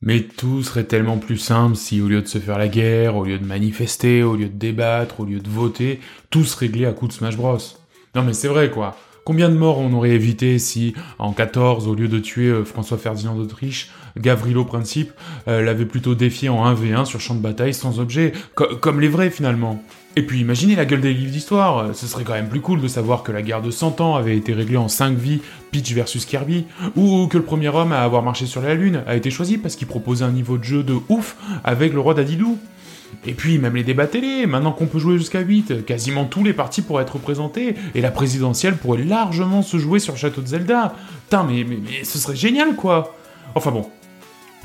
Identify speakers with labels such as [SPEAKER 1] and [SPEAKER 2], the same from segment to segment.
[SPEAKER 1] Mais tout serait tellement plus simple si, au lieu de se faire la guerre, au lieu de manifester, au lieu de débattre, au lieu de voter, tout se réglait à coups de Smash Bros. Non mais c'est vrai quoi. Combien de morts on aurait évité si, en 14, au lieu de tuer euh, François Ferdinand d'Autriche, Gavrilo Principe euh, l'avait plutôt défié en 1v1 sur champ de bataille sans objet, co- comme les vrais finalement. Et puis imaginez la gueule des livres d'histoire, euh, ce serait quand même plus cool de savoir que la guerre de 100 ans avait été réglée en 5 vies, Peach versus Kirby, ou que le premier homme à avoir marché sur la Lune a été choisi parce qu'il proposait un niveau de jeu de ouf avec le roi d'Adidou. Et puis même les débats télé, maintenant qu'on peut jouer jusqu'à 8, quasiment tous les partis pourraient être représentés, et la présidentielle pourrait largement se jouer sur le château de Zelda. Putain, mais, mais, mais ce serait génial quoi Enfin bon,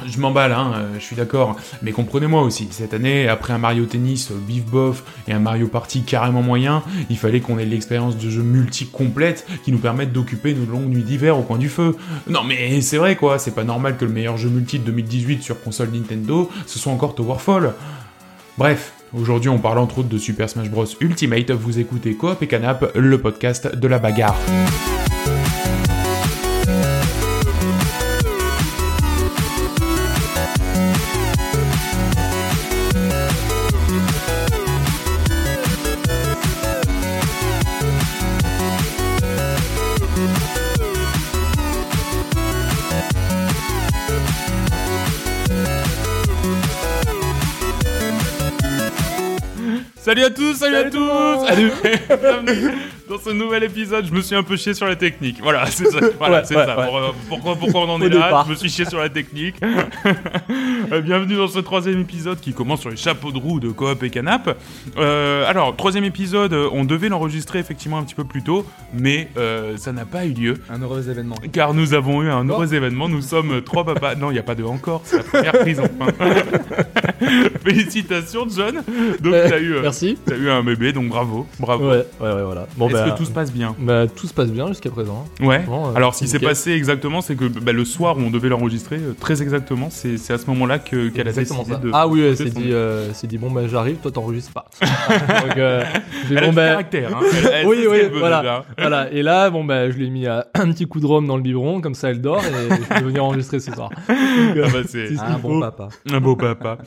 [SPEAKER 1] je m'emballe, hein, euh, je suis d'accord, mais comprenez-moi aussi, cette année, après un Mario Tennis euh, bif bof et un Mario Party carrément moyen, il fallait qu'on ait l'expérience de jeu multi complète qui nous permette d'occuper nos longues nuits d'hiver au coin du feu. Non mais c'est vrai quoi, c'est pas normal que le meilleur jeu multi de 2018 sur console Nintendo, ce soit encore Tower Fall. Bref, aujourd'hui on parle entre autres de Super Smash Bros Ultimate, vous écoutez Coop et Canap, le podcast de la bagarre. Salut à tous, salut, à
[SPEAKER 2] Salut tout le
[SPEAKER 1] tous,
[SPEAKER 2] monde.
[SPEAKER 1] salut, bienvenue dans ce nouvel épisode. Je me suis un peu chié sur la technique. Voilà, c'est ça. Voilà,
[SPEAKER 2] Ouais,
[SPEAKER 1] c'est
[SPEAKER 2] ouais,
[SPEAKER 1] ça.
[SPEAKER 2] ouais.
[SPEAKER 1] Pour, euh, pourquoi, pourquoi on en
[SPEAKER 2] Au
[SPEAKER 1] est là
[SPEAKER 2] départ.
[SPEAKER 1] Je me suis chié sur la technique. Euh, bienvenue dans ce troisième épisode qui commence sur les chapeaux de roue de Coop et Canap. Euh, alors, troisième épisode, euh, on devait l'enregistrer effectivement un petit peu plus tôt, mais euh, ça n'a pas eu lieu.
[SPEAKER 2] Un heureux événement.
[SPEAKER 1] Car nous avons eu un
[SPEAKER 2] Encore
[SPEAKER 1] heureux événement, nous sommes trois papas. Non, il n'y a pas de encore, c'est la première prise enfin. Félicitations, John. Donc,
[SPEAKER 2] Euh,
[SPEAKER 1] t'as eu, euh,
[SPEAKER 2] Merci.
[SPEAKER 1] t'as eu un bébé, donc bravo, bravo.
[SPEAKER 2] Ouais, ouais, ouais, voilà. Bon,
[SPEAKER 1] Est-ce
[SPEAKER 2] bah,
[SPEAKER 1] que tout se passe bien
[SPEAKER 2] bah, tout se passe bien jusqu'à présent.
[SPEAKER 1] Ouais.
[SPEAKER 2] Bon, euh,
[SPEAKER 1] Alors, ce qui s'est
[SPEAKER 2] nickel.
[SPEAKER 1] passé exactement, c'est que bah, le soir où on devait l'enregistrer, euh, très exactement, c'est c'est à ce moment-là que- qu'elle a
[SPEAKER 2] Exactement
[SPEAKER 1] décidé
[SPEAKER 2] ça.
[SPEAKER 1] de.
[SPEAKER 2] Ah oui, elle
[SPEAKER 1] de
[SPEAKER 2] s'est
[SPEAKER 1] son-
[SPEAKER 2] dit, euh, elle s'est dit, bon, bah, j'arrive, toi, t'enregistres pas. Donc, euh, j'ai dit,
[SPEAKER 1] Elle a
[SPEAKER 2] bon,
[SPEAKER 1] du
[SPEAKER 2] bah,
[SPEAKER 1] caractère. hein. Elle- elle
[SPEAKER 2] Oui,
[SPEAKER 1] sait ce
[SPEAKER 2] oui,
[SPEAKER 1] qu'elle veut,
[SPEAKER 2] voilà.
[SPEAKER 1] déjà. Ah,
[SPEAKER 2] voilà. Et là, bon, bah, je lui ai mis euh, un petit coup de rhum dans le biberon, comme ça, elle dort, et je peux venir enregistrer ce soir. Donc, euh,
[SPEAKER 1] Ah bah, c'est-
[SPEAKER 2] c'est ce
[SPEAKER 3] Ah,
[SPEAKER 2] qu'il
[SPEAKER 3] bon
[SPEAKER 2] faut.
[SPEAKER 3] papa.
[SPEAKER 1] Un beau papa.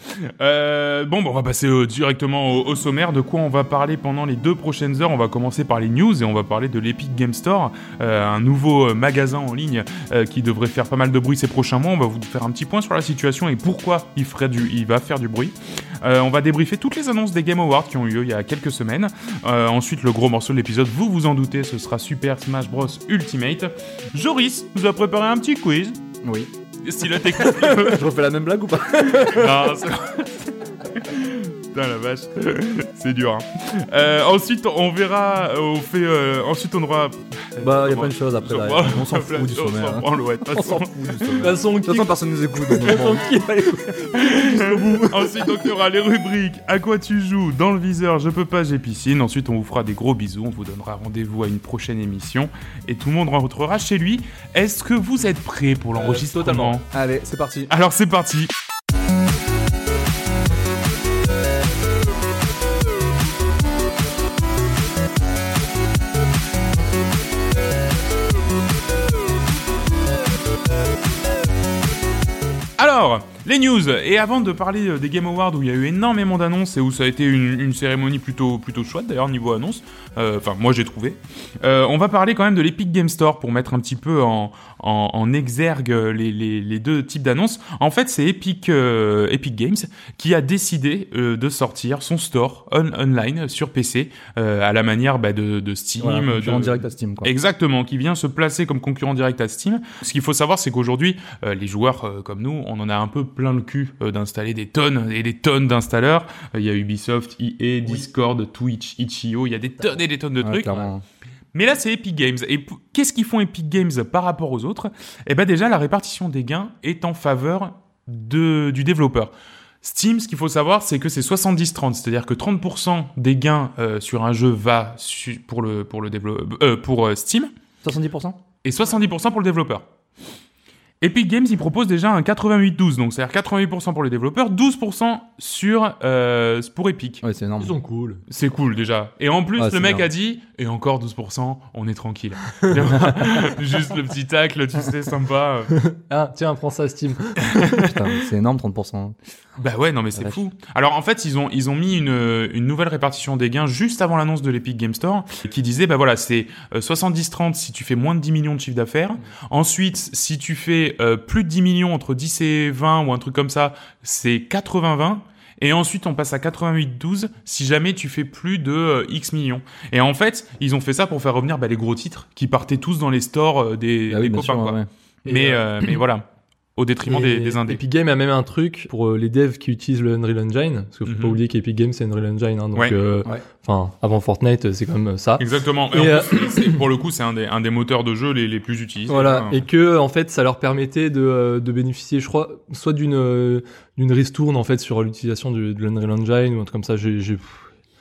[SPEAKER 1] Euh, bon, bah, on va passer euh, directement au, au sommaire. De quoi on va parler pendant les deux prochaines heures On va commencer par les news et on va parler de l'Epic Game Store, euh, un nouveau euh, magasin en ligne euh, qui devrait faire pas mal de bruit ces prochains mois. On va vous faire un petit point sur la situation et pourquoi il, ferait du, il va faire du bruit. Euh, on va débriefer toutes les annonces des Game Awards qui ont eu lieu il y a quelques semaines. Euh, ensuite, le gros morceau de l'épisode, vous vous en doutez, ce sera Super Smash Bros Ultimate. Joris nous a préparé un petit quiz.
[SPEAKER 3] Oui.
[SPEAKER 1] Si la technique le veut.
[SPEAKER 3] Je refais la même blague ou pas
[SPEAKER 1] Non, c'est Putain la vache, c'est dur. hein. Euh, ensuite on verra, euh, on fait, euh, ensuite on aura.
[SPEAKER 3] Bah, y a
[SPEAKER 1] Comment
[SPEAKER 3] pas une chose après.
[SPEAKER 1] On
[SPEAKER 3] derrière.
[SPEAKER 1] s'en branle.
[SPEAKER 3] On s'en fout du
[SPEAKER 1] On
[SPEAKER 3] sommaire.
[SPEAKER 1] s'en
[SPEAKER 3] hein.
[SPEAKER 1] branle, ouais, de toute
[SPEAKER 3] On
[SPEAKER 1] façon.
[SPEAKER 3] s'en fout du
[SPEAKER 2] De toute
[SPEAKER 3] sommaire.
[SPEAKER 2] façon,
[SPEAKER 3] De toute
[SPEAKER 2] qui-
[SPEAKER 3] façon, personne nous écoute. donc bon.
[SPEAKER 1] Ensuite donc il y aura les rubriques. À quoi tu joues Dans le viseur, je peux pas, j'ai piscine. Ensuite on vous fera des gros bisous, on vous donnera rendez-vous à une prochaine émission et tout le monde rentrera chez lui. Est-ce que vous êtes prêts pour l'enregistrement
[SPEAKER 2] totalement.
[SPEAKER 3] Allez, c'est parti.
[SPEAKER 1] Alors c'est parti. Alors, les news, et avant de parler euh, des Game Awards où il y a eu énormément d'annonces et où ça a été une, une cérémonie plutôt, plutôt chouette d'ailleurs niveau annonce, euh, enfin moi j'ai trouvé, euh, on va parler quand même de l'Epic Game Store pour mettre un petit peu en, en, en exergue euh, les, les- les deux types d'annonces. En fait, c'est Epic, euh, Epic Games qui a décidé euh, de sortir son store on- online sur PC euh, à la manière bah, de, de Steam,
[SPEAKER 3] Voilà,
[SPEAKER 1] de-
[SPEAKER 3] concurrent direct à Steam. Quoi.
[SPEAKER 1] Exactement, qui vient se placer comme concurrent direct à Steam. Ce qu'il faut savoir, c'est qu'aujourd'hui, euh, les joueurs euh, comme nous, on en a un peu plein le cul euh, d'installer des tonnes et des tonnes d'installeurs. Euh, Il y a Ubisoft, EA, Discord, Twitch, Itch.io, il y a des tonnes et des tonnes de
[SPEAKER 3] Ouais,
[SPEAKER 1] trucs.
[SPEAKER 3] clairement.
[SPEAKER 1] Mais là, c'est Epic Games. Et p- qu'est-ce qu'ils font Epic Games par rapport aux autres Eh ben déjà, la répartition des gains est en faveur de, du développeur. Steam, ce qu'il faut savoir, c'est que c'est 70-30, c'est-à-dire que 30% des gains euh, sur un jeu va su- pour, le, pour, le dévelop- euh, pour euh, Steam
[SPEAKER 3] 70%
[SPEAKER 1] et 70% pour le développeur. Et Epic Games, il propose déjà un 88-12, donc c'est-à-dire 88% pour les développeurs, 12% sur, euh, pour Epic.
[SPEAKER 3] Ouais, c'est énorme.
[SPEAKER 2] Ils sont cool.
[SPEAKER 1] C'est cool déjà. Et en plus,
[SPEAKER 3] Ah,
[SPEAKER 1] le
[SPEAKER 3] c'est
[SPEAKER 1] mec
[SPEAKER 3] bien.
[SPEAKER 1] a dit, et encore 12%, on est tranquille. Juste le petit tacle, tu sais, sympa.
[SPEAKER 2] Ah, tiens, prends ça, Steam.
[SPEAKER 3] Putain, c'est énorme, 30%.
[SPEAKER 1] Bah ouais, non mais c'est
[SPEAKER 3] Ah, vache.
[SPEAKER 1] fou. Alors en fait, ils ont ils ont mis une, une nouvelle répartition des gains juste avant l'annonce de l'Epic Game Store qui disait bah voilà, c'est euh, 70-30 si tu fais moins de 10 millions de chiffre d'affaires. Ensuite, si tu fais euh, plus de 10 millions entre 10 et 20 ou un truc comme ça, c'est 80-20. Et ensuite, on passe à 88-12 si jamais tu fais plus de euh, X millions. Et en fait, ils ont fait ça pour faire revenir bah, les gros titres qui partaient tous dans les stores euh, des,
[SPEAKER 3] Ah oui,
[SPEAKER 1] des
[SPEAKER 3] bien
[SPEAKER 1] copains.
[SPEAKER 3] sûr,
[SPEAKER 1] quoi.
[SPEAKER 3] ouais.
[SPEAKER 2] Et,
[SPEAKER 1] Mais,
[SPEAKER 2] euh,
[SPEAKER 1] euh, mais voilà, au détriment des, des indés.
[SPEAKER 2] Epic Games a même un truc pour euh, les devs qui utilisent le Unreal Engine. Parce qu'il faut
[SPEAKER 1] Mhm.
[SPEAKER 2] pas oublier qu'Epic Games, c'est Unreal Engine. hein, donc,
[SPEAKER 1] Ouais.
[SPEAKER 2] euh,
[SPEAKER 3] Ouais.
[SPEAKER 2] enfin, avant Fortnite, euh, c'est quand même ça.
[SPEAKER 1] Exactement. Et,
[SPEAKER 2] Et, euh,
[SPEAKER 1] en plus, c'est- c'est- pour le coup, c'est un des, un des moteurs de jeu les, les plus utilisés.
[SPEAKER 2] Voilà,
[SPEAKER 1] Enfin,
[SPEAKER 2] et que en fait ça leur permettait de, euh, de bénéficier, je crois, soit d'une euh, d'une ristourne en fait sur l'utilisation du- de l'Unreal Engine ou un truc comme ça. J'ai, j'ai-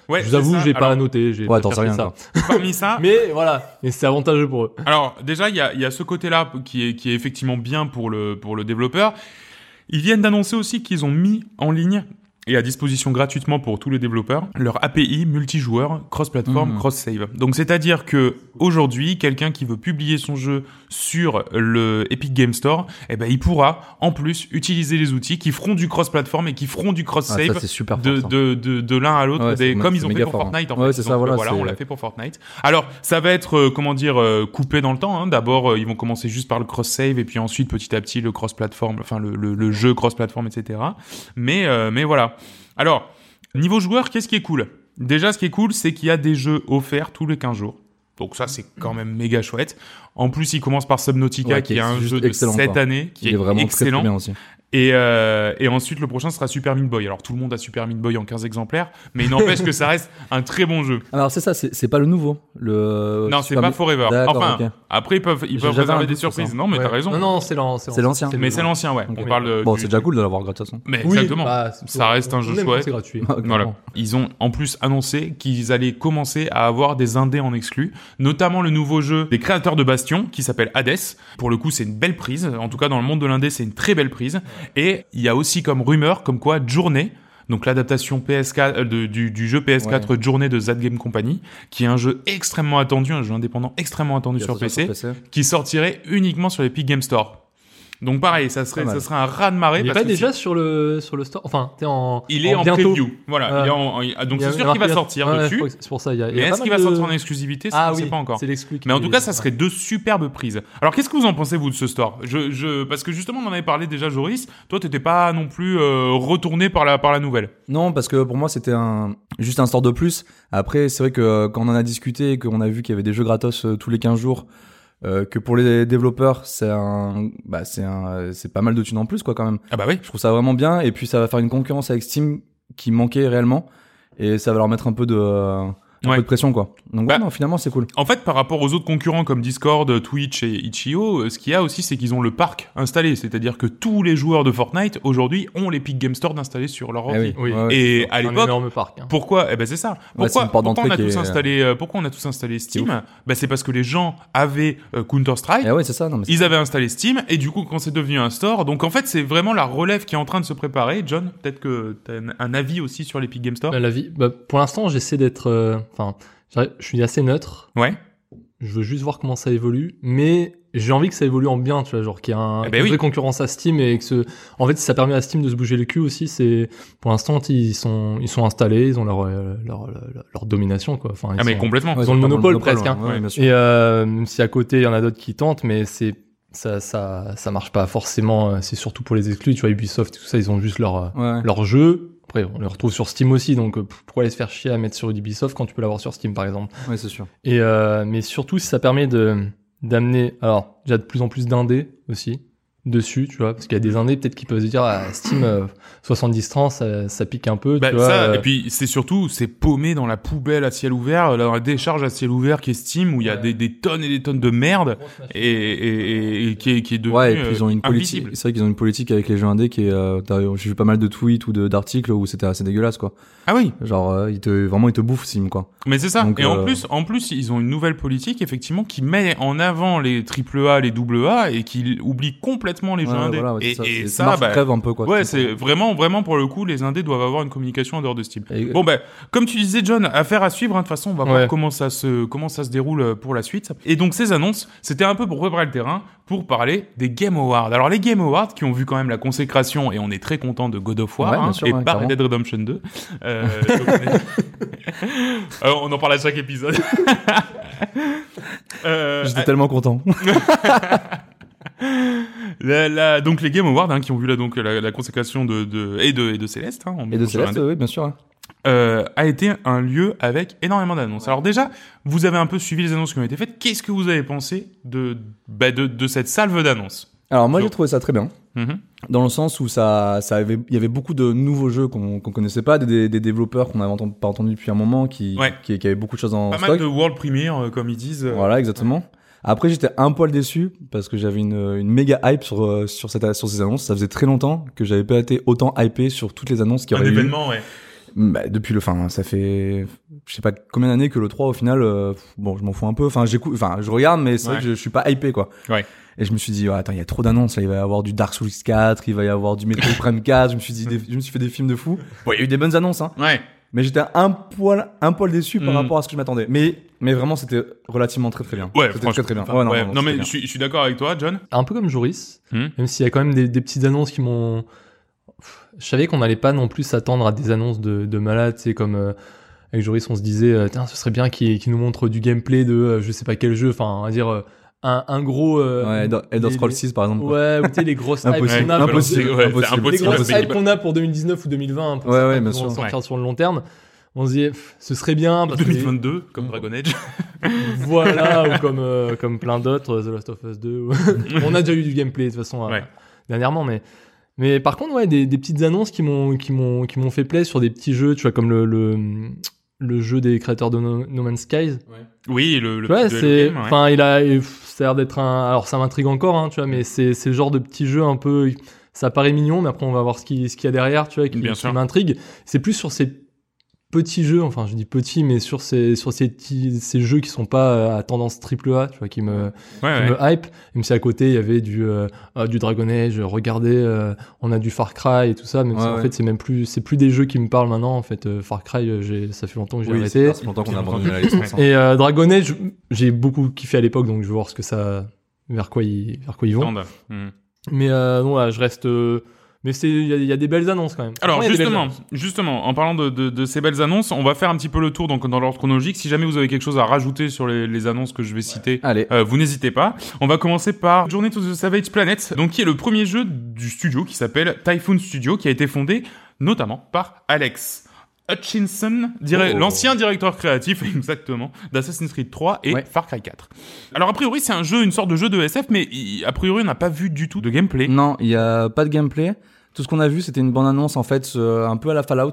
[SPEAKER 1] ouais,
[SPEAKER 2] je
[SPEAKER 1] c'est
[SPEAKER 2] vous avoue,
[SPEAKER 1] ça.
[SPEAKER 2] j'ai pas
[SPEAKER 1] Alors,
[SPEAKER 2] noté. J'ai
[SPEAKER 3] Ouais,
[SPEAKER 2] pas
[SPEAKER 3] t'en sais
[SPEAKER 2] cherché
[SPEAKER 3] rien,
[SPEAKER 2] ça.
[SPEAKER 3] quoi.
[SPEAKER 1] Parmi ça,
[SPEAKER 2] Mais voilà, et c'est avantageux pour eux.
[SPEAKER 1] alors déjà, il y a, il y a ce côté-là qui est, qui est effectivement bien pour le, pour le développeur. Ils viennent d'annoncer aussi qu'ils ont mis en ligne et à disposition gratuitement pour tous les développeurs leur API multijoueur cross-platform
[SPEAKER 2] Hmm.
[SPEAKER 3] Mhm.
[SPEAKER 1] cross-save. Donc c'est-à-dire que aujourd'hui, quelqu'un qui veut publier son jeu sur le Epic Game Store, eh ben il pourra en plus utiliser les outils qui feront du cross-platform et qui feront du
[SPEAKER 3] Ah,
[SPEAKER 1] cross-save
[SPEAKER 3] ça, c'est super
[SPEAKER 1] de,
[SPEAKER 3] fort. ça.
[SPEAKER 1] de, de, de l'un à l'autre,
[SPEAKER 3] Ouais,
[SPEAKER 1] des-
[SPEAKER 3] c'est-
[SPEAKER 1] comme
[SPEAKER 3] c'est
[SPEAKER 1] ils ont fait
[SPEAKER 3] méga
[SPEAKER 1] pour
[SPEAKER 3] fort, hein.
[SPEAKER 1] Fortnite. En
[SPEAKER 3] Ouais,
[SPEAKER 1] fait,
[SPEAKER 3] c'est
[SPEAKER 1] Ils ont
[SPEAKER 3] ça,
[SPEAKER 1] fait,
[SPEAKER 3] voilà,
[SPEAKER 1] on
[SPEAKER 3] c'est-
[SPEAKER 1] l'a fait pour Fortnite. Alors, ça va être, euh, comment dire, euh, coupé dans le temps. hein. D'abord, euh, ils vont commencer juste par le cross-save et puis ensuite, petit à petit, le cross-platform, enfin, le, le, le jeu cross-platform, etc. Mais, euh, mais voilà. Alors, niveau joueur, qu'est-ce qui est cool Déjà, ce qui est cool, c'est qu'il y a des jeux offerts tous les 15 jours. Donc ça, c'est quand même méga chouette. En plus, il commence par Subnautica,
[SPEAKER 3] Ouais,
[SPEAKER 1] qui
[SPEAKER 3] qui
[SPEAKER 1] est
[SPEAKER 3] est
[SPEAKER 1] un
[SPEAKER 3] juste
[SPEAKER 1] jeu de
[SPEAKER 3] excellent,
[SPEAKER 1] cette
[SPEAKER 3] quoi.
[SPEAKER 1] année, qui
[SPEAKER 3] Il est vraiment très, très
[SPEAKER 1] excellent.
[SPEAKER 3] bien aussi.
[SPEAKER 1] Et, euh, et ensuite, le prochain sera Super Meat Boy. Alors, tout le monde a Super Meat Boy en 15 exemplaires, mais il n'empêche que ça reste un très bon jeu.
[SPEAKER 3] Alors, c'est ça, c'est c'est pas le nouveau. hein. Le...
[SPEAKER 1] non, c'est pas Forever.
[SPEAKER 3] D'accord,
[SPEAKER 1] Enfin,
[SPEAKER 3] ok.
[SPEAKER 1] après, ils peuvent, ils
[SPEAKER 3] J'ai-
[SPEAKER 1] peuvent
[SPEAKER 3] j'avais un
[SPEAKER 1] réserver des
[SPEAKER 3] doute sur ça.
[SPEAKER 1] surprises. Non, mais
[SPEAKER 2] Ouais.
[SPEAKER 1] t'as raison.
[SPEAKER 2] Non, non, c'est l'an-
[SPEAKER 3] C'est l'ancien.
[SPEAKER 1] mais c'est l'ancien, ouais.
[SPEAKER 3] Ok.
[SPEAKER 1] On parle de-
[SPEAKER 3] Bon,
[SPEAKER 1] euh, du-
[SPEAKER 3] c'est déjà Ah, cool de l'avoir gratuit de toute
[SPEAKER 1] Mais
[SPEAKER 2] Oui,
[SPEAKER 1] exactement.
[SPEAKER 2] bah, c'est-
[SPEAKER 1] Ça reste un
[SPEAKER 2] on
[SPEAKER 1] jeu
[SPEAKER 2] aime quand
[SPEAKER 1] chouette.
[SPEAKER 2] C'est gratuit.
[SPEAKER 3] façon.
[SPEAKER 1] Voilà. Ils ont en plus annoncé qu'ils allaient commencer à avoir des indés en exclus, notamment le nouveau jeu des créateurs de Bastion qui s'appelle Hades. Pour le coup, c'est une belle prise. En tout cas, dans le monde de l'indé, c'est une très belle prise. Et il y a aussi comme rumeur comme quoi Journée, donc l'adaptation PS4 euh, de- du, du jeu PS4 Journée de Zad Game Company, qui est un jeu extrêmement attendu, un jeu indépendant extrêmement attendu sur PC, qui sortirait uniquement sur l'Epic Game Store. Donc pareil, ça serait,
[SPEAKER 3] Pas mal.
[SPEAKER 1] ça serait un rat de marée.
[SPEAKER 2] Il est
[SPEAKER 1] parce
[SPEAKER 2] pas
[SPEAKER 1] que
[SPEAKER 2] déjà sur le sur le store. Enfin, t'es en.
[SPEAKER 1] il est en,
[SPEAKER 2] bientôt.
[SPEAKER 1] preview. Voilà.
[SPEAKER 2] Euh,
[SPEAKER 1] il est en- en- donc
[SPEAKER 2] Il y a-
[SPEAKER 1] c'est
[SPEAKER 2] il y
[SPEAKER 1] sûr
[SPEAKER 2] a
[SPEAKER 1] qu'il va
[SPEAKER 2] marqué-
[SPEAKER 1] sortir
[SPEAKER 2] Ouais, ouais, je
[SPEAKER 1] dessus.
[SPEAKER 2] crois que c'est pour ça. Il y a, il y
[SPEAKER 1] Mais
[SPEAKER 2] a
[SPEAKER 1] est-ce
[SPEAKER 2] pas
[SPEAKER 1] qu'il va
[SPEAKER 2] mal de-
[SPEAKER 1] sortir en exclusivité ça,
[SPEAKER 2] Ah
[SPEAKER 1] on ne
[SPEAKER 2] oui,
[SPEAKER 1] sait pas encore.
[SPEAKER 2] C'est l'exclu. qui
[SPEAKER 1] Mais en tout cas,
[SPEAKER 2] est-
[SPEAKER 1] ça serait deux superbes prises. Alors, qu'est-ce que vous en pensez, vous, de ce store je, je, Parce que justement, on en avait parlé déjà, Joris. Toi, t'étais pas non plus euh, retourné par la, par la nouvelle.
[SPEAKER 3] Non, parce que pour moi, c'était un... juste un store de plus. Après, c'est vrai que euh, quand on en a discuté et qu'on a vu qu'il y avait des jeux gratos euh, tous les 15 jours, euh, que pour les développeurs, c'est un... Bah, c'est un... euh, c'est pas mal de thunes en plus, quoi, quand même.
[SPEAKER 1] Ah bah oui.
[SPEAKER 3] Je trouve ça vraiment bien. Et puis, ça va faire une concurrence avec Steam qui manquait réellement. Et ça va leur mettre un peu de, euh, un
[SPEAKER 1] Ouais.
[SPEAKER 3] peu de pression, quoi. Donc,
[SPEAKER 1] Bah.
[SPEAKER 3] ouais, non, finalement, c'est cool.
[SPEAKER 1] En fait, par rapport aux autres concurrents comme Discord, Twitch et Itch.io, euh, ce qu'il y a aussi, c'est qu'ils ont le parc installé. C'est-à-dire que tous les joueurs de Fortnite, aujourd'hui, ont l'Epic Game Store installé sur leur ordi.
[SPEAKER 3] Eh oui.
[SPEAKER 2] Oui.
[SPEAKER 3] Ouais, ouais.
[SPEAKER 1] Et à
[SPEAKER 2] un
[SPEAKER 1] l'époque,
[SPEAKER 2] énorme parc. hein.
[SPEAKER 1] Pourquoi Eh ben c'est ça.
[SPEAKER 3] Ouais, Bah, c'est
[SPEAKER 1] Pourquoi,
[SPEAKER 3] une porte
[SPEAKER 1] pourquoi on a
[SPEAKER 3] d'entrée qui
[SPEAKER 1] tous
[SPEAKER 3] est-
[SPEAKER 1] installé euh, Pourquoi on a tous installé Steam Bah c'est parce que les gens avaient Counter Strike.
[SPEAKER 3] Eh ouais, c'est ça. Non, mais
[SPEAKER 1] Ils avaient installé Steam et du coup quand c'est devenu un store, donc en fait c'est vraiment la relève qui est en train de se préparer. John, peut-être que t'as un- un avis aussi sur l'Epic Game Store.
[SPEAKER 2] Bah, la vie. Bah, pour l'instant, j'essaie d'être. euh, Enfin, j'arrive- je suis assez neutre.
[SPEAKER 1] Ouais.
[SPEAKER 2] Je veux juste voir comment ça évolue, mais j'ai envie que ça évolue en bien, tu vois, genre qu'il y a
[SPEAKER 1] Eh
[SPEAKER 2] un,
[SPEAKER 1] ben
[SPEAKER 2] qu'il y ait une
[SPEAKER 1] oui.
[SPEAKER 2] vraie concurrence à Steam et que ce, en fait, si ça permet à Steam de se bouger le cul aussi, c'est pour l'instant ils sont ils sont installés, ils ont leur euh, leur, leur, leur domination quoi. Enfin, ils
[SPEAKER 1] Ah mais
[SPEAKER 2] sont-
[SPEAKER 1] complètement.
[SPEAKER 3] Ouais,
[SPEAKER 2] ils ont le
[SPEAKER 3] pas
[SPEAKER 2] monopole presque, hein.
[SPEAKER 3] ouais, ouais, bien sûr.
[SPEAKER 2] Et euh, même si à côté il y en a d'autres qui tentent, mais c'est ça ça ça marche pas forcément. euh, C'est surtout pour les exclus, tu vois, Ubisoft et tout ça, ils ont juste leur euh,
[SPEAKER 3] Ouais.
[SPEAKER 2] leur jeu. Après, on les retrouve sur Steam aussi, donc euh, pourquoi aller se faire chier à mettre sur Ubisoft quand tu peux l'avoir sur Steam par exemple?
[SPEAKER 3] Ouais, c'est sûr.
[SPEAKER 2] Et euh, mais surtout, ça permet de d'amener, alors déjà de plus en plus d'indés aussi dessus, tu vois, parce qu'il y a des indés peut-être qui peuvent se dire ah, Steam euh, 70 30 ça, ça pique un peu,
[SPEAKER 1] Bah,
[SPEAKER 2] tu vois.
[SPEAKER 1] ça,
[SPEAKER 2] euh,
[SPEAKER 1] et puis c'est surtout, c'est paumé dans la poubelle à ciel ouvert, euh, dans la décharge à ciel ouvert qui est Steam, où il y a
[SPEAKER 2] Ouais.
[SPEAKER 1] des, des tonnes et des tonnes de merde, et, et, et- et qui est, qui est devenue
[SPEAKER 3] Ouais, et puis ils ont une
[SPEAKER 1] euh,
[SPEAKER 3] politique.
[SPEAKER 1] invisible.
[SPEAKER 3] C'est vrai qu'ils ont une politique avec les jeux indés qui est. euh, t'as- J'ai vu pas mal de tweets ou de- d'articles où c'était assez dégueulasse, quoi.
[SPEAKER 1] Ah oui,
[SPEAKER 3] Genre, euh, ils te, vraiment, ils te bouffent, Sim, quoi.
[SPEAKER 1] Mais c'est ça.
[SPEAKER 3] Donc,
[SPEAKER 1] et en
[SPEAKER 3] euh,
[SPEAKER 1] plus, en plus, ils ont une nouvelle politique effectivement qui met en avant les AAA, les AA et qui oublie complètement les jeux
[SPEAKER 3] Ouais,
[SPEAKER 1] indés.
[SPEAKER 3] voilà, ouais,
[SPEAKER 1] et,
[SPEAKER 3] c'est
[SPEAKER 1] et
[SPEAKER 3] c'est-
[SPEAKER 1] ça,
[SPEAKER 3] marche
[SPEAKER 1] bah,
[SPEAKER 3] crève un peu quoi.
[SPEAKER 1] ouais, c'est vraiment, vraiment pour le coup, les indés doivent avoir une communication en dehors de Steam.
[SPEAKER 3] Et-
[SPEAKER 1] Bon ben, comme tu disais John, affaire à suivre. hein. De toute façon, on va voir
[SPEAKER 2] Ouais.
[SPEAKER 1] comment ça se comment ça se déroule euh, pour la suite. Et donc ces annonces, c'était un peu pour préparer le terrain pour parler des Game Awards. Alors les Game Awards qui ont vu quand même la consécration et on est très content de God of War
[SPEAKER 3] Ouais, bien
[SPEAKER 1] hein,
[SPEAKER 3] sûr,
[SPEAKER 1] et
[SPEAKER 3] ouais,
[SPEAKER 1] par
[SPEAKER 3] clairement.
[SPEAKER 1] Red Dead Redemption 2. Euh, donc, on est- Alors, on en parle à chaque épisode. Euh,
[SPEAKER 3] J'étais tellement content.
[SPEAKER 1] la- la- donc les Game Awards hein, qui ont vu là donc la, la consécration de, de- et de et de Céleste. hein, en-
[SPEAKER 3] Et de
[SPEAKER 1] en-
[SPEAKER 3] Céleste, oui, bien sûr. hein.
[SPEAKER 1] euh, a été un lieu avec énormément d'annonces. Alors déjà, vous avez un peu suivi les annonces qui ont été faites. Qu'est-ce que vous avez pensé de, bah, de, de cette salve d'annonces
[SPEAKER 3] Alors moi
[SPEAKER 1] Yo.
[SPEAKER 3] j'ai trouvé ça très bien.
[SPEAKER 1] Mhm.
[SPEAKER 3] Dans le sens où ça, ça avait, il y avait beaucoup de nouveaux jeux qu'on qu'on connaissait pas, des- des, des développeurs qu'on n'avait entendu- pas entendus depuis un moment, qui,
[SPEAKER 1] Ouais.
[SPEAKER 3] qui, qui avaient beaucoup de choses en
[SPEAKER 1] Pas
[SPEAKER 3] stock.
[SPEAKER 1] mal de world premiere, euh, comme ils disent. euh,
[SPEAKER 3] Voilà, exactement. Après, j'étais un poil déçu parce que j'avais une, une méga hype sur, euh, sur, cette, sur ces annonces. Ça faisait très longtemps que j'avais pas été autant hypé sur toutes les annonces qu'il y
[SPEAKER 1] Un
[SPEAKER 3] aurait eu.
[SPEAKER 1] événement, ouais.
[SPEAKER 3] Bah, depuis le, enfin, ça fait, je sais pas combien d'années que le 3, au final, euh, pff, bon, je m'en fous un peu. Enfin, j'écoute, enfin, je regarde, mais c'est
[SPEAKER 1] Ouais.
[SPEAKER 3] vrai que je, je suis pas hypé, quoi.
[SPEAKER 1] Ouais.
[SPEAKER 3] Et je me suis dit, ouais, attends, il y a trop d'annonces, là. Il va y avoir du Dark Souls 4, il va y avoir du Metroid Prime 4. Je me suis dit, des- je me suis fait des films de fou. Bon, il y a eu des bonnes annonces, hein.
[SPEAKER 1] Ouais.
[SPEAKER 3] Mais j'étais un poil, un poil déçu par
[SPEAKER 1] Mm.
[SPEAKER 3] rapport à ce que je m'attendais. Mais, mais vraiment, c'était relativement très très bien.
[SPEAKER 1] Ouais,
[SPEAKER 3] c'était
[SPEAKER 1] franchement.
[SPEAKER 3] très très bien.
[SPEAKER 1] Ouais,
[SPEAKER 3] Ouais, non, non,
[SPEAKER 1] non,
[SPEAKER 3] c'était
[SPEAKER 1] mais
[SPEAKER 3] bien.
[SPEAKER 1] je suis, je suis d'accord avec toi, John.
[SPEAKER 2] Un peu comme Joris,
[SPEAKER 1] Hmm.
[SPEAKER 2] même s'il y a quand même des, des petites annonces qui m'ont. Pff, Je savais qu'on n'allait pas non plus s'attendre à des annonces de, de malades, tu sais, comme euh, avec Joris, on se disait, euh, tiens, ce serait bien qu'il qu'il nous montre du gameplay de euh, je sais pas quel jeu, enfin, on va dire euh, un, un gros. euh,
[SPEAKER 3] Ouais, Elder- Elder
[SPEAKER 2] les-
[SPEAKER 3] Scrolls
[SPEAKER 2] les-
[SPEAKER 3] 6 par exemple. quoi.
[SPEAKER 2] Ouais, ou tu sais, les grosses hypes qu'on
[SPEAKER 3] Impossible,
[SPEAKER 2] a,
[SPEAKER 1] Ouais,
[SPEAKER 3] impossible,
[SPEAKER 1] ouais, c'est
[SPEAKER 3] impossible.
[SPEAKER 2] les
[SPEAKER 1] impossible.
[SPEAKER 2] grosses
[SPEAKER 1] Mais-
[SPEAKER 2] hypes qu'on a pour 2019 ou 2020 pour
[SPEAKER 3] Ouais,
[SPEAKER 2] certains
[SPEAKER 3] ouais,
[SPEAKER 2] qui
[SPEAKER 3] bien
[SPEAKER 2] vont
[SPEAKER 3] sûr.
[SPEAKER 2] sortir sur le long terme on se disait pff, ce serait bien parce que
[SPEAKER 1] 2022, comme Dragon Age.
[SPEAKER 2] voilà ou comme euh, comme plein d'autres The Last of Us 2 ou- on a déjà eu du gameplay de toute façon euh,
[SPEAKER 1] Ouais.
[SPEAKER 2] dernièrement mais mais par contre ouais des, des petites annonces qui m'ont qui m'ont qui m'ont fait plaisir sur des petits jeux tu vois comme le le, le jeu des créateurs de No, No Man's Skies
[SPEAKER 1] Oui, le, le
[SPEAKER 2] tu vois,
[SPEAKER 1] petit
[SPEAKER 2] c'est,
[SPEAKER 1] Hello Game, ouais.
[SPEAKER 2] enfin, il a, et, pff, ça a l'air d'être un, alors ça m'intrigue encore, hein, tu vois, mais
[SPEAKER 1] Mm.
[SPEAKER 2] c'est, c'est le genre de petit jeu un peu, ça paraît mignon, mais après on va voir ce qui, ce qu'il y a derrière, tu vois, qui,
[SPEAKER 1] Bien
[SPEAKER 2] qui
[SPEAKER 1] sûr.
[SPEAKER 2] m'intrigue. C'est plus sur ces petits jeux, enfin, je dis petits, mais sur ces, sur ces petits, ces jeux qui sont pas euh, à tendance triple A, tu vois, qui me,
[SPEAKER 1] Ouais,
[SPEAKER 2] qui
[SPEAKER 1] Ah ouais.
[SPEAKER 2] me hype. Même si à côté il y avait du, euh, ah, du Dragon Age, regardez, euh, on a du Far Cry et tout ça, même si
[SPEAKER 3] Ouais,
[SPEAKER 2] en
[SPEAKER 3] ouais.
[SPEAKER 2] fait c'est même plus, c'est plus des jeux qui me parlent maintenant, en fait, euh, Far Cry, euh, j'ai, ça fait longtemps que j'ai
[SPEAKER 3] Oui,
[SPEAKER 2] arrêté.
[SPEAKER 3] c'est pas longtemps qu'on a abandonné la licence. hein.
[SPEAKER 2] Et euh, Dragon Age, j'ai beaucoup kiffé à l'époque, donc je vais voir ce que ça, vers quoi ils, vers quoi ils vont.
[SPEAKER 1] Attends, hmm.
[SPEAKER 2] Mais euh, non, voilà, je reste. euh, mais c'est, il y, a- il y a des belles annonces quand même.
[SPEAKER 1] Alors
[SPEAKER 2] Franchement, il y a des belles
[SPEAKER 1] justement,
[SPEAKER 2] annonces.
[SPEAKER 1] justement, en parlant de, de- de ces belles annonces, on va faire un petit peu le tour donc dans l'ordre chronologique. Si jamais vous avez quelque chose à rajouter sur les, les annonces que je vais citer,
[SPEAKER 3] Allez.
[SPEAKER 1] Euh, vous n'hésitez pas. On va commencer par Journey to the Savage Planet, donc qui est le premier jeu du studio qui s'appelle Typhoon Studio, qui a été fondé notamment par Alex Hutchinson, dira-
[SPEAKER 3] Oh.
[SPEAKER 1] l'ancien directeur créatif exactement d'Assassin's Creed 3 et
[SPEAKER 3] Ouais.
[SPEAKER 1] Far Cry 4. Alors a priori c'est un jeu, une sorte de jeu de SF, mais il- a priori on n'a pas vu du tout de gameplay.
[SPEAKER 3] Non, il y a pas de gameplay. Tout ce qu'on a vu, c'était une bande annonce en fait, euh, un peu à la Fallout,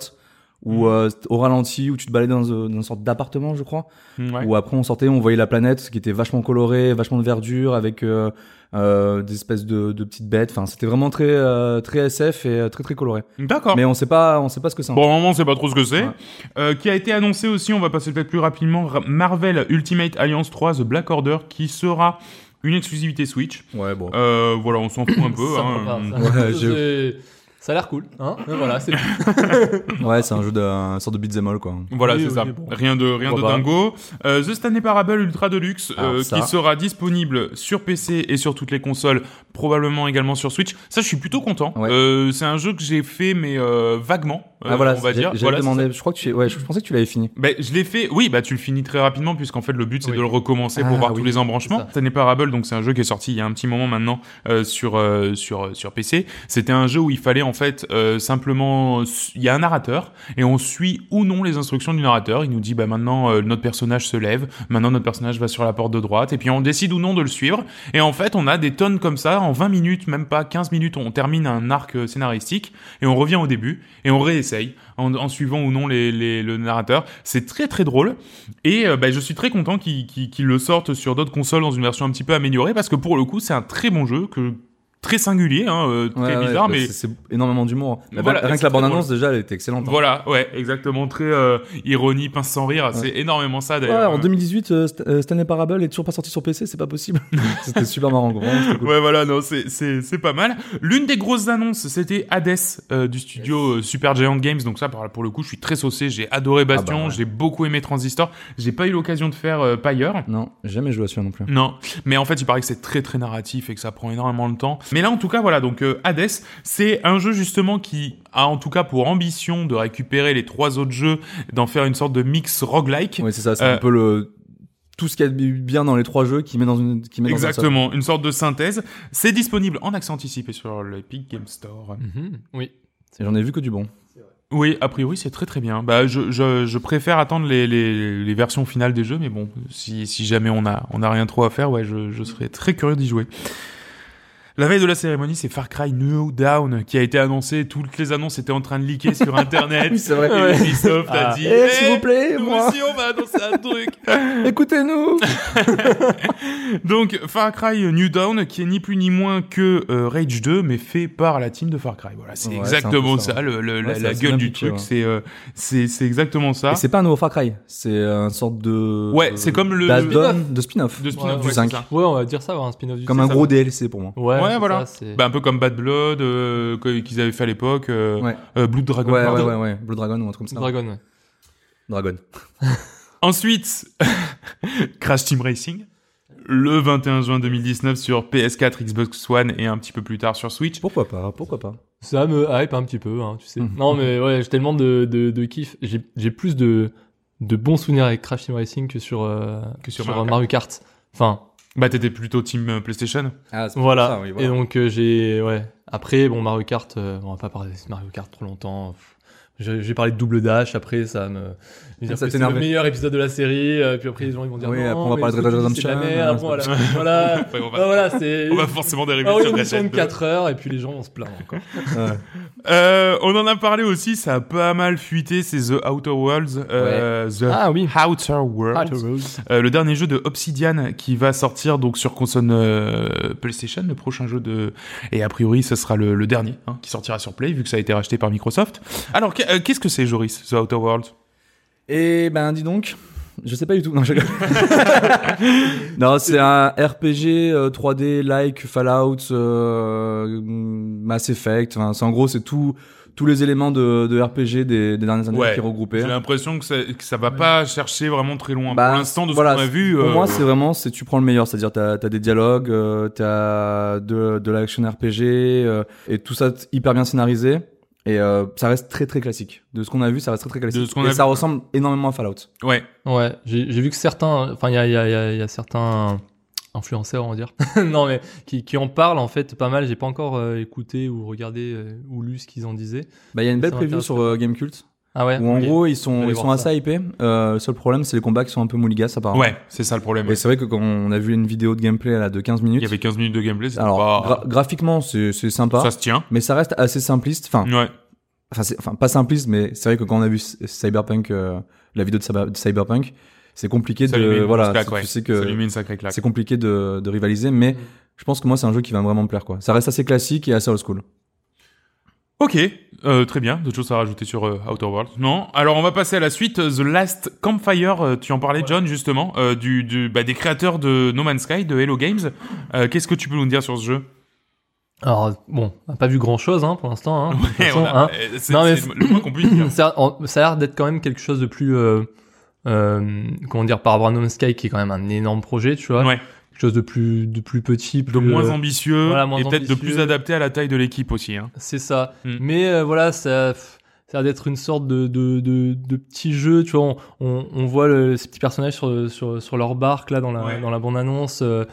[SPEAKER 3] ou
[SPEAKER 1] Hmm.
[SPEAKER 3] au ralenti, où tu te baladais dans, euh, dans une sorte d'appartement, je crois.
[SPEAKER 1] Ouais.
[SPEAKER 3] Où après on sortait, on voyait la planète qui était vachement colorée, vachement de verdure, avec euh, euh, des espèces de, de petites bêtes. Enfin, c'était vraiment très euh, très SF et euh, très très coloré.
[SPEAKER 1] D'accord.
[SPEAKER 3] Mais on sait pas, on sait pas ce que c'est. hein. en
[SPEAKER 1] Pour le moment, on sait pas trop ce que c'est.
[SPEAKER 3] Ouais.
[SPEAKER 1] Euh, qui a été annoncé aussi, on va passer peut-être plus rapidement, Ra- Marvel Ultimate Alliance 3 The Black Order, qui sera une exclusivité Switch.
[SPEAKER 3] fait. Ouais, bon.
[SPEAKER 1] Euh, voilà, on s'en fout un peu.
[SPEAKER 2] Ça
[SPEAKER 1] hein.
[SPEAKER 2] me parle, ça.
[SPEAKER 3] Ouais,
[SPEAKER 2] C'est- ça a l'air cool, hein. Mais Voilà, c'est.
[SPEAKER 1] Euh.
[SPEAKER 3] Ouais, c'est un jeu d'un sorte de beat'em all quoi.
[SPEAKER 1] Voilà,
[SPEAKER 2] Oui,
[SPEAKER 1] c'est
[SPEAKER 2] oui,
[SPEAKER 1] ça.
[SPEAKER 2] mais bon.
[SPEAKER 1] Rien de rien
[SPEAKER 2] On
[SPEAKER 1] de
[SPEAKER 2] va pas.
[SPEAKER 1] dingo. Euh, The Stanley Parable Ultra Deluxe,
[SPEAKER 3] Alors,
[SPEAKER 1] euh,
[SPEAKER 3] bah. Ah, ça.
[SPEAKER 1] qui sera disponible sur PC et sur toutes les consoles, probablement également sur Switch. Ça, je suis plutôt content.
[SPEAKER 3] Ouais.
[SPEAKER 1] Euh, c'est un jeu que j'ai fait, mais euh, vaguement, euh,
[SPEAKER 3] ah voilà,
[SPEAKER 1] on va
[SPEAKER 3] j'ai-
[SPEAKER 1] dire.
[SPEAKER 3] j'avais
[SPEAKER 1] Voilà, c'est
[SPEAKER 3] demandé, je crois que tu, ouais, je, je pensais que tu l'avais fini.
[SPEAKER 1] Ben, je l'ai fait. Oui, bah tu le finis très rapidement puisqu'en fait le but c'est
[SPEAKER 2] Oui.
[SPEAKER 1] de le recommencer pour
[SPEAKER 3] Ah,
[SPEAKER 1] voir
[SPEAKER 3] oui,
[SPEAKER 1] tous les
[SPEAKER 2] c'est
[SPEAKER 1] embranchements.
[SPEAKER 2] ça.
[SPEAKER 1] Stanley Parable, donc c'est un jeu qui est sorti il y a un petit moment maintenant euh, sur euh, sur euh, sur PC. C'était un jeu où il fallait en fait euh, simplement euh, su- il y a un narrateur et on suit ou non les instructions du narrateur. Il nous dit bah maintenant euh, notre personnage se lève, maintenant notre personnage va sur la porte de droite et puis on décide ou non de le suivre. Et en fait on a des tonnes comme ça en 20 minutes, même pas 15 minutes, on termine un arc euh, scénaristique et on revient au début et on réessaye en, en suivant ou non les, les- le narrateur. C'est très très drôle et euh, bah, je suis très content qu'ils qu'ils- qu'ils le sortent sur d'autres consoles dans une version un petit peu améliorée parce que pour le coup c'est un très bon jeu que très singulier, hein, euh, très
[SPEAKER 3] Ouais, ouais,
[SPEAKER 1] bizarre,
[SPEAKER 3] bah,
[SPEAKER 1] mais
[SPEAKER 3] c'est- c'est énormément d'humour. hein.
[SPEAKER 1] Mais
[SPEAKER 3] La
[SPEAKER 1] voilà,
[SPEAKER 3] ba- Rien
[SPEAKER 1] et
[SPEAKER 3] que la
[SPEAKER 1] c'est très
[SPEAKER 3] bande-annonce, déjà, elle était excellente. hein.
[SPEAKER 1] voilà, ouais, exactement, très euh, ironie, pince sans rire,
[SPEAKER 3] Ouais.
[SPEAKER 1] c'est énormément ça
[SPEAKER 3] Ouais,
[SPEAKER 1] d'ailleurs.
[SPEAKER 3] en 2018, euh, St- euh, Stanley Parable est toujours pas sorti sur PC, c'est pas possible. C'était super marrant, gros. Vraiment, c'était cool.
[SPEAKER 1] Ouais, voilà, non, c'est- c'est c'est pas mal. L'une des grosses annonces, c'était Hades euh, du studio euh, Super Giant Games. Donc ça, par- pour le coup, je suis très saucé. J'ai adoré Bastion,
[SPEAKER 3] Ah bah ouais.
[SPEAKER 1] j'ai beaucoup aimé Transistor. J'ai pas eu l'occasion de faire euh, Pyre.
[SPEAKER 3] Non, jamais joué à celui-là non plus.
[SPEAKER 1] Non, mais en fait, il paraît que c'est très très narratif et que ça prend énormément de temps. Mais là, en tout cas, voilà, donc euh, Hades, c'est un jeu justement qui a en tout cas pour ambition de récupérer les trois autres jeux, d'en faire une sorte de mix roguelike.
[SPEAKER 3] Oui, c'est ça, c'est
[SPEAKER 1] Euh,
[SPEAKER 3] un peu le tout ce qu'il y a de bien dans les trois jeux qui met dans une qui met dans un seul.
[SPEAKER 1] Exactement, une sorte de synthèse. C'est disponible en accès anticipé sur l'Epic Game Store.
[SPEAKER 2] Mhm, Oui.
[SPEAKER 3] Et J'en ai vu que du bon.
[SPEAKER 1] Oui, a priori, c'est très très bien. Bah, je, je, je préfère attendre les, les, les versions finales des jeux, mais bon, si, si jamais on a, on a rien trop à faire, ouais, je, je serais très curieux d'y jouer. La veille de la cérémonie, c'est Far Cry New Down qui a été annoncé. Toutes les annonces étaient en train de leaker sur Internet.
[SPEAKER 3] c'est vrai.
[SPEAKER 1] Et Ubisoft a
[SPEAKER 2] Ah.
[SPEAKER 1] dit
[SPEAKER 3] Eh,
[SPEAKER 1] Eh,
[SPEAKER 3] s'il vous plaît,
[SPEAKER 1] nous
[SPEAKER 3] moi,
[SPEAKER 1] aussi, on va annoncer un truc.
[SPEAKER 3] écoutez-nous.
[SPEAKER 1] Donc, Far Cry New Dawn, qui est ni plus ni moins que euh, Rage 2, mais fait par la team de Far Cry. Voilà, c'est
[SPEAKER 3] Ouais,
[SPEAKER 1] exactement
[SPEAKER 3] c'est
[SPEAKER 1] ça,
[SPEAKER 3] un peu ça,
[SPEAKER 1] le- le- la,
[SPEAKER 3] c'est
[SPEAKER 1] la
[SPEAKER 3] assez
[SPEAKER 1] gueule
[SPEAKER 3] bien
[SPEAKER 1] du
[SPEAKER 3] piqué,
[SPEAKER 1] truc.
[SPEAKER 3] ouais.
[SPEAKER 1] C'est euh, c'est c'est exactement ça.
[SPEAKER 3] Et c'est pas un nouveau Far Cry, c'est un sorte de
[SPEAKER 1] Ouais, c'est comme le-
[SPEAKER 3] d'add-on, de spin-off
[SPEAKER 1] De spin-off,
[SPEAKER 2] Ouais,
[SPEAKER 1] ouais,
[SPEAKER 3] du
[SPEAKER 1] c'est
[SPEAKER 3] 5.
[SPEAKER 1] ça.
[SPEAKER 2] Ouais, on va dire ça, un spin-off du
[SPEAKER 3] Comme
[SPEAKER 2] tu
[SPEAKER 3] un
[SPEAKER 2] sais, ça
[SPEAKER 3] gros DLC pour moi.
[SPEAKER 2] va. Ouais,
[SPEAKER 1] Ouais,
[SPEAKER 2] c'est
[SPEAKER 1] voilà.
[SPEAKER 2] ça, c'est-
[SPEAKER 1] Bah, un peu comme Bad Blood euh, que- qu'ils avaient fait à l'époque, euh,
[SPEAKER 3] Ouais.
[SPEAKER 1] euh, Blood Dragon.
[SPEAKER 3] Ouais, ouais,
[SPEAKER 1] pardon.
[SPEAKER 3] ouais, ouais, Blue Dragon ou un truc comme ça.
[SPEAKER 2] Dragon, ouais.
[SPEAKER 3] Dragon.
[SPEAKER 1] Ensuite, Crash Team Racing, le 21 juin 2019 sur PS4, Xbox One et un petit peu plus tard sur Switch.
[SPEAKER 3] Pourquoi pas, pourquoi pas.
[SPEAKER 2] Ça me hype un petit peu, hein, tu sais.
[SPEAKER 3] Mhm.
[SPEAKER 2] non, mais ouais, j'ai tellement de, de, de kiff. J'ai j'ai plus de, de bons souvenirs avec Crash Team Racing que sur, euh,
[SPEAKER 1] Que sur Mario Kart.
[SPEAKER 2] Mario Kart. Enfin,
[SPEAKER 1] Bah, t'étais plutôt Team euh, PlayStation.
[SPEAKER 3] Ah, c'est pour
[SPEAKER 2] voilà.
[SPEAKER 3] ça, oui, voilà.
[SPEAKER 2] Et donc, euh, j'ai. Ouais. Après, bon, Mario Kart, euh, on va pas parler de Mario Kart trop longtemps. Pff. J'ai j'ai parlé de Double Dash, après, ça me. je veux dire
[SPEAKER 3] Ça
[SPEAKER 2] que c'est le
[SPEAKER 3] t'énervait.
[SPEAKER 2] meilleur épisode de la série, euh, puis après, les gens ils vont dire.
[SPEAKER 3] Oui,
[SPEAKER 2] non,
[SPEAKER 3] après, on va
[SPEAKER 2] mais
[SPEAKER 3] parler de
[SPEAKER 2] ce que
[SPEAKER 3] Red Dead
[SPEAKER 2] tu dis, c'est de la
[SPEAKER 3] Redemption,
[SPEAKER 2] merde,
[SPEAKER 3] euh,
[SPEAKER 2] bon, voilà. voilà.
[SPEAKER 1] Enfin, on,
[SPEAKER 2] Ah,
[SPEAKER 1] va,
[SPEAKER 2] voilà, c'est.
[SPEAKER 1] on va forcément dériver
[SPEAKER 2] Ah oui,
[SPEAKER 1] sur
[SPEAKER 2] on
[SPEAKER 1] Red
[SPEAKER 2] tourne
[SPEAKER 1] Dead 2.
[SPEAKER 2] 4 heures, et puis les gens vont se plaindre encore.
[SPEAKER 3] Ouais.
[SPEAKER 1] Euh, on en a parlé aussi, ça a pas mal fuité, c'est The Outer Worlds. euh, The
[SPEAKER 2] Ah oui.
[SPEAKER 1] Outer Worlds. Euh, le dernier jeu de Obsidian qui va sortir donc sur console euh, PlayStation, le prochain jeu de et a priori ce sera le, le dernier hein, qui sortira sur Play vu que ça a été racheté par Microsoft. Alors qu'est- euh, qu'est-ce que c'est Joris The Outer Worlds
[SPEAKER 3] Et ben dis donc, je sais pas du tout. Non, je rigole. non, c'est un RPG euh, 3D like Fallout, euh, Mass Effect. Enfin, c'est en gros, c'est tout tous les éléments de, de RPG des, des dernières années
[SPEAKER 1] Ouais.
[SPEAKER 3] qui regroupés.
[SPEAKER 1] J'ai l'impression que ça, que ça va pas chercher vraiment très loin.
[SPEAKER 3] Bah,
[SPEAKER 1] Pour l'instant de
[SPEAKER 3] voilà,
[SPEAKER 1] ce qu'on a vu,
[SPEAKER 3] Pour
[SPEAKER 1] euh,
[SPEAKER 3] moi, c'est vraiment, c'est tu prends le meilleur, c'est-à-dire t'as as des dialogues, euh, t'as de, de l'action RPG euh, et tout ça t- hyper bien scénarisé et euh, ça reste très très classique. De ce qu'on a vu, ça reste très très classique.
[SPEAKER 1] De ce qu'on
[SPEAKER 3] et
[SPEAKER 1] a
[SPEAKER 3] ça
[SPEAKER 1] vu.
[SPEAKER 3] ressemble énormément à Fallout.
[SPEAKER 1] ouais.
[SPEAKER 2] Ouais, j'ai j'ai vu que certains, enfin il y a, il y a- il y a- il y a certains influenceurs, on va dire, non mais qui, qui en parlent en fait pas mal. J'ai pas encore euh, écouté ou regardé euh, ou lu ce qu'ils en disaient.
[SPEAKER 3] Bah, il y a une belle
[SPEAKER 2] Ça
[SPEAKER 3] preview
[SPEAKER 2] m'intéresse
[SPEAKER 3] sur euh, Gamecult.
[SPEAKER 2] Ah ouais.
[SPEAKER 3] Où en
[SPEAKER 2] ok.
[SPEAKER 3] gros, ils sont,
[SPEAKER 2] Allez
[SPEAKER 3] ils
[SPEAKER 2] voir
[SPEAKER 3] sont
[SPEAKER 2] ça.
[SPEAKER 3] assez hypés. Euh, le seul problème, c'est les combats qui sont un peu mouligas, apparemment.
[SPEAKER 1] ouais, c'est ça le problème.
[SPEAKER 3] Et c'est vrai que quand on a vu une vidéo de gameplay là, de 15 minutes,
[SPEAKER 1] Il y avait 15 minutes de gameplay, c'était
[SPEAKER 3] alors
[SPEAKER 1] pas-
[SPEAKER 3] gra- graphiquement, c'est c'est sympa,
[SPEAKER 1] ça Mm. se tient.
[SPEAKER 3] mais ça reste assez simpliste. Enfin,
[SPEAKER 1] Ouais.
[SPEAKER 3] enfin, c'est- enfin, pas simpliste, mais c'est vrai que quand on a vu c- Cyberpunk, euh, la vidéo de, Cyber- de Cyberpunk, c'est compliqué
[SPEAKER 1] Ça lui met
[SPEAKER 3] de
[SPEAKER 1] une
[SPEAKER 3] voilà,
[SPEAKER 1] claque,
[SPEAKER 3] tu-
[SPEAKER 1] ouais.
[SPEAKER 3] tu sais
[SPEAKER 1] Ça lui
[SPEAKER 3] que
[SPEAKER 1] met une sacrée claque.
[SPEAKER 3] c'est compliqué de, de rivaliser, mais
[SPEAKER 2] Mm.
[SPEAKER 3] je pense que moi, c'est un jeu qui va vraiment me plaire quoi. Ça reste assez classique et assez old school.
[SPEAKER 1] Ok, euh, très bien. D'autres choses à rajouter sur euh, Outer Worlds Non. Alors on va passer à la suite. euh, The Last Campfire. euh, tu en parlais, John, justement, euh, du, du- bah, des créateurs de No Man's Sky, de Hello Games. Euh, Qu'est-ce que tu peux nous dire sur ce jeu
[SPEAKER 2] Alors bon, on a pas vu grand chose hein, pour l'instant. Hein, de toute façon,
[SPEAKER 1] on a-
[SPEAKER 2] hein.
[SPEAKER 1] euh, C'est
[SPEAKER 2] Non, mais
[SPEAKER 1] c'est le moins qu'on puisse dire.
[SPEAKER 2] ça, en- ça a l'air d'être quand même quelque chose de plus, euh, euh, comment dire, par rapport à No Man's Sky qui est quand même un énorme projet, tu vois.
[SPEAKER 1] Ouais.
[SPEAKER 2] Quelque chose de plus, de plus petit, plus,
[SPEAKER 1] De moins
[SPEAKER 2] euh,
[SPEAKER 1] ambitieux
[SPEAKER 2] voilà, moins
[SPEAKER 1] et peut-être de
[SPEAKER 2] ambitieux.
[SPEAKER 1] plus adapté à la taille de l'équipe aussi. hein.
[SPEAKER 2] C'est ça.
[SPEAKER 1] Mm.
[SPEAKER 2] Mais euh, voilà, ça, pff, ça a l'air d'être une sorte de, de, de, de petit jeu. Tu vois, on, on, on voit le, ces petits personnages sur, sur, sur leur barque là dans la,
[SPEAKER 1] Ouais.
[SPEAKER 2] dans la bande-annonce. Euh,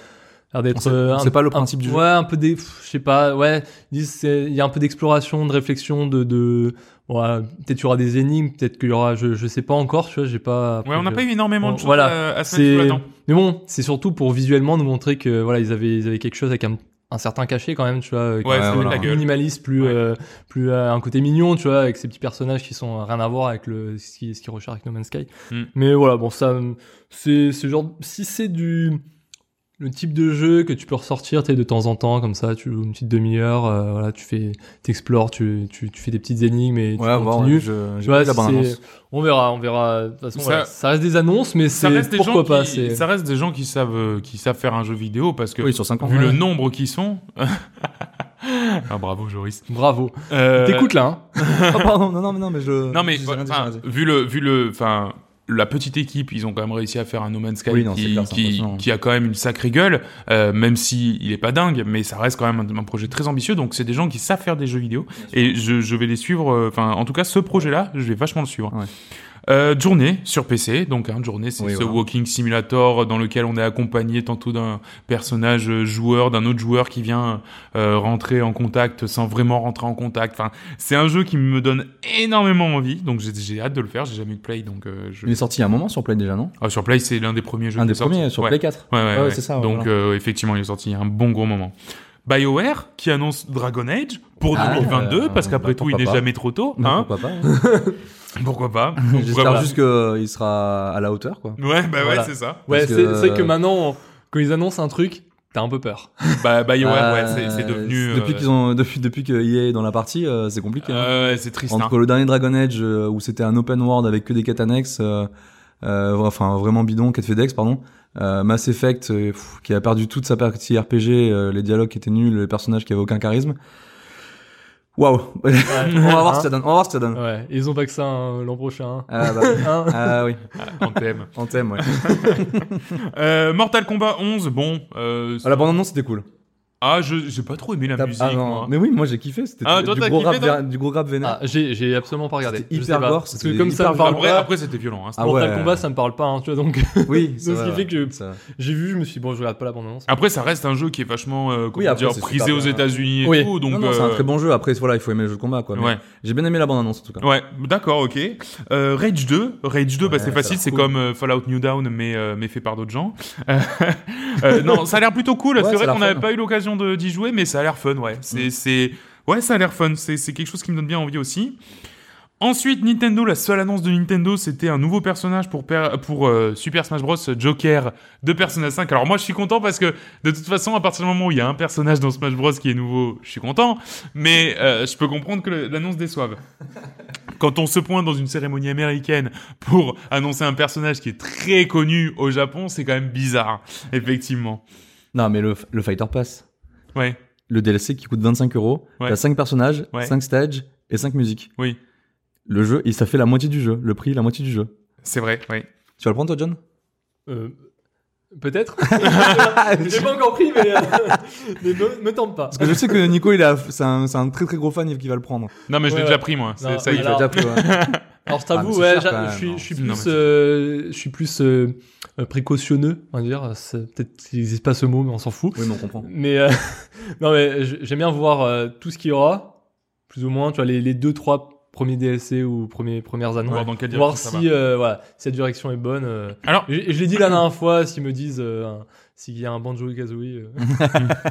[SPEAKER 2] ça a l'air
[SPEAKER 3] On
[SPEAKER 2] d'être.
[SPEAKER 3] sait-
[SPEAKER 2] euh,
[SPEAKER 3] on
[SPEAKER 2] un-
[SPEAKER 3] sait pas le
[SPEAKER 2] un-
[SPEAKER 3] principe du jeu.
[SPEAKER 2] Ouais, un peu des. pff, Je sais pas. Ouais, ils disent c'est- il y a un peu d'exploration, de réflexion, de. de ouais, peut-être qu'il y aura des énigmes, peut-être qu'il y aura. Je, je sais pas encore. Tu vois, j'ai pas.
[SPEAKER 1] Ouais, on n'a
[SPEAKER 2] je-
[SPEAKER 1] pas eu énormément de
[SPEAKER 2] Bon,
[SPEAKER 1] choses
[SPEAKER 2] voilà,
[SPEAKER 1] à, à se mettre
[SPEAKER 2] c'est-
[SPEAKER 1] sous la dent.
[SPEAKER 2] mais bon, c'est surtout pour visuellement nous montrer que voilà, ils avaient ils avaient quelque chose avec un, un certain cachet quand même, tu vois, euh, qui
[SPEAKER 1] Ouais,
[SPEAKER 2] est
[SPEAKER 1] ça
[SPEAKER 2] plus
[SPEAKER 3] voilà.
[SPEAKER 1] met de la gueule.
[SPEAKER 2] minimaliste, plus
[SPEAKER 1] Ouais.
[SPEAKER 2] euh, plus euh, un côté mignon, tu vois, avec ces petits personnages qui sont euh, rien à voir avec le ce qui ce qui
[SPEAKER 1] Hmm.
[SPEAKER 2] recherche avec No Man's Sky.
[SPEAKER 1] Mm.
[SPEAKER 2] Mais voilà, bon ça euh, c'est ce genre si c'est du le type de jeu que tu peux ressortir tu sais, de temps en temps comme ça tu joues une petite demi-heure euh, voilà tu fais t'explores tu, tu, tu fais des petites énigmes et tu
[SPEAKER 3] Ouais, à voir,
[SPEAKER 2] continues
[SPEAKER 3] ouais, je-
[SPEAKER 2] Tu
[SPEAKER 3] j'ai
[SPEAKER 2] vois,
[SPEAKER 3] vu la bande
[SPEAKER 2] c'est- on verra on verra de toute façon
[SPEAKER 1] Ça-
[SPEAKER 2] voilà, ça, reste des annonces mais
[SPEAKER 1] Ça
[SPEAKER 2] c'est
[SPEAKER 1] reste, des
[SPEAKER 2] pourquoi
[SPEAKER 1] gens
[SPEAKER 2] pas
[SPEAKER 1] qui,
[SPEAKER 2] c'est
[SPEAKER 1] ça reste des gens qui savent, euh, qui savent faire un jeu vidéo parce que
[SPEAKER 3] Oui, sur 5 ans.
[SPEAKER 1] vu
[SPEAKER 3] ouais.
[SPEAKER 1] le nombre qui sont. ah, bravo Joris.
[SPEAKER 2] bravo
[SPEAKER 1] Euh,
[SPEAKER 2] t'écoutes là hein
[SPEAKER 3] Ah, pardon, non, non, mais non, mais euh, je.
[SPEAKER 1] Non mais
[SPEAKER 3] j'ai rien dit, j'ai
[SPEAKER 1] enfin,
[SPEAKER 3] rien dit.
[SPEAKER 1] vu le vu le enfin la petite équipe, ils ont quand même réussi à faire un No Man's Sky
[SPEAKER 3] Oui, non, c'est
[SPEAKER 1] qui,
[SPEAKER 3] clair, c'est
[SPEAKER 1] qui-
[SPEAKER 3] impressionnant.
[SPEAKER 1] qui a quand même une sacrée gueule, euh, même si il est pas dingue, mais ça reste quand même un, un projet très ambitieux. Donc c'est des gens qui savent faire des jeux vidéo et je, je vais les suivre. euh, Enfin, en tout cas, ce projet-là, je vais vachement le suivre.
[SPEAKER 3] Ouais.
[SPEAKER 1] Euh, journée sur PC, donc hein, journée, c'est
[SPEAKER 3] Oui,
[SPEAKER 1] ce
[SPEAKER 3] voilà.
[SPEAKER 1] walking simulator dans lequel on est accompagné tantôt d'un personnage euh, joueur, d'un autre joueur qui vient euh, rentrer en contact sans vraiment rentrer en contact. Enfin, c'est un jeu qui me donne énormément envie, donc j'ai- j'ai hâte de le faire. J'ai jamais eu de play, donc euh, je...
[SPEAKER 3] Il est sorti il y a un moment sur Play déjà, non
[SPEAKER 1] Ah, sur play c'est l'un des premiers jeux.
[SPEAKER 3] Un
[SPEAKER 1] qui
[SPEAKER 3] des
[SPEAKER 1] est sorti.
[SPEAKER 3] premiers sur
[SPEAKER 1] Ouais.
[SPEAKER 3] Play 4.
[SPEAKER 1] Ouais, ouais,
[SPEAKER 3] Ouais,
[SPEAKER 1] ouais.
[SPEAKER 3] c'est ça, ouais,
[SPEAKER 1] Donc,
[SPEAKER 3] voilà.
[SPEAKER 1] euh, effectivement, il est sorti il y a un bon gros moment. BioWare qui annonce Dragon Age pour
[SPEAKER 3] Ah,
[SPEAKER 1] 2022
[SPEAKER 3] euh,
[SPEAKER 1] parce qu'après
[SPEAKER 3] bah,
[SPEAKER 1] tout il
[SPEAKER 3] pourquoi
[SPEAKER 1] n'est
[SPEAKER 3] pas. Bah,
[SPEAKER 1] jamais trop tôt
[SPEAKER 3] Non,
[SPEAKER 1] hein
[SPEAKER 3] pourquoi pas ouais.
[SPEAKER 1] pourquoi pas Donc,
[SPEAKER 3] J'espère
[SPEAKER 1] vraiment.
[SPEAKER 3] juste qu'il sera à la hauteur, quoi.
[SPEAKER 1] ouais bah ouais
[SPEAKER 2] Voilà.
[SPEAKER 1] c'est ça
[SPEAKER 2] ouais
[SPEAKER 3] Parce
[SPEAKER 2] c'est
[SPEAKER 3] que-
[SPEAKER 2] c'est vrai que maintenant quand ils annoncent un truc t'as un peu peur
[SPEAKER 1] bah BioWare ouais
[SPEAKER 3] Euh,
[SPEAKER 1] c'est- c'est devenu
[SPEAKER 3] Depuis
[SPEAKER 1] euh,
[SPEAKER 3] qu'ils ont, depuis, depuis que EA est dans la partie, euh, c'est compliqué. hein.
[SPEAKER 1] euh, c'est triste hein.
[SPEAKER 3] Entre le dernier Dragon Age euh, où c'était un open world avec que des quêtes annexes, euh, euh, enfin vraiment bidon, quête FedEx pardon, euh, Mass Effect euh, pff, qui a perdu toute sa partie RPG, euh, les dialogues qui étaient nuls, les personnages qui avaient aucun charisme. Waouh, on va voir ce que ça donne. On va voir ce que ça donne.
[SPEAKER 2] ouais ils ont pas que ça hein, l'an prochain hein.
[SPEAKER 3] Ah, bah,
[SPEAKER 2] Hein
[SPEAKER 3] ah oui,
[SPEAKER 1] en thème
[SPEAKER 3] en thème ouais.
[SPEAKER 1] Euh, Mortal Kombat 11 bon euh,
[SPEAKER 3] À la bande annonce c'était cool.
[SPEAKER 1] ah je j'ai pas trop aimé la
[SPEAKER 3] T'as-
[SPEAKER 1] musique
[SPEAKER 3] ah, non,
[SPEAKER 1] moi.
[SPEAKER 3] mais oui, moi j'ai kiffé. C'était
[SPEAKER 1] Ah,
[SPEAKER 3] du,
[SPEAKER 1] toi, t'as
[SPEAKER 3] gros
[SPEAKER 1] kiffé,
[SPEAKER 3] rap,
[SPEAKER 1] toi
[SPEAKER 3] vénère- du gros rap vénère.
[SPEAKER 2] Ah, j'ai j'ai absolument pas regardé
[SPEAKER 3] C'était
[SPEAKER 2] Je sais
[SPEAKER 3] hyper
[SPEAKER 2] pas.
[SPEAKER 3] gore,
[SPEAKER 2] parce que
[SPEAKER 3] c'était
[SPEAKER 2] comme ça
[SPEAKER 3] hyper
[SPEAKER 2] me parle
[SPEAKER 1] après
[SPEAKER 2] pas
[SPEAKER 1] après c'était violent hein.
[SPEAKER 3] Ah
[SPEAKER 2] Mortal
[SPEAKER 3] ouais.
[SPEAKER 2] Kombat ça me parle pas hein, tu vois donc
[SPEAKER 1] Ah.
[SPEAKER 3] oui,
[SPEAKER 2] ce qui
[SPEAKER 3] vrai,
[SPEAKER 2] fait que-
[SPEAKER 3] ça-
[SPEAKER 2] j'ai vu je me suis dit, bon je regarde pas la bande annonce
[SPEAKER 1] après ça reste un jeu qui est vachement euh, comment
[SPEAKER 3] Oui, après,
[SPEAKER 1] dire,
[SPEAKER 3] c'est
[SPEAKER 1] prisé
[SPEAKER 3] super
[SPEAKER 1] aux
[SPEAKER 3] bien.
[SPEAKER 1] États-Unis et
[SPEAKER 2] Oui.
[SPEAKER 1] tout donc
[SPEAKER 3] non, non, c'est un
[SPEAKER 1] euh,
[SPEAKER 3] très bon jeu. Après voilà, il faut aimer le jeu de combat quoi. mais
[SPEAKER 1] ouais
[SPEAKER 3] J'ai bien aimé la bande annonce en tout cas.
[SPEAKER 1] Ouais, d'accord, ok. Euh, Rage 2, Rage 2, bah,
[SPEAKER 3] Ouais,
[SPEAKER 1] c'est
[SPEAKER 3] ça
[SPEAKER 1] facile,
[SPEAKER 3] a l'air
[SPEAKER 1] c'est
[SPEAKER 3] cool.
[SPEAKER 1] comme euh, Fallout New Down, mais euh, mais fait par d'autres gens. Euh, euh, non, ça a l'air plutôt cool.
[SPEAKER 3] Ouais,
[SPEAKER 1] c'est
[SPEAKER 3] ça a
[SPEAKER 1] vrai
[SPEAKER 3] l'air
[SPEAKER 1] qu'on n'avait
[SPEAKER 3] fun. Mm.
[SPEAKER 1] pas eu l'occasion de- d'y jouer, mais ça a l'air fun, ouais. C'est c'est ouais, ça a l'air fun. C'est c'est quelque chose qui me donne bien envie aussi. Ensuite, Nintendo, la seule annonce de Nintendo, c'était un nouveau personnage pour, per- pour euh, Super Smash Bros. Joker de Persona 5. Alors moi, je suis content parce que de toute façon, à partir du moment où il y a un personnage dans Smash Bros. qui est nouveau, je suis content. Mais euh, je peux comprendre que le- l'annonce déçoive. Quand on se pointe dans une cérémonie américaine pour annoncer un personnage qui est très connu au Japon, c'est quand même bizarre, effectivement.
[SPEAKER 3] Non, mais le, le Fighter Pass,
[SPEAKER 1] Ouais,
[SPEAKER 3] le DLC qui coûte 25 euros,
[SPEAKER 1] Ouais.
[SPEAKER 3] t'as 5 personnages,
[SPEAKER 1] Ouais.
[SPEAKER 3] 5 stages et 5 musiques.
[SPEAKER 1] Oui.
[SPEAKER 3] Le jeu, il ça fait la moitié du jeu, le prix, la moitié du jeu.
[SPEAKER 1] c'est vrai, ouais.
[SPEAKER 3] Tu vas le prendre toi, John
[SPEAKER 2] Euh, peut-être j'ai pas encore pris mais, euh, mais me, me tente pas
[SPEAKER 3] Parce que je sais que Nico, il a, c'est un, c'est un très très gros fan qui va le prendre.
[SPEAKER 1] Non, mais je
[SPEAKER 2] Ouais,
[SPEAKER 1] l'ai déjà
[SPEAKER 2] ouais.
[SPEAKER 1] pris, moi. C'est-
[SPEAKER 2] Non,
[SPEAKER 1] ça y est.
[SPEAKER 3] Tu l'as
[SPEAKER 2] Alors-
[SPEAKER 3] déjà pris, ouais.
[SPEAKER 2] alors je
[SPEAKER 3] Ah, mais
[SPEAKER 2] t'avoue
[SPEAKER 3] c'est
[SPEAKER 2] ouais
[SPEAKER 3] cher,
[SPEAKER 2] j'a-
[SPEAKER 3] quand même,
[SPEAKER 2] je suis je suis
[SPEAKER 1] hein. non. Non, mais
[SPEAKER 2] plus
[SPEAKER 1] c'est-
[SPEAKER 2] euh, je suis plus euh, euh, précautionneux on va dire C'est- peut-être qu'il n'existe pas ce mot mais on s'en fout
[SPEAKER 3] oui, mais on comprend.
[SPEAKER 2] mais euh, non mais j- j'aime bien voir euh, tout ce qu'il y aura plus ou moins tu vois les, les deux trois premiers DLC ou premiers, premières annonces
[SPEAKER 1] Voir dans quelle
[SPEAKER 2] voir
[SPEAKER 1] direction ça
[SPEAKER 2] si euh, voilà si la direction est bonne euh.
[SPEAKER 1] Alors-
[SPEAKER 2] et, et je l'ai dit la dernière fois s'ils me disent euh, un- s'il y a un banjo kazooie euh.
[SPEAKER 1] va.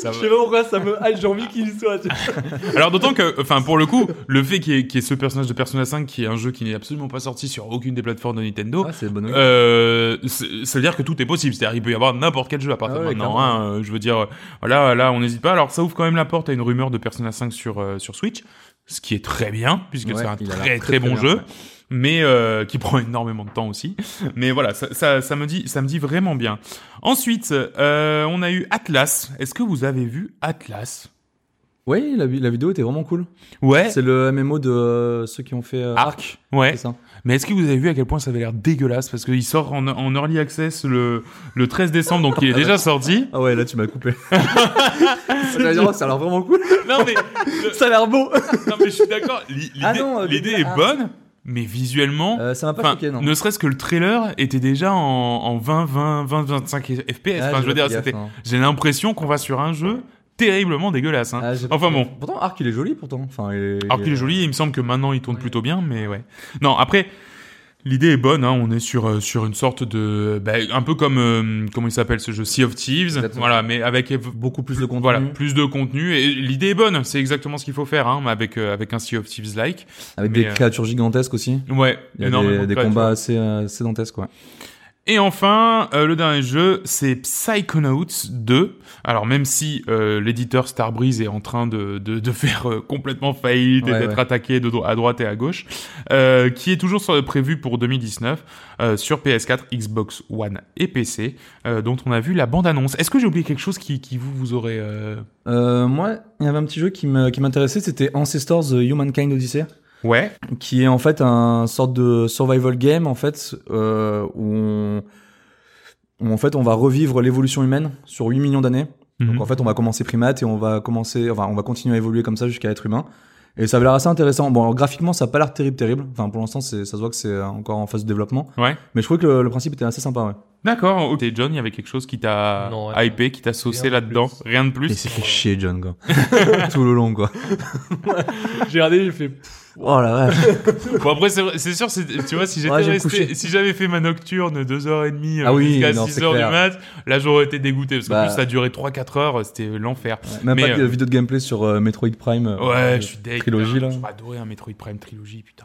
[SPEAKER 1] Ça
[SPEAKER 2] je
[SPEAKER 1] va.
[SPEAKER 2] sais pas pourquoi ça me ah, j'ai envie qu'il y soit tu vois.
[SPEAKER 1] Alors d'autant que, enfin pour le coup, le fait qu'il y, ait- qu'il y ait ce personnage de Persona 5 qui est un jeu qui n'est absolument pas sorti sur aucune des plateformes de Nintendo,
[SPEAKER 3] Ah, c'est bonne nouvelle.
[SPEAKER 1] euh, c'est- ça veut dire que tout est possible. C'est-à-dire qu'il peut y avoir n'importe quel jeu à partir
[SPEAKER 3] Ah
[SPEAKER 1] de
[SPEAKER 3] ouais,
[SPEAKER 1] maintenant.
[SPEAKER 3] clairement.
[SPEAKER 1] hein. Euh, je veux dire, euh, voilà, là on n'hésite pas. Alors ça ouvre quand même la porte à une rumeur de Persona 5 sur euh, sur Switch, ce qui est très bien puisque
[SPEAKER 3] Ouais,
[SPEAKER 1] c'est un
[SPEAKER 3] il a
[SPEAKER 1] très très,
[SPEAKER 3] l'air très, très
[SPEAKER 1] bon
[SPEAKER 3] bien,
[SPEAKER 1] jeu.
[SPEAKER 3] ouais.
[SPEAKER 1] Mais euh, qui prend énormément de temps aussi. Mais voilà, ça, ça, ça me dit, ça me dit vraiment bien. Ensuite, euh, on a eu Atlas. Est-ce que vous avez vu Atlas
[SPEAKER 3] Oui, la, vi- la vidéo était vraiment cool.
[SPEAKER 1] Ouais,
[SPEAKER 3] C'est le MMO de euh, ceux qui ont fait euh, Arc.
[SPEAKER 1] ouais.
[SPEAKER 3] C'est ça.
[SPEAKER 1] Mais est-ce que vous avez vu à quel point ça avait l'air dégueulasse Parce qu'il sort en, en early access le, le 13 décembre, donc il est déjà sorti.
[SPEAKER 3] Ah ouais, là tu m'as coupé. J'allais dire, oh, ça a l'air vraiment cool.
[SPEAKER 1] Non mais,
[SPEAKER 3] Ça a l'air beau.
[SPEAKER 1] non, mais je suis d'accord, l'i- l'idée
[SPEAKER 3] Ah non, euh,
[SPEAKER 1] l'idée
[SPEAKER 3] l'idée-
[SPEAKER 1] est
[SPEAKER 3] ah.
[SPEAKER 1] bonne, mais visuellement...
[SPEAKER 3] Euh, ça m'a pas
[SPEAKER 1] enfin,
[SPEAKER 3] choqué, non.
[SPEAKER 1] ne serait-ce que le trailer était déjà en, en 20, 20, 20, 25 FPS.
[SPEAKER 3] Ah,
[SPEAKER 1] enfin,
[SPEAKER 3] j'ai
[SPEAKER 1] je veux
[SPEAKER 3] pas
[SPEAKER 1] dire,
[SPEAKER 3] fait
[SPEAKER 1] c'était-
[SPEAKER 3] gaffe, non.
[SPEAKER 1] j'ai l'impression qu'on va sur un jeu terriblement dégueulasse. hein.
[SPEAKER 3] Ah, euh, j'ai pas
[SPEAKER 1] enfin
[SPEAKER 3] fait
[SPEAKER 1] bon,
[SPEAKER 3] gaffe. Pourtant, Arc, il est joli pourtant. Enfin, il est-
[SPEAKER 1] Alors qu'il est joli, il me semble que maintenant il tourne plutôt bien, mais ouais. Non, après, l'idée est bonne, hein, on est sur, euh, sur une sorte de. bah, un peu comme. euh, comment il s'appelle ce jeu Sea of Thieves.
[SPEAKER 3] Exactement.
[SPEAKER 1] Voilà, mais avec.
[SPEAKER 3] Beaucoup plus de contenu.
[SPEAKER 1] Voilà, plus de contenu. Et l'idée est bonne, c'est exactement ce qu'il faut faire, hein, mais avec, euh, avec un Sea of Thieves-like.
[SPEAKER 3] Avec
[SPEAKER 1] Mais,
[SPEAKER 3] des
[SPEAKER 1] euh,
[SPEAKER 3] créatures gigantesques aussi.
[SPEAKER 1] Ouais,
[SPEAKER 3] Il y a
[SPEAKER 1] énormément
[SPEAKER 3] des,
[SPEAKER 1] de
[SPEAKER 3] des
[SPEAKER 1] créatures.
[SPEAKER 3] combats assez, euh, assez dantesques, quoi.
[SPEAKER 1] Et enfin, euh, le dernier jeu, c'est Psychonauts 2. Alors même si euh, l'éditeur Starbreeze est en train de, de, de faire euh, complètement faillite et
[SPEAKER 3] Ouais,
[SPEAKER 1] d'être
[SPEAKER 3] ouais.
[SPEAKER 1] attaqué de dro- à droite et à gauche, euh, qui est toujours sur- prévu pour 2019 euh, sur PS4, Xbox One et PC, euh, dont on a vu la bande-annonce. Est-ce que j'ai oublié quelque chose qui, qui vous, vous aurait... euh,
[SPEAKER 3] Euh, moi, il y avait un petit jeu qui me- qui m'intéressait, c'était Ancestors The Humankind Odyssey.
[SPEAKER 1] Ouais,
[SPEAKER 3] qui est en fait un sorte de survival game en fait euh, où, on, où en fait on va revivre l'évolution humaine sur 8 millions d'années.
[SPEAKER 1] Mhm.
[SPEAKER 3] Donc en fait on va commencer primate et on va commencer enfin on va continuer à évoluer comme ça jusqu'à être humain. Et ça avait l'air assez intéressant. Bon, alors, graphiquement, ça a pas l'air terrible, terrible. Enfin, pour l'instant, c'est, ça se voit que c'est encore en phase de développement.
[SPEAKER 1] Ouais.
[SPEAKER 3] Mais je trouvais que le, le principe était assez sympa, ouais.
[SPEAKER 1] D'accord, ok John, il y avait quelque chose qui t'a
[SPEAKER 2] Non, ouais.
[SPEAKER 1] hypé, qui t'a saucé
[SPEAKER 2] Rien de
[SPEAKER 1] là-dedans,
[SPEAKER 2] plus.
[SPEAKER 1] rien de plus.
[SPEAKER 3] Et c'est fait chier, John, quoi. Tout le long, quoi.
[SPEAKER 2] J'ai regardé, j'ai fait.
[SPEAKER 3] Oh la vache.
[SPEAKER 1] Bon après c'est vrai- c'est sûr c'est- tu vois si j'étais
[SPEAKER 3] Ouais, j'ai
[SPEAKER 1] resté
[SPEAKER 3] couché.
[SPEAKER 1] si j'avais fait ma nocturne 2h30
[SPEAKER 3] Ah oui,
[SPEAKER 1] euh, jusqu'à
[SPEAKER 3] non,
[SPEAKER 1] 6h
[SPEAKER 3] c'est
[SPEAKER 1] du
[SPEAKER 3] clair.
[SPEAKER 1] mat, là j'aurais été dégoûté parce qu'en
[SPEAKER 3] Bah.
[SPEAKER 1] plus ça a duré 3 4 heures, c'était l'enfer.
[SPEAKER 3] Même
[SPEAKER 1] Mais,
[SPEAKER 3] pas de
[SPEAKER 1] euh,
[SPEAKER 3] vidéo de gameplay sur euh, Metroid Prime. euh,
[SPEAKER 1] Ouais, je suis deg.
[SPEAKER 3] trilogie,
[SPEAKER 1] putain.
[SPEAKER 3] là.
[SPEAKER 1] J'aurais adoré un Metroid Prime trilogie putain.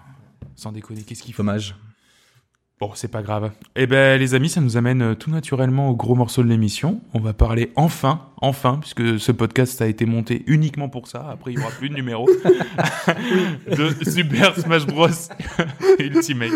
[SPEAKER 1] Sans déconner, qu'est-ce qu'il faut
[SPEAKER 3] Dommage.
[SPEAKER 1] Bon, c'est pas grave. Eh ben, les amis, ça nous amène euh, tout naturellement au gros morceau de l'émission. On va parler enfin, enfin, puisque ce podcast a été monté uniquement pour ça. Après, il y aura plus de numéro de Super Smash Bros. Ultimate.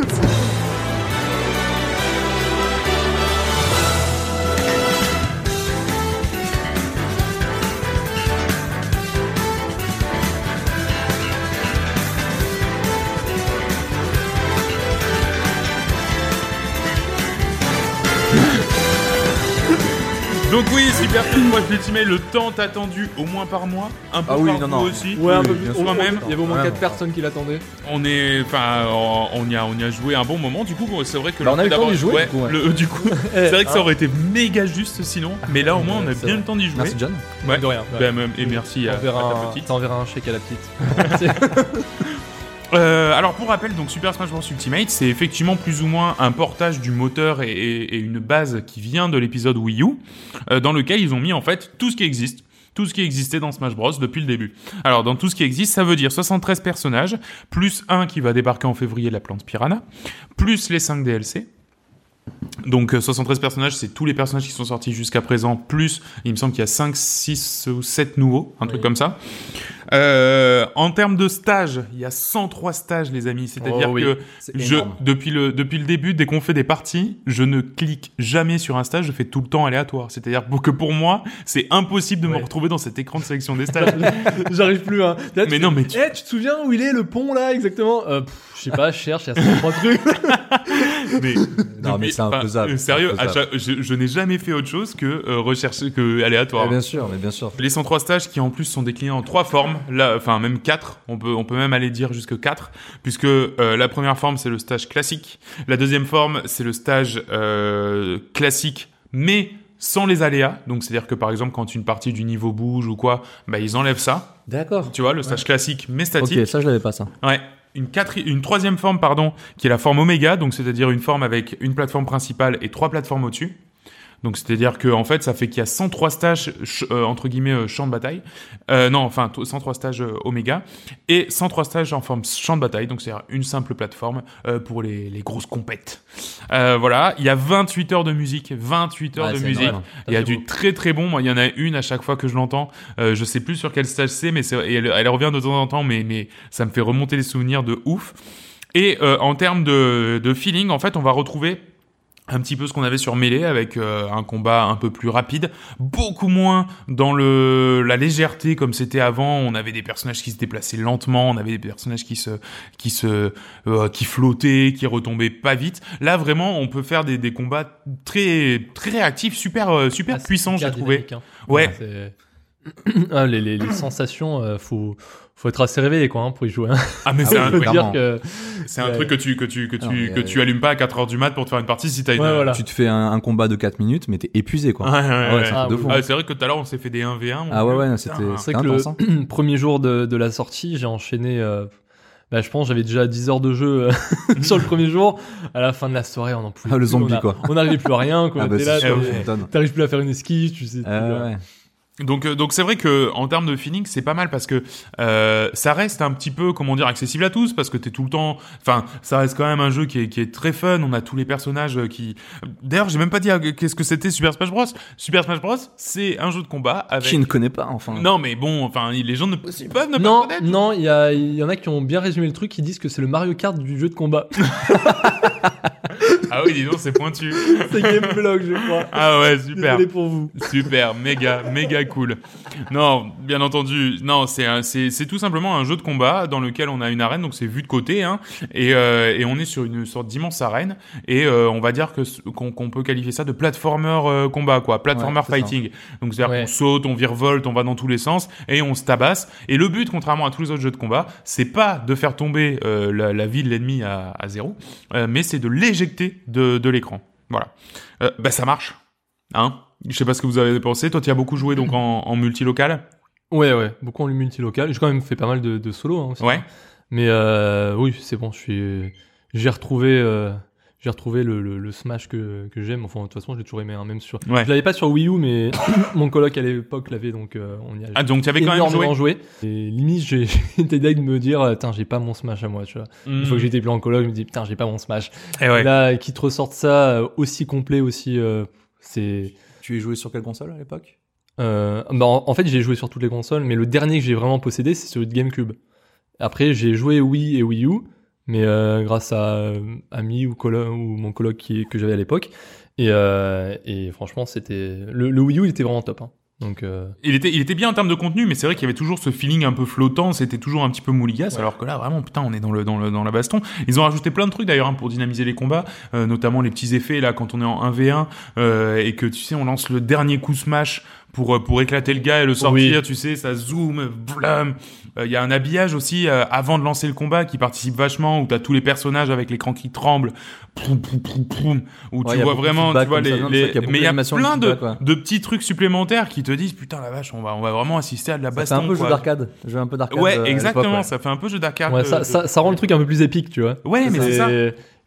[SPEAKER 1] Donc oui, Super Smash Bros. Ultimate, le tant attendu, au moins par mois, un peu
[SPEAKER 3] Ah oui,
[SPEAKER 1] par
[SPEAKER 3] non,
[SPEAKER 1] vous
[SPEAKER 3] non.
[SPEAKER 1] aussi.
[SPEAKER 3] Ouais, un peu plus.
[SPEAKER 1] Quand même.
[SPEAKER 2] Il y avait au moins
[SPEAKER 3] Ouais,
[SPEAKER 2] 4
[SPEAKER 3] non.
[SPEAKER 2] personnes qui l'attendaient.
[SPEAKER 1] On est, enfin, on y a, on y a joué un bon moment. Du coup, c'est vrai que
[SPEAKER 3] Bah, on a eu le temps
[SPEAKER 1] d'avoir-
[SPEAKER 3] d'y jouer,
[SPEAKER 1] ouais,
[SPEAKER 3] du coup, ouais. Ah.
[SPEAKER 1] le- du coup, c'est vrai
[SPEAKER 2] Hein,
[SPEAKER 1] que ça aurait été méga juste sinon. Mais là, au moins, on a
[SPEAKER 2] c'est
[SPEAKER 1] bien
[SPEAKER 2] vrai.
[SPEAKER 1] le temps d'y jouer.
[SPEAKER 3] Merci, John.
[SPEAKER 1] Ouais.
[SPEAKER 2] De rien.
[SPEAKER 1] Bah, même- et merci à, à ta
[SPEAKER 2] T'enverras un,
[SPEAKER 1] petite.
[SPEAKER 2] t'enverras un chèque à la petite.
[SPEAKER 1] Euh, alors pour rappel, donc Super Smash Bros Ultimate, c'est effectivement plus ou moins un portage du moteur et, et- et une base qui vient de l'épisode Wii U, euh, dans lequel ils ont mis en fait tout ce qui existe. Tout ce qui existait dans Smash Bros depuis le début. Alors, dans tout ce qui existe, ça veut dire 73 personnages, plus un qui va débarquer en février, la plante Piranha, plus les 5 DLC. Donc, euh, 73 personnages, c'est tous les personnages qui sont sortis jusqu'à présent, plus, il me semble qu'il y a 5, 6 ou 7 nouveaux, un truc
[SPEAKER 2] Oui.
[SPEAKER 1] comme ça. Euh, en termes de stages, il y a 103 stages, les amis. C'est-à-dire
[SPEAKER 2] Oh oui.
[SPEAKER 1] que
[SPEAKER 3] C'est
[SPEAKER 1] je,
[SPEAKER 3] énorme.
[SPEAKER 1] depuis le, depuis le début, dès qu'on fait des parties, je ne clique jamais sur un stage, je fais tout le temps aléatoire. C'est-à-dire pour- que pour moi, c'est impossible de me
[SPEAKER 2] Ouais.
[SPEAKER 1] retrouver dans cet écran de sélection des stages.
[SPEAKER 2] J'arrive plus, hein. Là, tu
[SPEAKER 1] mais non, mais tu-
[SPEAKER 2] Eh, tu te souviens où il est le pont là exactement Euh, pff, Je sais pas, je cherche, il y a 53 trucs.
[SPEAKER 1] mais-
[SPEAKER 3] Non, mais
[SPEAKER 1] mais-
[SPEAKER 3] c'est
[SPEAKER 1] enfin,
[SPEAKER 3] imposable.
[SPEAKER 1] euh, Sérieux,
[SPEAKER 3] C'est
[SPEAKER 1] à
[SPEAKER 3] imposable.
[SPEAKER 1] chaque- je, je n'ai jamais fait autre chose que euh, rechercher, que aléatoire.
[SPEAKER 3] Mais bien sûr, mais bien sûr.
[SPEAKER 1] Les 103 stages qui en plus sont déclinés en trois formes, là, enfin même quatre, on peut, on peut même aller dire jusque quatre, puisque euh, la première forme c'est le stage classique, la deuxième forme c'est le stage euh, classique mais sans les aléas, donc c'est-à-dire que par exemple quand une partie du niveau bouge ou quoi, bah ils enlèvent ça,
[SPEAKER 3] D'accord.
[SPEAKER 1] tu vois, le stage classique mais statique.
[SPEAKER 3] Ok, ça je l'avais pas ça.
[SPEAKER 1] Ouais. Une, quatri- une troisième forme, pardon, qui est la forme oméga, donc c'est-à-dire une forme avec une plateforme principale et trois plateformes au-dessus. Donc c'est-à-dire que en fait, ça fait qu'il y a 103 stages ch- euh, entre guillemets euh, champ de bataille. Euh, non, enfin t- 103 stages euh, oméga et 103 stages en forme champ de bataille. Donc c'est-à-dire une simple plateforme euh, pour les, les grosses compètes. Euh, voilà, il y a 28 heures de musique, 28 heures
[SPEAKER 3] Ouais,
[SPEAKER 1] de
[SPEAKER 3] c'est
[SPEAKER 1] musique.
[SPEAKER 3] énorme.
[SPEAKER 1] Il y a
[SPEAKER 2] c'est
[SPEAKER 1] du
[SPEAKER 2] beau.
[SPEAKER 1] très très bon. Moi, il y en a une à chaque fois que je l'entends. Euh, je sais plus sur quel stage c'est, mais c'est- et elle, elle revient de temps en temps, mais, mais ça me fait remonter les souvenirs de ouf. Et euh, en termes de, de feeling, en fait, on va retrouver un petit peu ce qu'on avait sur Melee avec euh, un combat un peu plus rapide, beaucoup moins dans le la légèreté comme c'était avant, on avait des personnages qui se déplaçaient lentement, on avait des personnages qui se qui se euh, qui flottaient, qui retombaient pas vite. Là vraiment, on peut faire des, des combats très très réactifs, super euh, super
[SPEAKER 2] Ah, c'est
[SPEAKER 1] puissants, j'ai
[SPEAKER 2] hyper
[SPEAKER 1] trouvé.
[SPEAKER 2] dynamique, hein.
[SPEAKER 1] Ouais.
[SPEAKER 2] C'est- Ah, les, les- les sensations, euh, faut, faut être assez réveillé quoi, hein, pour y jouer. hein.
[SPEAKER 1] Ah mais
[SPEAKER 3] Ah
[SPEAKER 1] c'est
[SPEAKER 3] oui,
[SPEAKER 1] un,
[SPEAKER 2] Faut
[SPEAKER 1] ouais,
[SPEAKER 2] dire
[SPEAKER 3] clairement.
[SPEAKER 2] que.
[SPEAKER 1] c'est un
[SPEAKER 2] Ouais.
[SPEAKER 1] truc que tu que tu que tu
[SPEAKER 3] Non, mais,
[SPEAKER 1] que
[SPEAKER 3] euh,
[SPEAKER 1] tu allumes pas à 4 heures du mat pour te faire une partie si t'as une
[SPEAKER 2] Ouais, voilà.
[SPEAKER 3] Tu te fais un, un combat de 4 minutes, mais t'es épuisé
[SPEAKER 1] Ouais, ouais,
[SPEAKER 3] quoi. Ah
[SPEAKER 1] ouais.
[SPEAKER 3] ouais, c'est
[SPEAKER 2] Ah
[SPEAKER 3] de
[SPEAKER 2] oui.
[SPEAKER 3] fou.
[SPEAKER 1] Bah. Ah, c'est vrai que tout à l'heure on s'est fait des 1v1. mon
[SPEAKER 3] Ah ouais,
[SPEAKER 1] Dieu.
[SPEAKER 3] ouais,
[SPEAKER 1] Putain.
[SPEAKER 3] c'était-
[SPEAKER 2] C'est vrai que
[SPEAKER 3] intense, hein.
[SPEAKER 2] le premier jour de, de la sortie, j'ai enchaîné. euh, bah, je pense j'avais déjà 10 heures de jeu euh, sur le premier jour. À la fin de la soirée, on en pouvait
[SPEAKER 3] Ah, le
[SPEAKER 2] plus,
[SPEAKER 3] zombie,
[SPEAKER 2] on a-
[SPEAKER 3] quoi.
[SPEAKER 2] On n'arrivait plus à rien. quoi.
[SPEAKER 3] Ah bah
[SPEAKER 2] T'es là,
[SPEAKER 3] c'est sûr,
[SPEAKER 1] ouais.
[SPEAKER 2] t'es-
[SPEAKER 3] je m'étonne.
[SPEAKER 2] t'arrives plus euh, à faire une esquive. Tu sais, t'es
[SPEAKER 3] Ah
[SPEAKER 2] là.
[SPEAKER 3] ouais.
[SPEAKER 1] Donc, euh, donc c'est vrai que en termes de feeling, c'est pas mal parce que euh, ça reste un petit peu, comment dire, accessible à tous parce que t'es tout le temps. Enfin, ça reste quand même un jeu qui est, qui est très fun. On a tous les personnages euh, qui. D'ailleurs, j'ai même pas dit euh, qu'est-ce que c'était Super Smash Bros. Super Smash Bros. C'est un jeu de combat avec.
[SPEAKER 3] Qui ne connaît pas, enfin.
[SPEAKER 1] Non, mais bon, enfin, les gens ne peuvent ne pas
[SPEAKER 2] Non,
[SPEAKER 1] connaître.
[SPEAKER 2] non, il y, a- il y en a qui ont bien résumé le truc, qui disent que c'est le Mario Kart du jeu de combat.
[SPEAKER 1] Ah oui, dis donc, c'est pointu.
[SPEAKER 2] c'est Gameblog, je crois.
[SPEAKER 1] Ah ouais, super.
[SPEAKER 2] Désolé pour vous.
[SPEAKER 1] Super, méga, méga cool. Non, bien entendu, non, c'est un- c'est c'est tout simplement un jeu de combat dans lequel on a une arène, donc c'est vu de côté, hein, et, euh, et on est sur une sorte d'immense arène, et euh, on va dire que ce- qu'on qu'on peut qualifier ça de platformer euh, combat, quoi, platformer
[SPEAKER 3] Ouais, c'est ça.
[SPEAKER 1] fighting. Donc c'est-à-dire
[SPEAKER 2] Ouais.
[SPEAKER 1] qu'on saute, on virevolte, on va dans tous les sens, et on se tabasse. Et le but, contrairement à tous les autres jeux de combat, c'est pas de faire tomber euh, la, la vie de l'ennemi à, à zéro, euh, mais c'est de l'éjecter de, de l'écran. Voilà. Euh, bah ça marche. Hein Je sais pas ce que vous avez pensé. Toi, tu as beaucoup joué
[SPEAKER 2] Mm.
[SPEAKER 1] donc en, en multilocal.
[SPEAKER 2] Ouais, ouais, beaucoup en multilocal. J'ai quand même fait pas mal de, de solo. hein, aussi.
[SPEAKER 1] Ouais.
[SPEAKER 2] Mais euh, oui, c'est bon, je suis. J'ai retrouvé, euh, j'ai retrouvé le, le- le Smash que, que j'aime. Enfin, de toute façon, je l'ai toujours aimé, hein, même sur.
[SPEAKER 1] Ouais.
[SPEAKER 2] Je l'avais pas sur Wii U, mais mon coloc à l'époque l'avait, donc euh, on y a
[SPEAKER 1] Ah, donc tu avais quand même joué.
[SPEAKER 2] énormément joué. Et limite, j'ai été dingue de me dire, euh, putain, j'ai pas mon Smash à moi, tu vois.
[SPEAKER 1] Hmm.
[SPEAKER 2] Une fois que j'étais plus en coloc, je me dis, putain, j'ai pas mon Smash.
[SPEAKER 1] Eh ouais.
[SPEAKER 2] Là, qu'ils te ressortent ça euh, aussi complet, aussi. euh, c'est.
[SPEAKER 3] Tu y jouais sur quelle console à l'époque
[SPEAKER 2] Euh, bah, en, en fait, j'ai joué sur toutes les consoles, mais le dernier que j'ai vraiment possédé, c'est celui de GameCube. Après, j'ai joué Wii et Wii U, mais euh, grâce à euh, Ami ou, colo- ou mon coloc qui- que j'avais à l'époque. Et, euh, et franchement, c'était le, le Wii U, il était vraiment top. hein. Donc, euh,
[SPEAKER 1] Il était, il était bien en termes de contenu, mais c'est vrai qu'il y avait toujours ce feeling un peu flottant. C'était toujours un petit peu mouligasse. Alors que là, vraiment, putain, on est dans le, dans le, dans la baston. Ils ont rajouté plein de trucs d'ailleurs hein, pour dynamiser les combats, euh, notamment les petits effets là quand on est en 1v1 euh, et que tu sais, on lance le dernier coup smash pour euh, pour éclater le gars et le sortir. Tu sais, ça zoome, blam. Euh, Il y a un habillage aussi euh, avant de lancer le combat qui participe vachement où t'as tous les personnages avec l'écran qui tremble, proum, proum, proum, proum, où
[SPEAKER 3] Ouais, y
[SPEAKER 1] tu
[SPEAKER 3] a
[SPEAKER 1] vois
[SPEAKER 3] beaucoup de
[SPEAKER 1] vraiment, tu
[SPEAKER 3] feedback
[SPEAKER 1] vois
[SPEAKER 3] comme ça,
[SPEAKER 1] les,
[SPEAKER 3] non, c'est
[SPEAKER 1] les-
[SPEAKER 3] vrai qu'il y a beaucoup
[SPEAKER 1] mais il y a
[SPEAKER 3] d'animations de
[SPEAKER 1] plein de,
[SPEAKER 3] feedback,
[SPEAKER 1] de petits trucs supplémentaires qui te disent putain la vache, on va on va vraiment assister à de la
[SPEAKER 3] C'est un
[SPEAKER 1] baston.
[SPEAKER 3] peu jeu
[SPEAKER 1] quoi.
[SPEAKER 3] d'arcade. Jeu un peu d'arcade. euh, à
[SPEAKER 1] Ouais,
[SPEAKER 3] l'époque,
[SPEAKER 1] exactement.
[SPEAKER 3] ouais.
[SPEAKER 1] Ça fait un peu jeu d'arcade.
[SPEAKER 2] ouais,
[SPEAKER 1] euh,
[SPEAKER 2] ça,
[SPEAKER 1] de-
[SPEAKER 2] ça, ça rend le truc un peu plus épique, tu vois.
[SPEAKER 1] Ouais, mais c'est ça.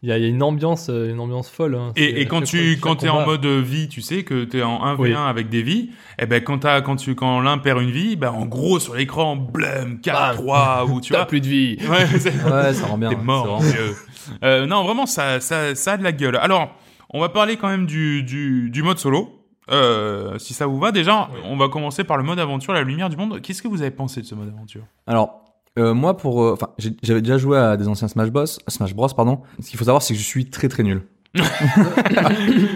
[SPEAKER 2] Il y, a il y a une ambiance, euh, une ambiance folle. hein. C'est-
[SPEAKER 1] Et, et quand
[SPEAKER 2] chaque-
[SPEAKER 1] tu
[SPEAKER 2] chaque
[SPEAKER 1] quand t'es en
[SPEAKER 2] combat-
[SPEAKER 1] mode vie, tu sais que t'es en 1v1
[SPEAKER 2] Oui.
[SPEAKER 1] avec des vies. Et ben quand t'as quand tu quand l'un perd une vie, ben en gros sur l'écran, blum, 4 3 ou tu vois.
[SPEAKER 2] plus de vie.
[SPEAKER 1] Ouais, c'est-
[SPEAKER 3] Ouais, ça rend bien.
[SPEAKER 1] T'es
[SPEAKER 3] ouais, c'est
[SPEAKER 1] mort,
[SPEAKER 3] vraiment-
[SPEAKER 1] vieux. Euh, non, Hein, vraiment, ça, ça, ça a de la gueule. Alors, on va parler quand même du, du, du mode solo. Euh, si ça vous va, déjà, on va commencer par le mode aventure, la lumière du monde. Qu'est-ce que vous avez pensé de ce mode aventure
[SPEAKER 3] Alors, euh, moi, pour, euh, enfin, j'ai- j'avais déjà joué à des anciens Smash Bros. Smash Bros, pardon. Ce qu'il faut savoir, c'est que je suis très très nul.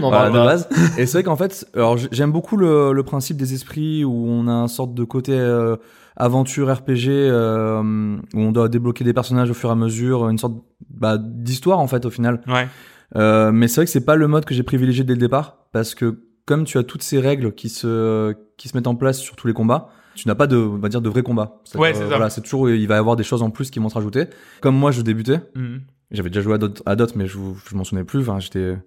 [SPEAKER 2] On parle pas.
[SPEAKER 3] Voilà, bah, de base. Et c'est vrai qu'en fait, alors j- j'aime beaucoup le, le principe des esprits où on a un sorte de côté euh, aventure RPG euh, où on doit débloquer des personnages au fur et à mesure, une sorte bah, d'histoire en fait au final.
[SPEAKER 1] Ouais.
[SPEAKER 3] Euh, mais c'est vrai que c'est pas le mode que j'ai privilégié dès le départ parce que comme tu as toutes ces règles qui se qui se mettent en place sur tous les combats, tu n'as pas de on va dire de vrai combat. C'est-à-dire, euh,
[SPEAKER 1] Ouais, c'est ça.
[SPEAKER 3] Voilà, c'est toujours il va y avoir des choses en plus qui vont se rajouter. Comme moi, je débutais.
[SPEAKER 1] Mhm.
[SPEAKER 3] J'avais déjà joué à d'autres, à d'autres, mais je, vous- je m'en souvenais plus. Enfin, j'étais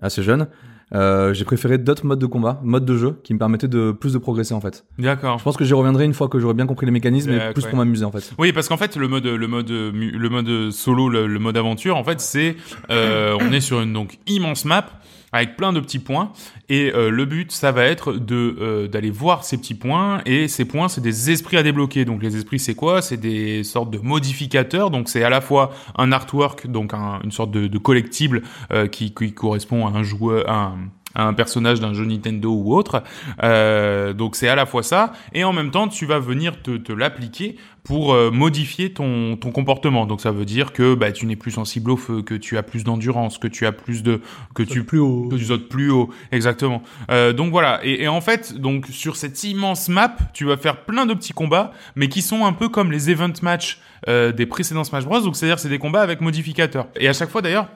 [SPEAKER 3] assez jeune. Euh, j'ai préféré d'autres modes de combat, modes de jeu, qui me permettaient de plus de progresser en fait.
[SPEAKER 1] D'accord.
[SPEAKER 3] Je pense que j'y reviendrai une fois que j'aurai bien compris les mécanismes,
[SPEAKER 1] D'accord,
[SPEAKER 3] et plus
[SPEAKER 1] ouais.
[SPEAKER 3] pour m'amuser en fait.
[SPEAKER 1] Oui, parce qu'en fait, le mode, le mode, mu- le mode solo, le, le mode aventure, en fait, c'est euh, on est sur une donc immense map avec plein de petits points et euh, le but, ça va être de euh, d'aller voir ces petits points et ces points, c'est des esprits à débloquer. Donc les esprits, c'est quoi C'est des sortes de modificateurs. Donc c'est à la fois un artwork, donc un- une sorte de, de collectible euh, qui, qui correspond à un joueur, à un, à un personnage d'un jeu Nintendo ou autre. Euh, donc c'est à la fois ça, et en même temps tu vas venir te, te l'appliquer pour euh, modifier ton, ton comportement. Donc ça veut dire que bah, tu n'es plus sensible au feu, que tu as plus d'endurance, que tu as plus de... que tu
[SPEAKER 2] plus haut.
[SPEAKER 1] que tu sautes plus haut, exactement. Euh, donc voilà, et, et en fait, donc sur cette immense map, tu vas faire plein de petits combats, mais qui sont un peu comme les event match euh, des précédents Smash Bros. Donc c'est-à-dire c'est des combats avec modificateurs. Et à chaque fois d'ailleurs.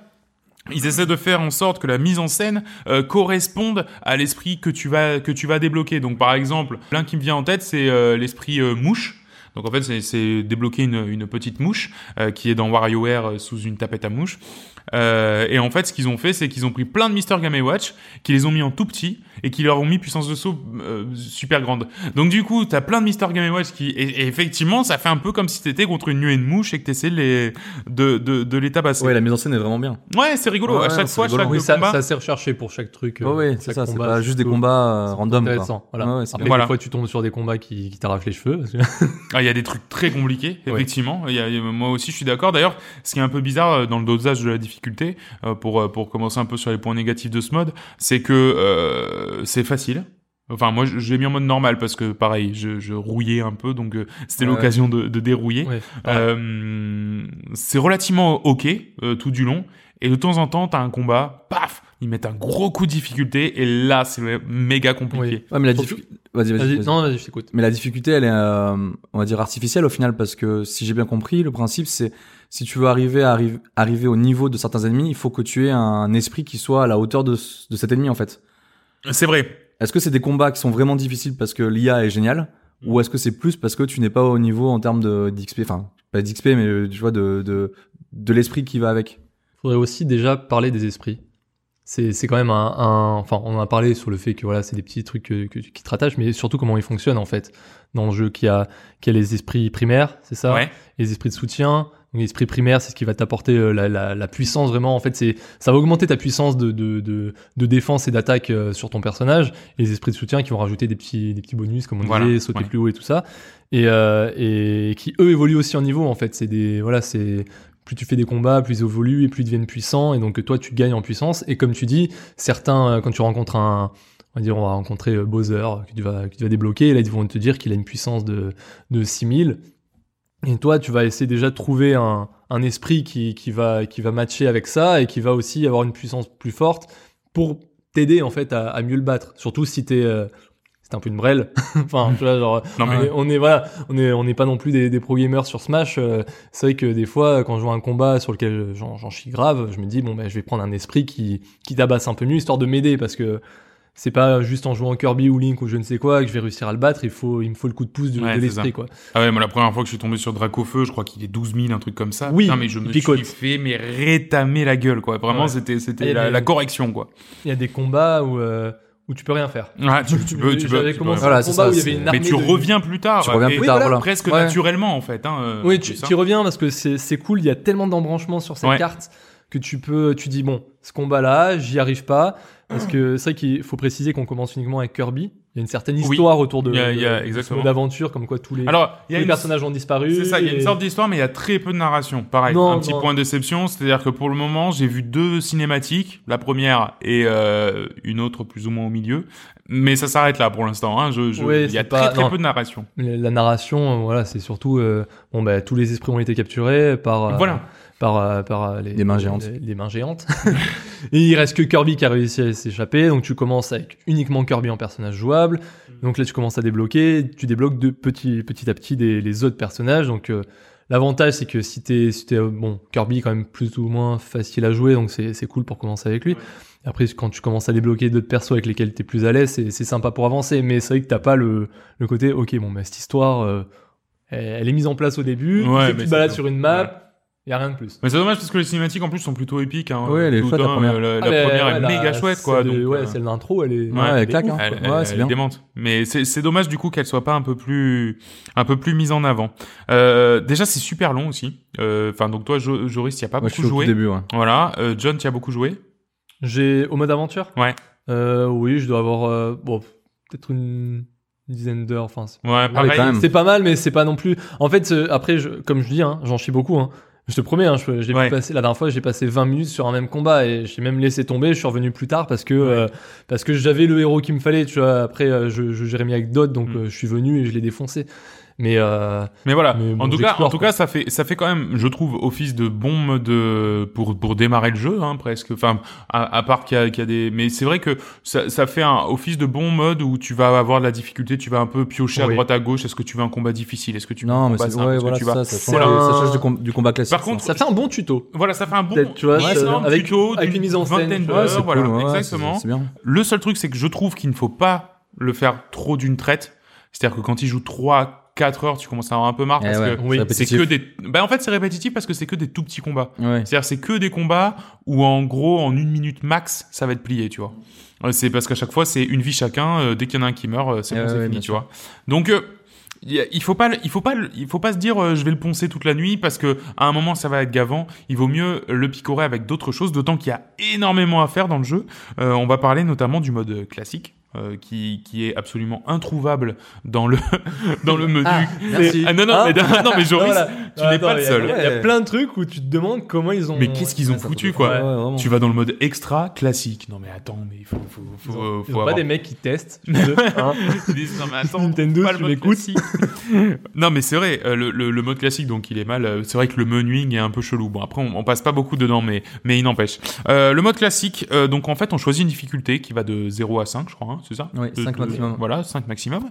[SPEAKER 1] Ils essaient de faire en sorte que la mise en scène euh, corresponde à l'esprit que tu vas que tu vas débloquer. Donc par exemple, l'un qui me vient en tête, c'est euh, l'esprit euh, mouche. Donc en fait, c'est- c'est débloquer une, une petite mouche euh, qui est dans WarioWare euh, sous une tapette à mouche. Euh, et en fait, ce qu'ils ont fait, c'est qu'ils ont pris plein de Mister Game Watch, qui les ont mis en tout petit et qui leur ont mis puissance de saut euh, super grande. Donc du coup, t'as plein de Mister Game Watch qui, et, et effectivement, ça fait un peu comme si t'étais contre une nuée de mouches et que t'essaies de les, de, de, de les tabasser.
[SPEAKER 3] Ouais, la mise en scène est vraiment bien.
[SPEAKER 1] Ouais, c'est rigolo.
[SPEAKER 3] Ouais,
[SPEAKER 1] à chaque
[SPEAKER 3] c'est
[SPEAKER 1] fois,
[SPEAKER 3] rigolo.
[SPEAKER 1] chaque
[SPEAKER 2] Oui, ça,
[SPEAKER 1] combat.
[SPEAKER 2] ça s'est recherché pour chaque truc. euh,
[SPEAKER 3] Ouais, ouais,
[SPEAKER 2] pour
[SPEAKER 3] c'est
[SPEAKER 2] chaque
[SPEAKER 3] ça, c'est
[SPEAKER 2] combat,
[SPEAKER 3] pas juste des
[SPEAKER 2] plutôt
[SPEAKER 3] combats euh, random. quoi.
[SPEAKER 2] Intéressant. Voilà.
[SPEAKER 3] Ouais, ouais, c'est
[SPEAKER 2] Après,
[SPEAKER 1] bien. Voilà.
[SPEAKER 2] des fois, tu tombes sur des combats qui, qui t'arrachent les cheveux. parce que-
[SPEAKER 1] Ah, il y a des trucs très compliqués,
[SPEAKER 2] Ouais.
[SPEAKER 1] effectivement. Il y a- il y a- moi aussi, je suis d'accord. D'ailleurs, ce qui est un peu bizarre euh, dans le dosage de la difficulté, euh, pour, euh, pour commencer un peu sur les points négatifs de ce mode, c'est que euh, c'est facile. Enfin, moi, je je l'ai mis en mode normal parce que, pareil, je, je rouillais un peu, donc euh, c'était
[SPEAKER 3] Ouais.
[SPEAKER 1] l'occasion de, de dérouiller.
[SPEAKER 2] Ouais.
[SPEAKER 1] Euh, c'est relativement ok euh, tout du long. Et de temps en temps, t'as un combat, paf, ils mettent un gros coup de difficulté. Et là, c'est méga compliqué.
[SPEAKER 3] Ouais, mais la
[SPEAKER 2] Surtout-
[SPEAKER 3] difficulté. Vas-y, vas-y,
[SPEAKER 2] Vas-y,
[SPEAKER 3] vas-y.
[SPEAKER 2] non, vas-y, je t'écoute.
[SPEAKER 3] Mais la difficulté, elle est, euh, on va dire, artificielle au final, parce que si j'ai bien compris, le principe, c'est si tu veux arriver, à arri- arriver au niveau de certains ennemis, il faut que tu aies un esprit qui soit à la hauteur de, ce- de cet ennemi, en fait.
[SPEAKER 1] C'est vrai.
[SPEAKER 3] Est-ce que c'est des combats qui sont vraiment difficiles parce que l'IA est géniale,
[SPEAKER 1] Mm.
[SPEAKER 3] ou est-ce que c'est plus parce que tu n'es pas au niveau en termes de d'XP, enfin, pas d'XP, mais euh, tu vois, de, de, de l'esprit qui va avec
[SPEAKER 2] faudrait aussi déjà parler des esprits. C'est c'est quand même un, un- Enfin, on en a parlé sur le fait que voilà, c'est des petits trucs que- que- qui te rattachent, mais surtout comment ils fonctionnent en fait dans le jeu qui a, qui a les esprits primaires, c'est ça
[SPEAKER 1] Ouais.
[SPEAKER 2] Les esprits de soutien. Donc, L'esprit primaire, c'est ce qui va t'apporter euh, la, la- la puissance vraiment. En fait, c'est ça va augmenter ta puissance de, de, de, de défense et d'attaque euh, sur ton personnage. Et les esprits de soutien qui vont rajouter des petits, des petits bonus, comme on
[SPEAKER 1] Voilà,
[SPEAKER 2] disait, sauter
[SPEAKER 1] ouais.
[SPEAKER 2] plus haut et tout ça. Et, euh, et qui, eux, évoluent aussi en niveau, en fait. C'est des, voilà, c'est, plus tu fais des combats, plus ils évoluent et plus ils deviennent puissants. Et donc, toi, tu gagnes en puissance. Et comme tu dis, certains, euh, quand tu rencontres un, on va dire, on va rencontrer euh, Bowser, euh, que tu vas, que tu vas débloquer, et là, ils vont te dire qu'il a une puissance de, de 6000. Et toi, tu vas essayer déjà de trouver un, un esprit qui, qui va, qui va matcher avec ça et qui va aussi avoir une puissance plus forte pour t'aider, en fait, à, à mieux le battre. Surtout si t'es, euh, c'est un peu une brêle. enfin, tu vois, genre,
[SPEAKER 1] Non, mais
[SPEAKER 2] on est- on est voilà, on est on n'est pas non plus des, des pro gamers sur Smash. euh, c'est vrai que des fois, quand je vois un combat sur lequel j'en j'en chie grave, je me dis bon ben je vais prendre un esprit qui qui tabasse un peu mieux histoire de m'aider parce que c'est pas juste en jouant Kirby ou Link ou je ne sais quoi que je vais réussir à le battre. Il faut il me faut le coup de pouce du-
[SPEAKER 1] Ouais,
[SPEAKER 2] de
[SPEAKER 1] c'est ça.
[SPEAKER 2] l'esprit quoi.
[SPEAKER 1] Ah ouais, moi la première fois que je suis tombé sur Dracofeu, je crois qu'il est 12 000, un truc comme ça.
[SPEAKER 2] Oui,
[SPEAKER 1] Putain, mais je me
[SPEAKER 2] il
[SPEAKER 1] suis
[SPEAKER 2] picote.
[SPEAKER 1] fait mais rétamer la gueule, quoi. Vraiment,
[SPEAKER 2] Ouais.
[SPEAKER 1] c'était c'était
[SPEAKER 2] Et
[SPEAKER 1] la,
[SPEAKER 2] les-
[SPEAKER 1] la correction, quoi.
[SPEAKER 2] Il y a des combats où euh, où tu peux rien faire.
[SPEAKER 1] Ah, tu, tu peux, tu peux.
[SPEAKER 2] J'avais
[SPEAKER 1] tu peux-
[SPEAKER 2] commencé
[SPEAKER 3] Voilà,
[SPEAKER 2] un
[SPEAKER 3] c'est
[SPEAKER 2] combat
[SPEAKER 3] ça,
[SPEAKER 2] où il y
[SPEAKER 3] c'est-
[SPEAKER 2] avait une
[SPEAKER 1] Mais
[SPEAKER 2] armée
[SPEAKER 1] tu
[SPEAKER 2] de-
[SPEAKER 1] reviens plus tard.
[SPEAKER 3] Tu reviens
[SPEAKER 1] Ah, bah, et
[SPEAKER 3] plus tard, voilà.
[SPEAKER 1] Presque
[SPEAKER 3] Ouais.
[SPEAKER 1] naturellement, en fait. Hein, euh,
[SPEAKER 2] Oui,
[SPEAKER 1] c'est
[SPEAKER 2] tu,
[SPEAKER 1] ça.
[SPEAKER 2] tu reviens parce que c'est c'est cool. Il y a tellement d'embranchements sur cette
[SPEAKER 1] Ouais.
[SPEAKER 2] carte que tu peux, tu dis bon, ce combat-là, j'y arrive pas parce que c'est vrai qu'il faut préciser qu'on commence uniquement avec Kirby. Il y a une certaine
[SPEAKER 1] Oui.
[SPEAKER 2] histoire autour de,
[SPEAKER 1] Il y a-
[SPEAKER 2] de-
[SPEAKER 1] il y a-
[SPEAKER 2] de ce
[SPEAKER 1] exactement.
[SPEAKER 2] mode d'aventure, comme quoi tous les,
[SPEAKER 1] Alors, il
[SPEAKER 2] tous
[SPEAKER 1] y a
[SPEAKER 2] les
[SPEAKER 1] une...
[SPEAKER 2] personnages ont disparu.
[SPEAKER 1] C'est ça, il y a une
[SPEAKER 2] et-
[SPEAKER 1] sorte d'histoire, mais il y a très peu de narration. Pareil,
[SPEAKER 2] Non,
[SPEAKER 1] un petit
[SPEAKER 2] non.
[SPEAKER 1] point de déception, c'est-à-dire que pour le moment, j'ai vu deux cinématiques, la première et euh, une autre plus ou moins au milieu, mais ça s'arrête là pour l'instant. Hein. Je, je-
[SPEAKER 2] Ouais,
[SPEAKER 1] il y a
[SPEAKER 2] c'est pas-
[SPEAKER 1] très très
[SPEAKER 2] non.
[SPEAKER 1] peu de narration.
[SPEAKER 2] La la narration, euh, voilà, c'est surtout euh, bon, bah, tous les esprits ont été capturés par euh,
[SPEAKER 1] Voilà.
[SPEAKER 2] par, euh, par euh, les,
[SPEAKER 3] Des mains géantes.
[SPEAKER 2] Les, les mains géantes. et il reste que Kirby qui a réussi à s'échapper. Donc tu commences avec uniquement Kirby en personnage jouable.
[SPEAKER 1] Mm.
[SPEAKER 2] Donc là tu commences à débloquer, tu débloques de petit, petit à petit des, les autres personnages. Donc euh, l'avantage c'est que si t'es si t'es, euh, bon Kirby est quand même plus ou moins facile à jouer, donc c'est c'est cool pour commencer avec lui. Et Après, quand tu commences à débloquer d'autres persos avec lesquels t'es plus à l'aise, c'est c'est sympa pour avancer. Mais c'est vrai que t'as pas le, le côté, ok, bon, bah, cette histoire, euh, elle, elle est mise en place au début.
[SPEAKER 1] Ouais,
[SPEAKER 2] tu sais que
[SPEAKER 1] mais
[SPEAKER 2] tu
[SPEAKER 1] c'est
[SPEAKER 2] te balades
[SPEAKER 1] tout.
[SPEAKER 2] sur une map,
[SPEAKER 1] Ouais.
[SPEAKER 2] y a rien de plus.
[SPEAKER 1] Mais c'est dommage parce que les cinématiques en plus sont plutôt épiques. Hein.
[SPEAKER 3] Ouais, elle est
[SPEAKER 1] Tout
[SPEAKER 3] chouette, la
[SPEAKER 1] un,
[SPEAKER 3] première.
[SPEAKER 1] euh, La,
[SPEAKER 2] Ah, mais,
[SPEAKER 1] première
[SPEAKER 2] ouais,
[SPEAKER 1] est
[SPEAKER 2] la-
[SPEAKER 1] méga chouette quoi.
[SPEAKER 2] celle
[SPEAKER 1] donc,
[SPEAKER 2] de- ouais,
[SPEAKER 1] euh,
[SPEAKER 2] celle d'intro, elle est.
[SPEAKER 1] Ouais,
[SPEAKER 3] Ouais,
[SPEAKER 2] elle est
[SPEAKER 3] elle claque,
[SPEAKER 2] ouf.
[SPEAKER 3] hein.
[SPEAKER 1] elle,
[SPEAKER 3] Ouais,
[SPEAKER 1] elle
[SPEAKER 3] c'est
[SPEAKER 1] est
[SPEAKER 3] bien.
[SPEAKER 1] démente. Mais c'est c'est dommage du coup qu'elle soit pas un peu plus un peu plus mise en avant. Euh, déjà c'est super long aussi. Euh, Enfin donc toi Jo- Joris, tu as pas
[SPEAKER 3] Moi, je
[SPEAKER 1] beaucoup
[SPEAKER 3] suis au tout
[SPEAKER 1] joué.
[SPEAKER 3] début, ouais.
[SPEAKER 1] Voilà, Euh, John, tu as beaucoup joué.
[SPEAKER 2] J'ai au mode aventure.
[SPEAKER 1] Ouais.
[SPEAKER 2] Euh, oui, je dois avoir euh, bon peut-être une une dizaine d'heures. Enfin, c'est-
[SPEAKER 1] Ouais,
[SPEAKER 3] Ah oui,
[SPEAKER 1] pareil.
[SPEAKER 3] quand même.
[SPEAKER 2] c'est pas mal, mais c'est pas non plus. En fait, euh, après, je- comme je dis, hein, j'en chie beaucoup. hein. Je te promets, hein, je- j'ai
[SPEAKER 1] Ouais.
[SPEAKER 2] passé la dernière fois, j'ai passé 20 minutes sur un même combat et j'ai même laissé tomber. Je suis revenu plus tard parce que euh, parce que j'avais le héros qu'il me fallait. Tu vois, après, euh, je, je j'ai remis avec d'autres, donc
[SPEAKER 1] Mm.
[SPEAKER 2] euh, je suis venu et je l'ai défoncé. Mais euh,
[SPEAKER 1] Mais voilà,
[SPEAKER 2] Mais
[SPEAKER 1] en
[SPEAKER 2] bon,
[SPEAKER 1] tout cas, en
[SPEAKER 2] j'explore,
[SPEAKER 1] tout
[SPEAKER 2] quoi.
[SPEAKER 1] cas, ça fait ça fait quand même, je trouve, office de bon mode euh, pour pour démarrer le jeu, hein, presque. Enfin, à, à part qu'il y, a- qu'il y a des, mais c'est vrai que ça, ça fait un office de bon mode où tu vas avoir de la difficulté, tu vas un peu piocher à
[SPEAKER 2] Oui.
[SPEAKER 1] droite à gauche. Est-ce que tu veux un combat difficile Est-ce que tu veux
[SPEAKER 3] Non,
[SPEAKER 1] un
[SPEAKER 3] mais
[SPEAKER 1] combat
[SPEAKER 3] c'est
[SPEAKER 1] simple
[SPEAKER 3] ouais,
[SPEAKER 1] Est-ce que
[SPEAKER 3] voilà,
[SPEAKER 1] tu
[SPEAKER 3] c'est
[SPEAKER 1] vas-
[SPEAKER 3] ça, ça
[SPEAKER 2] C'est
[SPEAKER 3] change,
[SPEAKER 2] un-
[SPEAKER 3] ça change du, com- du combat classique.
[SPEAKER 1] Par
[SPEAKER 3] ça.
[SPEAKER 1] contre,
[SPEAKER 2] ça fait un bon tuto.
[SPEAKER 1] Voilà, ça fait un bon
[SPEAKER 2] Peut-être, tu vois,
[SPEAKER 1] énorme
[SPEAKER 2] ça- avec-
[SPEAKER 1] tuto
[SPEAKER 2] avec
[SPEAKER 1] d'une
[SPEAKER 2] une mise en scène,
[SPEAKER 1] vingtaine
[SPEAKER 2] tu
[SPEAKER 1] d'heures,
[SPEAKER 2] vois.
[SPEAKER 3] Ouais, c'est
[SPEAKER 1] euh, voilà,
[SPEAKER 3] cool, ouais, c'est-
[SPEAKER 1] exactement.
[SPEAKER 3] C'est bien.
[SPEAKER 1] Le seul truc, c'est que je trouve qu'il ne faut pas le faire trop d'une traite. C'est-à-dire que quand il joue trois, 4 heures, tu commences à avoir un peu marre
[SPEAKER 3] Eh
[SPEAKER 1] parce
[SPEAKER 3] ouais,
[SPEAKER 1] que
[SPEAKER 2] oui,
[SPEAKER 1] c'est
[SPEAKER 3] répétitif.
[SPEAKER 1] que des. Bah en fait, c'est répétitif parce que c'est que des tout petits combats.
[SPEAKER 3] Ouais.
[SPEAKER 1] C'est-à-dire, c'est que des combats où en gros, en une minute max, ça va être plié, tu vois. Euh, C'est parce qu'à chaque fois, c'est une vie chacun. euh, dès qu'il y en a un qui meurt, euh, c'est
[SPEAKER 3] Ouais,
[SPEAKER 1] bon, c'est
[SPEAKER 3] ouais,
[SPEAKER 1] fini,
[SPEAKER 3] bien
[SPEAKER 1] tu vois. Donc euh, y a- il faut pas, le- il faut pas, le- il faut pas se dire euh, je vais le poncer toute la nuit parce que à un moment ça va être gavant. Il vaut mieux le picorer avec d'autres choses, d'autant qu'il y a énormément à faire dans le jeu. Euh, on va parler notamment du mode classique. euh, qui, qui est absolument introuvable dans le dans le menu.
[SPEAKER 3] merci.
[SPEAKER 1] Ah, non non,
[SPEAKER 2] Ah.
[SPEAKER 1] mais, non mais Joris,
[SPEAKER 3] Ah,
[SPEAKER 2] Voilà.
[SPEAKER 1] tu n'es
[SPEAKER 2] Attends,
[SPEAKER 1] pas le
[SPEAKER 2] il y a-
[SPEAKER 1] seul.
[SPEAKER 2] Il y a
[SPEAKER 3] Ouais.
[SPEAKER 2] plein de trucs où tu te demandes comment ils ont.
[SPEAKER 1] Mais qu'est-ce qu'ils ont
[SPEAKER 3] Ouais, ça
[SPEAKER 1] foutu
[SPEAKER 3] peut-
[SPEAKER 1] quoi
[SPEAKER 3] Ouais, ouais, vraiment.
[SPEAKER 1] Tu vas dans le mode extra classique. Non mais attends, mais faut faut faut,
[SPEAKER 2] Ils ont-
[SPEAKER 1] euh, faut
[SPEAKER 2] ils ont pas
[SPEAKER 1] avoir-
[SPEAKER 2] des mecs qui testent. je veux dire, hein.
[SPEAKER 1] Ils disent, non mais attends,
[SPEAKER 2] Nintendo,
[SPEAKER 1] pas le
[SPEAKER 2] tu
[SPEAKER 1] mode
[SPEAKER 2] m'écoutes
[SPEAKER 1] classique. non mais c'est vrai, euh, le, le- le mode classique donc il est mal. euh, C'est vrai que le menuing est un peu chelou. Bon après on, on passe pas beaucoup dedans, mais mais il n'empêche. Euh, le mode classique, euh, donc en fait on choisit une difficulté qui va de 0 à 5 je crois, hein, c'est ça
[SPEAKER 3] Ouais,
[SPEAKER 1] De-
[SPEAKER 3] 5
[SPEAKER 1] de-
[SPEAKER 3] maximum.
[SPEAKER 1] Voilà 5 maximum.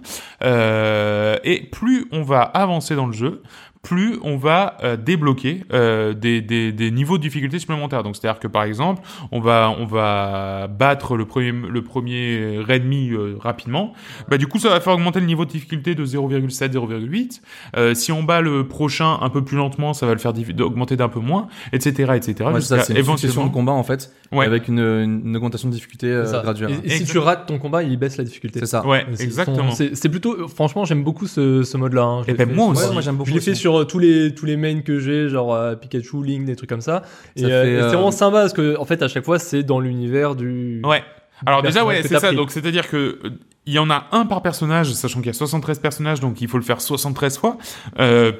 [SPEAKER 1] Euh, et plus on va avancer dans le jeu, plus on va euh, débloquer euh, des, des, des niveaux de difficulté supplémentaires. Donc c'est-à-dire que par exemple, on va on va battre le premier le premier Redmi euh, rapidement. Bah du coup, ça va faire augmenter le niveau de difficulté de 0,7 0,8. Euh, si on bat le prochain un peu plus lentement, ça va le faire diffi- augmenter d'un peu moins, etc. etc.
[SPEAKER 3] Ouais,
[SPEAKER 1] jusqu'à
[SPEAKER 3] ça, c'est une succession de combats en fait,
[SPEAKER 1] Ouais.
[SPEAKER 3] avec une, une augmentation de difficulté euh,
[SPEAKER 2] C'est ça.
[SPEAKER 3] graduelle.
[SPEAKER 2] Et, et si
[SPEAKER 1] Exact-
[SPEAKER 2] tu rates ton combat, il baisse la difficulté.
[SPEAKER 3] C'est ça.
[SPEAKER 1] Ouais,
[SPEAKER 2] hein. C'est-
[SPEAKER 1] exactement.
[SPEAKER 2] son- C'est c'est plutôt, franchement, j'aime beaucoup ce, ce mode-là. hein. Je
[SPEAKER 1] Et
[SPEAKER 2] l'ai
[SPEAKER 1] ben
[SPEAKER 2] fait-
[SPEAKER 1] moi aussi.
[SPEAKER 3] Ouais, moi j'aime beaucoup.
[SPEAKER 2] Je l'ai
[SPEAKER 3] aussi.
[SPEAKER 2] fait sur euh, tous les tous les mains que j'ai, genre euh, Pikachu, Link, des trucs comme ça. Et,
[SPEAKER 3] Ça
[SPEAKER 2] euh,
[SPEAKER 3] fait,
[SPEAKER 2] et c'est
[SPEAKER 3] euh,
[SPEAKER 2] vraiment sympa parce que en fait à chaque fois c'est dans l'univers du.
[SPEAKER 1] Ouais. Alors
[SPEAKER 2] du
[SPEAKER 1] déjà,
[SPEAKER 2] personnage
[SPEAKER 1] ouais,
[SPEAKER 2] que
[SPEAKER 1] c'est
[SPEAKER 2] t'as
[SPEAKER 1] ça.
[SPEAKER 2] pris.
[SPEAKER 1] Donc c'est-à-dire que euh, il y en a un par personnage, sachant qu'il y a 73 personnages, donc il faut le faire 73 fois. Euh,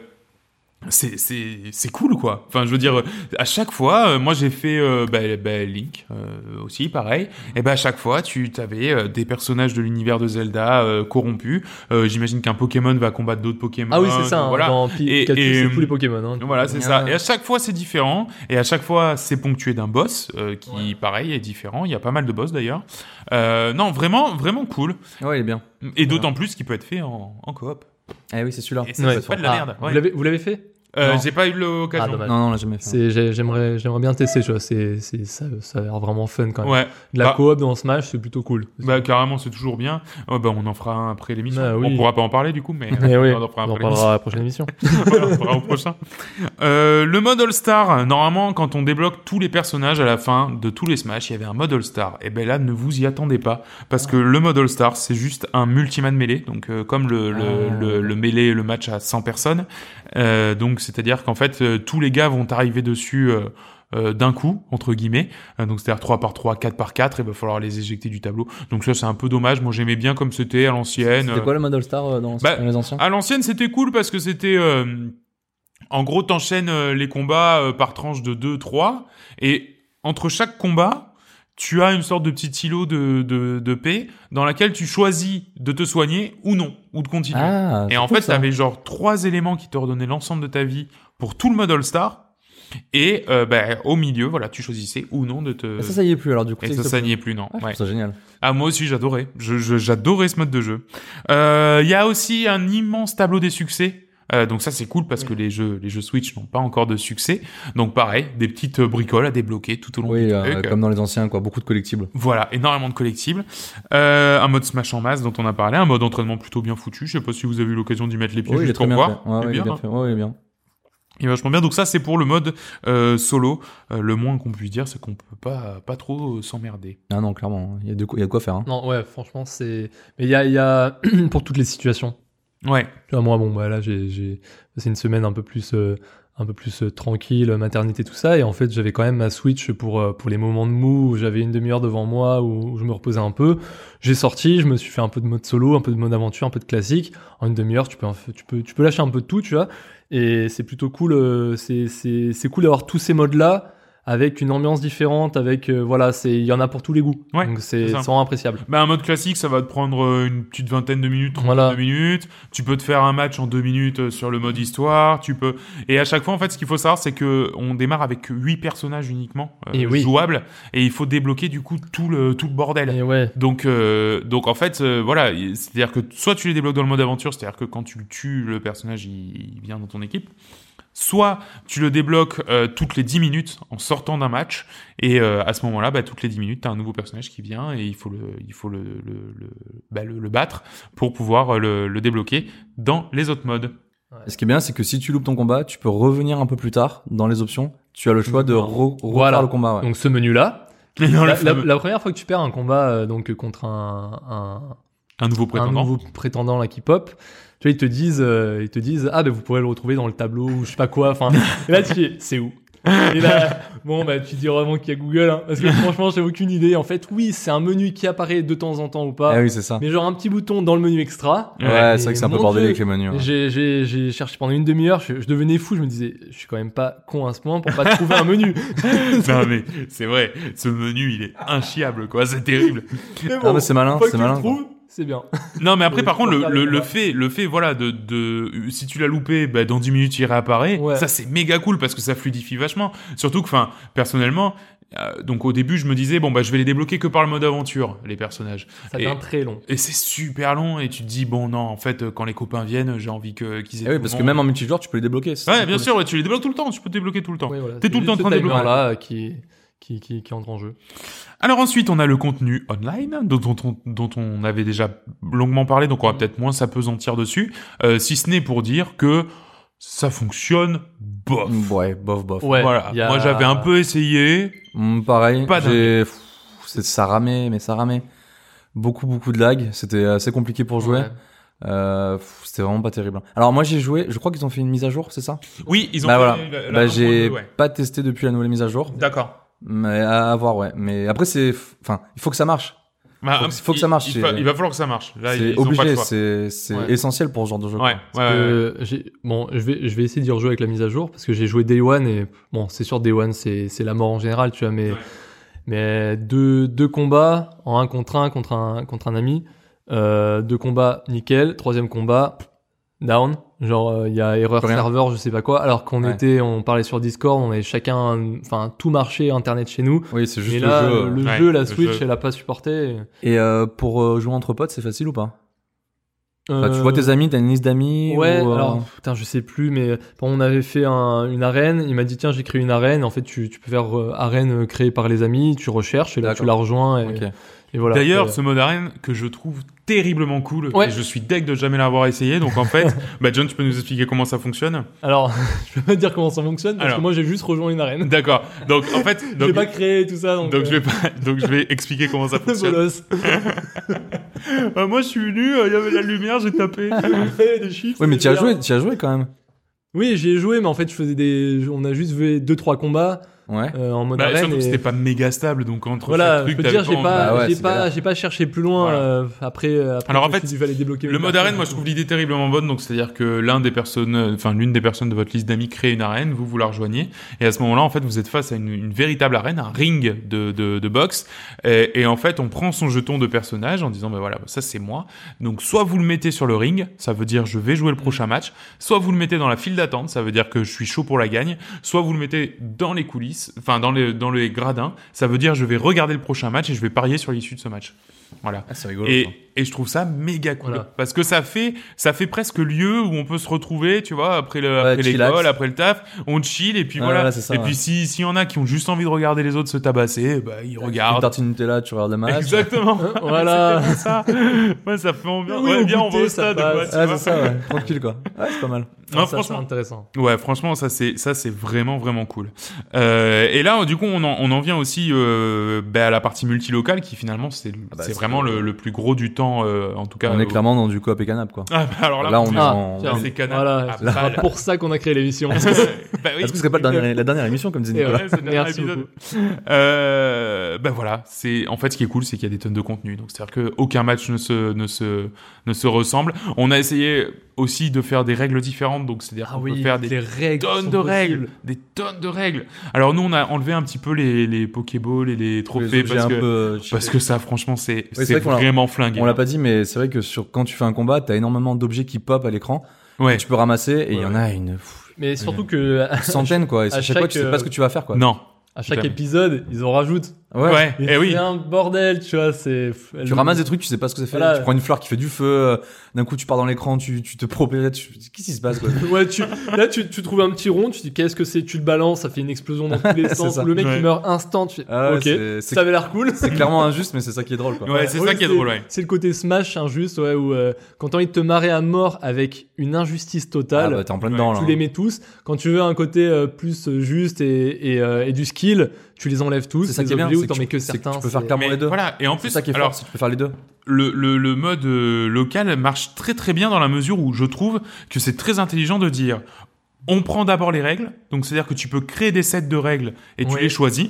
[SPEAKER 1] c'est c'est c'est cool quoi. Enfin je veux dire euh, à chaque fois euh, moi j'ai fait euh, bah, bah, Link euh, aussi pareil et ben à chaque fois tu avais des personnages de l'univers de Zelda euh, corrompus. Euh, J'imagine qu'un Pokémon va combattre d'autres Pokémon.
[SPEAKER 2] Ah oui c'est ça. hein,
[SPEAKER 1] euh, Voilà.
[SPEAKER 2] Dans Pi-
[SPEAKER 1] Et-
[SPEAKER 2] Pikachu,
[SPEAKER 1] et- euh,
[SPEAKER 2] c'est tous les Pokémon. hein.
[SPEAKER 1] Voilà, c'est
[SPEAKER 3] Ouais.
[SPEAKER 1] ça. Et à chaque fois, c'est différent. Et à chaque fois, c'est ponctué d'un boss euh, qui, pareil, est différent. Il y a pas mal de boss d'ailleurs. Euh, non, vraiment, vraiment cool.
[SPEAKER 3] Ouais, il est bien.
[SPEAKER 1] Et d'autant plus qu'il peut être fait en, en coop.
[SPEAKER 3] Ah oui, c'est celui-là.
[SPEAKER 1] Et ça,
[SPEAKER 2] Ouais.
[SPEAKER 1] c'est pas de la
[SPEAKER 2] Ah,
[SPEAKER 1] merde.
[SPEAKER 2] Vous
[SPEAKER 1] Ouais.
[SPEAKER 2] l'avez vous l'avez fait
[SPEAKER 1] Euh,
[SPEAKER 2] Non.
[SPEAKER 1] J'ai pas eu
[SPEAKER 2] Ah
[SPEAKER 1] l'occasion.
[SPEAKER 2] dommage.
[SPEAKER 3] Non, non, on l'a jamais fait.
[SPEAKER 2] C'est- j'ai- J'aimerais j'aimerais bien tester. Tu vois, c'est c'est ça ça a l'air vraiment fun quand même.
[SPEAKER 1] ouais.
[SPEAKER 2] De La
[SPEAKER 1] Bah.
[SPEAKER 2] coop dans Smash c'est plutôt cool.
[SPEAKER 1] Bah carrément, c'est toujours bien. Oh, bah, on en fera un après l'émission.
[SPEAKER 2] Ah oui.
[SPEAKER 1] On pourra pas en parler du coup, mais
[SPEAKER 2] Mais Eh oui,
[SPEAKER 1] on en fera un
[SPEAKER 2] on en
[SPEAKER 1] après l'émission.
[SPEAKER 2] parlera à la prochaine émission.
[SPEAKER 1] Voilà, on verra au prochain. Euh, le mode All-Star, normalement, quand on débloque tous les personnages à la fin de tous les Smash, il y avait un mode All-Star. Et ben là, ne vous y attendez pas, parce que le mode All-Star, c'est juste un multiman mêlé, donc euh, comme le, le,
[SPEAKER 3] Ah.
[SPEAKER 1] le, le mêlé, le match à 100 personnes. Euh, donc, c'est-à-dire qu'en fait, euh, tous les gars vont arriver dessus. euh, euh, d'un coup entre guillemets Euh, donc c'est-à-dire 3 par 3 4 par 4 et va falloir les éjecter du tableau donc ça c'est un peu dommage moi j'aimais bien comme c'était à l'ancienne
[SPEAKER 3] C'était quoi le mode All-Star euh, dans,
[SPEAKER 1] Bah,
[SPEAKER 3] dans les anciens
[SPEAKER 1] à l'ancienne, c'était cool parce que c'était. euh, en gros, t'enchaînes euh, les combats euh, par tranche de 2, 3. Et entre chaque combat, tu as une sorte de petit îlot de, de, de paix dans laquelle tu choisis de te soigner ou non, ou de continuer.
[SPEAKER 3] Ah,
[SPEAKER 1] et en fait, t'avais genre trois éléments qui te redonnaient l'ensemble de ta vie pour tout le mode All-Star. Et euh, bah, au milieu, voilà, tu choisissais ou non de te.
[SPEAKER 3] Ah, ça, ça y est plus alors du coup.
[SPEAKER 1] et
[SPEAKER 3] c'est
[SPEAKER 1] ça,
[SPEAKER 3] que-
[SPEAKER 1] ça n'y est plus, non.
[SPEAKER 3] Ah, je
[SPEAKER 1] Ouais.
[SPEAKER 3] trouve ça génial.
[SPEAKER 1] Ah moi aussi j'adorais. Je- je- J'adorais ce mode de jeu. Euh, Il y a aussi un immense tableau des succès. Euh, donc ça c'est cool parce que les jeux les jeux Switch n'ont pas encore de succès. Donc pareil, des petites euh, bricoles à débloquer tout au long
[SPEAKER 3] Oui,
[SPEAKER 1] du
[SPEAKER 3] euh,
[SPEAKER 1] truc.
[SPEAKER 3] comme dans les anciens, quoi. Beaucoup de collectibles.
[SPEAKER 1] Voilà, énormément de collectibles. Euh, un mode smash en masse dont on a parlé, un mode entraînement plutôt bien foutu. Je sais pas si vous avez eu l'occasion d'y mettre les pieds
[SPEAKER 3] il est
[SPEAKER 1] juste
[SPEAKER 3] très
[SPEAKER 1] pour
[SPEAKER 3] bien
[SPEAKER 1] voir.
[SPEAKER 3] fait. Ouais,
[SPEAKER 1] Il est
[SPEAKER 3] ouais, il
[SPEAKER 1] bien,
[SPEAKER 3] est bien
[SPEAKER 1] hein.
[SPEAKER 3] fait. Ouais, il est bien.
[SPEAKER 1] Il est vachement bien. Donc ça c'est pour le mode euh, solo. Euh, le moins qu'on puisse dire c'est qu'on peut pas pas trop euh, s'emmerder.
[SPEAKER 3] Ah non, clairement. Il y a de quoi, il y a de quoi faire. hein.
[SPEAKER 2] Non ouais franchement c'est mais il y a il y a pour toutes les situations.
[SPEAKER 1] Ouais.
[SPEAKER 2] Tu vois, moi, bon, bah, là, j'ai, j'ai passé une semaine un peu plus, euh, un peu plus euh, tranquille, maternité, tout ça. Et en fait, j'avais quand même ma Switch pour, euh, pour les moments de mou où j'avais une demi-heure devant moi, où, où je me reposais un peu. J'ai sorti, je me suis fait un peu de mode solo, un peu de mode aventure, un peu de classique. En une demi-heure, tu peux, un f- tu peux, tu peux lâcher un peu de tout, tu vois. Et c'est plutôt cool, euh, c'est, c'est, c'est cool d'avoir tous ces modes-là avec une ambiance différente, avec, euh, voilà, c'est, il y en a pour tous les goûts.
[SPEAKER 1] Ouais,
[SPEAKER 2] Donc
[SPEAKER 1] c'est
[SPEAKER 2] c'est,
[SPEAKER 1] ça.
[SPEAKER 2] c'est vraiment appréciable.
[SPEAKER 1] Bah, un mode classique, ça va te prendre euh, une petite vingtaine de minutes, 32
[SPEAKER 2] Voilà.
[SPEAKER 1] minutes. Tu peux te faire un match en deux minutes euh, sur le mode histoire. Tu peux. Et à chaque fois, en fait, ce qu'il faut savoir, c'est que on démarre avec huit personnages uniquement euh,
[SPEAKER 2] Et oui.
[SPEAKER 1] jouables, et il faut débloquer du coup tout le tout le bordel.
[SPEAKER 2] Et ouais.
[SPEAKER 1] Donc, euh, donc en fait, euh, voilà, y- c'est-à-dire que soit tu les débloques dans le mode aventure, c'est-à-dire que quand tu le tues, le personnage il, il vient dans ton équipe. Soit tu le débloques euh, toutes les 10 minutes en sortant d'un match, et euh, à ce moment-là, bah, toutes les 10 minutes, tu as un nouveau personnage qui vient et il faut le, il faut le, le, le, bah, le- le battre pour pouvoir euh, le, le débloquer dans les autres modes.
[SPEAKER 3] Et ce qui est bien, c'est que si tu loupes ton combat, tu peux revenir un peu plus tard dans les options. Tu as le choix de re- refaire
[SPEAKER 2] Voilà.
[SPEAKER 3] le combat. ouais.
[SPEAKER 2] Donc ce menu-là,
[SPEAKER 1] Mais non, le
[SPEAKER 2] la, la-
[SPEAKER 1] fameux-
[SPEAKER 2] la première fois que tu perds un combat euh, donc contre un,
[SPEAKER 1] un nouveau
[SPEAKER 2] un, un
[SPEAKER 1] prétendant.
[SPEAKER 2] nouveau prétendant là qui pop, tu vois, ils te disent, euh, ils te disent, ah ben vous pourrez le retrouver dans le tableau ou je sais pas quoi. Enfin, et là tu dis, c'est où Et là, bon bah tu dis vraiment qu'il y a Google, hein, parce que franchement j'ai aucune idée. En fait, oui, c'est un menu qui apparaît de temps en temps ou pas,
[SPEAKER 3] Ah oui, c'est ça.
[SPEAKER 2] mais genre un petit bouton dans le menu extra.
[SPEAKER 1] Ouais,
[SPEAKER 3] Ouais, c'est vrai que c'est un
[SPEAKER 2] mais
[SPEAKER 3] peu
[SPEAKER 2] mon
[SPEAKER 3] bordélique
[SPEAKER 2] Dieu.
[SPEAKER 3] les menus. ouais.
[SPEAKER 2] J'ai- J'ai j'ai cherché pendant une demi-heure, je, je devenais fou, je me disais, je suis quand même pas con à ce point pour pas trouver un menu.
[SPEAKER 1] non mais c'est vrai, ce menu il est inchiable quoi, c'est terrible.
[SPEAKER 2] Mais
[SPEAKER 3] Ah,
[SPEAKER 2] bon,
[SPEAKER 3] mais c'est malin,
[SPEAKER 2] une fois que
[SPEAKER 3] c'est
[SPEAKER 2] tu le
[SPEAKER 3] malin. quoi.
[SPEAKER 2] trouves, c'est bien.
[SPEAKER 1] Non mais après
[SPEAKER 2] Euh,
[SPEAKER 1] par contre le,
[SPEAKER 2] faire
[SPEAKER 1] le,
[SPEAKER 2] les
[SPEAKER 1] le
[SPEAKER 2] combats.
[SPEAKER 1] fait le fait voilà de, de si tu l'as loupé bah, dans 10 minutes il réapparaît
[SPEAKER 2] Ouais.
[SPEAKER 1] ça c'est méga cool parce que ça fluidifie vachement surtout que enfin personnellement euh, donc au début je me disais bon bah je vais les débloquer que par le mode aventure les personnages
[SPEAKER 2] Ça
[SPEAKER 1] Et-
[SPEAKER 2] devient très long.
[SPEAKER 1] et c'est super long et tu te dis bon non en fait euh, quand les copains viennent j'ai envie que qu'ils aient
[SPEAKER 3] Eh oui,
[SPEAKER 1] tout
[SPEAKER 3] parce
[SPEAKER 1] le
[SPEAKER 3] que
[SPEAKER 1] monde.
[SPEAKER 3] même en multijoueur, tu peux les débloquer. c'est ça
[SPEAKER 1] ouais
[SPEAKER 3] qui est
[SPEAKER 1] bien
[SPEAKER 3] cool.
[SPEAKER 1] sûr ouais, tu les débloques tout le temps tu peux te débloquer tout le temps
[SPEAKER 2] Ouais, voilà,
[SPEAKER 1] T'es
[SPEAKER 2] c'est
[SPEAKER 1] tout le temps en
[SPEAKER 2] juste
[SPEAKER 1] train de
[SPEAKER 2] ce timer
[SPEAKER 1] débloquer.
[SPEAKER 2] là qui, qui, qui, qui entre en jeu.
[SPEAKER 1] Alors ensuite, on a le contenu online dont on, dont on- dont on avait déjà longuement parlé, donc on va peut-être moins s'apesantir dessus, euh, si ce n'est pour dire que ça fonctionne bof.
[SPEAKER 3] Mm, Ouais, bof, bof.
[SPEAKER 2] Ouais,
[SPEAKER 1] voilà.
[SPEAKER 2] il y a-
[SPEAKER 1] Moi, j'avais un peu essayé.
[SPEAKER 3] Hum, pareil.
[SPEAKER 1] Pas
[SPEAKER 3] j'ai- pff, c'est- ça ramait, mais ça ramait. Beaucoup, beaucoup de lag. C'était assez compliqué pour jouer.
[SPEAKER 2] Ouais.
[SPEAKER 3] Euh, pff, C'était vraiment pas terrible. Alors moi, j'ai joué. Je crois qu'ils ont fait une mise à jour, c'est ça
[SPEAKER 1] Oui, ils ont.
[SPEAKER 3] Bah
[SPEAKER 1] fait
[SPEAKER 3] voilà.
[SPEAKER 1] la- la-
[SPEAKER 3] Bah
[SPEAKER 1] la-
[SPEAKER 3] j'ai
[SPEAKER 1] ouais.
[SPEAKER 3] pas testé depuis la nouvelle mise à jour.
[SPEAKER 1] D'accord.
[SPEAKER 3] Mais à, à voir, ouais. Mais après, c'est, enfin, il faut que ça marche.
[SPEAKER 1] Bah,
[SPEAKER 3] Faut que- faut que
[SPEAKER 1] il-
[SPEAKER 3] ça marche,
[SPEAKER 1] Il, va,
[SPEAKER 3] c'est-
[SPEAKER 1] il va falloir que ça marche. Là, ils
[SPEAKER 3] C'est
[SPEAKER 1] ils ont pas le
[SPEAKER 3] obligé,
[SPEAKER 1] choix.
[SPEAKER 3] c'est c'est
[SPEAKER 2] Ouais.
[SPEAKER 3] essentiel pour ce genre de jeu.
[SPEAKER 1] Ouais, ouais,
[SPEAKER 3] quoi.
[SPEAKER 1] ouais, ouais.
[SPEAKER 2] Euh, j'ai- bon, je vais, je vais essayer d'y rejouer avec la mise à jour parce que j'ai joué Day One et bon, c'est sûr Day One c'est c'est la mort en général, tu vois, mais
[SPEAKER 1] Ouais.
[SPEAKER 2] mais deux deux combats en un contre un contre un contre un ami, euh, deux combats nickel, troisième combat down, genre euh, il y a erreur
[SPEAKER 3] Plus rien.
[SPEAKER 2] serveur, je sais pas quoi, alors qu'on
[SPEAKER 3] Ouais.
[SPEAKER 2] était on parlait sur Discord, on avait chacun enfin tout marché internet chez nous.
[SPEAKER 3] Oui, c'est
[SPEAKER 2] mais
[SPEAKER 3] juste
[SPEAKER 2] là,
[SPEAKER 3] le jeu. euh.
[SPEAKER 2] le
[SPEAKER 1] Ouais,
[SPEAKER 2] jeu, la
[SPEAKER 1] le
[SPEAKER 2] Switch,
[SPEAKER 1] jeu.
[SPEAKER 2] elle a pas supporté.
[SPEAKER 3] Et euh, pour euh, jouer entre potes, c'est facile ou pas Enfin, Bah, Tu
[SPEAKER 2] Euh,
[SPEAKER 3] vois tes amis, t'as une liste d'amis
[SPEAKER 2] Ouais,
[SPEAKER 3] ou, euh,
[SPEAKER 2] alors putain, je sais plus, mais bon, on avait fait un- une arène. Il m'a dit tiens, j'ai créé une arène. En fait, tu, tu peux faire euh, arène euh, créée par les amis, tu recherches et là tu
[SPEAKER 3] D'accord.
[SPEAKER 2] la rejoins et,
[SPEAKER 3] ok.
[SPEAKER 2] et voilà.
[SPEAKER 1] D'ailleurs,
[SPEAKER 2] Et- euh,
[SPEAKER 1] ce mode arène que je trouve terriblement cool,
[SPEAKER 2] Ouais.
[SPEAKER 1] et je suis deg de jamais l'avoir essayé, donc en fait, bah John, tu peux nous expliquer comment ça fonctionne
[SPEAKER 2] alors je peux pas dire comment ça fonctionne parce
[SPEAKER 1] Alors.
[SPEAKER 2] que moi j'ai juste rejoint une arène.
[SPEAKER 1] D'accord. Donc en fait,
[SPEAKER 2] J'ai
[SPEAKER 1] donc,
[SPEAKER 2] pas créé tout ça donc.
[SPEAKER 1] donc
[SPEAKER 2] euh,
[SPEAKER 1] je vais pas, donc je vais expliquer comment ça
[SPEAKER 2] le
[SPEAKER 1] fonctionne.
[SPEAKER 2] bolos.
[SPEAKER 1] Euh, moi, je suis venu, euh, il y avait la lumière, j'ai tapé.
[SPEAKER 2] Ah, Après, des chiffres,
[SPEAKER 3] Oui, mais
[SPEAKER 2] des
[SPEAKER 3] tu as
[SPEAKER 2] merdes.
[SPEAKER 3] joué, tu as joué quand même.
[SPEAKER 2] Oui, j'y ai joué, mais en fait, je faisais des. On a juste fait deux trois combats
[SPEAKER 3] Ouais.
[SPEAKER 2] euh, en mode
[SPEAKER 1] Bah,
[SPEAKER 2] arène.
[SPEAKER 1] surtout que
[SPEAKER 2] et-
[SPEAKER 1] c'était pas méga stable, donc entre chaque
[SPEAKER 2] Voilà, je
[SPEAKER 1] truc,
[SPEAKER 2] peux te
[SPEAKER 1] t'avais
[SPEAKER 2] dire, j'ai
[SPEAKER 1] envie-
[SPEAKER 2] pas,
[SPEAKER 3] Bah ouais,
[SPEAKER 2] j'ai
[SPEAKER 3] c'est
[SPEAKER 2] pas,
[SPEAKER 3] galère.
[SPEAKER 2] j'ai pas cherché plus loin.
[SPEAKER 1] Voilà.
[SPEAKER 2] euh, après, euh, après,
[SPEAKER 1] Alors, en
[SPEAKER 2] je me
[SPEAKER 1] fait,
[SPEAKER 2] suis dit, fallait débloquer
[SPEAKER 1] Le
[SPEAKER 2] mes
[SPEAKER 1] mode
[SPEAKER 2] cartes.
[SPEAKER 1] arène, moi, je trouve l'idée terriblement bonne. Donc, c'est-à-dire que l'un des personnes, euh, enfin, l'une des personnes de votre liste d'amis crée une arène, vous vous la rejoignez, et à ce moment-là, en fait, vous êtes face à une, une véritable arène, un ring de, de, de boxe, et, et en fait, on prend son jeton de personnage en disant, ben voilà, ça c'est moi. Donc, soit vous le mettez sur le ring, ça veut dire je vais jouer le prochain match, soit vous le mettez dans la file d'attente, ça veut dire que je suis chaud pour la gagne, soit vous le mettez dans les coulisses, enfin, dans les, dans les gradins, ça veut dire je vais regarder le prochain match et je vais parier sur l'issue de ce match. Voilà.
[SPEAKER 3] Ah, c'est rigolo.
[SPEAKER 1] Et,
[SPEAKER 3] ça.
[SPEAKER 1] et je trouve ça méga cool
[SPEAKER 2] Voilà.
[SPEAKER 1] parce que ça fait ça fait presque lieu où on peut se retrouver, tu vois, après le après
[SPEAKER 3] chillax.
[SPEAKER 1] l'école, après le taf, on chill et puis
[SPEAKER 3] Ouais,
[SPEAKER 1] voilà.
[SPEAKER 3] voilà, c'est ça,
[SPEAKER 1] et
[SPEAKER 3] ouais.
[SPEAKER 1] puis si s'il y en a qui ont juste envie de regarder les autres se tabasser, bah ils
[SPEAKER 3] Une
[SPEAKER 1] regardent.
[SPEAKER 3] tartine Nutella, tu regardes le match.
[SPEAKER 1] Exactement.
[SPEAKER 2] Hein Voilà.
[SPEAKER 1] C'est ça. Ouais, ça fait bien.
[SPEAKER 2] Oui,
[SPEAKER 1] ouais,
[SPEAKER 2] au
[SPEAKER 1] bien, on va
[SPEAKER 2] goûter,
[SPEAKER 1] au
[SPEAKER 2] ça
[SPEAKER 1] stade.
[SPEAKER 2] passe.
[SPEAKER 1] quoi, tu
[SPEAKER 3] Ah,
[SPEAKER 1] vois.
[SPEAKER 3] c'est ça, ouais. Tranquille, quoi. Ouais, c'est pas mal.
[SPEAKER 1] Non,
[SPEAKER 2] Ça, c'est
[SPEAKER 1] franchement,
[SPEAKER 2] intéressant.
[SPEAKER 1] Ouais, franchement, ça c'est ça c'est vraiment vraiment cool. Euh, et là, du coup, on en, on en vient aussi euh, bah, à la partie multilocale qui finalement c'est
[SPEAKER 3] bah,
[SPEAKER 1] c'est
[SPEAKER 3] c'est-
[SPEAKER 1] vraiment le, le plus gros du temps euh, en tout cas.
[SPEAKER 3] On
[SPEAKER 1] euh,
[SPEAKER 3] est clairement dans du coop et canap, quoi.
[SPEAKER 1] Ah, bah, alors là,
[SPEAKER 3] Là, on est
[SPEAKER 2] Ah,
[SPEAKER 3] en.
[SPEAKER 2] tiens.
[SPEAKER 1] Là, c'est canal.
[SPEAKER 2] Voilà,
[SPEAKER 1] à
[SPEAKER 2] c'est
[SPEAKER 1] balle.
[SPEAKER 2] pour ça qu'on a créé l'émission.
[SPEAKER 1] bah oui.
[SPEAKER 3] Est-ce que ce serait pas le dernier- la dernière émission, comme disait
[SPEAKER 2] Et
[SPEAKER 3] Nicolas
[SPEAKER 1] Ouais, c'est le dernier
[SPEAKER 2] Merci
[SPEAKER 1] épisode.
[SPEAKER 2] beaucoup.
[SPEAKER 1] Euh, bah voilà, c'est en fait ce qui est cool, c'est qu'il y a des tonnes de contenu. Donc c'est-à-dire que aucun match ne se ne se ne se ressemble. On a essayé aussi de faire des règles différentes. Donc c'est-à-dire
[SPEAKER 2] Ah
[SPEAKER 1] qu'on
[SPEAKER 2] oui,
[SPEAKER 1] peut faire des
[SPEAKER 2] les règles.
[SPEAKER 1] tonnes
[SPEAKER 2] sont
[SPEAKER 1] de
[SPEAKER 2] possibles.
[SPEAKER 1] règles, des tonnes de règles. Alors nous on a enlevé un petit peu les les Pokéballs et les
[SPEAKER 3] Les
[SPEAKER 1] trophées
[SPEAKER 3] objets
[SPEAKER 1] parce
[SPEAKER 3] un
[SPEAKER 1] que
[SPEAKER 3] peu
[SPEAKER 1] parce que ça franchement c'est
[SPEAKER 3] c'est
[SPEAKER 1] c'est
[SPEAKER 3] vrai qu'on l'a-
[SPEAKER 1] vraiment flingué.
[SPEAKER 3] On l'a pas dit, mais c'est vrai que sur, quand tu fais un combat, t'as énormément d'objets qui pop à l'écran.
[SPEAKER 1] Ouais.
[SPEAKER 3] que Tu peux ramasser et il y
[SPEAKER 1] Ouais,
[SPEAKER 3] en a une pff,
[SPEAKER 2] Mais surtout que
[SPEAKER 3] centaine, quoi. Et
[SPEAKER 2] à
[SPEAKER 3] à chaque fois,
[SPEAKER 2] chaque,
[SPEAKER 3] tu sais
[SPEAKER 2] euh,
[SPEAKER 3] pas ce que tu vas faire, quoi. Ah
[SPEAKER 1] Non.
[SPEAKER 2] à chaque
[SPEAKER 1] Putain.
[SPEAKER 2] épisode, ils en rajoutent.
[SPEAKER 3] Ouais.
[SPEAKER 1] Ouais,
[SPEAKER 2] Et
[SPEAKER 1] eh oui.
[SPEAKER 2] C'est un bordel, tu vois. C'est.
[SPEAKER 3] Tu ramasses des trucs, tu sais pas ce que ça fait.
[SPEAKER 2] Voilà.
[SPEAKER 3] Tu prends une fleur qui fait du feu, euh, d'un coup tu pars dans l'écran, tu, tu te propelles, tu... qu'est-ce qui se passe quoi
[SPEAKER 2] Ouais, tu, là, tu, tu trouves un petit rond, tu dis qu'est-ce que c'est, tu le balances, ça fait une explosion dans tous les
[SPEAKER 3] C'est
[SPEAKER 2] sens.
[SPEAKER 3] ça.
[SPEAKER 2] Le mec,
[SPEAKER 1] Ouais.
[SPEAKER 2] il meurt instant, tu fais,
[SPEAKER 3] Ah ouais,
[SPEAKER 2] ok,
[SPEAKER 3] c'est- c'est-
[SPEAKER 2] ça avait l'air cool.
[SPEAKER 3] C'est clairement injuste, mais c'est ça qui est drôle quoi.
[SPEAKER 1] Ouais, c'est
[SPEAKER 2] Ouais,
[SPEAKER 1] ça qui est drôle, ouais.
[SPEAKER 2] C'est le côté smash injuste, ouais, où euh, quand t'as envie de te marrer à mort avec une injustice totale,
[SPEAKER 3] Ah, bah, t'es en plein dedans
[SPEAKER 2] tu
[SPEAKER 3] là.
[SPEAKER 2] les mets tous. Quand tu veux un côté euh, plus euh, juste et, et, euh, et du skill, tu les enlèves tous.
[SPEAKER 3] C'est ça
[SPEAKER 2] les
[SPEAKER 3] qui est bien,
[SPEAKER 2] objets, ou
[SPEAKER 3] c'est que
[SPEAKER 2] t'en
[SPEAKER 3] tu-
[SPEAKER 2] mets que
[SPEAKER 3] c'est que tu
[SPEAKER 2] certains.
[SPEAKER 3] peux faire
[SPEAKER 2] c'est-
[SPEAKER 3] clairement- Clairement
[SPEAKER 1] Mais
[SPEAKER 3] les deux.
[SPEAKER 1] Voilà, et en
[SPEAKER 3] C'est
[SPEAKER 1] plus,
[SPEAKER 3] ça qui est fort,
[SPEAKER 1] alors,
[SPEAKER 3] c'est que tu peux faire les deux.
[SPEAKER 1] le, le, le mode euh, local marche très très bien dans la mesure où je trouve que c'est très intelligent de dire on prend d'abord les règles, donc c'est-à-dire que tu peux créer des sets de règles et tu
[SPEAKER 2] Ouais.
[SPEAKER 1] les choisis.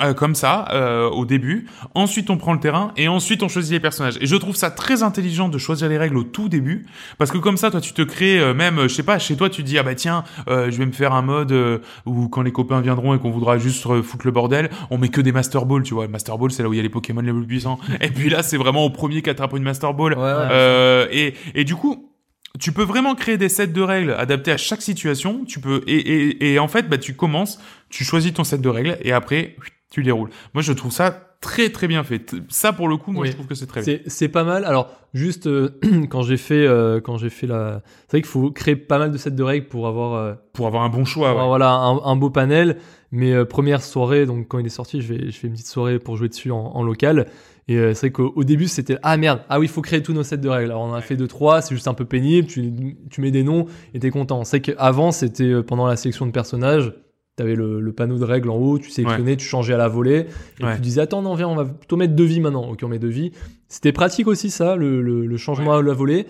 [SPEAKER 1] euh, comme ça, euh, au début. Ensuite, on prend le terrain et ensuite on choisit les personnages. Et je trouve ça très intelligent de choisir les règles au tout début parce que comme ça, toi, tu te crées euh, même, euh, je sais pas, chez toi, tu dis ah bah tiens, euh, je vais me faire un mode euh, où quand les copains viendront et qu'on voudra juste euh, foutre le bordel, on met que des Master Ball, tu vois. Master Ball, c'est là où il y a les Pokémon les plus puissants. Et puis là, c'est vraiment au premier qui attrape une Master Ball.
[SPEAKER 3] Ouais, ouais.
[SPEAKER 1] Euh, et, et du coup, tu peux vraiment créer des sets de règles adaptés à chaque situation. Tu peux et, et, et en fait, bah, tu commences, tu choisis ton set de règles et après tu les roules. Moi, je trouve ça très très bien fait. Ça pour le coup, moi,
[SPEAKER 2] Oui.
[SPEAKER 1] je trouve que c'est très bien.
[SPEAKER 2] C'est c'est pas mal. Alors, juste euh, quand j'ai fait, euh, quand j'ai fait la. C'est vrai qu'il faut créer pas mal de sets de règles pour avoir, euh,
[SPEAKER 1] Pour avoir un bon choix.
[SPEAKER 2] pour avoir,
[SPEAKER 1] ouais.
[SPEAKER 2] voilà, un, un beau panel. Mais euh, première soirée, donc quand il est sorti, je, vais, je fais une petite soirée pour jouer dessus en, en local. Et euh, c'est vrai qu'au au début, c'était ah merde, ah oui, il faut créer tous nos sets de règles. Alors on en a fait deux trois, c'est juste un peu pénible. Tu, tu mets des noms et t'es content. C'est qu'avant, c'était euh, pendant la sélection de personnages. T'avais le, le panneau de règles en haut, tu sélectionnais, tu changeais à la volée, et
[SPEAKER 1] Ouais.
[SPEAKER 2] tu disais attends non viens on va plutôt mettre deux vies maintenant. Ok on met deux vies. C'était pratique aussi ça, le, le- le changement à la volée,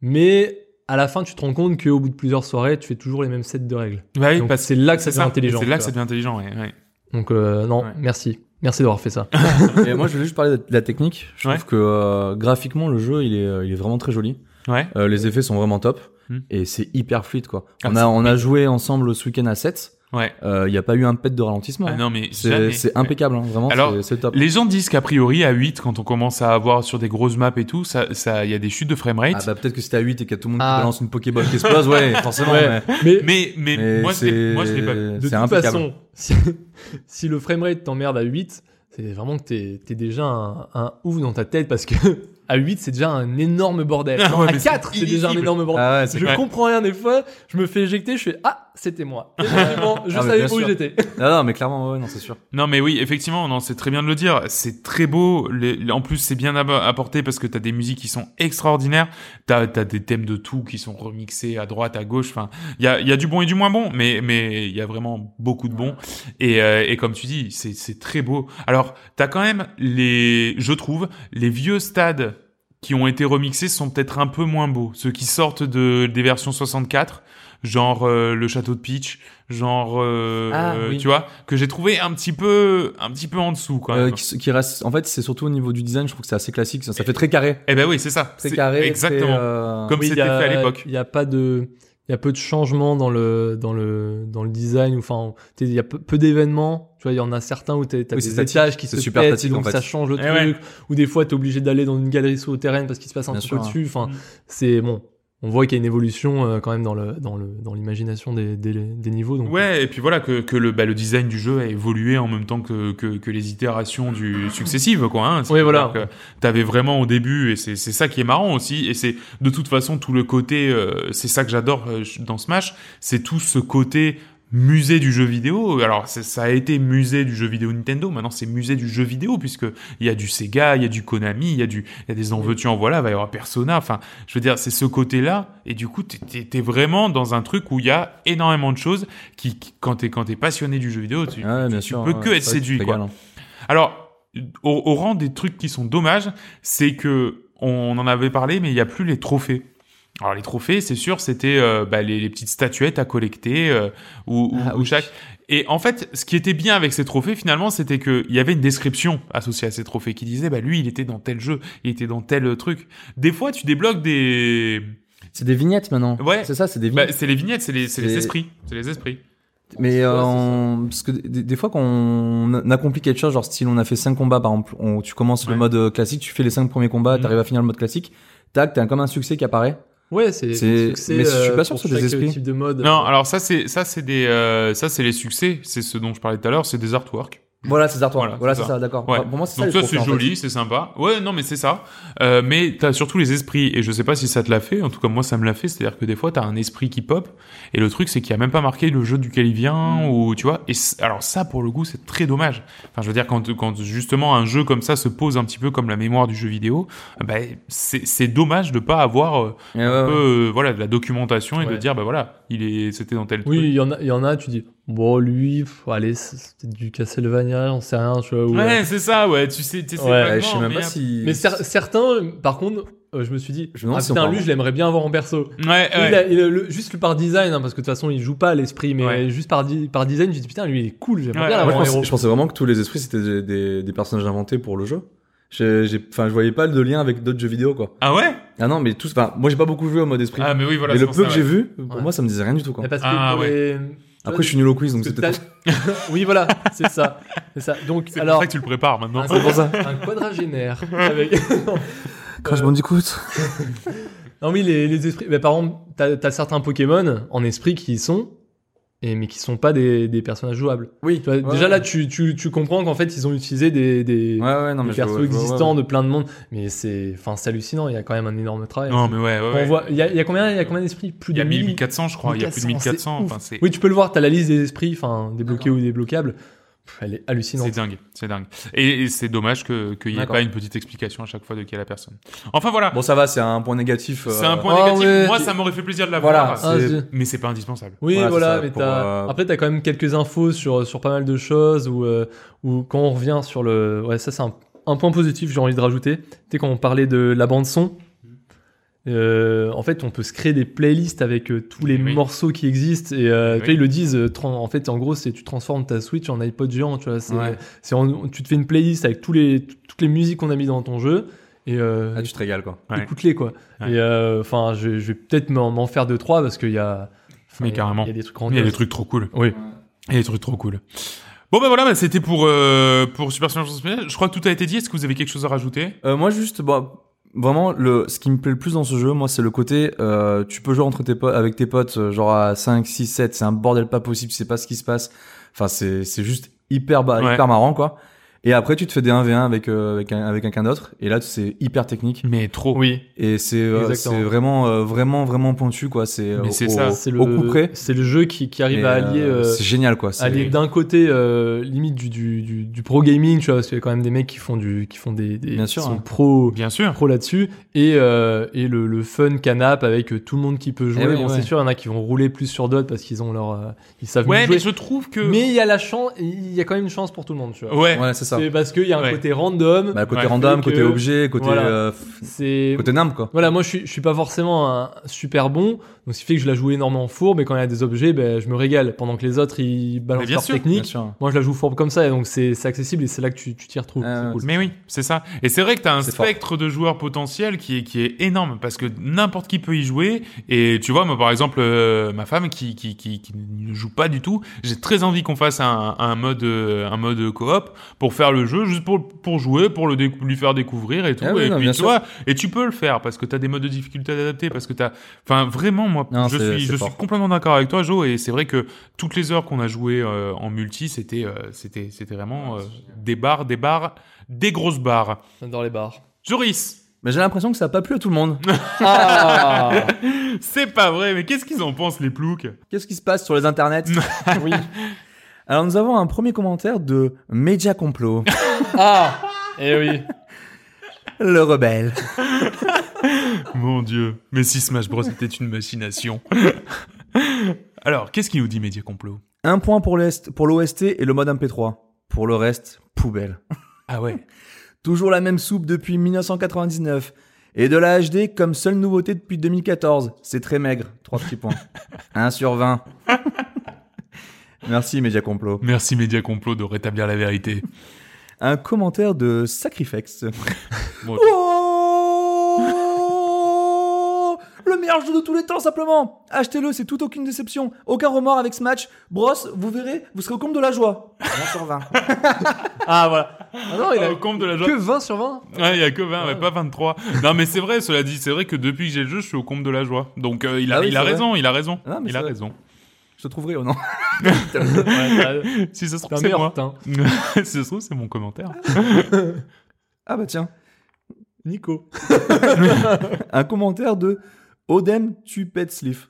[SPEAKER 2] mais à la fin tu te rends compte qu'au bout de plusieurs soirées tu fais toujours les mêmes sets de règles.
[SPEAKER 1] Bah oui,
[SPEAKER 2] Donc,
[SPEAKER 1] parce-
[SPEAKER 2] c'est là que ça
[SPEAKER 1] c'est
[SPEAKER 2] devient
[SPEAKER 1] ça.
[SPEAKER 2] intelligent.
[SPEAKER 1] C'est là que
[SPEAKER 2] tu
[SPEAKER 1] ça devient intelligent. ouais, ouais.
[SPEAKER 2] vois. Donc euh, non,
[SPEAKER 1] Ouais.
[SPEAKER 2] merci. Merci d'avoir fait ça.
[SPEAKER 3] Et moi je voulais juste parler de la technique. Je
[SPEAKER 1] Ouais.
[SPEAKER 3] trouve que euh, graphiquement le jeu il est, euh, il est vraiment très joli.
[SPEAKER 1] Ouais.
[SPEAKER 3] Euh, les effets sont vraiment top
[SPEAKER 1] Hmm.
[SPEAKER 3] et c'est hyper fluide quoi.
[SPEAKER 1] Ah,
[SPEAKER 3] on
[SPEAKER 1] c'est
[SPEAKER 3] a on a joué ensemble ce week-end à 7
[SPEAKER 1] Ouais.
[SPEAKER 3] Il n'y a pas eu un pet de ralentissement.
[SPEAKER 1] Ah
[SPEAKER 3] hein.
[SPEAKER 1] non mais
[SPEAKER 3] c'est
[SPEAKER 1] jamais.
[SPEAKER 3] c'est impeccable hein, vraiment.
[SPEAKER 1] Alors,
[SPEAKER 3] c'est- c'est top.
[SPEAKER 1] Les gens disent qu'a priori à 8 quand on commence à avoir sur des grosses maps et tout, ça ça il y a des chutes de framerate.
[SPEAKER 3] Ah bah peut-être que c'était à 8 et qu'il y a tout le monde
[SPEAKER 2] Ah.
[SPEAKER 3] qui balance une Pokéball qui explose, ouais, forcément.
[SPEAKER 2] Ouais.
[SPEAKER 3] mais-
[SPEAKER 2] Mais,
[SPEAKER 1] mais, mais
[SPEAKER 3] mais
[SPEAKER 1] moi je l'ai-
[SPEAKER 3] c'est-
[SPEAKER 1] moi je l'ai pas vu.
[SPEAKER 2] de
[SPEAKER 3] c'est
[SPEAKER 2] toute
[SPEAKER 3] impeccable.
[SPEAKER 2] façon, si, si le framerate t'emmerde à 8, c'est vraiment que t'es es déjà un, un ouf dans ta tête parce que à 8 c'est déjà un énorme bordel.
[SPEAKER 1] Ah ouais,
[SPEAKER 2] à
[SPEAKER 1] mais c'est
[SPEAKER 2] 4 c'est déjà un
[SPEAKER 1] illisible.
[SPEAKER 2] énorme bordel.
[SPEAKER 3] Ah ouais, c'est
[SPEAKER 2] je
[SPEAKER 1] ouais.
[SPEAKER 2] comprends rien des fois, je me fais éjecter, je fais ah c'était moi. Effectivement, je
[SPEAKER 3] Ah, mais
[SPEAKER 2] savais
[SPEAKER 3] bien
[SPEAKER 2] où
[SPEAKER 3] sûr.
[SPEAKER 2] j'étais.
[SPEAKER 3] Ah non, mais clairement, ouais, non, c'est sûr.
[SPEAKER 1] Non mais oui, effectivement, non, c'est très bien de le dire. C'est très beau. Les- les- en plus, c'est bien ab- apporté parce que t'as des musiques qui sont extraordinaires. T'as as des thèmes de tout qui sont remixés à droite, à gauche. Enfin, il y a, il y a du bon et du moins bon, mais mais il y a vraiment beaucoup de bon. Et, euh, et comme tu dis, c'est c'est très beau. Alors, t'as quand même les, je trouve, les vieux stades qui ont été remixés sont peut-être un peu moins beaux. Ceux qui sortent de des versions 64, genre euh, le château de Peach, genre euh,
[SPEAKER 3] Ah,
[SPEAKER 1] euh,
[SPEAKER 3] oui.
[SPEAKER 1] tu vois, que j'ai trouvé un petit peu un petit peu en dessous quand
[SPEAKER 3] Euh,
[SPEAKER 1] même.
[SPEAKER 3] qui, qui reste, en fait, c'est surtout au niveau du design, je trouve que c'est assez classique. Ça, ça fait très carré.
[SPEAKER 1] Eh ben oui, c'est ça.
[SPEAKER 3] Très
[SPEAKER 1] C'est-
[SPEAKER 3] carré.
[SPEAKER 1] Exactement.
[SPEAKER 3] très, euh,
[SPEAKER 1] Comme
[SPEAKER 2] Oui,
[SPEAKER 1] c'était
[SPEAKER 2] il y a-
[SPEAKER 1] fait à l'époque.
[SPEAKER 2] Il y a pas de il y a peu de changements dans le dans le dans le design ou enfin tu sais, il y a peu, peu d'événements tu vois il y en a certains où t'as t'as des
[SPEAKER 3] Oui, c'est statique,
[SPEAKER 2] étages qui se
[SPEAKER 3] c'est super
[SPEAKER 2] pètent
[SPEAKER 3] statique,
[SPEAKER 2] donc
[SPEAKER 3] en fait.
[SPEAKER 2] ça change le
[SPEAKER 1] Eh
[SPEAKER 2] truc ou des fois t'es obligé d'aller dans une galerie souterraine parce qu'il se passe un
[SPEAKER 3] Bien
[SPEAKER 2] truc
[SPEAKER 3] sûr,
[SPEAKER 2] au-dessus enfin
[SPEAKER 1] Mm.
[SPEAKER 2] c'est bon on voit qu'il y a une évolution euh, quand même dans le dans le dans l'imagination des, des des niveaux donc
[SPEAKER 1] Ouais, et puis voilà que, que le bah, le design du jeu a évolué en même temps que que, que les itérations du successives quoi. Hein.
[SPEAKER 2] Oui, voilà.
[SPEAKER 1] C'est-à-dire que T'avais vraiment au début et c'est c'est ça qui est marrant aussi et c'est de toute façon tout le côté euh, c'est ça que j'adore euh, dans Smash, c'est tout ce côté musée du jeu vidéo. Alors c'est- ça a été musée du jeu vidéo Nintendo, maintenant c'est musée du jeu vidéo puisque il y a du Sega, il y a du Konami, il y a du il y a des en veux-tu en voilà, il va y avoir Persona, enfin je veux dire c'est ce côté-là et du coup t'es- t'es t'es vraiment dans un truc où il y a énormément de choses qui, qui- quand t'es quand t'es passionné du jeu vidéo tu,
[SPEAKER 3] Ouais, bien
[SPEAKER 1] tu
[SPEAKER 3] sûr.
[SPEAKER 1] peux
[SPEAKER 3] ouais,
[SPEAKER 1] que être
[SPEAKER 3] c'est vrai que tu
[SPEAKER 1] séduit
[SPEAKER 3] te
[SPEAKER 1] quoi.
[SPEAKER 3] régales, hein.
[SPEAKER 1] Alors, au, au rang des trucs qui sont dommages, c'est que on en avait parlé, mais il n'y a plus les trophées. Alors les trophées, c'est sûr, c'était euh, bah, les, les petites statuettes à collecter euh, ou, ou-
[SPEAKER 3] Ah,
[SPEAKER 1] ou
[SPEAKER 3] oui.
[SPEAKER 1] chaque. Et en fait, ce qui était bien avec ces trophées, finalement, c'était que il y avait une description associée à ces trophées qui disait, bah lui, il était dans tel jeu, il était dans tel euh, truc. Des fois, tu débloques des,
[SPEAKER 3] C'est des vignettes maintenant.
[SPEAKER 1] Ouais.
[SPEAKER 3] C'est ça, c'est des vignettes.
[SPEAKER 1] bah, c'est les vignettes, c'est les, c'est les
[SPEAKER 3] C'est-
[SPEAKER 1] esprits, c'est les esprits.
[SPEAKER 3] Mais euh,
[SPEAKER 2] Ouais, c'est ça.
[SPEAKER 3] on- parce que des, des fois quand on a- on accomplit quelque chose, genre style on a fait 5 combats par exemple, on- tu commences
[SPEAKER 1] Ouais.
[SPEAKER 3] le mode euh, classique, tu fais les 5 premiers combats,
[SPEAKER 1] Mhm.
[SPEAKER 3] t'arrives à finir le mode classique, tac, t'as comme un succès qui apparaît.
[SPEAKER 2] ouais c'est un
[SPEAKER 3] C'est-
[SPEAKER 2] succès,
[SPEAKER 3] mais je suis
[SPEAKER 2] euh,
[SPEAKER 3] pas sûr
[SPEAKER 2] pour
[SPEAKER 3] que ce soit des
[SPEAKER 2] chaque
[SPEAKER 3] esprits.
[SPEAKER 2] type de mode
[SPEAKER 1] Non, alors ça c'est ça c'est des euh, ça c'est les succès, c'est ce dont je parlais tout à l'heure, c'est des artworks.
[SPEAKER 3] Voilà, c'est ça, toi.
[SPEAKER 1] Voilà,
[SPEAKER 3] Voilà,
[SPEAKER 1] c'est
[SPEAKER 3] c'est
[SPEAKER 1] ça.
[SPEAKER 3] ça, d'accord.
[SPEAKER 1] Ouais.
[SPEAKER 3] Pour moi, c'est ça.
[SPEAKER 1] Donc
[SPEAKER 3] les
[SPEAKER 1] ça, c'est
[SPEAKER 3] trophées, en fait.
[SPEAKER 1] joli, c'est sympa. Ouais, non, mais c'est ça. Euh, mais t'as surtout les esprits, et je sais pas si ça te l'a fait, en tout cas moi ça me l'a fait, c'est-à-dire que des fois t'as un esprit qui pop, et le truc c'est qu'il a même pas marqué le jeu duquel il vient,
[SPEAKER 3] Hmm.
[SPEAKER 1] ou tu vois, et c- alors ça pour le coup c'est très dommage. Enfin je veux dire, quand, quand justement un jeu comme ça se pose un petit peu comme la mémoire du jeu vidéo, bah, c'est c'est dommage de pas avoir euh,
[SPEAKER 3] Ouais, ouais,
[SPEAKER 1] un
[SPEAKER 3] ouais.
[SPEAKER 1] peu, euh, voilà, de la documentation et de
[SPEAKER 2] Ouais.
[SPEAKER 1] dire, bah voilà, il est c'était dans tel
[SPEAKER 2] Oui,
[SPEAKER 1] truc.
[SPEAKER 2] il y, en a- il y en a, tu dis, bon, lui, pff, allez, c'est c'est peut-être du Castlevania, on sait rien, tu vois. ou,
[SPEAKER 1] Ouais,
[SPEAKER 2] euh,
[SPEAKER 1] c'est ça, ouais, tu sais, tu sais
[SPEAKER 2] Ouais,
[SPEAKER 1] vaguement,
[SPEAKER 3] Ouais, je sais même
[SPEAKER 1] mais
[SPEAKER 3] pas
[SPEAKER 1] après-
[SPEAKER 3] si.
[SPEAKER 2] Mais cer- certains, par contre, euh, je me suis dit,
[SPEAKER 3] Je me demande
[SPEAKER 2] ah,
[SPEAKER 3] si on
[SPEAKER 2] putain,
[SPEAKER 3] peut
[SPEAKER 2] lui, je l'aimerais bien avoir en perso.
[SPEAKER 1] Ouais, ouais.
[SPEAKER 2] Il a- il a le- juste par design, hein, parce que de toute façon, il joue pas à l'esprit, mais
[SPEAKER 1] Ouais.
[SPEAKER 2] juste par, di- par design, j'ai dit putain, lui, il est cool, j'aimerais
[SPEAKER 1] Ouais,
[SPEAKER 2] bien
[SPEAKER 1] ouais,
[SPEAKER 2] l'avoir
[SPEAKER 3] Moi,
[SPEAKER 2] en
[SPEAKER 3] je,
[SPEAKER 2] héros.
[SPEAKER 3] pensais, je pensais vraiment que tous les esprits c'était des, des- des personnages inventés pour le jeu. J'ai- j'ai- Enfin, je voyais pas de lien avec d'autres jeux vidéo, quoi.
[SPEAKER 1] Ah ouais
[SPEAKER 3] Ah non, mais tous. Enfin, moi, j'ai pas beaucoup joué au mode esprit.
[SPEAKER 1] Ah mais oui, voilà.
[SPEAKER 3] mais
[SPEAKER 1] c'est
[SPEAKER 3] le
[SPEAKER 1] pour
[SPEAKER 3] peu
[SPEAKER 1] ça,
[SPEAKER 3] que
[SPEAKER 1] ouais.
[SPEAKER 3] j'ai vu, pour
[SPEAKER 2] Ouais.
[SPEAKER 3] moi, ça me disait rien du tout, quoi.
[SPEAKER 2] Mais parce que
[SPEAKER 1] Ah,
[SPEAKER 2] pour
[SPEAKER 1] ouais.
[SPEAKER 2] les-
[SPEAKER 3] Après, je suis nul au quiz, donc
[SPEAKER 2] parce que
[SPEAKER 3] c'était
[SPEAKER 2] t'as- oui, voilà, c'est ça. C'est ça. Donc,
[SPEAKER 1] C'est pour
[SPEAKER 2] alors,
[SPEAKER 1] ça que tu le prépares
[SPEAKER 3] Ah,
[SPEAKER 1] maintenant.
[SPEAKER 2] Ah, c'est pour ça. un quadragénaire avec. Crash
[SPEAKER 3] Bandicoot.
[SPEAKER 2] Non, oui, les, les esprits. bah, par exemple, t'as as certains Pokémon en esprit qui y sont, et, mais qui sont pas des, des personnages jouables.
[SPEAKER 3] Oui.
[SPEAKER 2] Tu vois, déjà là, tu, tu, tu comprends qu'en fait, ils ont utilisé des, des,
[SPEAKER 3] Ouais, ouais, non,
[SPEAKER 2] des
[SPEAKER 3] mais je
[SPEAKER 2] persos
[SPEAKER 3] vois- je vois, ouais,
[SPEAKER 2] existants
[SPEAKER 3] ouais.
[SPEAKER 2] de plein de monde. Mais c'est enfin, c'est hallucinant, il y a quand même un énorme travail.
[SPEAKER 1] Non mais ouais, ouais.
[SPEAKER 2] On
[SPEAKER 1] ouais.
[SPEAKER 2] voit, il y a, il y a combien, il y a combien d'esprits Plus
[SPEAKER 1] Il y
[SPEAKER 2] de
[SPEAKER 1] a
[SPEAKER 2] 1000.
[SPEAKER 1] 1400 je crois, il y a plus de
[SPEAKER 2] 1400,
[SPEAKER 1] 1400,
[SPEAKER 2] c'est
[SPEAKER 1] enfin c'est
[SPEAKER 2] Oui, tu peux le voir, t'as la liste des esprits, enfin, débloqués ou débloquables. Pff, elle est
[SPEAKER 1] c'est
[SPEAKER 2] hallucinante.
[SPEAKER 1] dingue, c'est dingue. Et, et c'est dommage que- qu'il n'y ait
[SPEAKER 3] D'accord.
[SPEAKER 1] pas une petite explication à chaque fois de qui est la personne. Enfin voilà,
[SPEAKER 3] Bon, ça va, c'est un point négatif. euh,
[SPEAKER 1] c'est un point
[SPEAKER 2] Ah
[SPEAKER 1] négatif.
[SPEAKER 2] ouais.
[SPEAKER 1] Moi ça m'aurait fait plaisir de l'avoir.
[SPEAKER 3] Voilà.
[SPEAKER 2] Ah,
[SPEAKER 3] c'est-
[SPEAKER 2] zut.
[SPEAKER 1] Mais c'est pas indispensable.
[SPEAKER 2] Oui,
[SPEAKER 3] Voilà,
[SPEAKER 2] voilà,
[SPEAKER 3] c'est ça,
[SPEAKER 2] mais
[SPEAKER 3] pour,
[SPEAKER 2] t'as-
[SPEAKER 3] euh,
[SPEAKER 2] après, t'as quand même quelques infos sur, sur pas mal de choses, ou euh, ou quand on revient sur le... Ouais, ça, c'est un, un point positif, que j'ai envie de rajouter. Tu sais, quand on parlait de la bande-son, euh, en fait, on peut se créer des playlists avec euh, tous les
[SPEAKER 3] Eh
[SPEAKER 1] Oui.
[SPEAKER 2] morceaux qui existent, et euh,
[SPEAKER 1] Oui.
[SPEAKER 2] tu vois, ils le disent, euh, tran- en fait, en gros, c'est tu transformes ta Switch en iPod géant, tu vois, c'est...
[SPEAKER 3] Ouais.
[SPEAKER 2] c'est en- tu te fais une playlist avec tous les, toutes les musiques qu'on a mis dans ton jeu, et... euh,
[SPEAKER 3] Ah, tu te régales, quoi.
[SPEAKER 1] Ouais.
[SPEAKER 2] écoute-les quoi.
[SPEAKER 1] Ouais.
[SPEAKER 2] Et euh, enfin, je, je vais peut-être m'en m'en faire deux trois parce qu'il y a. enfin,
[SPEAKER 1] Mais
[SPEAKER 2] il y a-
[SPEAKER 1] carrément.
[SPEAKER 2] Il y a des trucs
[SPEAKER 1] Il y a des
[SPEAKER 2] grandioses.
[SPEAKER 1] trucs trop cool.
[SPEAKER 2] Oui.
[SPEAKER 1] Il y a des trucs trop cool. Bon ben voilà, bah, c'était pour euh, pour Super Smash Bros. Je crois que tout a été dit. Est-ce que vous avez quelque chose à rajouter
[SPEAKER 3] Euh, moi, juste, bah, vraiment, le, ce qui me plaît le plus dans ce jeu, moi, c'est le côté, euh, tu peux jouer entre tes potes, avec tes potes, euh, genre à 5, 6, 7, c'est un bordel pas possible, c'est pas ce qui se passe. Enfin, c'est, c'est juste hyper, ba-
[SPEAKER 1] Ouais.
[SPEAKER 3] hyper marrant, quoi. Et après, tu te fais des 1v1 avec, euh, avec, un, avec quelqu'un d'autre, et là, c'est hyper technique.
[SPEAKER 1] Mais trop.
[SPEAKER 2] Oui.
[SPEAKER 3] Et c'est, euh,
[SPEAKER 2] Exactement.
[SPEAKER 3] c'est vraiment, euh, vraiment, vraiment pointu, quoi. C'est, euh,
[SPEAKER 1] Mais c'est
[SPEAKER 3] au,
[SPEAKER 1] ça,
[SPEAKER 2] C'est
[SPEAKER 3] au coup
[SPEAKER 2] le.
[SPEAKER 3] près.
[SPEAKER 2] C'est le jeu qui, qui arrive
[SPEAKER 3] Et,
[SPEAKER 2] à allier.
[SPEAKER 3] euh,
[SPEAKER 2] euh,
[SPEAKER 3] c'est génial, quoi. C'est,
[SPEAKER 2] allier d'un côté euh, limite du, du, du, du pro gaming, tu vois, parce qu'il y a quand même des mecs qui font du qui font des, des
[SPEAKER 3] Bien
[SPEAKER 2] qui
[SPEAKER 3] sûr,
[SPEAKER 2] sont
[SPEAKER 3] hein.
[SPEAKER 2] pro
[SPEAKER 1] Bien sûr.
[SPEAKER 2] pro là-dessus et euh, et le, le fun canap avec euh, tout le monde qui peut jouer.
[SPEAKER 3] Eh oui,
[SPEAKER 2] bon,
[SPEAKER 3] ouais.
[SPEAKER 2] c'est sûr, il y en a qui vont rouler plus sur d'autres parce qu'ils ont leur euh, ils savent
[SPEAKER 1] Ouais,
[SPEAKER 2] mieux
[SPEAKER 1] mais
[SPEAKER 2] jouer.
[SPEAKER 1] je trouve que.
[SPEAKER 2] Mais il y a la chance, il y a quand même une chance pour tout le monde, tu vois.
[SPEAKER 1] Ouais.
[SPEAKER 3] ouais, c'est ça.
[SPEAKER 2] C'est parce qu'il y a un
[SPEAKER 1] Ouais.
[SPEAKER 2] côté random.
[SPEAKER 3] Bah, côté
[SPEAKER 1] Ouais,
[SPEAKER 3] random,
[SPEAKER 2] fait que-
[SPEAKER 3] côté objet, côté,
[SPEAKER 2] Voilà.
[SPEAKER 3] euh, f-
[SPEAKER 2] c'est
[SPEAKER 3] côté nimble, quoi.
[SPEAKER 2] voilà, moi je suis, je suis pas forcément un super bon, donc ce qui fait que je la joue énormément fourbe. Mais quand il y a des objets, ben, je me régale. Pendant que les autres ils
[SPEAKER 1] Mais
[SPEAKER 2] balancent
[SPEAKER 1] bien
[SPEAKER 2] leur
[SPEAKER 1] sûr,
[SPEAKER 3] Bien
[SPEAKER 2] technique,
[SPEAKER 3] sûr.
[SPEAKER 2] moi je la joue fourbe comme ça, et donc c'est c'est accessible et c'est là que tu tu t'y retrouves.
[SPEAKER 3] Ah,
[SPEAKER 2] c'est
[SPEAKER 3] ouais,
[SPEAKER 2] cool.
[SPEAKER 1] Mais oui, c'est ça. Et c'est vrai que tu as un
[SPEAKER 3] C'est fort.
[SPEAKER 1] spectre de joueurs potentiels qui est, qui est énorme parce que n'importe qui peut y jouer. Et tu vois, moi, par exemple, euh, ma femme qui, qui, qui, qui ne joue pas du tout, j'ai très envie qu'on fasse un, un mode, euh, un mode coop pour faire le jeu, juste pour, pour jouer, pour le décou- lui faire découvrir et tout.
[SPEAKER 3] Ah oui,
[SPEAKER 1] et
[SPEAKER 3] non,
[SPEAKER 1] puis,
[SPEAKER 3] bien
[SPEAKER 1] tu
[SPEAKER 3] sûr.
[SPEAKER 1] vois, et tu peux le faire parce que tu as des modes de difficulté adaptés, parce que tu as. Enfin, vraiment, moi,
[SPEAKER 3] Non,
[SPEAKER 1] je,
[SPEAKER 3] c'est-
[SPEAKER 1] suis,
[SPEAKER 3] c'est
[SPEAKER 1] je
[SPEAKER 3] fort.
[SPEAKER 1] suis complètement d'accord avec toi, Joe. Et c'est vrai que toutes les heures qu'on a joué euh, en multi, c'était euh, c'était c'était vraiment euh, des barres, des barres, des grosses barres.
[SPEAKER 2] J'adore les bars.
[SPEAKER 1] Joris,
[SPEAKER 3] Mais j'ai l'impression que ça a pas plu à tout le monde.
[SPEAKER 2] Ah
[SPEAKER 1] c'est pas vrai, mais qu'est-ce qu'ils en pensent les ploucs
[SPEAKER 3] Qu'est-ce qui se passe sur les internets Oui. Alors nous avons un premier commentaire de Media Complot,
[SPEAKER 2] ah
[SPEAKER 1] eh
[SPEAKER 2] et oui.
[SPEAKER 3] le rebelle.
[SPEAKER 1] Mon dieu, mais si Smash Bros était une machination. Alors, qu'est-ce qu'il nous dit Média Complot
[SPEAKER 3] Un point pour l'est, pour l'OST et le mode MP3. Pour le reste, poubelle.
[SPEAKER 1] Ah ouais.
[SPEAKER 3] Toujours la même soupe depuis 1999. Et de la HD comme seule nouveauté depuis 2014. C'est très maigre. Trois petits points. 1 sur 20. Merci Media Complot.
[SPEAKER 1] Merci Média Complot de rétablir la vérité.
[SPEAKER 3] Un commentaire de Sacrifex.
[SPEAKER 1] Bon,
[SPEAKER 3] Oh Le meilleur jeu de tous les temps, simplement Achetez-le, c'est tout aucune déception. Aucun remords avec ce match. Brosse, vous verrez, vous serez au comble de la joie. 20 sur 20.
[SPEAKER 2] Ah voilà. Ah non, il
[SPEAKER 1] ah,
[SPEAKER 2] a
[SPEAKER 1] au comble de la joie.
[SPEAKER 2] que 20 sur 20.
[SPEAKER 1] Ouais, il y a que 20, mais pas 23. Non, mais c'est vrai, cela dit, c'est vrai que depuis que j'ai le jeu, je suis au comble de la joie. Donc, euh, il, a,
[SPEAKER 3] Ah oui,
[SPEAKER 1] il a
[SPEAKER 3] c'est vrai.
[SPEAKER 1] raison, il a raison.
[SPEAKER 3] Ah, mais
[SPEAKER 1] il
[SPEAKER 3] c'est
[SPEAKER 1] a
[SPEAKER 3] vrai.
[SPEAKER 1] raison.
[SPEAKER 3] Je te trouverai ou non
[SPEAKER 2] ouais,
[SPEAKER 1] Si ça se trouve, bah,
[SPEAKER 2] t'as un
[SPEAKER 1] c'est
[SPEAKER 2] meilleur
[SPEAKER 1] moi.
[SPEAKER 2] putain.
[SPEAKER 1] si ça se trouve, c'est mon commentaire.
[SPEAKER 3] Ah bah tiens,
[SPEAKER 2] Nico.
[SPEAKER 3] un commentaire de Oden Tupetsleaf.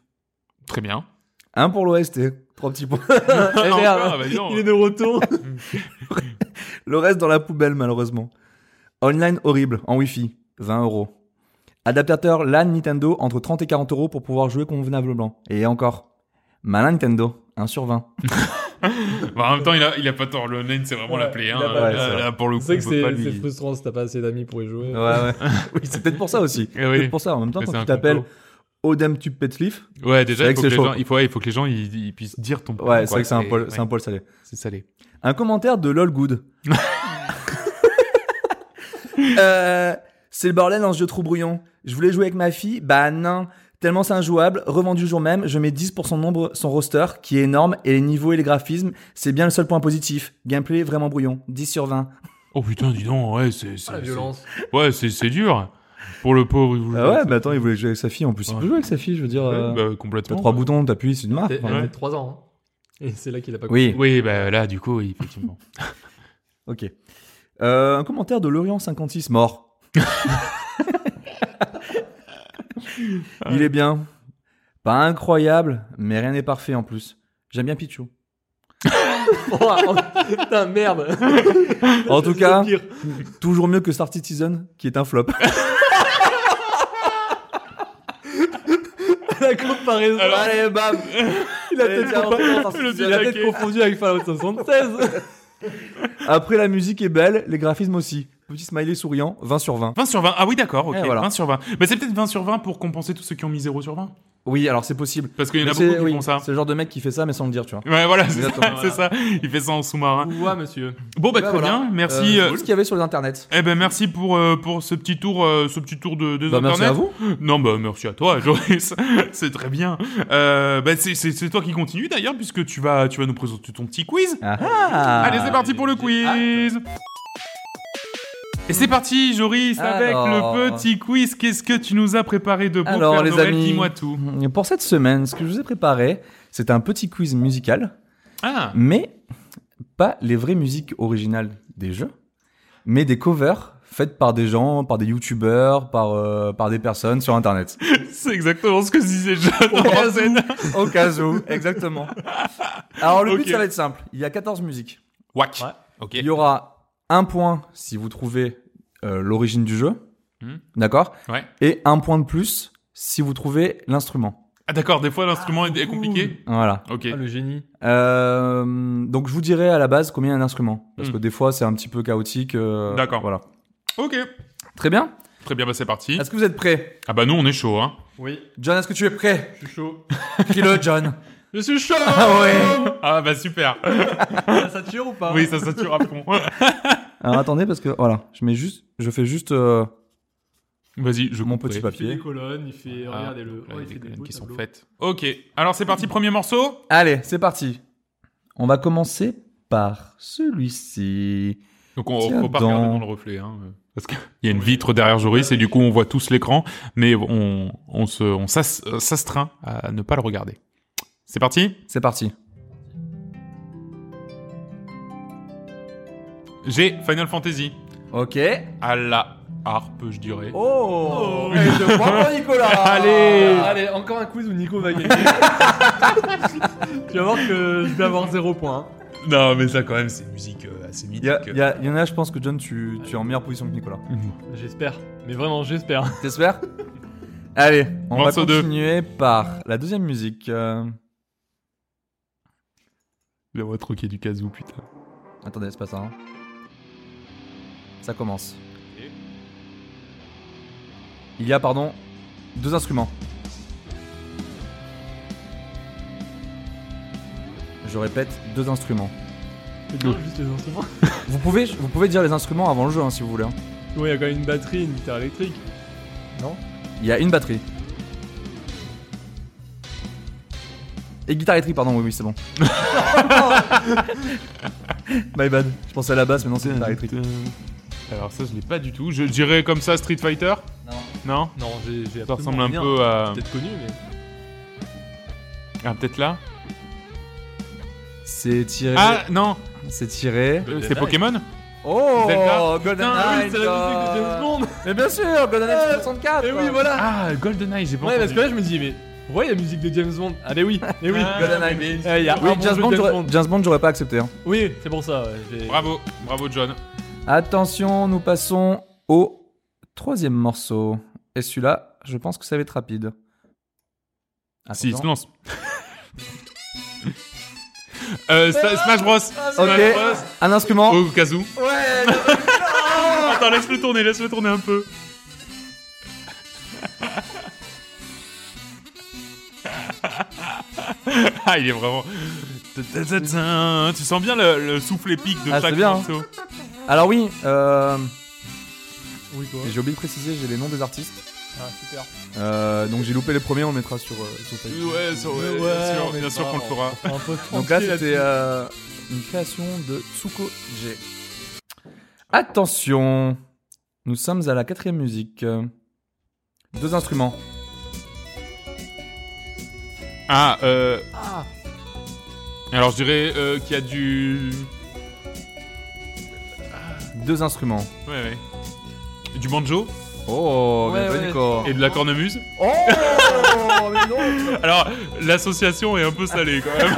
[SPEAKER 1] Très bien.
[SPEAKER 3] Un pour l'OST, trois petits points.
[SPEAKER 2] Eh,
[SPEAKER 1] Encore,
[SPEAKER 3] hein.
[SPEAKER 2] merde.
[SPEAKER 1] bah dis donc.
[SPEAKER 2] Il est de retour.
[SPEAKER 3] Le reste dans la poubelle, malheureusement. Online horrible, en Wi-Fi, 20 euros. Adaptateur LAN Nintendo entre 30 et 40 euros pour pouvoir jouer convenablement. Et encore, malin Nintendo, 1 sur 20.
[SPEAKER 1] Bah, en même temps, il a, il a pas tort. Le online, c'est vraiment
[SPEAKER 2] Ouais,
[SPEAKER 1] la plaie.
[SPEAKER 2] il a
[SPEAKER 1] Hein.
[SPEAKER 2] pas-
[SPEAKER 3] ouais, c'est
[SPEAKER 1] là,
[SPEAKER 3] vrai.
[SPEAKER 1] là, pour le
[SPEAKER 2] C'est
[SPEAKER 1] coup, on peut
[SPEAKER 2] vrai que
[SPEAKER 1] pas
[SPEAKER 2] c'est c'est
[SPEAKER 1] lui.
[SPEAKER 2] frustrant si t'as pas assez d'amis pour y jouer.
[SPEAKER 3] Ouais, ouais. oui, c'est peut-être pour ça aussi.
[SPEAKER 1] Eh oui.
[SPEAKER 3] C'est peut-être pour ça. En même temps,
[SPEAKER 1] Mais
[SPEAKER 3] quand
[SPEAKER 1] c'est
[SPEAKER 3] tu
[SPEAKER 1] un
[SPEAKER 3] t'appelles
[SPEAKER 1] complot.
[SPEAKER 3] Odem Tupetsleaf,
[SPEAKER 1] Ouais,
[SPEAKER 3] C'est
[SPEAKER 1] déjà,
[SPEAKER 3] vrai
[SPEAKER 1] il
[SPEAKER 3] que
[SPEAKER 1] faut que, les
[SPEAKER 3] c'est chaud.
[SPEAKER 1] gens, il faut, ouais, il faut que les gens ils, ils puissent dire ton prénom,
[SPEAKER 3] ouais, c'est
[SPEAKER 1] quoi.
[SPEAKER 3] vrai que c'est un, poil-
[SPEAKER 1] ouais,
[SPEAKER 3] c'est un poil salé.
[SPEAKER 1] c'est salé.
[SPEAKER 3] Un commentaire de LolGood. euh, c'est le bordel dans ce jeu trou brouillon. Je voulais jouer avec ma fille, bah non. Tellement c'est injouable, revendu le jour même, je mets 10 pour son nombre, son roster, qui est énorme, et les niveaux et les graphismes, c'est bien le seul point positif. Gameplay vraiment brouillon, 10 sur 20.
[SPEAKER 1] Oh putain, dis donc, ouais, c'est. c'est-
[SPEAKER 2] Ah, la
[SPEAKER 1] c'est-
[SPEAKER 2] violence.
[SPEAKER 1] Ouais, c'est c'est dur. Pour le pauvre, il voulait.
[SPEAKER 3] Ah ouais, bah attends, il voulait jouer avec sa fille en plus. Il
[SPEAKER 1] Ouais.
[SPEAKER 3] peut jouer avec sa fille, je veux dire. euh,
[SPEAKER 1] Ouais, bah,
[SPEAKER 3] T'as
[SPEAKER 1] complètement.
[SPEAKER 3] trois boutons, t'appuies, c'est une marque.
[SPEAKER 2] Elle
[SPEAKER 3] enfin.
[SPEAKER 2] avait 3 ans. hein. Et c'est là qu'il a pas
[SPEAKER 3] Oui,
[SPEAKER 1] Oui, bah là, du coup, oui, effectivement.
[SPEAKER 3] Ok. Euh, un commentaire de Lorient56, mort. Il est bien. Pas incroyable, mais rien n'est parfait en plus. J'aime bien Pichou.
[SPEAKER 2] Oh, putain, merde.
[SPEAKER 3] En tout
[SPEAKER 2] C'est
[SPEAKER 3] cas,
[SPEAKER 2] pire.
[SPEAKER 3] toujours mieux que Star Citizen, qui est un flop.
[SPEAKER 2] la comparaison.
[SPEAKER 3] Allez,
[SPEAKER 1] Eh ben.
[SPEAKER 3] bam
[SPEAKER 2] il a
[SPEAKER 3] allez,
[SPEAKER 2] peut-être
[SPEAKER 3] tiens,
[SPEAKER 2] compa-
[SPEAKER 3] on va faire
[SPEAKER 2] il a peut-être
[SPEAKER 1] attaquer.
[SPEAKER 2] confondu avec Fallout 76.
[SPEAKER 3] Après, la musique est belle, les graphismes aussi. Petit smiley souriant, 20 sur 20.
[SPEAKER 1] 20 sur 20. Ah oui, d'accord, ok.
[SPEAKER 3] Eh, voilà.
[SPEAKER 1] 20 sur 20. Mais c'est peut-être 20 sur 20 pour compenser tous ceux qui ont mis 0 sur 20.
[SPEAKER 3] Oui, alors c'est possible.
[SPEAKER 1] Parce qu'il y en
[SPEAKER 3] Mais
[SPEAKER 1] a beaucoup
[SPEAKER 3] C'est
[SPEAKER 1] qui
[SPEAKER 3] oui,
[SPEAKER 1] font ça.
[SPEAKER 3] c'est le genre de mec qui fait ça, mais sans le dire, tu vois.
[SPEAKER 1] Ouais, voilà, c'est ça,
[SPEAKER 3] Exactement,
[SPEAKER 1] c'est ça. Il fait ça en sous-marin.
[SPEAKER 2] Ouah, monsieur.
[SPEAKER 1] Bon, bah,
[SPEAKER 3] Bah,
[SPEAKER 1] très
[SPEAKER 3] voilà.
[SPEAKER 1] bien. Merci.
[SPEAKER 3] Euh,
[SPEAKER 1] euh,
[SPEAKER 3] c'est ce qu'il y avait sur les internets.
[SPEAKER 1] Eh ben merci pour euh, pour ce petit tour euh, ce petit tour de des
[SPEAKER 3] Bah, merci
[SPEAKER 1] internets.
[SPEAKER 3] à vous.
[SPEAKER 1] Non bah merci à toi Joris, c'est très bien. Euh, bah c'est c'est c'est toi qui continue d'ailleurs puisque tu vas tu vas nous présenter ton petit quiz.
[SPEAKER 3] Ah,
[SPEAKER 1] Allez c'est parti pour le quiz. Et c'est parti Joris avec
[SPEAKER 3] Alors.
[SPEAKER 1] le petit quiz. Qu'est-ce que tu nous as préparé de beau
[SPEAKER 3] Alors,
[SPEAKER 1] Père
[SPEAKER 3] les
[SPEAKER 1] Noël
[SPEAKER 3] amis.
[SPEAKER 1] Dis-moi tout.
[SPEAKER 3] Et Mm, Pour cette semaine, ce que je vous ai préparé, c'est un petit quiz musical,
[SPEAKER 1] Ah
[SPEAKER 3] mais pas les vraies musiques originales des jeux, mais des covers faites par des gens, par des youtubeurs, par, euh, par des personnes sur Internet.
[SPEAKER 1] c'est exactement ce que disait John.
[SPEAKER 3] Au cas
[SPEAKER 1] en scène.
[SPEAKER 3] où, au cas où, exactement. Alors le but,
[SPEAKER 1] Ok.
[SPEAKER 3] ça va être simple. Il y a 14 musiques.
[SPEAKER 1] Wack.
[SPEAKER 2] Ouais.
[SPEAKER 1] Ok.
[SPEAKER 3] Il y aura un point si vous trouvez euh, l'origine du jeu,
[SPEAKER 1] Hmm.
[SPEAKER 3] d'accord
[SPEAKER 1] Ouais.
[SPEAKER 3] Et un point de plus si vous trouvez l'instrument.
[SPEAKER 1] Ah d'accord. Des fois l'instrument est est compliqué.
[SPEAKER 3] Voilà.
[SPEAKER 1] Ok.
[SPEAKER 2] Ah, le génie.
[SPEAKER 3] Euh, donc je vous dirai à la base combien il y a un instrument parce
[SPEAKER 1] Hmm.
[SPEAKER 3] que des fois c'est un petit peu chaotique. euh,
[SPEAKER 1] D'accord.
[SPEAKER 3] Voilà.
[SPEAKER 1] Ok.
[SPEAKER 3] Très bien.
[SPEAKER 1] Très bien bah c'est parti.
[SPEAKER 3] Est-ce que vous êtes prêts,
[SPEAKER 1] Ah bah nous on est chaud hein.
[SPEAKER 2] Oui,
[SPEAKER 3] John Est-ce que tu es prêt
[SPEAKER 2] je suis chaud.
[SPEAKER 3] Crie-le, John.
[SPEAKER 2] Je suis chaud.
[SPEAKER 3] Ah ouais.
[SPEAKER 1] Ah bah super.
[SPEAKER 2] Ça tire ou pas
[SPEAKER 1] Oui, ça sature à fond.
[SPEAKER 3] Alors attendez parce que voilà, je mets juste, je fais juste euh,
[SPEAKER 1] Vas-y, je
[SPEAKER 3] mon
[SPEAKER 1] couperai.
[SPEAKER 3] petit
[SPEAKER 2] Il fait des
[SPEAKER 3] papier.
[SPEAKER 2] colonnes, il fait.
[SPEAKER 1] Ah,
[SPEAKER 2] Regardez-le.
[SPEAKER 1] donc
[SPEAKER 2] Oh,
[SPEAKER 1] là, il y a
[SPEAKER 2] il fait
[SPEAKER 1] des
[SPEAKER 2] des
[SPEAKER 1] colonnes
[SPEAKER 2] beaux
[SPEAKER 1] qui sont
[SPEAKER 2] tableaux.
[SPEAKER 1] faites. Ok, alors c'est parti, premier morceau.
[SPEAKER 3] Allez, c'est parti. On va commencer par celui-ci.
[SPEAKER 1] Donc on
[SPEAKER 3] Tiens
[SPEAKER 1] faut pas
[SPEAKER 3] donc.
[SPEAKER 1] regarder dans le reflet. Hein, euh, parce qu'il y a une vitre derrière Joris et du coup on voit tous l'écran, mais on, on se- on s'as- euh, s'astreint à ne pas le regarder. C'est parti
[SPEAKER 3] C'est parti.
[SPEAKER 1] J'ai Final Fantasy.
[SPEAKER 3] Ok.
[SPEAKER 1] À la harpe, je dirais.
[SPEAKER 3] Oh. Et deux points pour Nicolas.
[SPEAKER 2] Allez,
[SPEAKER 3] Allez.
[SPEAKER 2] allez, encore un quiz où Nico va gagner. tu vas voir que je vais avoir 0 point. hein.
[SPEAKER 1] Non, mais ça quand même, c'est une musique euh, assez
[SPEAKER 3] Il
[SPEAKER 1] mythique.
[SPEAKER 3] y, a- il y a- il y en a, je pense que John, tu, tu es en meilleure position que Nicolas.
[SPEAKER 2] J'espère. Mais vraiment, j'espère.
[SPEAKER 3] T'espères Allez, on
[SPEAKER 1] Morceau
[SPEAKER 3] va
[SPEAKER 1] deux.
[SPEAKER 3] continuer par la deuxième musique. Euh,
[SPEAKER 1] La voix troquée du casou, putain.
[SPEAKER 3] Attendez, c'est pas ça. hein. Ça commence. Il y a, pardon, deux instruments. Je répète, deux instruments.
[SPEAKER 2] C'est bien, juste les instruments.
[SPEAKER 3] Vous pouvez, vous pouvez dire les instruments avant le jeu, hein, si vous voulez. hein.
[SPEAKER 2] Oui, il y a quand même une batterie, une guitare électrique. Non
[SPEAKER 3] Il y a une batterie. Et guitare électrique, pardon, oui, oui, c'est bon. My bad. Je pensais à la basse, mais non, c'est guitare électrique.
[SPEAKER 1] Alors ça, je l'ai pas du tout. Je dirais comme ça Street Fighter
[SPEAKER 3] Non.
[SPEAKER 1] Non
[SPEAKER 2] Non, j'ai.
[SPEAKER 1] Ça ressemble un peu à.
[SPEAKER 2] Peut-être connu, mais.
[SPEAKER 1] Ah, peut-être là
[SPEAKER 3] C'est tiré.
[SPEAKER 1] Ah non, euh,
[SPEAKER 3] C'est tiré.
[SPEAKER 1] c'est Pokémon
[SPEAKER 3] Oh
[SPEAKER 1] Zelda.
[SPEAKER 2] Ah
[SPEAKER 3] GoldenEye God. Mais bien sûr, GoldenEye 64
[SPEAKER 2] Et Eh, oui,
[SPEAKER 3] quoi.
[SPEAKER 2] voilà.
[SPEAKER 1] Ah, GoldenEye, j'ai pas
[SPEAKER 2] Ouais, parce
[SPEAKER 1] entendu.
[SPEAKER 2] que là, je me dis, mais ouais, la musique de James Bond. Allez, oui, et oui.
[SPEAKER 1] Ah,
[SPEAKER 3] GoldenEye.
[SPEAKER 1] mais-
[SPEAKER 2] Eh, il y a
[SPEAKER 3] Oui,
[SPEAKER 2] un bon
[SPEAKER 3] James
[SPEAKER 2] jeu
[SPEAKER 3] Bond,
[SPEAKER 2] de James
[SPEAKER 3] j'aurais-
[SPEAKER 2] Bond.
[SPEAKER 3] James Bond, j'aurais pas accepté. hein.
[SPEAKER 2] Oui, c'est pour ça. ouais, j'ai-
[SPEAKER 1] Bravo, bravo John.
[SPEAKER 3] Attention, nous passons au troisième morceau. Et celui-là, je pense que ça va être rapide.
[SPEAKER 1] Si, il se lance.
[SPEAKER 3] Attention.
[SPEAKER 1] euh, Sta- Smash Bros.
[SPEAKER 2] Ah,
[SPEAKER 1] Smash Bros.
[SPEAKER 3] Un instrument.
[SPEAKER 1] Au cas où.
[SPEAKER 3] Ouais,
[SPEAKER 1] Ah. Attends, laisse-le tourner, laisse-le tourner un peu. ah, il est vraiment. Tu sens bien le, le souffle épique de
[SPEAKER 3] Ah,
[SPEAKER 1] chaque
[SPEAKER 3] c'est bien, hein.
[SPEAKER 1] morceau.
[SPEAKER 3] Alors oui, euh,
[SPEAKER 2] Oui, quoi.
[SPEAKER 3] et j'ai oublié de préciser, j'ai les noms des artistes.
[SPEAKER 2] Ah, super.
[SPEAKER 3] Euh, donc j'ai loupé les premiers, on le mettra sur, euh, sur Facebook.
[SPEAKER 1] Ouais, sur- ouais, bien sûr, bien sûr qu'on le fera.
[SPEAKER 3] Donc là, c'était euh, une création de Tsuko G. Attention, nous sommes à la quatrième musique. Deux instruments.
[SPEAKER 1] Ah, euh.
[SPEAKER 2] Ah.
[SPEAKER 1] Alors je dirais euh, qu'il y a du.
[SPEAKER 3] Deux instruments.
[SPEAKER 1] Ouais, ouais. Du banjo
[SPEAKER 3] Oh,
[SPEAKER 2] Ouais,
[SPEAKER 3] bien joué,
[SPEAKER 2] ouais.
[SPEAKER 3] Nico.
[SPEAKER 1] et de la cornemuse.
[SPEAKER 3] Oh, mais non
[SPEAKER 1] Alors, l'association est un peu salée quand même.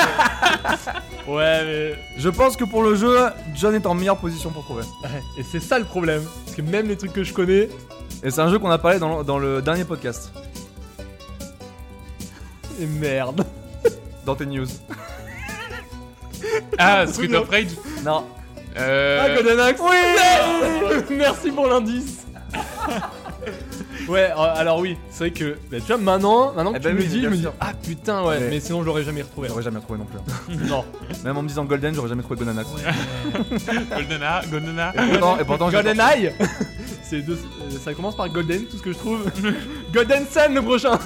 [SPEAKER 2] Ouais,
[SPEAKER 3] Je pense que pour le jeu, John est en meilleure position pour trouver.
[SPEAKER 2] mais. Et c'est ça le problème. Parce que même les trucs que je connais.
[SPEAKER 3] Et c'est un jeu qu'on a parlé dans le, dans le dernier podcast,
[SPEAKER 2] Et merde.
[SPEAKER 3] dans tes news.
[SPEAKER 1] ah, Street of Rage
[SPEAKER 3] Non.
[SPEAKER 2] Ah,
[SPEAKER 1] euh...
[SPEAKER 2] Godanax Oui Merci pour l'indice Ouais, euh, alors oui, c'est vrai que bah, tu vois, maintenant, maintenant que
[SPEAKER 3] Eh ben
[SPEAKER 2] tu
[SPEAKER 3] oui,
[SPEAKER 2] me dis, je
[SPEAKER 3] bien
[SPEAKER 2] me dis,
[SPEAKER 3] sûr.
[SPEAKER 2] ah putain, ouais,
[SPEAKER 3] Ouais.
[SPEAKER 2] mais sinon je l'aurais jamais retrouvé. hein.
[SPEAKER 3] J'aurais jamais trouvé non plus. hein.
[SPEAKER 2] Non.
[SPEAKER 3] Même en me disant Golden, j'aurais jamais trouvé Golden
[SPEAKER 1] Goldena, Goldena.
[SPEAKER 3] Et pourtant, et pourtant j'ai-
[SPEAKER 2] GoldenEye C'est deux- euh, Ça commence par Golden, tout ce que je trouve. Golden Sun le prochain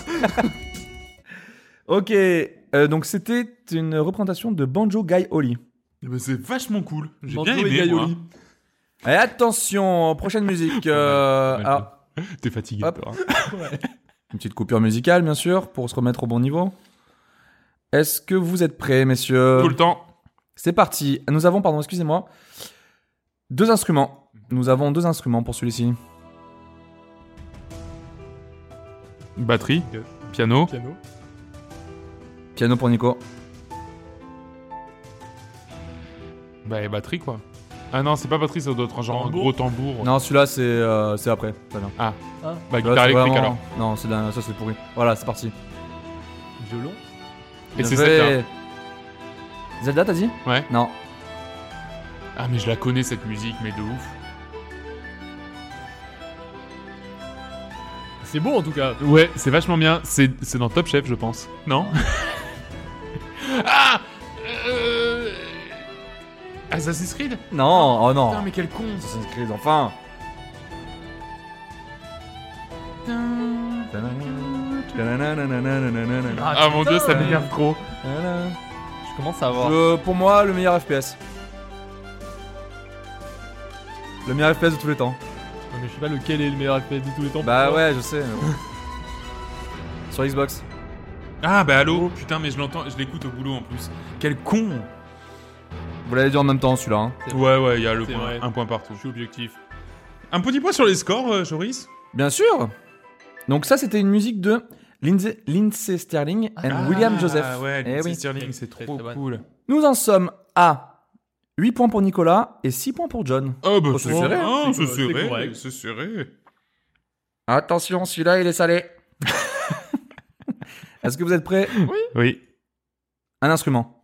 [SPEAKER 3] Ok, euh, donc c'était une représentation de Banjo Guy Oli.
[SPEAKER 1] Mais Eh ben, c'est vachement cool. J'ai
[SPEAKER 2] Banjo
[SPEAKER 1] bien
[SPEAKER 2] et
[SPEAKER 1] aimé. moi.
[SPEAKER 2] Gaioli.
[SPEAKER 3] Et attention, prochaine musique. euh,
[SPEAKER 1] Ouais, ouais,
[SPEAKER 3] alors,
[SPEAKER 1] T'es fatigué.
[SPEAKER 3] Hop.
[SPEAKER 1] toi, hein.
[SPEAKER 3] une petite coupure musicale, bien sûr, pour se remettre au bon niveau. Est-ce que vous êtes prêts, messieurs
[SPEAKER 1] Tout le temps.
[SPEAKER 3] C'est parti. Nous avons, pardon, excusez-moi, deux instruments.
[SPEAKER 1] Mhm.
[SPEAKER 3] Nous avons deux instruments pour celui-ci.
[SPEAKER 1] Batterie,
[SPEAKER 2] Deux.
[SPEAKER 1] piano.
[SPEAKER 2] Piano.
[SPEAKER 3] Piano pour Nico.
[SPEAKER 1] Bah, et batterie quoi. Ah non, c'est pas batterie, ça doit être un genre un
[SPEAKER 2] Tambour.
[SPEAKER 1] gros tambour.
[SPEAKER 3] Non, celui-là, c'est euh, c'est après. Très bien.
[SPEAKER 1] Bah,
[SPEAKER 3] Celui-là,
[SPEAKER 1] guitare
[SPEAKER 3] c'est
[SPEAKER 1] électrique alors.
[SPEAKER 3] vraiment- Non, c'est la- ça, c'est pourri. Voilà, c'est parti.
[SPEAKER 2] Violon.
[SPEAKER 1] Et
[SPEAKER 3] Bien
[SPEAKER 1] c'est
[SPEAKER 3] joué.
[SPEAKER 1] celle-là.
[SPEAKER 3] Zelda, t'as dit
[SPEAKER 1] Ouais.
[SPEAKER 3] Non.
[SPEAKER 1] Ah, mais je la connais cette musique, mais de ouf.
[SPEAKER 2] C'est beau en tout cas.
[SPEAKER 1] Ouais, c'est vachement bien. C'est c'est dans Top Chef, je pense. Non Ah euh... Assassin's Creed
[SPEAKER 3] Non, oh non.
[SPEAKER 1] Putain, mais quel con
[SPEAKER 3] Assassin's Creed, enfin
[SPEAKER 1] Ah,
[SPEAKER 2] Ah,
[SPEAKER 1] mon
[SPEAKER 2] putain,
[SPEAKER 1] dieu, ça
[SPEAKER 2] ouais.
[SPEAKER 1] m'énerve trop.
[SPEAKER 2] Je commence à avoir.
[SPEAKER 3] Euh, Pour moi, le meilleur FPS. Le meilleur FPS de tous les temps.
[SPEAKER 2] Ouais, Mais je sais pas lequel est le meilleur FPS de tous les temps.
[SPEAKER 3] Bah
[SPEAKER 2] pour toi.
[SPEAKER 3] ouais, je sais. mais bon. Sur Xbox.
[SPEAKER 1] Ah, bah allô Putain, mais je l'entends, je l'écoute au boulot en plus. Quel con
[SPEAKER 3] Vous l'avez dit en même temps, celui-là. hein.
[SPEAKER 1] Ouais, ouais, il y a le
[SPEAKER 2] C'est
[SPEAKER 1] point-
[SPEAKER 2] vrai.
[SPEAKER 1] un point partout.
[SPEAKER 2] Je suis objectif.
[SPEAKER 1] Un petit point sur les scores, euh, Joris
[SPEAKER 3] Bien sûr Donc ça, c'était une musique de Lindsay, Lindsay Sterling and
[SPEAKER 2] Ah,
[SPEAKER 3] William Joseph.
[SPEAKER 1] Ah ouais,
[SPEAKER 3] Eh
[SPEAKER 1] Lindsay
[SPEAKER 3] oui.
[SPEAKER 1] Stirling, c'est trop
[SPEAKER 2] Très, très bonne.
[SPEAKER 1] cool.
[SPEAKER 3] Nous en sommes à 8 points pour Nicolas et 6 points pour John.
[SPEAKER 1] Oh, bah
[SPEAKER 3] Oh, c'est serré,
[SPEAKER 1] Ah,
[SPEAKER 2] hein,
[SPEAKER 1] c'est
[SPEAKER 2] c'est correct, c'est
[SPEAKER 1] serré,
[SPEAKER 2] correct.
[SPEAKER 1] c'est serré.
[SPEAKER 3] Attention, celui-là, il est salé. Est-ce que vous êtes prêts
[SPEAKER 1] Oui.
[SPEAKER 3] Un instrument.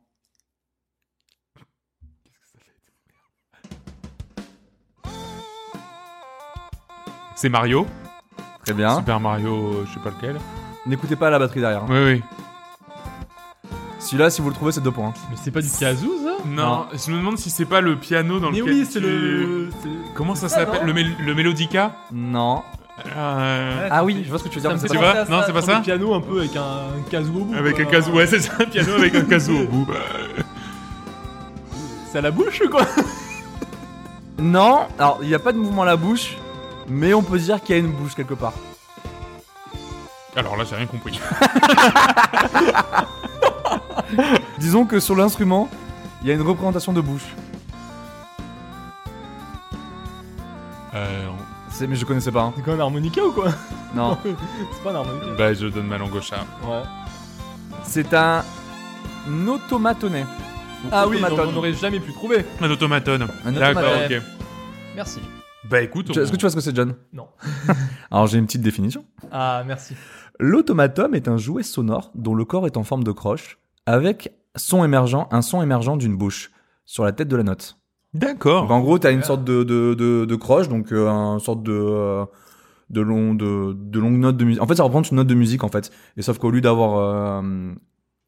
[SPEAKER 1] C'est Mario.
[SPEAKER 3] Très
[SPEAKER 2] Hein
[SPEAKER 3] bien.
[SPEAKER 1] Super Mario, euh, je sais pas lequel.
[SPEAKER 3] N'écoutez pas la batterie derrière. hein.
[SPEAKER 1] Oui, oui.
[SPEAKER 3] Celui-là, si vous le trouvez, c'est 2 points.
[SPEAKER 2] Mais c'est pas du Kazoo ça
[SPEAKER 1] Non, je me demande si c'est pas le piano dans
[SPEAKER 2] Mais
[SPEAKER 1] lequel
[SPEAKER 2] oui, c'est
[SPEAKER 1] tu-
[SPEAKER 2] le.
[SPEAKER 1] Comment ça
[SPEAKER 2] C'est ça,
[SPEAKER 1] s'appelle le,
[SPEAKER 2] non
[SPEAKER 1] mél- le Melodica
[SPEAKER 3] Non.
[SPEAKER 1] Euh,
[SPEAKER 3] Ah oui, je vois ce que tu veux dire.
[SPEAKER 2] Ça me
[SPEAKER 3] mais
[SPEAKER 2] fait
[SPEAKER 3] c'est
[SPEAKER 1] pas-
[SPEAKER 3] pas-
[SPEAKER 2] penser à
[SPEAKER 1] Non, Ah, c'est pas
[SPEAKER 2] sur
[SPEAKER 1] ça
[SPEAKER 2] le piano un peu avec un un casou au bout.
[SPEAKER 1] Avec
[SPEAKER 2] quoi.
[SPEAKER 1] un casou. Ouais, c'est ça, un piano avec un casou au bout.
[SPEAKER 2] C'est à la bouche ou quoi
[SPEAKER 3] Non, alors il n'y a pas de mouvement à la bouche, mais on peut se dire qu'il y a une bouche quelque part.
[SPEAKER 1] Alors là, j'ai rien compris.
[SPEAKER 3] Disons que sur l'instrument, Il y a une représentation de Bush.
[SPEAKER 4] Euh,
[SPEAKER 3] C'est- Mais je connaissais pas. hein.
[SPEAKER 2] C'est quand même un harmonica ou quoi
[SPEAKER 3] Non.
[SPEAKER 2] C'est pas un harmonica.
[SPEAKER 1] Bah, je donne ma langue au chat.
[SPEAKER 2] Ouais.
[SPEAKER 3] C'est un automatonnet.
[SPEAKER 2] Ah oui, donc
[SPEAKER 3] automaton.
[SPEAKER 2] on n'aurait jamais pu trouver.
[SPEAKER 1] Un automatone.
[SPEAKER 3] Un
[SPEAKER 1] D'accord,
[SPEAKER 2] automatone.
[SPEAKER 1] ok.
[SPEAKER 2] Merci.
[SPEAKER 1] Bah, écoute.
[SPEAKER 3] Tu- Est-ce que tu vois ce que c'est, John
[SPEAKER 2] Non.
[SPEAKER 3] Alors j'ai une petite définition.
[SPEAKER 2] Ah, merci.
[SPEAKER 3] L'automatum est un jouet sonore dont le corps est en forme de croche, avec son émergent, un son émergent d'une bouche sur la tête de la note.
[SPEAKER 1] D'accord.
[SPEAKER 3] Donc en gros, t'as une sorte de, de, de, de croche, donc euh, une sorte de, euh, de, long, de, de longue note de musique. En fait, ça représente une note de musique, en fait. Et sauf qu'au lieu d'avoir euh,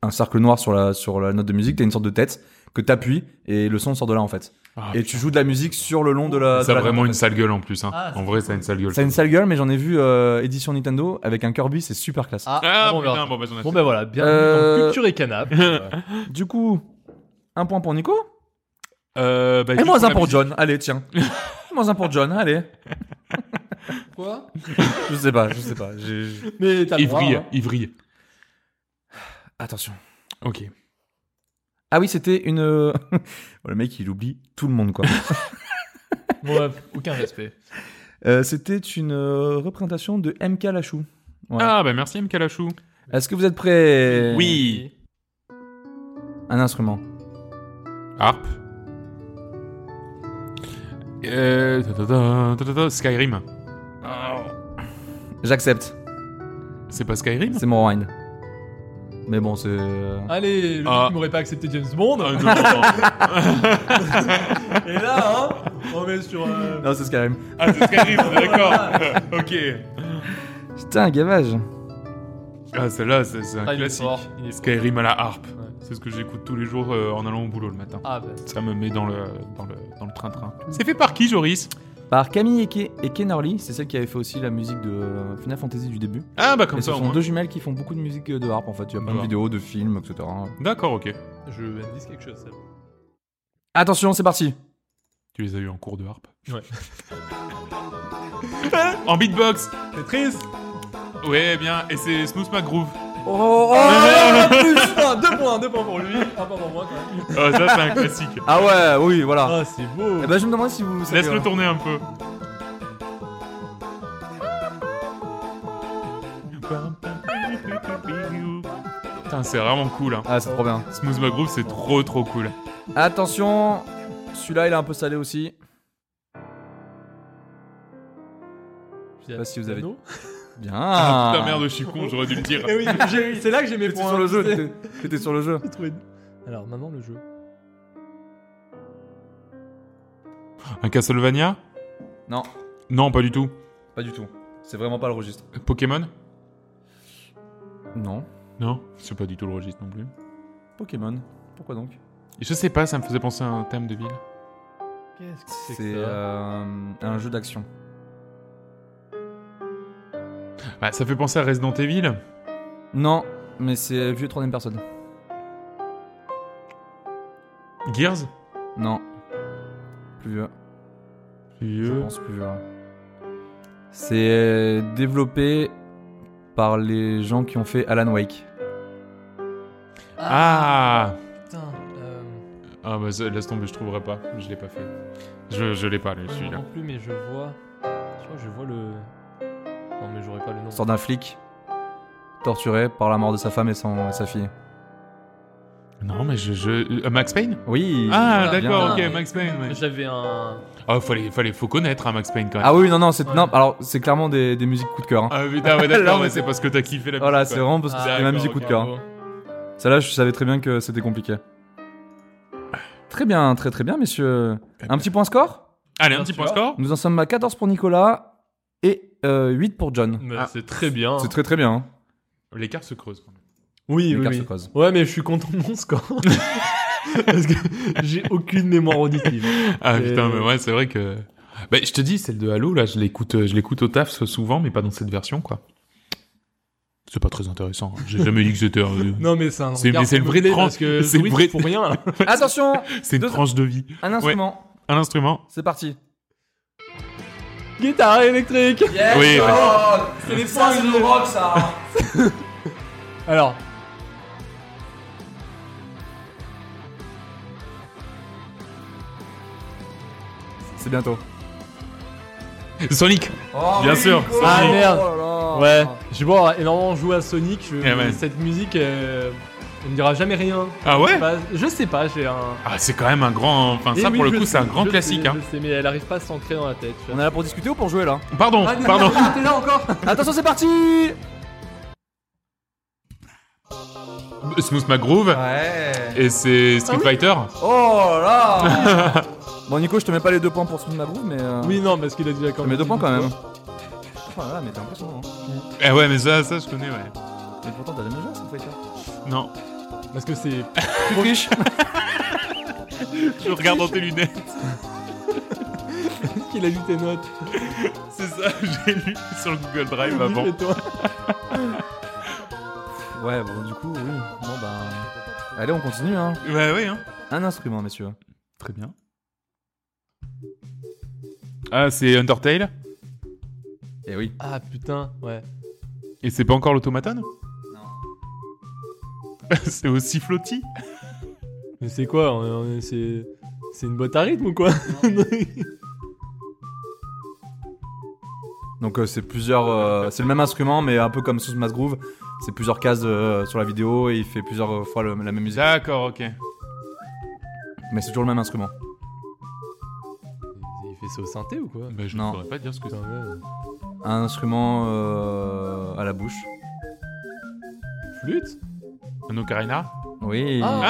[SPEAKER 3] un cercle noir sur la, sur la note de musique, t'as une sorte de tête que t'appuies et le son sort de là, en fait.
[SPEAKER 4] ah,
[SPEAKER 3] et tu joues de la musique sur le long de la. euh, de
[SPEAKER 1] Ça a
[SPEAKER 3] la note, en
[SPEAKER 1] vraiment
[SPEAKER 3] fait.
[SPEAKER 1] une sale gueule en plus. Hein.
[SPEAKER 2] Ah,
[SPEAKER 1] en vrai, ça a une sale gueule.
[SPEAKER 3] Ça a une sale gueule, mais j'en ai vu euh, édition Nintendo avec un Kirby, c'est super classe.
[SPEAKER 2] Ah,
[SPEAKER 1] Ah,
[SPEAKER 2] bon, on verra.
[SPEAKER 1] putain, bon, bah, j'en ai
[SPEAKER 2] Bon ben voilà, bienvenue
[SPEAKER 3] Euh,
[SPEAKER 2] dans Culture et Canap.
[SPEAKER 3] Du coup, un point pour Nico
[SPEAKER 1] Euh, bah,
[SPEAKER 3] et
[SPEAKER 1] juste
[SPEAKER 3] moins un
[SPEAKER 1] la
[SPEAKER 3] pour
[SPEAKER 1] musique.
[SPEAKER 3] John. Allez, tiens. moins un pour John, allez.
[SPEAKER 2] Quoi
[SPEAKER 3] Je sais pas, je sais pas. j'ai-
[SPEAKER 2] Mais t'as le droit.
[SPEAKER 1] Ivry,
[SPEAKER 2] hein.
[SPEAKER 1] Ivry.
[SPEAKER 3] Attention.
[SPEAKER 1] Ok.
[SPEAKER 3] Ah oui, c'était une. euh, le mec, il oublie tout le monde, quoi.
[SPEAKER 2] Bon, ouais, aucun respect.
[SPEAKER 3] Euh, c'était une euh, représentation de MK Lachou. Voilà.
[SPEAKER 1] Ah, bah, merci, M. Kalachou.
[SPEAKER 3] Est-ce que vous êtes prêts
[SPEAKER 1] Oui.
[SPEAKER 3] Un instrument.
[SPEAKER 1] Harpe. Euh, ta, ta, ta, ta, ta, ta, Skyrim.
[SPEAKER 3] J'accepte.
[SPEAKER 1] C'est pas Skyrim
[SPEAKER 3] C'est mon rewind. Mais bon, c'est. euh,
[SPEAKER 2] Allez, le
[SPEAKER 1] Ah.
[SPEAKER 2] mec m'aurait pas accepté James Bond.
[SPEAKER 1] Ah, non.
[SPEAKER 2] Et là, hein, on est sur. euh,
[SPEAKER 3] Non, c'est Skyrim.
[SPEAKER 1] ah, c'est Skyrim, on est d'accord. ok.
[SPEAKER 3] Putain, gavage.
[SPEAKER 1] Ah, celle-là, c'est c'est un
[SPEAKER 2] Ah, il est
[SPEAKER 1] classique.
[SPEAKER 2] fort, il est fort.
[SPEAKER 1] Skyrim à la harpe.
[SPEAKER 2] Ouais.
[SPEAKER 1] C'est ce que j'écoute tous les jours euh, en allant au boulot le matin.
[SPEAKER 2] Ah, bah.
[SPEAKER 1] Ça me met dans le dans le dans le train-train. C'est fait par qui, Joris
[SPEAKER 3] Par Camille et, Ke- et Kennerly, c'est celle qui avait fait aussi la musique de euh, Final Fantasy du début.
[SPEAKER 1] Ah bah
[SPEAKER 3] Et
[SPEAKER 1] comme
[SPEAKER 3] ce
[SPEAKER 1] ça. au
[SPEAKER 3] sont
[SPEAKER 1] moins.
[SPEAKER 3] deux jumelles qui font beaucoup de musique euh, de harpe en fait. Il y a plein de
[SPEAKER 1] Voilà.
[SPEAKER 3] vidéos, de films, etc.
[SPEAKER 1] D'accord, ok.
[SPEAKER 2] Je me dis quelque chose. ça.
[SPEAKER 3] Attention, c'est parti.
[SPEAKER 1] Tu les as eu en cours de harpe.
[SPEAKER 2] Ouais.
[SPEAKER 1] en beatbox.
[SPEAKER 2] C'est triste.
[SPEAKER 1] Ouais, bien. Et c'est Smooth McGroove.
[SPEAKER 3] Oh, oh, oh,
[SPEAKER 2] Plus un, deux points, deux points pour lui, un point pour moi quand même.
[SPEAKER 1] Ah, ça c'est un classique.
[SPEAKER 3] ah ouais, oui, voilà.
[SPEAKER 2] Ah, c'est beau.
[SPEAKER 3] Eh ben, je me demande si vous. savez,
[SPEAKER 1] Laisse-le
[SPEAKER 3] euh,
[SPEAKER 1] tourner un peu. Putain, c'est vraiment cool. Hein.
[SPEAKER 3] Ah, c'est trop bien.
[SPEAKER 1] Smooth McGroove, c'est trop trop cool.
[SPEAKER 3] Attention, celui-là, il est un peu salé aussi.
[SPEAKER 2] Je sais
[SPEAKER 3] pas bah, si vous avez-
[SPEAKER 2] Piano.
[SPEAKER 3] Bien.
[SPEAKER 1] Ah, putain, merde, je suis con, j'aurais dû le dire.
[SPEAKER 2] Eh oui, j'ai- c'est là que j'ai mes
[SPEAKER 3] T'étais
[SPEAKER 2] points.
[SPEAKER 3] sur le jeu.
[SPEAKER 2] tu sais.
[SPEAKER 3] t'étais- T'étais sur le jeu.
[SPEAKER 2] J'ai trouvé- Alors maintenant le jeu.
[SPEAKER 1] Un Castlevania
[SPEAKER 3] Non,
[SPEAKER 1] Non, pas du tout.
[SPEAKER 3] pas du tout. C'est vraiment pas le registre.
[SPEAKER 1] Pokémon
[SPEAKER 3] Non.
[SPEAKER 1] Non, c'est pas du tout le registre non plus.
[SPEAKER 3] Pokémon. Pourquoi donc
[SPEAKER 1] Et je sais pas, ça me faisait penser à un thème de ville.
[SPEAKER 2] Qu'est-ce que c'est
[SPEAKER 3] C'est
[SPEAKER 2] que ça
[SPEAKER 3] euh, un jeu d'action.
[SPEAKER 1] Bah, ça fait penser à Resident Evil.
[SPEAKER 3] Non, mais c'est vieux troisième personne.
[SPEAKER 1] Gears
[SPEAKER 3] Non. Plus euh, vieux. Je
[SPEAKER 1] Vieux.
[SPEAKER 3] pense plus hein. vieux. C'est euh, développé par les gens qui ont fait Alan Wake.
[SPEAKER 1] Ah
[SPEAKER 2] putain. euh,
[SPEAKER 1] Ah bah ça, laisse tomber, je trouverai pas. Je l'ai pas fait. Je, je l'ai pas, lui,
[SPEAKER 2] moi
[SPEAKER 1] celui-là.
[SPEAKER 2] non plus, mais je vois. Je crois que je vois le. Non mais j'aurais pas le nom.
[SPEAKER 3] Sort d'un flic torturé par la mort de sa femme et, son, et sa fille.
[SPEAKER 1] Non, mais je... je- euh, Max Payne
[SPEAKER 3] Oui.
[SPEAKER 1] Ah,
[SPEAKER 2] voilà,
[SPEAKER 1] d'accord,
[SPEAKER 2] bien.
[SPEAKER 1] ok, Max Payne. ouais.
[SPEAKER 2] J'avais un.
[SPEAKER 1] Ah, fallait, fallait, faut connaître hein, Max Payne quand même.
[SPEAKER 3] Ah oui, non, non, c'est
[SPEAKER 2] Ouais.
[SPEAKER 3] non. Alors c'est clairement des, des musiques coup de cœur. hein.
[SPEAKER 1] Ah putain, ouais,
[SPEAKER 3] Là,
[SPEAKER 1] d'accord,
[SPEAKER 3] on
[SPEAKER 1] ouais,
[SPEAKER 3] était-
[SPEAKER 1] c'est parce que t'as kiffé la
[SPEAKER 3] Voilà, Oh c'est
[SPEAKER 1] musique, quoi.
[SPEAKER 3] vraiment parce que
[SPEAKER 2] Ah,
[SPEAKER 3] c'est la
[SPEAKER 1] d'accord,
[SPEAKER 3] musique coup de
[SPEAKER 1] ok,
[SPEAKER 3] cœur. hein.
[SPEAKER 1] bravo.
[SPEAKER 3] Celle-là, je savais très bien que c'était compliqué. Très bien, très très bien, messieurs.
[SPEAKER 1] Eh ben.
[SPEAKER 3] Un petit point score
[SPEAKER 1] Allez, un petit point
[SPEAKER 2] Tu vois
[SPEAKER 1] score
[SPEAKER 3] Nous en sommes à 14 pour Nicolas et euh, 8 pour John.
[SPEAKER 2] Mais
[SPEAKER 1] Ah.
[SPEAKER 2] C'est très bien.
[SPEAKER 3] C'est très très bien. Hein.
[SPEAKER 1] L'écart se creuse. quand même.
[SPEAKER 2] Oui, oui,
[SPEAKER 3] L'écart
[SPEAKER 2] oui.
[SPEAKER 3] se creuse.
[SPEAKER 2] Ouais, mais je suis content de mon score. Parce que j'ai aucune mémoire auditive.
[SPEAKER 1] Ah
[SPEAKER 2] Et- euh,
[SPEAKER 1] putain, mais ouais, c'est vrai que. Bah, je te dis, celle de Halo, là, je l'écoute, euh, je l'écoute au taf euh, souvent, mais pas dans cette version, quoi. C'est pas très intéressant. hein. J'ai jamais dit que c'était. euh,
[SPEAKER 2] Non, mais c'est un.
[SPEAKER 1] C'est-
[SPEAKER 2] regard
[SPEAKER 1] mais c'est le
[SPEAKER 2] qui me
[SPEAKER 1] vrai
[SPEAKER 2] plaît
[SPEAKER 1] trans-
[SPEAKER 2] parce que
[SPEAKER 1] c'est
[SPEAKER 2] Zoé,
[SPEAKER 1] le vrai-
[SPEAKER 2] pour rien. là.
[SPEAKER 3] Attention,
[SPEAKER 1] C'est une
[SPEAKER 3] Deux-
[SPEAKER 1] tranche de vie.
[SPEAKER 3] un instrument.
[SPEAKER 1] Un instrument.
[SPEAKER 3] C'est parti.
[SPEAKER 2] Guitare électrique.
[SPEAKER 1] Oui, ouais.
[SPEAKER 3] c'est les points de rock ça.
[SPEAKER 2] Alors.
[SPEAKER 3] C'est bientôt.
[SPEAKER 1] Sonic
[SPEAKER 3] Oh,
[SPEAKER 1] Bien oui, sûr. quoi.
[SPEAKER 2] Ah, merde.
[SPEAKER 3] Oh là là.
[SPEAKER 2] Ouais, je vais avoir énormément joué à Sonic. je-
[SPEAKER 1] Eh ouais.
[SPEAKER 2] Cette musique, euh, elle me dira jamais rien.
[SPEAKER 1] Ah ouais
[SPEAKER 2] Bah, je sais pas, j'ai un.
[SPEAKER 1] Ah, c'est quand même un grand. Enfin, ça
[SPEAKER 2] Eh oui,
[SPEAKER 1] pour le
[SPEAKER 2] je
[SPEAKER 1] coup,
[SPEAKER 2] sais,
[SPEAKER 1] c'est un grand
[SPEAKER 2] je
[SPEAKER 1] classique.
[SPEAKER 2] sais,
[SPEAKER 1] Hein.
[SPEAKER 2] je sais, mais elle arrive pas à s'ancrer dans la tête. tu
[SPEAKER 3] On
[SPEAKER 2] vois.
[SPEAKER 3] est là pour discuter ou pour jouer là
[SPEAKER 1] Pardon,
[SPEAKER 2] Ah, non,
[SPEAKER 1] pardon.
[SPEAKER 2] non, T'es là encore
[SPEAKER 3] Attention, c'est parti
[SPEAKER 1] Smooth McGroove
[SPEAKER 3] Ouais.
[SPEAKER 1] et c'est Street
[SPEAKER 2] Ah oui.
[SPEAKER 1] Fighter.
[SPEAKER 3] Oh là Bon, Nico, je te mets pas les deux points pour ce ma mais. euh,
[SPEAKER 2] Oui, non, parce qu'il a déjà quand
[SPEAKER 3] Je te
[SPEAKER 2] même.
[SPEAKER 3] mets deux
[SPEAKER 2] dit
[SPEAKER 3] points quand
[SPEAKER 2] une
[SPEAKER 3] même.
[SPEAKER 2] fois.
[SPEAKER 3] Oh là là, mais t'es impressionnant. hein.
[SPEAKER 1] Eh ouais, mais ça, ça je connais, ouais.
[SPEAKER 3] Mais pourtant, t'as jamais joué à cette hein. Fighter.
[SPEAKER 1] Non,
[SPEAKER 2] Parce que c'est.
[SPEAKER 3] Tu triches
[SPEAKER 1] je regarde dans tes lunettes.
[SPEAKER 2] Parce qu'il a lu tes notes.
[SPEAKER 1] C'est ça, j'ai lu sur le Google Drive
[SPEAKER 2] Ah Oui,
[SPEAKER 1] avant.
[SPEAKER 2] mais toi.
[SPEAKER 3] Ouais, bon, du coup, oui. Bon, bah. Allez, on continue, hein.
[SPEAKER 1] Ouais, ouais, hein.
[SPEAKER 3] Un instrument, messieurs.
[SPEAKER 1] Très bien. Ah, c'est Undertale
[SPEAKER 3] Eh oui.
[SPEAKER 2] Ah putain, ouais.
[SPEAKER 1] Et c'est pas encore l'automatone C'est aussi flotti
[SPEAKER 2] Mais c'est quoi on est- on est- C'est c'est une boîte à rythme ou quoi
[SPEAKER 3] Donc, euh, c'est plusieurs. euh, c'est le même instrument, mais un peu comme Sous Mass Groove. C'est plusieurs cases euh, sur la vidéo et il fait plusieurs euh, fois le- la même musique.
[SPEAKER 1] D'accord, ok.
[SPEAKER 3] Mais c'est toujours le même instrument.
[SPEAKER 2] Il fait ça au synthé ou quoi
[SPEAKER 1] Bah, je
[SPEAKER 3] Non.
[SPEAKER 1] ne saurais pas dire ce que c'est.
[SPEAKER 2] Putain, ouais.
[SPEAKER 3] Un instrument euh, à la bouche.
[SPEAKER 2] Flûte
[SPEAKER 1] Un ocarina
[SPEAKER 3] Oui.
[SPEAKER 1] Ah,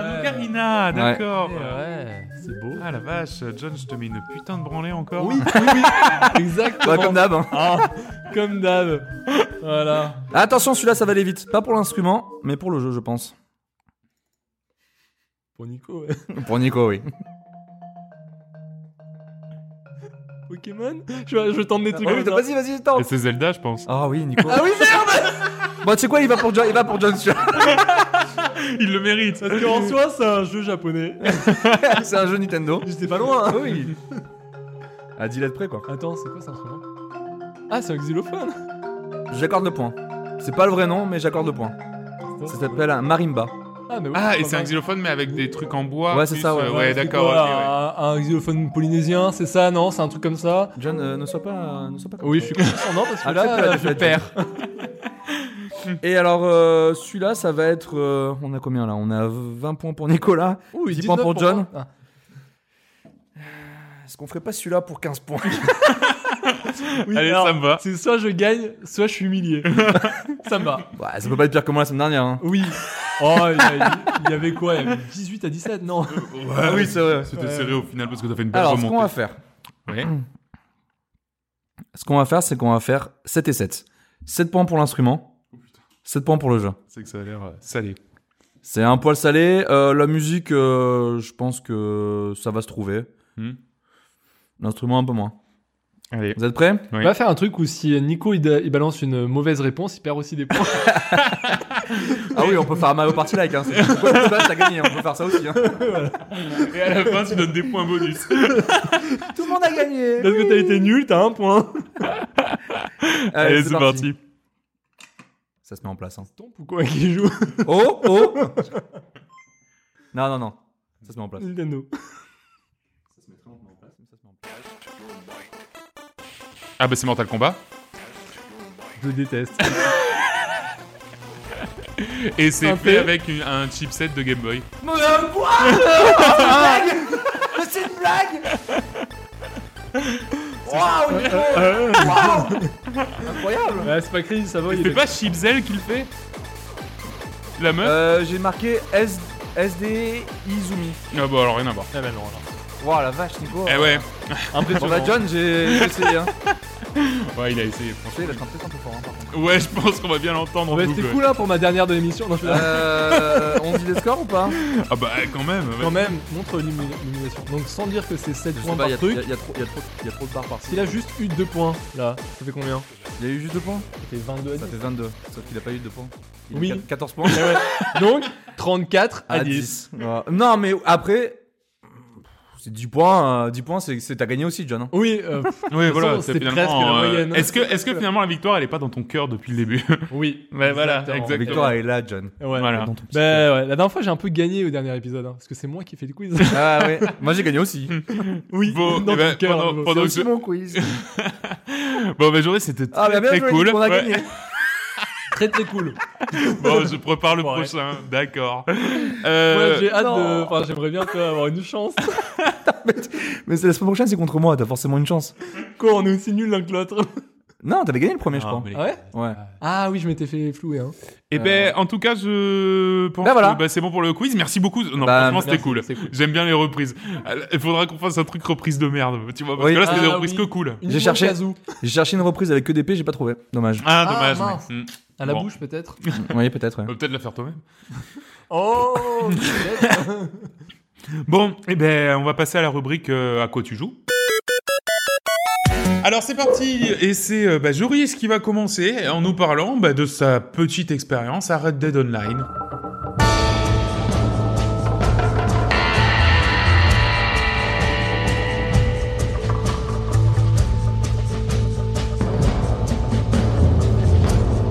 [SPEAKER 2] ouais.
[SPEAKER 1] un ocarina, d'accord.
[SPEAKER 2] Eh Ouais, c'est beau.
[SPEAKER 1] Ah la vache, John, je te mets une putain de branlée encore.
[SPEAKER 2] Oui, oui, oui, exactement.
[SPEAKER 3] Bah, comme d'hab. hein.
[SPEAKER 2] Ah, comme d'hab. Voilà.
[SPEAKER 3] Attention, celui-là, ça va aller vite. Pas pour l'instrument, mais pour le jeu, je pense.
[SPEAKER 2] Pour Nico, ouais.
[SPEAKER 3] Pour Nico, oui.
[SPEAKER 2] Pokémon Je, vais- je vais tendre des
[SPEAKER 3] Ah,
[SPEAKER 2] trucs comme ça.
[SPEAKER 3] Oh, vas-y, vas-y, tente.
[SPEAKER 1] Et c'est Zelda, je pense.
[SPEAKER 3] Ah oui, Nico.
[SPEAKER 2] Ah oui, merde
[SPEAKER 3] Bon, tu sais quoi, il va pour John, il va pour John celui-là.
[SPEAKER 1] Il le mérite.
[SPEAKER 2] Parce qu'en soi, c'est un jeu japonais.
[SPEAKER 3] C'est un jeu Nintendo.
[SPEAKER 2] J'étais pas loin. hein.
[SPEAKER 3] Oui. À 10 lettres Ah, près, quoi.
[SPEAKER 2] Attends, c'est quoi cet instrument Ah, c'est un xylophone
[SPEAKER 3] J'accorde le point. C'est pas le vrai nom, mais j'accorde le point. Ça s'appelle un marimba.
[SPEAKER 2] Ah, mais oui,
[SPEAKER 1] Ah, et
[SPEAKER 2] pas
[SPEAKER 1] c'est un
[SPEAKER 2] mal.
[SPEAKER 1] xylophone, mais avec des trucs en bois.
[SPEAKER 3] Ouais, c'est
[SPEAKER 1] plus,
[SPEAKER 3] ça, ouais.
[SPEAKER 1] euh,
[SPEAKER 2] Ouais,
[SPEAKER 1] ouais,
[SPEAKER 2] c'est
[SPEAKER 1] d'accord.
[SPEAKER 2] quoi,
[SPEAKER 1] ok, ouais.
[SPEAKER 2] un, un xylophone polynésien, c'est ça Non, c'est un truc comme ça
[SPEAKER 3] John, euh, ne sois pas, ne sois pas. comme
[SPEAKER 2] Oui, je
[SPEAKER 3] toi.
[SPEAKER 2] suis content, non, parce que
[SPEAKER 3] Ah, tu
[SPEAKER 2] là,
[SPEAKER 3] peux la
[SPEAKER 2] euh,
[SPEAKER 3] défaite, John. Et alors, euh, celui-là, ça va être. euh, on a combien là On a 20 points pour Nicolas.
[SPEAKER 2] Ouh,
[SPEAKER 3] 10
[SPEAKER 2] 19
[SPEAKER 3] points pour John.
[SPEAKER 2] moi. Ah.
[SPEAKER 3] Est-ce qu'on ferait pas celui-là pour 15 points
[SPEAKER 2] Oui,
[SPEAKER 1] Allez,
[SPEAKER 2] alors,
[SPEAKER 1] ça me va.
[SPEAKER 2] C'est soit je gagne, soit je suis humilié. ça me va.
[SPEAKER 3] Ouais, Bah, ça peut pas être pire que moi la semaine dernière. hein.
[SPEAKER 2] Oui. Oh, il y, a- il y avait quoi Il y avait 18 à 17, non
[SPEAKER 1] Ouais,
[SPEAKER 3] oui, c'est vrai.
[SPEAKER 1] C'était
[SPEAKER 2] Ouais.
[SPEAKER 1] serré au final parce que t'as fait une belle
[SPEAKER 3] Alors, ce qu'on va
[SPEAKER 1] remontée.
[SPEAKER 3] faire,
[SPEAKER 1] Ouais.
[SPEAKER 3] ce qu'on va faire, c'est qu'on va faire 7 et 7. 7 points pour l'instrument, 7 points pour le jeu.
[SPEAKER 1] C'est que ça a l'air euh, salé.
[SPEAKER 3] C'est un poil salé. Euh, la musique, euh, je pense que ça va se trouver.
[SPEAKER 1] Hmm.
[SPEAKER 3] L'instrument, un peu moins.
[SPEAKER 1] Allez.
[SPEAKER 3] Vous êtes prêts
[SPEAKER 2] On va faire un truc où si Nico il, da- il balance une mauvaise réponse, il perd aussi des points.
[SPEAKER 3] Ah oui, on peut faire un Mario Party like. Hein. C'est c'est quoi qui se passe, t'as gagné. On peut faire ça aussi. hein.
[SPEAKER 1] Et à la fin, tu donnes des points bonus.
[SPEAKER 3] Tout le monde a gagné.
[SPEAKER 2] Parce que t'as été nul, t'as un point.
[SPEAKER 1] Allez, c'est parti.
[SPEAKER 3] Ça se met en place. hein.
[SPEAKER 2] Tombe ou quoi qui joue
[SPEAKER 3] Oh, oh. non, non, non. Ça se met en place.
[SPEAKER 2] Nintendo.
[SPEAKER 3] Ça se met en place. Ça se met en place.
[SPEAKER 1] Ah, bah c'est Mortal Kombat.
[SPEAKER 2] Je déteste.
[SPEAKER 1] Et c'est
[SPEAKER 2] Synthé.
[SPEAKER 1] fait avec une- un chipset de Game Boy.
[SPEAKER 3] Mais euh, quoi C'est une blague C'est une blague Waouh Nico Waouh Incroyable
[SPEAKER 2] Ouais, c'est pas crise, ça va. Oh, il est
[SPEAKER 1] C'est pas Chipzel qui le fait La meuf
[SPEAKER 3] euh, J'ai marqué S SD Izumi.
[SPEAKER 1] Ah, bah alors rien à voir.
[SPEAKER 2] Ah bah non, alors.
[SPEAKER 3] Waouh la vache Nico
[SPEAKER 1] Eh ouais.
[SPEAKER 3] Bon bah John j'ai j'ai essayé hein
[SPEAKER 1] Ouais, il a essayé, franchement.
[SPEAKER 3] Tu sais, il a chanté un peu fort hein par contre.
[SPEAKER 1] Ouais, je pense qu'on va bien l'entendre.
[SPEAKER 2] Bon, bah,
[SPEAKER 1] Doug.
[SPEAKER 2] c'était cool hein, pour ma dernière de l'émission. Non, je suis
[SPEAKER 3] Ah,
[SPEAKER 2] là.
[SPEAKER 3] Euh, on dit les scores ou pas
[SPEAKER 1] Ah bah quand même. ouais.
[SPEAKER 2] Quand même, montre l'humili- l'humiliation. Donc sans dire que c'est 7
[SPEAKER 3] Je
[SPEAKER 2] points
[SPEAKER 3] sais pas,
[SPEAKER 2] par
[SPEAKER 3] il y, a-
[SPEAKER 2] truc,
[SPEAKER 3] il y a- il y a trop- il y a trop- il y a trop de barres par
[SPEAKER 2] s'il a juste eu 2 points, là, ça fait combien
[SPEAKER 3] Il y a eu juste 2 points
[SPEAKER 2] Ça fait 22 à
[SPEAKER 3] Ça
[SPEAKER 2] 10.
[SPEAKER 3] fait 22, sauf qu'il a pas eu 2 points. Il a
[SPEAKER 2] Oui.
[SPEAKER 3] eu quat- 14 points
[SPEAKER 2] Ah ouais. Donc 34 à, 10.
[SPEAKER 3] Voilà. Non mais après, C'est 10 points, euh, 10 points, c'est, c'est- t'as gagné aussi, John. hein.
[SPEAKER 2] Oui, euh,
[SPEAKER 1] Oui,
[SPEAKER 2] façon,
[SPEAKER 1] voilà, c'est
[SPEAKER 2] c'était presque
[SPEAKER 1] finalement.
[SPEAKER 2] la
[SPEAKER 1] euh,
[SPEAKER 2] moyenne.
[SPEAKER 1] Est-ce que, est-ce que finalement la victoire, elle est pas dans ton cœur depuis le début
[SPEAKER 2] oui.
[SPEAKER 1] Ouais, voilà,
[SPEAKER 3] La
[SPEAKER 1] exactement.
[SPEAKER 3] victoire est là,
[SPEAKER 1] Ah.
[SPEAKER 3] John.
[SPEAKER 2] Ouais.
[SPEAKER 1] Voilà.
[SPEAKER 3] Dans ton petit cœur.
[SPEAKER 2] Bah, ouais, La dernière fois, j'ai un peu gagné au dernier épisode, hein, parce que c'est moi qui fais le quiz.
[SPEAKER 1] euh,
[SPEAKER 3] Ah ouais. Moi, j'ai gagné aussi.
[SPEAKER 1] Oui. Bon,
[SPEAKER 2] Dans
[SPEAKER 1] eh ben,
[SPEAKER 2] ton cœur,
[SPEAKER 1] pendant-
[SPEAKER 2] bon,
[SPEAKER 1] pendant que je-
[SPEAKER 3] mon quiz.
[SPEAKER 1] bon, ben, journée, c'était très,
[SPEAKER 3] Ah, bah, bien
[SPEAKER 1] très
[SPEAKER 3] joué,
[SPEAKER 1] cool.
[SPEAKER 3] on a
[SPEAKER 1] Ouais.
[SPEAKER 3] gagné.
[SPEAKER 2] très très cool.
[SPEAKER 1] Bon, je prépare le
[SPEAKER 2] Ouais.
[SPEAKER 1] prochain. D'accord.
[SPEAKER 2] Ouais,
[SPEAKER 1] Euh,
[SPEAKER 2] j'ai hâte de.
[SPEAKER 3] non.
[SPEAKER 2] Enfin, j'aimerais bien toi, avoir une chance.
[SPEAKER 3] Mais c'est la semaine prochaine, c'est contre moi, t'as forcément une chance.
[SPEAKER 2] Quoi, on est aussi nuls l'un que l'autre.
[SPEAKER 3] Non, t'avais gagné le premier, je
[SPEAKER 1] Ah,
[SPEAKER 3] crois.
[SPEAKER 1] mais les-
[SPEAKER 2] Ah ouais
[SPEAKER 3] Ouais.
[SPEAKER 2] Ah oui, je m'étais fait flouer. Hein.
[SPEAKER 1] Eh ben, en tout cas, je pense
[SPEAKER 3] Ben voilà.
[SPEAKER 1] que bah, c'est bon pour le quiz. Merci beaucoup. Non,
[SPEAKER 3] Bah,
[SPEAKER 1] franchement, c'était
[SPEAKER 2] merci,
[SPEAKER 1] cool.
[SPEAKER 2] c'est cool.
[SPEAKER 1] J'aime bien les reprises. Euh, Il faudra qu'on fasse un truc reprise de merde, tu vois, parce
[SPEAKER 3] Oui.
[SPEAKER 1] que là, c'était des
[SPEAKER 2] Ah,
[SPEAKER 1] reprises
[SPEAKER 2] oui.
[SPEAKER 1] que cool.
[SPEAKER 3] J'ai cherché.
[SPEAKER 2] Kazoo.
[SPEAKER 3] J'ai cherché une reprise avec que des P, j'ai pas trouvé. Dommage.
[SPEAKER 1] Ah,
[SPEAKER 2] Ah,
[SPEAKER 1] dommage.
[SPEAKER 2] mince.
[SPEAKER 1] mais- hmm.
[SPEAKER 2] À la
[SPEAKER 1] Bon.
[SPEAKER 2] bouche, peut-être.
[SPEAKER 3] oui, peut-être. ouais.
[SPEAKER 1] On peut peut-être la faire toi-même.
[SPEAKER 2] Oh peut-être.
[SPEAKER 1] Bon, eh ben, on va passer à la rubrique euh, À quoi tu joues alors c'est parti et c'est euh, bah, Joris qui va commencer en nous parlant bah, de sa petite expérience à Red Dead Online.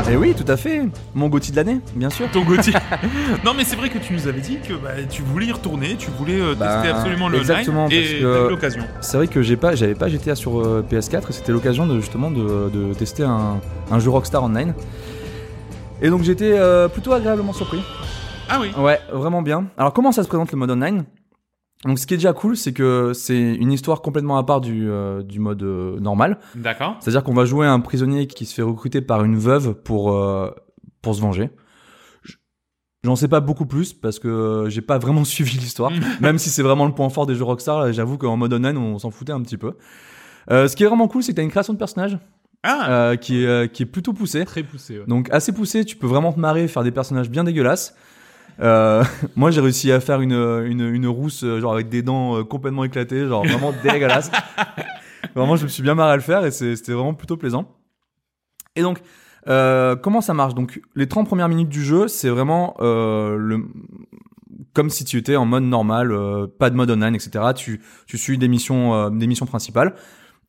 [SPEAKER 3] Et Eh oui, tout à fait. Mon Gauthier de l'année, bien sûr.
[SPEAKER 1] Ton Gauthier. non mais c'est vrai que tu nous avais dit que bah, tu voulais y retourner, tu voulais euh,
[SPEAKER 3] Bah,
[SPEAKER 1] tester absolument le
[SPEAKER 3] exactement,
[SPEAKER 1] online
[SPEAKER 3] parce
[SPEAKER 1] et
[SPEAKER 3] que-
[SPEAKER 1] t'as eu l'occasion.
[SPEAKER 3] C'est vrai que j'ai pas, j'avais pas GTA sur euh, PS4 et c'était l'occasion de justement de, de tester un, un jeu Rockstar Online. Et donc j'étais euh, plutôt agréablement surpris.
[SPEAKER 1] Ah oui.
[SPEAKER 3] Ouais, vraiment bien. Alors comment ça se présente le mode online Donc ce qui est déjà cool, c'est que c'est une histoire complètement à part du, euh, du mode euh, normal.
[SPEAKER 1] D'accord.
[SPEAKER 3] C'est-à-dire qu'on va jouer un prisonnier qui se fait recruter par une veuve pour, euh, pour se venger. Je- J'en sais pas beaucoup plus parce que euh, j'ai pas vraiment suivi l'histoire. Même si c'est vraiment le point fort des jeux Rockstar, là, j'avoue qu'en mode online, on s'en foutait un petit peu. Euh, ce qui est vraiment cool, c'est que t'as une création de personnage
[SPEAKER 1] Ah,
[SPEAKER 3] euh, qui, est, euh, qui est plutôt poussée.
[SPEAKER 2] Très poussé, ouais.
[SPEAKER 3] Donc assez poussée, tu peux vraiment te marrer, faire des personnages bien dégueulasses. Euh, moi j'ai réussi à faire une, une, une rousse euh, genre avec des dents euh, complètement éclatées, genre vraiment dégueulasse. vraiment je me suis bien marré à le faire et c'est- c'était vraiment plutôt plaisant. Et donc euh, comment ça marche Donc les 30 premières minutes du jeu c'est vraiment euh, le comme si tu étais en mode normal, euh, pas de mode online, etc. Tu, tu suis des missions, euh, des missions principales.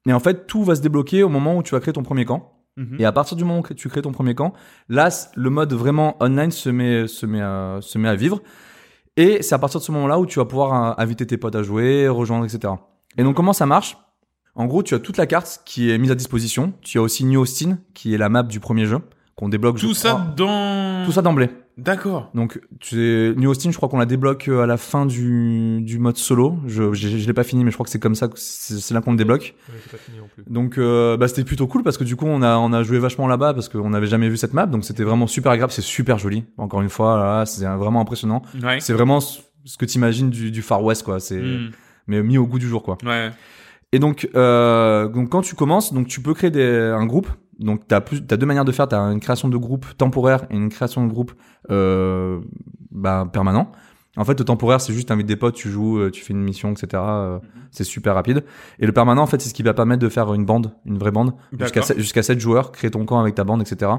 [SPEAKER 3] Et en fait, tout va se débloquer au moment où tu vas créer ton premier camp.
[SPEAKER 1] Mhm.
[SPEAKER 3] Et à partir du moment que tu crées ton premier camp, là, c- le mode vraiment online se met, se met, à, se met à vivre. Et c'est à partir de ce moment-là où tu vas pouvoir euh, inviter tes potes à jouer, rejoindre, etc. Et donc, comment ça marche En gros, tu as toute la carte qui est mise à disposition. Tu as aussi New Austin, qui est la map du premier jeu, qu'on débloque. je
[SPEAKER 1] tout ça
[SPEAKER 3] crois-
[SPEAKER 1] dans.
[SPEAKER 3] Tout ça d'emblée.
[SPEAKER 1] D'accord.
[SPEAKER 3] Donc, tu sais, New Austin, je crois qu'on la débloque euh, à la fin du, du mode solo. Je, je, je l'ai pas fini, mais je crois que c'est comme ça, que c'est c'est là qu'on le débloque.
[SPEAKER 2] Ouais, j'ai pas fini non plus.
[SPEAKER 3] Donc euh, bah, c'était plutôt cool parce que du coup on a on a joué vachement là-bas parce qu'on n'avait jamais vu cette map donc c'était vraiment super agréable c'est super joli encore une fois là, c'est vraiment impressionnant
[SPEAKER 1] Ouais.
[SPEAKER 3] c'est vraiment ce ce que t'imagines du, du Far West quoi c'est
[SPEAKER 1] Hmm.
[SPEAKER 3] mais mis au goût du jour quoi
[SPEAKER 1] Ouais.
[SPEAKER 3] et donc euh, donc quand tu commences donc tu peux créer des, un groupe donc t'as plus t'as deux manières de faire t'as une création de groupe temporaire et une création de groupe euh, bah, permanent en fait, le temporaire, c'est juste t'invites des potes, tu joues, euh, tu fais une mission, etc. euh, C'est super rapide. Et le permanent, en fait, c'est ce qui va permettre de faire une bande, une vraie bande, jusqu'à
[SPEAKER 1] D'accord.
[SPEAKER 3] sept- jusqu'à 7 joueurs, créer ton camp avec ta bande, etc.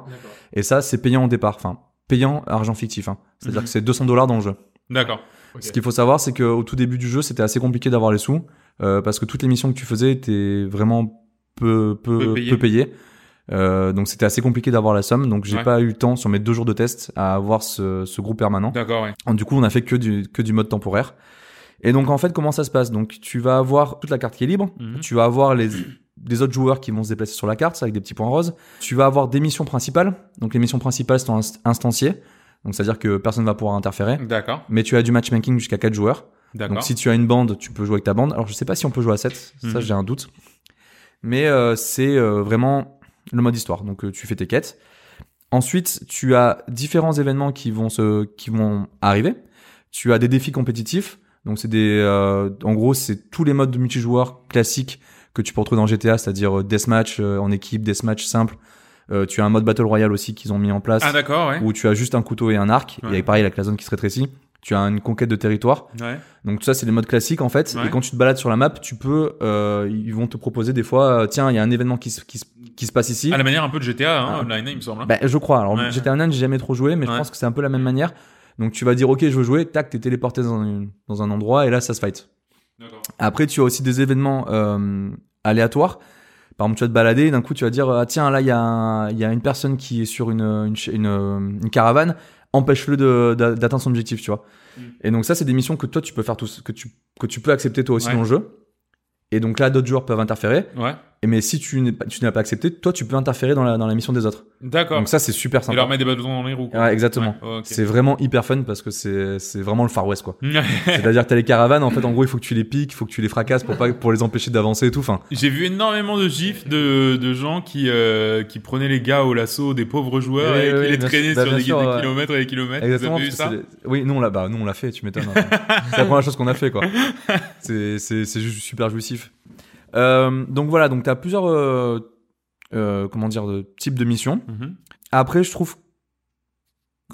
[SPEAKER 3] Et ça, c'est payant au départ, enfin, payant argent fictif. hein. C'est-à-dire
[SPEAKER 1] Mhm.
[SPEAKER 3] que c'est 200 dollars dans le jeu.
[SPEAKER 1] D'accord.
[SPEAKER 2] Ok.
[SPEAKER 3] Ce qu'il faut savoir, c'est qu'au tout début du jeu, c'était assez compliqué d'avoir les sous, euh, parce que toutes les missions que tu faisais étaient vraiment peu,
[SPEAKER 1] Peu
[SPEAKER 3] peu, peu
[SPEAKER 1] payées.
[SPEAKER 3] payées. Euh, donc c'était assez compliqué d'avoir la somme, donc j'ai
[SPEAKER 1] Ouais.
[SPEAKER 3] pas eu le temps sur mes deux jours de test à avoir ce, ce groupe permanent.
[SPEAKER 1] D'accord. Ouais.
[SPEAKER 3] Du coup, on a fait que du, que du mode temporaire. Et donc, en fait, comment ça se passe Donc, tu vas avoir toute la carte qui est libre.
[SPEAKER 1] Mhm.
[SPEAKER 3] Tu vas avoir les, des autres joueurs qui vont se déplacer sur la carte, ça, avec des petits points roses. Tu vas avoir des missions principales. Donc, les missions principales sont inst- instanciées. Donc, c'est-à-dire que personne ne va pouvoir interférer.
[SPEAKER 1] D'accord.
[SPEAKER 3] Mais tu as du matchmaking jusqu'à 4 joueurs.
[SPEAKER 1] D'accord.
[SPEAKER 3] Donc, si tu as une bande, tu peux jouer avec ta bande. Alors, je sais pas si on peut jouer à 7.
[SPEAKER 1] Mhm.
[SPEAKER 3] Ça, j'ai un doute. Mais euh, c'est euh, vraiment le mode histoire. Donc, euh, tu fais tes quêtes. Ensuite, tu as différents événements qui vont se, qui vont arriver. Tu as des défis compétitifs. Donc, c'est des, euh, en gros, c'est tous les modes de multijoueur classiques que tu peux retrouver dans GTA, c'est-à-dire euh, deathmatch euh, en équipe, deathmatch simple. Euh, tu as un mode battle royale aussi qu'ils ont mis en place
[SPEAKER 1] Ah d'accord. Ouais.
[SPEAKER 3] où tu as juste un couteau et un arc.
[SPEAKER 1] Ouais.
[SPEAKER 3] Et pareil, avec la zone qui se rétrécit. Tu as une conquête de territoire.
[SPEAKER 1] Ouais.
[SPEAKER 3] Donc tout ça c'est les modes classiques en fait.
[SPEAKER 1] Ouais.
[SPEAKER 3] Et quand tu te balades sur la map, tu peux, euh, ils vont te proposer des fois, euh, tiens il y a un événement qui se, qui se, qui se passe ici.
[SPEAKER 1] À la manière un peu de GTA hein,
[SPEAKER 3] Ah.
[SPEAKER 1] online, il me semble. hein.
[SPEAKER 3] Bah, je crois. Alors
[SPEAKER 1] Ouais.
[SPEAKER 3] j'étais un nain, j'ai jamais trop joué, mais
[SPEAKER 1] Ouais. Mm.
[SPEAKER 3] je pense que c'est un peu la même manière. Donc tu vas dire ok je veux jouer, tac t'es téléporté dans un, dans un endroit et là ça se fight.
[SPEAKER 1] D'accord.
[SPEAKER 3] Après, tu as aussi des événements euh, aléatoires. Par exemple, tu vas te balader, et d'un coup, tu vas dire ah, Tiens, là, il y, a un- il y a une personne qui est sur une, une, ch- une, euh, une caravane, empêche-le de- d'a- d'atteindre son objectif, tu vois.
[SPEAKER 1] Mm.
[SPEAKER 3] Et donc, ça, c'est des missions que toi, tu peux faire tous, que tu, que tu peux accepter toi aussi
[SPEAKER 1] Ouais.
[SPEAKER 3] dans le jeu. Et donc là, d'autres joueurs peuvent interférer.
[SPEAKER 1] Ouais.
[SPEAKER 3] Et mais si tu n'es pas- tu n'as pas accepté, toi, tu peux interférer dans la, dans la mission des autres.
[SPEAKER 1] D'accord.
[SPEAKER 3] Donc, ça, c'est super
[SPEAKER 1] Et leur
[SPEAKER 3] sympa.
[SPEAKER 1] mettre des bâtons dans les roues. quoi.
[SPEAKER 3] Ouais, exactement.
[SPEAKER 1] Ouais, ok.
[SPEAKER 3] C'est vraiment hyper fun parce que c'est c'est vraiment le Far West, quoi. C'est-à-dire que t'as les caravanes, en fait, en gros, il faut que tu les piques, il faut que tu les fracasses pour pas, pour les empêcher d'avancer et tout. Enfin,
[SPEAKER 1] J'ai vu énormément de gifs de, de gens qui, euh, qui prenaient les gars au lasso des pauvres joueurs
[SPEAKER 3] Oui,
[SPEAKER 1] et qui
[SPEAKER 3] oui,
[SPEAKER 1] les
[SPEAKER 3] bien
[SPEAKER 1] traînaient
[SPEAKER 3] sûr. Bah,
[SPEAKER 1] sur
[SPEAKER 3] bien
[SPEAKER 1] des,
[SPEAKER 3] sûr,
[SPEAKER 1] des
[SPEAKER 3] ouais.
[SPEAKER 1] kilomètres et des kilomètres.
[SPEAKER 3] exactement.
[SPEAKER 1] Vous avez vu
[SPEAKER 3] parce que
[SPEAKER 1] ça
[SPEAKER 3] c'est- oui, nous on l'a, bah, nous on l'a fait. Tu m'étonnes. hein. c'est la première chose qu'on a fait, quoi. C'est, c'est, c'est juste super jouissif. Euh, donc voilà, donc t'as plusieurs, euh, euh, comment dire, de, types de missions.
[SPEAKER 1] Mhm.
[SPEAKER 3] Après, je trouve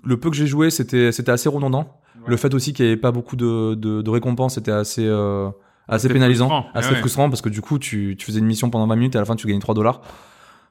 [SPEAKER 3] le peu que j'ai joué, c'était, c'était assez redondant.
[SPEAKER 1] Ouais.
[SPEAKER 3] Le fait aussi qu'il n'y avait pas beaucoup de, de, de récompenses, c'était assez, euh, assez
[SPEAKER 1] C'était
[SPEAKER 3] pénalisant,
[SPEAKER 1] frustrant,
[SPEAKER 3] assez
[SPEAKER 1] ouais, ouais.
[SPEAKER 3] frustrant parce que du coup, tu, tu faisais une mission pendant 20 minutes et à la fin, tu gagnais 3 dollars.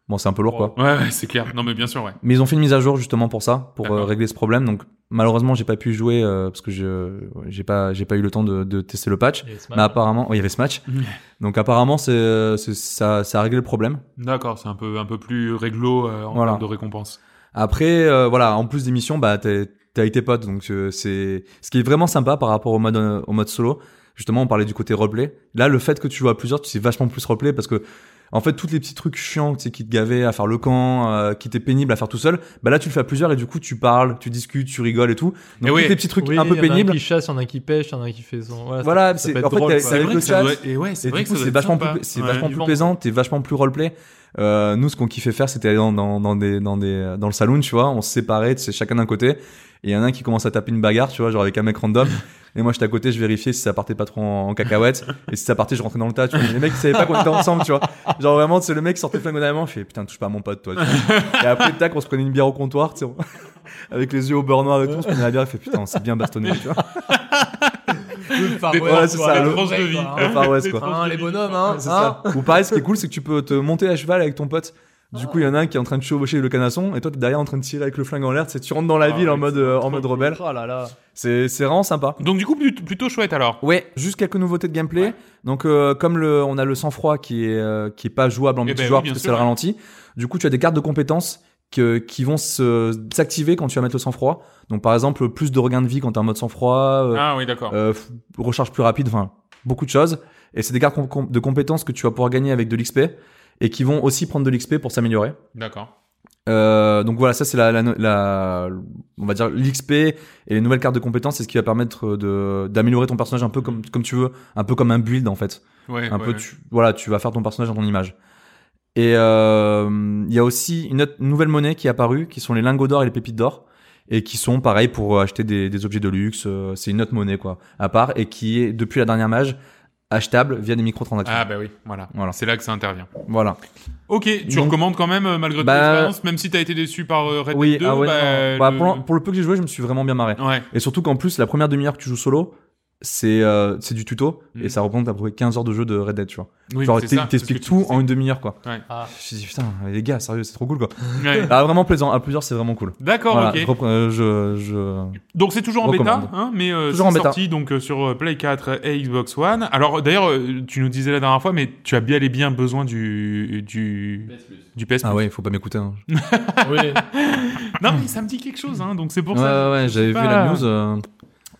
[SPEAKER 3] Bon, c'est un peu lourd, quoi.
[SPEAKER 1] Ouais, ouais, c'est clair. Non, mais bien sûr, ouais.
[SPEAKER 3] Mais ils ont fait une mise à jour justement pour ça, pour euh,
[SPEAKER 1] D'accord.
[SPEAKER 3] régler ce problème. Donc malheureusement, j'ai pas pu y jouer euh, parce que je j'ai pas j'ai pas eu le temps de, de tester le patch.
[SPEAKER 2] Et Smash,
[SPEAKER 3] Mais apparemment, oui, il y avait ce match.
[SPEAKER 1] Mmh.
[SPEAKER 3] Donc apparemment, c'est euh, c'est- ça ça a réglé le problème.
[SPEAKER 1] D'accord, c'est un peu, un peu plus réglo euh, en
[SPEAKER 3] Voilà.
[SPEAKER 1] termes de récompense.
[SPEAKER 3] Après, euh, voilà, en plus des missions, bah t'es t'es avec tes potes, donc euh, c'est ce qui est vraiment sympa par rapport au mode euh, au mode solo. Justement, on parlait du côté roleplay. Là, le fait que tu joues à plusieurs, tu sais vachement plus roleplay parce que en fait, tous les petits trucs chiants, tu sais, qui te gavaient à faire le camp, euh, qui étaient pénibles à faire tout seul, bah là, tu le fais à plusieurs et du coup, tu parles, tu discutes, tu rigoles et tout.
[SPEAKER 1] Eh
[SPEAKER 3] Donc,
[SPEAKER 1] oui.
[SPEAKER 3] tous les petits trucs
[SPEAKER 2] Oui,
[SPEAKER 3] un peu
[SPEAKER 2] y en a
[SPEAKER 3] pénibles.
[SPEAKER 2] Un qui chasse, y en a un qui pêche, y en a un qui fait son. Voilà.
[SPEAKER 3] Voilà,
[SPEAKER 2] ça
[SPEAKER 3] c'est-
[SPEAKER 2] peut être
[SPEAKER 3] en fait,
[SPEAKER 2] drôle,
[SPEAKER 3] t'as-
[SPEAKER 2] quoi.
[SPEAKER 3] t'as- Avec le
[SPEAKER 1] que ça
[SPEAKER 3] chat,
[SPEAKER 1] doit- et ouais, c'est
[SPEAKER 3] Et
[SPEAKER 1] vrai
[SPEAKER 3] du
[SPEAKER 1] que
[SPEAKER 3] coup,
[SPEAKER 1] ça
[SPEAKER 3] c'est
[SPEAKER 1] doit être
[SPEAKER 3] vachement
[SPEAKER 1] sympa.
[SPEAKER 3] plus, c'est
[SPEAKER 1] Ouais.
[SPEAKER 3] vachement plus plaisant, t'es vachement plus roleplay. Euh, nous, ce qu'on kiffait faire, c'était aller dans, dans, dans des, dans des, dans le saloon, tu vois, on se séparait, tu sais, chacun d'un côté. Et il y en a un qui commence à taper une bagarre, tu vois, genre avec un mec random. Et moi, j'étais à côté, je vérifiais si ça partait pas trop en, en cacahuète. Et si ça partait, je rentrais dans le tas, tu vois. Mais Les mecs, ils savaient pas qu'on était ensemble, tu vois. Genre vraiment, c'est le mec qui sortait flingue au dernier moment, je fais, putain, touche pas à mon pote, toi, tu vois. Et après, tac, on se prenait une bière au comptoir, tu sais. on- Avec les yeux au beurre noir et tout, on se prenait la bière, il fait, putain, on s'est bien bastonné, tu vois.
[SPEAKER 2] Enfin,
[SPEAKER 3] Voilà,
[SPEAKER 2] voilà,
[SPEAKER 3] c'est ça,
[SPEAKER 2] voilà,
[SPEAKER 3] le-
[SPEAKER 1] tranche de vie.
[SPEAKER 2] hein.
[SPEAKER 3] Le Far West, quoi.
[SPEAKER 2] Hein, les bonhommes, hein.
[SPEAKER 3] C'est
[SPEAKER 2] hein.
[SPEAKER 3] ça. Ou pareil, ce qui est cool, c'est que tu peux te monter à cheval avec ton pote. Du coup, il y en a un qui est en train de chevaucher le canasson et toi, t'es derrière en train de tirer avec le flingue en l'air. C'est tu rentres dans la
[SPEAKER 1] Ah
[SPEAKER 3] ville en
[SPEAKER 1] oui,
[SPEAKER 3] mode, euh, en mode
[SPEAKER 1] cool.
[SPEAKER 3] rebelle.
[SPEAKER 2] Oh là là.
[SPEAKER 3] C'est c'est vraiment sympa.
[SPEAKER 1] Donc, du coup, plut- plutôt chouette alors.
[SPEAKER 3] Ouais, juste quelques nouveautés de gameplay. Donc, euh, comme le, on a le sang-froid qui est euh, qui est pas jouable en
[SPEAKER 1] Eh ben
[SPEAKER 3] multijoueur
[SPEAKER 1] oui, bien
[SPEAKER 3] parce que c'est
[SPEAKER 1] sûr,
[SPEAKER 3] le
[SPEAKER 1] ouais.
[SPEAKER 3] ralenti. Du coup, tu as des cartes de compétences que, qui vont se- s'activer quand tu vas mettre le sang-froid. Donc, par exemple, plus de regain de vie quand t'es en mode sang-froid. euh,
[SPEAKER 1] Ah oui, d'accord.
[SPEAKER 3] euh, f- recharge plus rapide, enfin beaucoup de choses. Et c'est des cartes com- com- de compétences que tu vas pouvoir gagner avec de l'XP et qui vont aussi prendre de l'XP pour s'améliorer.
[SPEAKER 1] D'accord.
[SPEAKER 3] Euh, donc voilà, ça c'est la, la, la- on va dire l'XP et les nouvelles cartes de compétences, c'est ce qui va permettre de d'améliorer ton personnage un peu comme comme tu veux, un peu comme un build en fait.
[SPEAKER 1] Ouais,
[SPEAKER 3] Un
[SPEAKER 1] ouais,
[SPEAKER 3] peu,
[SPEAKER 1] ouais.
[SPEAKER 3] tu, voilà, tu vas faire ton personnage dans ton image. Et euh, il y a aussi une autre- une nouvelle monnaie qui est apparue, qui sont les lingots d'or et les pépites d'or, et qui sont pareil pour euh, acheter des, des objets de luxe. euh, C'est une autre monnaie quoi, à part et qui est depuis la dernière mage achetable via des microtransactions.
[SPEAKER 1] Ah, bah oui, voilà.
[SPEAKER 3] Voilà.
[SPEAKER 1] C'est là que ça intervient.
[SPEAKER 3] Voilà.
[SPEAKER 1] Ok, tu
[SPEAKER 3] Donc-
[SPEAKER 1] recommandes quand même, euh, malgré
[SPEAKER 3] Mm-hmm. Bah-
[SPEAKER 1] ton expérience, même si t'as été déçu par euh, Red
[SPEAKER 3] oui.
[SPEAKER 1] Dead 2.
[SPEAKER 3] ah ouais,
[SPEAKER 1] bah,
[SPEAKER 3] non. Bah,
[SPEAKER 1] le-
[SPEAKER 3] pour, le- pour le peu que j'ai joué, je me suis vraiment bien marré.
[SPEAKER 1] Ouais.
[SPEAKER 3] Et surtout qu'en plus, la première demi-heure que tu joues solo, c'est euh, c'est du tuto
[SPEAKER 1] Mhm.
[SPEAKER 3] et ça représente à peu près 15 heures de jeu de Red Dead, tu vois.
[SPEAKER 1] Oui,
[SPEAKER 3] Genre,
[SPEAKER 1] c'est
[SPEAKER 3] t'es-
[SPEAKER 1] ça,
[SPEAKER 3] il
[SPEAKER 1] c'est ce que
[SPEAKER 3] t'explique
[SPEAKER 1] tu
[SPEAKER 3] tout
[SPEAKER 1] disais.
[SPEAKER 3] en une demi-heure quoi.
[SPEAKER 2] Ah.
[SPEAKER 3] Je me suis dit putain, les gars, sérieux, c'est trop cool quoi.
[SPEAKER 1] Ouais.
[SPEAKER 3] Ah, vraiment plaisant, à plusieurs c'est vraiment cool.
[SPEAKER 1] D'accord,
[SPEAKER 3] Voilà,
[SPEAKER 1] ok.
[SPEAKER 3] je repre- euh, je, je-
[SPEAKER 1] Donc c'est toujours en
[SPEAKER 3] Recommande.
[SPEAKER 1] bêta, hein, mais euh,
[SPEAKER 3] Toujours en
[SPEAKER 1] c'est
[SPEAKER 3] bêta.
[SPEAKER 1] sorti donc euh, sur euh, Play 4 et Xbox One. Alors d'ailleurs, euh, tu nous disais la dernière fois, mais tu as bien et bien besoin du du du PS.
[SPEAKER 3] Ah ouais, faut pas m'écouter. hein.
[SPEAKER 2] Oui.
[SPEAKER 1] Non, mais ça me dit quelque chose, hein, donc c'est pour
[SPEAKER 3] Ouais,
[SPEAKER 1] ça.
[SPEAKER 3] ouais, ouais, j'avais vu
[SPEAKER 1] pas.
[SPEAKER 3] la news. euh,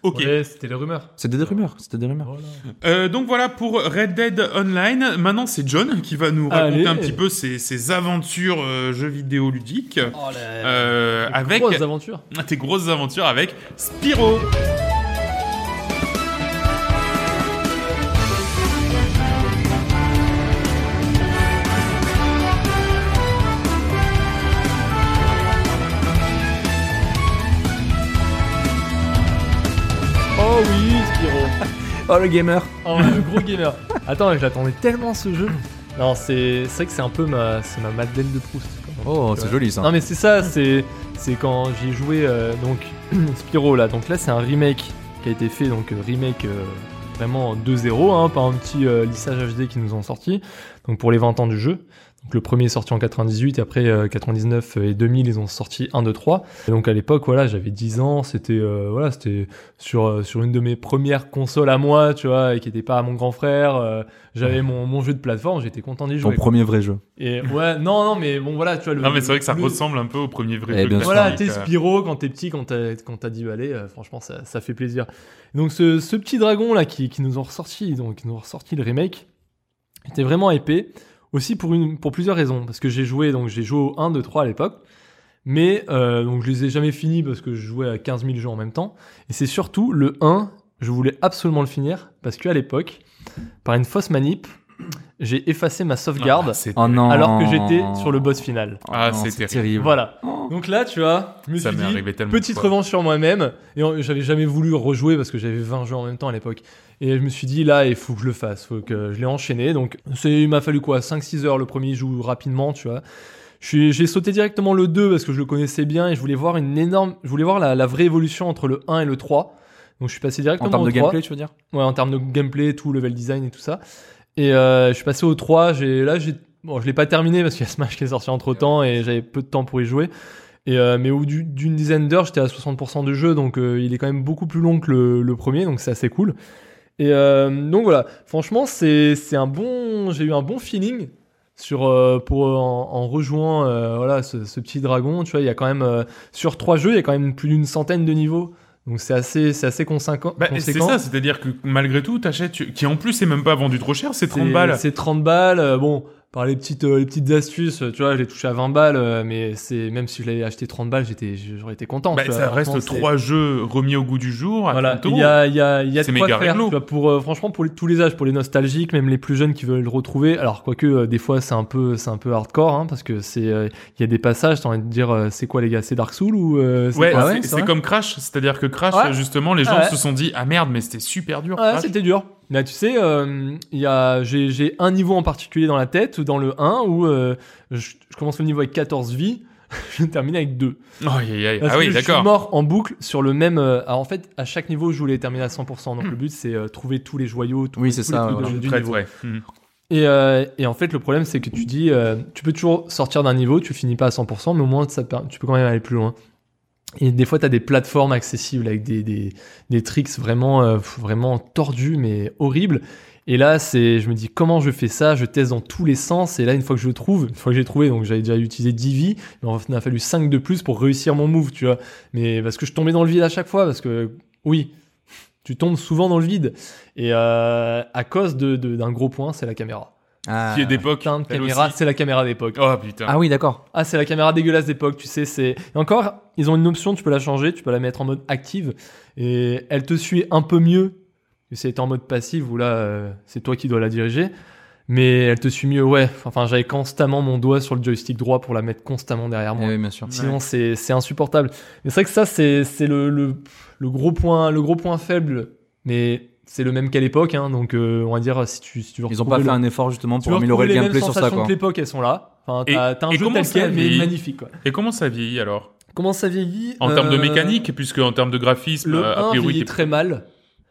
[SPEAKER 1] Ok.
[SPEAKER 2] Ouais, C'était les rumeurs.
[SPEAKER 3] C'était des rumeurs, c'était des rumeurs.
[SPEAKER 2] Voilà.
[SPEAKER 1] Euh, donc voilà pour Red Dead Online. Maintenant, c'est John qui va nous raconter
[SPEAKER 2] Allez.
[SPEAKER 1] un petit peu ses, ses aventures euh, jeux vidéo ludiques
[SPEAKER 2] Oh là.
[SPEAKER 1] euh, avec
[SPEAKER 2] Grosses aventures.
[SPEAKER 1] tes grosses aventures avec Spyro.
[SPEAKER 2] Oh oui, Spiro.
[SPEAKER 3] Oh le gamer.
[SPEAKER 2] Oh, le gros gamer. Attends, je l'attendais tellement ce jeu. Non, c'est c'est vrai que c'est un peu ma, c'est ma Madeleine de Proust. quoi.
[SPEAKER 3] Oh, c'est
[SPEAKER 2] Ouais.
[SPEAKER 3] joli ça.
[SPEAKER 2] Non mais c'est ça, c'est c'est quand j'ai joué euh, donc Spyro là. Donc là c'est un remake qui a été fait donc euh, remake euh, vraiment 2-0 hein, par un petit euh, lissage HD qui nous ont sorti. Donc pour les 20 ans du jeu. Donc Donc le premier est sorti en 98, et après euh, 99 et 2000, ils ont sorti 1, 2, 3. Et donc à l'époque, voilà, j'avais 10 ans, c'était euh, voilà, c'était sur euh, sur une de mes premières consoles à moi, tu vois, et qui n'était pas à mon grand frère. euh, j'avais mon, mon jeu de plateforme, j'étais content d'y
[SPEAKER 3] Ton
[SPEAKER 2] jouer. quoi.
[SPEAKER 3] premier vrai jeu.
[SPEAKER 2] Et ouais, non, non, mais bon, voilà, tu vois le.
[SPEAKER 1] Non, mais c'est vrai que ça
[SPEAKER 2] le-
[SPEAKER 1] ressemble un peu au premier vrai
[SPEAKER 3] Eh
[SPEAKER 1] jeu
[SPEAKER 3] bien
[SPEAKER 1] de
[SPEAKER 3] sûr.
[SPEAKER 2] Voilà,
[SPEAKER 1] Titanic,
[SPEAKER 2] t'es
[SPEAKER 1] euh.
[SPEAKER 2] Spiro quand t'es petit, quand t'as quand t'as 10 balais, euh, franchement, ça, ça fait plaisir. Donc ce, ce petit dragon là qui, qui nous ont ressorti, donc qui nous ont ressorti le remake, était vraiment épais. Aussi pour une pour plusieurs raisons, parce que j'ai joué donc j'ai joué au 1, 2, 3 à l'époque, mais euh, donc je les ai jamais finis parce que je jouais à 15 000 jeux en même temps. Et c'est surtout le 1, je voulais absolument le finir parce qu'à l'époque, par une fausse manip, j'ai effacé ma sauvegarde
[SPEAKER 1] Ah, c'est-
[SPEAKER 3] Oh non. Oh,
[SPEAKER 2] alors que j'étais sur le boss final.
[SPEAKER 1] Ah,
[SPEAKER 3] Non,
[SPEAKER 1] c'est
[SPEAKER 3] c'est
[SPEAKER 1] terrible.
[SPEAKER 3] terrible. Oh.
[SPEAKER 2] Voilà. Donc là, tu vois, je me
[SPEAKER 1] Ça
[SPEAKER 2] suis
[SPEAKER 1] m'est
[SPEAKER 2] dit,
[SPEAKER 1] arrivé tellement. de
[SPEAKER 2] Petite
[SPEAKER 1] fois.
[SPEAKER 2] revanche sur moi-même. Et en- j'avais jamais voulu rejouer parce que j'avais 20 jeux en même temps à l'époque. Et je me suis dit, là, il faut que je le fasse. Faut que je l'ai enchaîné. Donc, c'est- il m'a fallu quoi 5-6 heures. Le premier joue rapidement, tu vois. Je suis- J'ai sauté directement le 2 parce que je le connaissais bien et je voulais voir une énorme, je voulais voir la, la vraie évolution entre le 1 et le 3. Donc je suis passé directement
[SPEAKER 3] En termes
[SPEAKER 2] au
[SPEAKER 3] de
[SPEAKER 2] 3.
[SPEAKER 3] gameplay, tu veux dire
[SPEAKER 2] Ouais, en termes de gameplay, tout, level design et tout ça. Et euh, je suis passé au 3. J'ai, là, j'ai, bon, je l'ai pas terminé parce qu'il y a Smash qui est sorti entre temps et j'avais peu de temps pour y jouer. Et euh, mais au bout du- d'une dizaine d'heures, j'étais à 60% de jeu, donc euh, il est quand même beaucoup plus long que le, le premier, donc c'est assez cool. Et euh, donc voilà, franchement, c'est c'est un bon, j'ai eu un bon feeling sur euh, pour euh, en, en rejouant euh, voilà ce, ce petit dragon. Tu vois, il y a quand même euh, sur trois jeux, il y a quand même plus d'une centaine de niveaux, donc c'est assez c'est assez conséquent.
[SPEAKER 1] Bah, c'est
[SPEAKER 2] conséquent.
[SPEAKER 1] ça, c'est-à-dire que malgré tout, t'achètes, tu- qui en plus est même pas vendu trop cher, c'est 30
[SPEAKER 2] C'est-
[SPEAKER 1] balles.
[SPEAKER 2] C'est 30 balles. euh, Bon, par les petites, euh, les petites astuces, euh, tu vois, je l'ai touché à 20 balles, euh, mais c'est même si je l'avais acheté 30 balles, j'étais, j'aurais été content.
[SPEAKER 1] Bah,
[SPEAKER 2] tu vois.
[SPEAKER 1] ça
[SPEAKER 2] Franchement,
[SPEAKER 1] reste
[SPEAKER 2] euh, c'est-
[SPEAKER 1] trois jeux remis au goût du jour. à
[SPEAKER 2] Voilà,
[SPEAKER 1] 30
[SPEAKER 2] il
[SPEAKER 1] euros.
[SPEAKER 2] y a, il y a, il y a de
[SPEAKER 1] C'est
[SPEAKER 2] quoi
[SPEAKER 1] méga
[SPEAKER 2] faire.
[SPEAKER 1] réglo.
[SPEAKER 2] tu vois, pour, euh, franchement, pour les- tous les âges, pour les nostalgiques, même les plus jeunes qui veulent le retrouver. Alors, quoique, euh, des fois, c'est un peu, c'est un peu hardcore, hein, parce que c'est, euh, il y a des passages, t'as envie de dire, euh, c'est quoi les gars, c'est Dark Souls ou euh, c'est
[SPEAKER 1] Ouais,
[SPEAKER 2] quoi
[SPEAKER 1] c'est-
[SPEAKER 2] Ouais,
[SPEAKER 1] c'est
[SPEAKER 2] vrai
[SPEAKER 1] comme Crash, c'est-à-dire que Crash,
[SPEAKER 2] Ouais.
[SPEAKER 1] justement, les gens
[SPEAKER 2] Ah ouais.
[SPEAKER 1] se sont dit ah merde, mais Ah, c'était super dur.
[SPEAKER 2] Ouais,
[SPEAKER 1] Crash.
[SPEAKER 2] c'était dur. Là, tu sais, euh, il y a, j'ai, j'ai un niveau en particulier dans la tête, dans le 1, où euh, je, je commence le niveau avec 14 vies, je termine avec 2.
[SPEAKER 1] Aïe, aïe, aïe.
[SPEAKER 2] Parce
[SPEAKER 1] Ah oui,
[SPEAKER 2] que je suis
[SPEAKER 1] d'accord.
[SPEAKER 2] mort en boucle sur le même... euh, alors, en fait, à chaque niveau, je voulais terminer à 100%.
[SPEAKER 1] Hmm.
[SPEAKER 2] Donc, le but, c'est euh, trouver tous les joyaux, trouver
[SPEAKER 3] Oui, c'est
[SPEAKER 2] tous
[SPEAKER 3] ça,
[SPEAKER 2] les trucs
[SPEAKER 3] ouais,
[SPEAKER 2] de-
[SPEAKER 1] Je
[SPEAKER 2] du
[SPEAKER 1] traite,
[SPEAKER 2] niveau.
[SPEAKER 1] ouais. Mhm.
[SPEAKER 2] Et, euh, et en fait, le problème, c'est que tu dis, euh, tu peux toujours sortir d'un niveau, tu finis pas à 100%, mais au moins, ça, te per- tu peux quand même aller plus loin. Et des fois, tu as des plateformes accessibles avec des, des, des tricks vraiment, euh, pff, vraiment tordus, mais horribles. Et là, c'est, je me dis, comment je fais ça Je teste dans tous les sens. Et là, une fois que je le trouve, une fois que j'ai trouvé, donc j'avais déjà utilisé 10 vies, mais il en a fallu 5 de plus pour réussir mon move, tu vois. Mais parce que je tombais dans le vide à chaque fois, parce que, oui, tu tombes souvent dans le vide. Et euh, à cause de- de- d'un gros point, c'est la caméra.
[SPEAKER 3] Ah,
[SPEAKER 1] Qui est d'époque.
[SPEAKER 2] Putain de
[SPEAKER 1] elle
[SPEAKER 2] caméra,
[SPEAKER 1] aussi.
[SPEAKER 2] c'est la caméra d'époque.
[SPEAKER 1] Oh putain.
[SPEAKER 3] ah oui, d'accord.
[SPEAKER 2] Ah, c'est la caméra dégueulasse d'époque, tu sais, c'est... Et encore, ils ont une option, tu peux la changer, tu peux la mettre en mode active, et elle te suit un peu mieux que si elle était en mode passive, où là, euh, c'est toi qui dois la diriger, mais elle te suit mieux, ouais. Enfin, j'avais constamment mon doigt sur le joystick droit pour la mettre constamment derrière moi.
[SPEAKER 3] Eh oui, bien sûr.
[SPEAKER 2] Sinon, c'est, c'est insupportable. Mais c'est vrai que ça, c'est, c'est le, le, le gros point, le gros point faible, mais c'est le même qu'à l'époque, hein, donc euh, on va dire, si tu, si tu veux
[SPEAKER 3] Ils ont pas
[SPEAKER 2] retrouver
[SPEAKER 3] fait
[SPEAKER 2] le-
[SPEAKER 3] un effort justement
[SPEAKER 2] tu
[SPEAKER 3] pour
[SPEAKER 2] veux
[SPEAKER 3] améliorer le
[SPEAKER 2] retrouver les
[SPEAKER 3] gameplay
[SPEAKER 2] mêmes
[SPEAKER 3] sur ça,
[SPEAKER 2] sensations
[SPEAKER 3] quoi.
[SPEAKER 2] que l'époque, elles sont là. Enfin, t'as, t'as un
[SPEAKER 1] et
[SPEAKER 2] jeu
[SPEAKER 1] comment
[SPEAKER 2] tel
[SPEAKER 1] ça
[SPEAKER 2] quel, mais
[SPEAKER 1] vieillit
[SPEAKER 2] magnifique, quoi.
[SPEAKER 1] Et comment ça vieillit alors
[SPEAKER 2] Comment ça vieillit
[SPEAKER 1] En
[SPEAKER 2] Ah. euh,
[SPEAKER 1] termes de mécanique, puisque en termes de graphisme,
[SPEAKER 2] Le
[SPEAKER 1] euh, a
[SPEAKER 2] 1
[SPEAKER 1] priori,
[SPEAKER 2] vieillit
[SPEAKER 1] t'es-
[SPEAKER 2] très mal,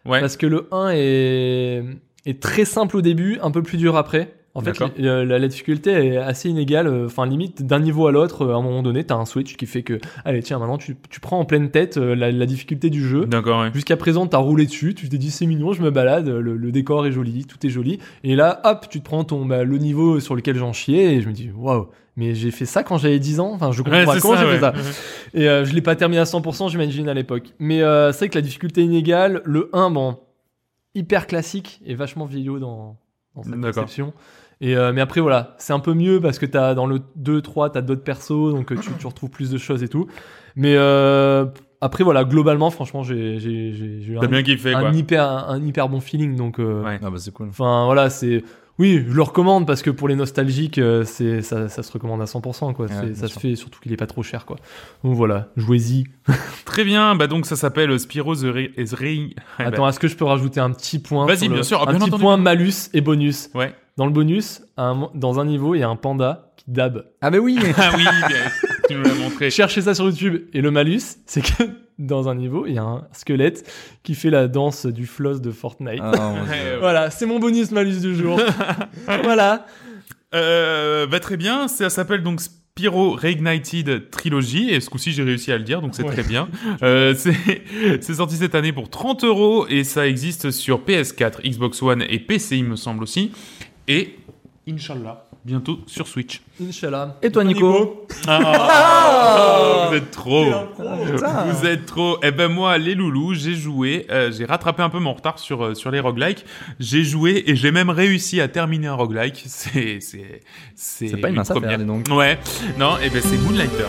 [SPEAKER 1] ouais.
[SPEAKER 2] parce que le 1 est, est très simple au début, un peu plus dur après. En fait,
[SPEAKER 1] D'accord.
[SPEAKER 2] le- la, la difficulté est assez inégale, euh, enfin limite d'un niveau à l'autre, euh, à un moment donné, t'as un switch qui fait que, allez tiens, maintenant tu, tu prends en pleine tête euh, la, la difficulté du jeu.
[SPEAKER 1] D'accord, ouais.
[SPEAKER 2] Jusqu'à présent, t'as roulé dessus, tu t'es dit c'est mignon, je me balade, le, le décor est joli, tout est joli. Et là, hop, tu te prends ton, bah, le niveau sur lequel j'en chiais et je me dis waouh, mais j'ai fait ça quand j'avais 10 ans, enfin je comprends
[SPEAKER 1] Ouais,
[SPEAKER 2] pas
[SPEAKER 1] c'est
[SPEAKER 2] comment
[SPEAKER 1] ça,
[SPEAKER 2] j'ai fait
[SPEAKER 1] ouais.
[SPEAKER 2] ça. Et euh, je l'ai pas terminé à 100%, j'imagine, à l'époque. Mais euh, c'est vrai que la difficulté est inégale, le 1, bon, hyper classique et vachement vieillot dans, dans sa
[SPEAKER 1] D'accord.
[SPEAKER 2] conception. Et euh, mais après, voilà, c'est un peu mieux parce que t'as, dans le 2, 3, t'as d'autres persos, donc euh, tu, tu retrouves plus de choses et tout. Mais euh, après, voilà, globalement, franchement, j'ai, j'ai, j'ai, j'ai eu
[SPEAKER 1] T'as
[SPEAKER 2] un,
[SPEAKER 1] bien kiffé,
[SPEAKER 2] un
[SPEAKER 1] quoi.
[SPEAKER 2] hyper, un hyper bon feeling. Donc, euh,
[SPEAKER 1] Ouais.
[SPEAKER 3] Ah bah c'est cool.
[SPEAKER 2] enfin, voilà, c'est. Oui, je le recommande parce que pour les nostalgiques, euh, c'est ça, ça se recommande à 100%. Quoi.
[SPEAKER 3] Ouais,
[SPEAKER 2] C'est-
[SPEAKER 3] bien
[SPEAKER 2] ça se
[SPEAKER 3] sûr.
[SPEAKER 2] fait surtout qu'il est pas trop cher. Quoi. Donc voilà, jouez-y.
[SPEAKER 1] Eh Très bien, bah donc ça s'appelle Spyro the Re- is Ring. Ouais,
[SPEAKER 2] Attends, est-ce que je peux rajouter un petit point
[SPEAKER 1] ben. Vas-y,
[SPEAKER 2] sur le-
[SPEAKER 1] bien sûr, ah,
[SPEAKER 2] un
[SPEAKER 1] bien
[SPEAKER 2] petit
[SPEAKER 1] entendu.
[SPEAKER 2] point malus et bonus.
[SPEAKER 1] bah- Ouais.
[SPEAKER 2] Dans le bonus, à un mo- dans un niveau, il y a un panda qui dab.
[SPEAKER 3] Ah bah oui.
[SPEAKER 1] Ah oui, bien, tu nous l'as montré.
[SPEAKER 2] Cherchez ça sur YouTube. Et le malus, c'est que dans un niveau, il y a un squelette qui fait la danse du floss de Fortnite.
[SPEAKER 3] Ah, mon Dieu.
[SPEAKER 1] Ouais, ouais.
[SPEAKER 2] Voilà, c'est mon bonus malus du jour. voilà.
[SPEAKER 1] Euh, bah, très bien, ça s'appelle donc Spyro Reignited Trilogy, et ce coup-ci j'ai réussi à le dire, donc c'est
[SPEAKER 4] Ouais.
[SPEAKER 1] très bien. Euh, c'est c'est sorti cette année pour 30 euros, et ça existe sur PS4, Xbox One et PC, il me semble aussi, et Inch'Allah, bientôt sur Switch.
[SPEAKER 2] Inch'Allah.
[SPEAKER 3] Et toi, Nico
[SPEAKER 1] Ah, vous êtes trop.
[SPEAKER 3] putain.
[SPEAKER 1] Vous êtes trop. Eh ben moi, les loulous, j'ai joué, euh, j'ai rattrapé un peu mon retard sur euh, sur les roguelikes. J'ai joué et j'ai même réussi à terminer un roguelike. C'est c'est c'est
[SPEAKER 3] C'est pas une mince affaire,
[SPEAKER 1] première.
[SPEAKER 3] dis donc.
[SPEAKER 1] Ouais. Non, et ben c'est Moonlighter.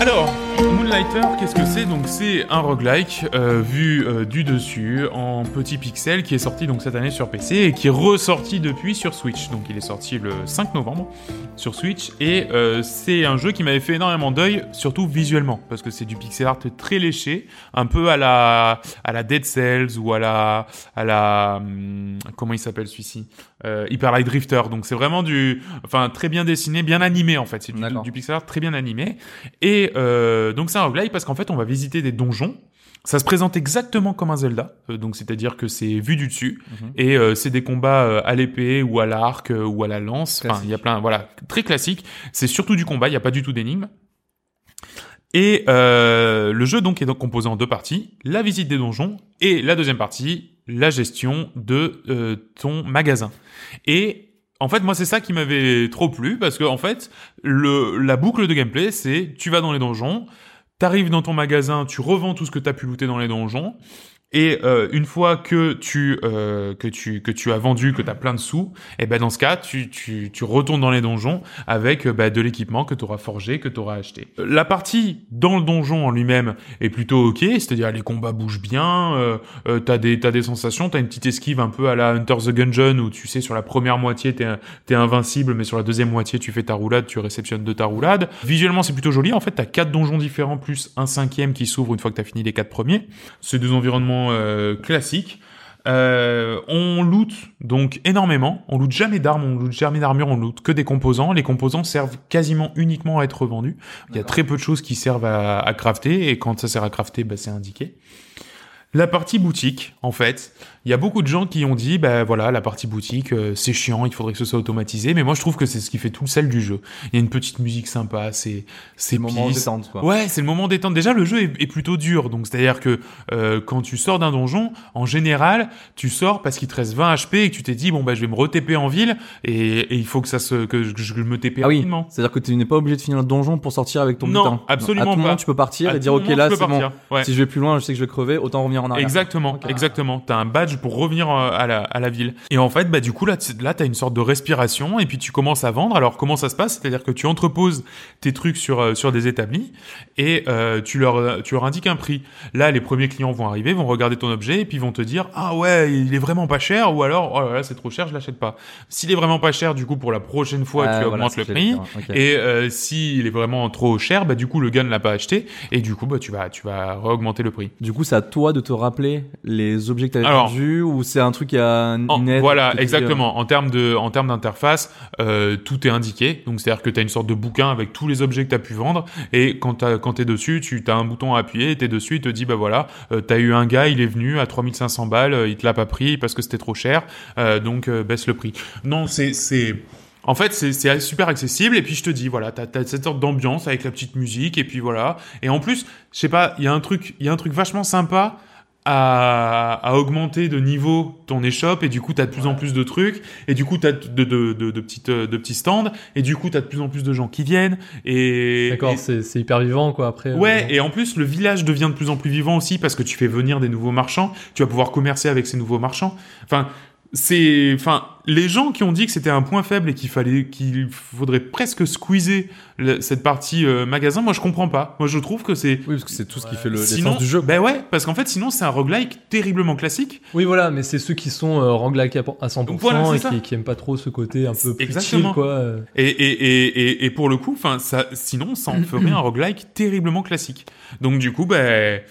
[SPEAKER 1] Alors, Moonlighter, qu'est-ce que c'est Donc c'est un roguelike euh, vu euh, du dessus en petit pixel qui est sorti donc cette année sur PC et qui est ressorti depuis sur Switch. Donc il est sorti le 5 novembre sur Switch et euh, c'est un jeu qui m'avait fait énormément d'œil, surtout visuellement parce que c'est du pixel art très léché, un peu à la à la Dead Cells ou à la à la hum, comment il s'appelle celui-ci euh, Hyper Light Drifter. Donc c'est vraiment du enfin très bien dessiné, bien animé en fait, c'est du,
[SPEAKER 3] D'accord.
[SPEAKER 1] du pixel art très bien animé. Et euh, donc c'est un roguelike parce qu'en fait on va visiter des donjons. Ça se présente exactement comme un Zelda, euh, donc c'est-à-dire que c'est vu du dessus
[SPEAKER 3] Mhm.
[SPEAKER 1] et euh, c'est des combats euh, à l'épée ou à l'arc euh, ou à la lance. Enfin, il y a plein, voilà, très classique. C'est surtout du combat, il n'y a pas du tout d'énigmes. Et euh, le jeu donc est donc composé en deux parties la visite des donjons et la deuxième partie la gestion de euh, ton magasin. Et en fait, moi, c'est ça qui m'avait trop plu parce que en fait, le la boucle de gameplay, c'est tu vas dans les donjons, t'arrives dans ton magasin, tu revends tout ce que t'as pu looter dans les donjons. Et euh, une fois que tu euh, que tu que tu as vendu, que t'as plein de sous, et ben dans ce cas, tu tu tu retournes dans les donjons avec euh, bah, de l'équipement que t'auras forgé, que t'auras acheté. Euh, La partie dans le donjon en lui-même est plutôt ok, c'est-à-dire les combats bougent bien, euh, euh, t'as des t'as des sensations, t'as une petite esquive un peu à la Hunter the Gungeon où tu sais sur la première moitié t'es t'es invincible, mais sur la deuxième moitié tu fais ta roulade, tu réceptionnes de ta roulade. Visuellement c'est plutôt joli. En fait t'as quatre donjons différents plus un cinquième qui s'ouvre une fois que t'as fini les quatre premiers. C'est des environnements euh, classiques. Euh, on loot donc énormément. On loot jamais d'armes, on loot jamais d'armure, on loot que des composants. Les composants servent quasiment uniquement à être vendus. Il y a très peu de choses qui servent à, à crafter et quand ça sert à crafter, bah, c'est indiqué. La partie boutique, en fait, il y a beaucoup de gens qui ont dit, bah voilà, la partie boutique, euh, c'est chiant, il faudrait que ce soit automatisé. Mais moi, je trouve que c'est ce qui fait tout le sel du jeu. Il y a une petite musique sympa, c'est c'est
[SPEAKER 3] C'est moment
[SPEAKER 1] peace.
[SPEAKER 3] détente, quoi.
[SPEAKER 1] Ouais, c'est le moment détente. Déjà, le jeu est, est plutôt dur. Donc, c'est-à-dire que euh, quand tu sors d'un donjon, en général, tu sors parce qu'il te reste 20 HP et que tu t'es dit, bon, bah, je vais me re-TP en ville et, et il faut que ça se, que je, que je me TP
[SPEAKER 3] Ah oui,
[SPEAKER 1] rapidement.
[SPEAKER 3] c'est-à-dire que tu n'es pas obligé de finir le donjon pour sortir avec ton
[SPEAKER 1] Non,
[SPEAKER 3] butin.
[SPEAKER 1] absolument
[SPEAKER 3] À tout
[SPEAKER 1] pas.
[SPEAKER 3] moment, tu peux partir
[SPEAKER 1] À
[SPEAKER 3] et dire,
[SPEAKER 1] tout
[SPEAKER 3] ok,
[SPEAKER 1] moment,
[SPEAKER 3] là,
[SPEAKER 1] tu peux
[SPEAKER 3] c'est bon.
[SPEAKER 1] partir. Ouais.
[SPEAKER 3] Si je vais plus loin, je sais que je vais crever, autant revenir en arrière.
[SPEAKER 1] Exactement, exactement. T'as un badge pour revenir euh, à la, à la ville. Et en fait, bah du coup là, t- là t'as une sorte de respiration et puis tu commences à vendre. Alors comment ça se passe C'est-à-dire que tu entreposes tes trucs sur euh, sur des établis et euh, tu leur euh, tu leur indiques un prix. Là, les premiers clients vont arriver, vont regarder ton objet et puis vont te dire ah ouais, il est vraiment pas cher ou alors oh là là c'est trop cher, je l'achète pas. S'il est vraiment pas cher, du coup pour la prochaine fois
[SPEAKER 3] Ah,
[SPEAKER 1] tu
[SPEAKER 3] voilà,
[SPEAKER 1] augmentes
[SPEAKER 3] c'est
[SPEAKER 1] le
[SPEAKER 3] ce que j'allais
[SPEAKER 1] prix.
[SPEAKER 3] dire, ok.
[SPEAKER 1] Et euh, s'il est vraiment trop cher, bah du coup le gars ne l'a pas acheté et du coup bah tu vas tu vas augmenter le prix.
[SPEAKER 3] Du coup, c'est à toi de te rappeler les objets que t'avais
[SPEAKER 1] Alors-
[SPEAKER 3] perdus ou c'est un truc à
[SPEAKER 1] En-
[SPEAKER 3] net
[SPEAKER 1] voilà, exactement. En termes de, en termes d'interface, euh, tout est indiqué. Donc c'est-à-dire que tu as une sorte de bouquin avec tous les objets que tu as pu vendre. Et quand t'as- quand t'es dessus, tu as un bouton à appuyer, t'es dessus, il te dit bah voilà, euh, t'as eu un gars, il est venu à 3500 balles, euh, il te l'a pas pris parce que c'était trop cher. euh, donc euh, baisse le prix. Non, c'est c'est en fait, c'est- c'est super accessible et puis je te dis voilà, t'as as cette sorte d'ambiance avec la petite musique et puis voilà. Et en plus, je sais pas, il y a un truc, il y a un truc vachement sympa à, à augmenter de niveau ton échoppe et du coup t'as de plus en plus de trucs et du coup t'as de, de, de, de petites euh, de petits stands et du coup t'as de plus en plus de gens qui viennent et
[SPEAKER 2] D'accord,
[SPEAKER 1] et-
[SPEAKER 2] c'est c'est hyper vivant, quoi, après.
[SPEAKER 1] Ouais,
[SPEAKER 2] euh,
[SPEAKER 1] et en plus, le village devient de plus en plus vivant aussi parce que tu fais venir des nouveaux marchands, tu vas pouvoir commercer avec ces nouveaux marchands. Enfin, c'est, enfin, les gens qui ont dit que c'était un point faible et qu'il fallait, qu'il faudrait presque squeezer le- cette partie euh, magasin, moi je comprends pas. Moi je trouve que c'est,
[SPEAKER 3] Oui, parce que c'est tout ce qui
[SPEAKER 2] Ouais.
[SPEAKER 3] fait le
[SPEAKER 1] sinon,
[SPEAKER 3] l'essence du jeu.
[SPEAKER 1] ben ouais, parce qu'en fait, sinon c'est un roguelike terriblement classique.
[SPEAKER 2] Oui, voilà, mais c'est ceux qui sont euh, roguelike à à 100%
[SPEAKER 1] Voilà, c'est
[SPEAKER 2] et
[SPEAKER 1] ça.
[SPEAKER 2] qui, qui aiment pas trop ce côté un peu plus
[SPEAKER 1] Exactement.
[SPEAKER 2] chill, quoi. euh.
[SPEAKER 1] Et, et, et, et, et pour le coup, enfin, ça, sinon, ça en ferait un roguelike terriblement classique. Donc du coup, ben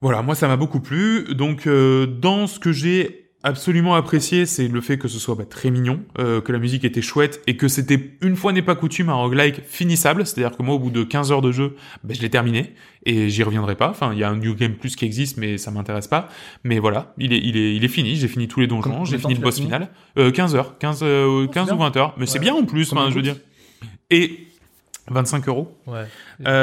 [SPEAKER 1] voilà, moi ça m'a beaucoup plu. Donc euh, dans ce que j'ai absolument apprécié, c'est le fait que ce soit bah, très mignon, euh, que la musique était chouette et que c'était une fois n'est pas coutume un roguelike finissable. C'est-à-dire que moi, au bout de 15 heures de jeu, bah, je l'ai terminé et j'y reviendrai pas. Enfin, il y a un New Game Plus qui existe, mais ça m'intéresse pas. Mais voilà, il est, il est, il est fini. J'ai fini tous les
[SPEAKER 3] Combien
[SPEAKER 1] donjons,
[SPEAKER 3] de
[SPEAKER 1] j'ai
[SPEAKER 3] temps
[SPEAKER 1] fini
[SPEAKER 3] tu
[SPEAKER 1] le
[SPEAKER 3] l'as
[SPEAKER 1] boss
[SPEAKER 3] fini Oh,
[SPEAKER 1] final. Euh, 15 heures, 15, euh, 15
[SPEAKER 3] c'est
[SPEAKER 1] ou 20 heures. Mais c'est bien en plus,
[SPEAKER 3] Combien
[SPEAKER 1] enfin, je veux dire. Et 25 euros.
[SPEAKER 2] Ouais.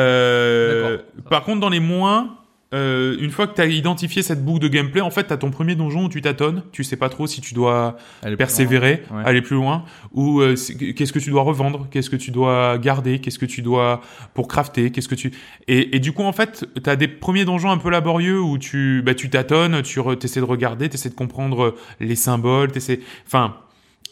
[SPEAKER 1] Euh,
[SPEAKER 2] D'accord.
[SPEAKER 1] par contre, dans les moins, euh, une fois que tu as identifié cette boucle de gameplay, en fait, tu as ton premier donjon où tu tâtonnes, tu sais pas trop si tu dois
[SPEAKER 3] Elle est-
[SPEAKER 1] persévérer,
[SPEAKER 3] Ouais.
[SPEAKER 1] aller plus loin, ou euh, c'est- qu'est-ce que tu dois revendre, qu'est-ce que tu dois garder, qu'est-ce que tu dois pour crafter, qu'est-ce que tu... Et, et du coup, en fait, tu as des premiers donjons un peu laborieux où tu bah, tu tâtonnes, tu essaies de regarder, tu essaies de comprendre euh, les symboles, t'essaies... Enfin...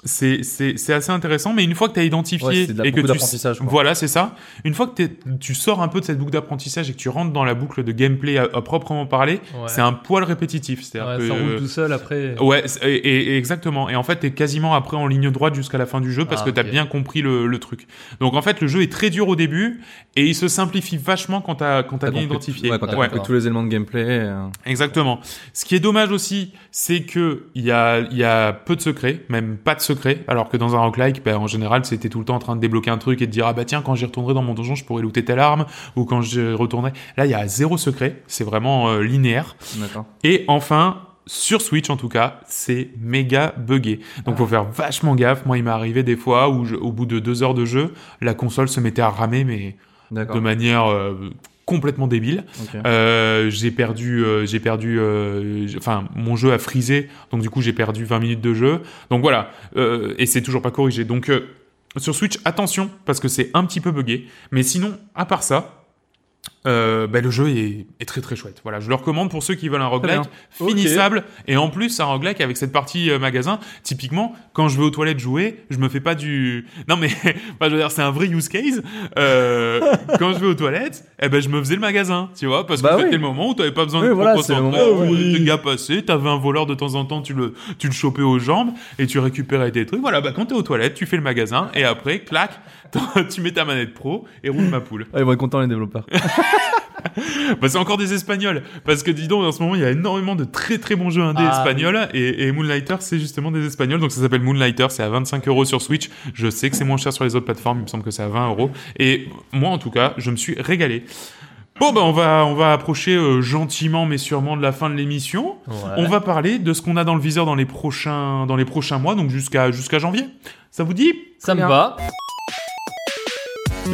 [SPEAKER 1] C'est c'est- c'est assez intéressant, mais une fois que tu as identifié
[SPEAKER 3] Ouais, c'est de la-
[SPEAKER 1] et que
[SPEAKER 3] beaucoup
[SPEAKER 1] tu
[SPEAKER 3] d'apprentissage, quoi.
[SPEAKER 1] voilà, c'est ça. Une fois que t'es- tu sors un peu de cette boucle d'apprentissage et que tu rentres dans la boucle de gameplay à, à proprement parler,
[SPEAKER 2] Ouais.
[SPEAKER 1] c'est un poil répétitif. C'est-à-dire
[SPEAKER 2] Ouais,
[SPEAKER 1] que
[SPEAKER 2] ça roule tout seul après.
[SPEAKER 1] Ouais, c'est- et, et- et exactement. Et en fait, t'es quasiment après en ligne droite jusqu'à la fin du jeu parce
[SPEAKER 2] Ah,
[SPEAKER 1] que t'as
[SPEAKER 2] ok.
[SPEAKER 1] bien compris le, le truc. Donc en fait, le jeu est très dur au début et il se simplifie vachement quand t'as quand t'as
[SPEAKER 3] T'as
[SPEAKER 1] bien
[SPEAKER 3] compris-
[SPEAKER 1] identifié.
[SPEAKER 3] Ouais, quand t'as
[SPEAKER 2] Ouais.
[SPEAKER 3] compris tous les éléments de gameplay. euh,
[SPEAKER 1] Exactement. Ce qui est dommage aussi, c'est que il y a, il y a peu de secrets, même pas de secrets, alors que dans un roguelike, ben, en général, c'était tout le temps en train de débloquer un truc et de dire ah bah tiens quand j'y retournerai dans mon donjon, je pourrais looter telle arme ou quand j'y retournerai. Là, il y a zéro secret, c'est vraiment euh, linéaire.
[SPEAKER 3] D'accord.
[SPEAKER 1] Et enfin, sur Switch en tout cas, c'est méga buggé. Donc faut faire vachement gaffe. Moi, il m'est arrivé des fois où je- au bout de deux heures de jeu, la console se mettait à ramer, mais
[SPEAKER 3] D'accord.
[SPEAKER 1] de manière euh, complètement débile.
[SPEAKER 3] Ok.
[SPEAKER 1] Euh, j'ai perdu, euh, j'ai perdu, euh, j'- enfin mon jeu a frisé, donc du coup j'ai perdu 20 minutes de jeu. Donc voilà, euh, et c'est toujours pas corrigé. Donc euh, sur Switch, attention parce que c'est un petit peu buggé, mais sinon à part ça. euh, bah, le jeu est, est très très chouette. Voilà, je le recommande pour ceux qui veulent un roguelike
[SPEAKER 2] bien. Ok.
[SPEAKER 1] finissable et en plus un roguelike avec cette partie euh, magasin. Typiquement, quand je vais aux toilettes jouer, je me fais pas du. Non mais, enfin, je veux dire, c'est un vrai use case. Euh, quand je vais aux toilettes, eh ben je me faisais le magasin, tu vois, parce que
[SPEAKER 3] Bah
[SPEAKER 1] c'était
[SPEAKER 3] oui.
[SPEAKER 1] le moment où t'avais pas besoin
[SPEAKER 3] Oui,
[SPEAKER 1] de
[SPEAKER 3] voilà,
[SPEAKER 1] trop te
[SPEAKER 3] c'est le
[SPEAKER 1] concentrer,
[SPEAKER 3] moment où-
[SPEAKER 1] où les gars passaient, t'avais un voleur de temps en temps, tu le, tu le chopais aux jambes et tu récupérais des trucs. Voilà, bah quand t'es aux toilettes, tu fais le magasin et après, clac, t'en- tu mets ta manette pro et roule ma poule.
[SPEAKER 3] Ah, ils vont être contents les développeurs.
[SPEAKER 1] Bah c'est encore des Espagnols, parce que dis donc, en ce moment, il y a énormément de très très bons jeux indés
[SPEAKER 2] Ah,
[SPEAKER 1] espagnols et, et Moonlighter, c'est justement des Espagnols, donc ça s'appelle Moonlighter, c'est à 25 euros sur Switch. Je sais que c'est moins cher sur les autres plateformes, il me semble que c'est à 20 euros. Et moi, en tout cas, je me suis régalé. Bon, bah, on va, on va approcher euh, gentiment mais sûrement de la fin de l'émission.
[SPEAKER 2] Ouais.
[SPEAKER 1] On va parler de ce qu'on a dans le viseur dans les prochains, dans les prochains mois, donc jusqu'à jusqu'à janvier. Ça vous dit
[SPEAKER 2] Ça me
[SPEAKER 3] Bien.
[SPEAKER 2] va.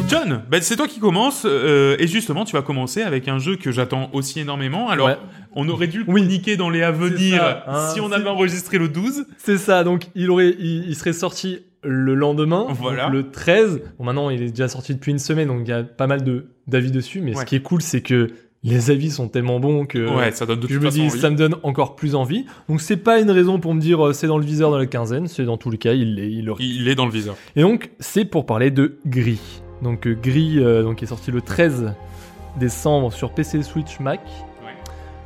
[SPEAKER 1] John, bah, c'est toi qui commence euh, et justement tu vas commencer avec un jeu que j'attends aussi énormément. Alors
[SPEAKER 2] Ouais.
[SPEAKER 1] on aurait dû le niquer dans les à venir
[SPEAKER 2] ça, hein,
[SPEAKER 1] si on
[SPEAKER 2] c'est-
[SPEAKER 1] avait enregistré le 12.
[SPEAKER 2] C'est ça, donc il, aurait, il, il serait sorti le lendemain,
[SPEAKER 1] Voilà.
[SPEAKER 2] donc le 13. Bon, maintenant, il est déjà sorti depuis une semaine, donc il y a pas mal de- d'avis dessus. Mais
[SPEAKER 1] Ouais.
[SPEAKER 2] ce qui est cool, c'est que les avis sont tellement bons que
[SPEAKER 1] ouais, ça donne de
[SPEAKER 2] euh, je
[SPEAKER 1] toute
[SPEAKER 2] me
[SPEAKER 1] façon
[SPEAKER 2] dis,
[SPEAKER 1] envie.
[SPEAKER 2] ça me donne encore plus envie. Donc, c'est pas une raison pour me dire euh, c'est dans le viseur dans la quinzaine, c'est dans tous les cas, il l'est, il le
[SPEAKER 1] Il est dans le viseur.
[SPEAKER 2] et donc, c'est pour parler de Gris. Donc, euh, Gris euh, donc, qui est sorti le 13 décembre sur PC, Switch, Mac.
[SPEAKER 1] Ouais.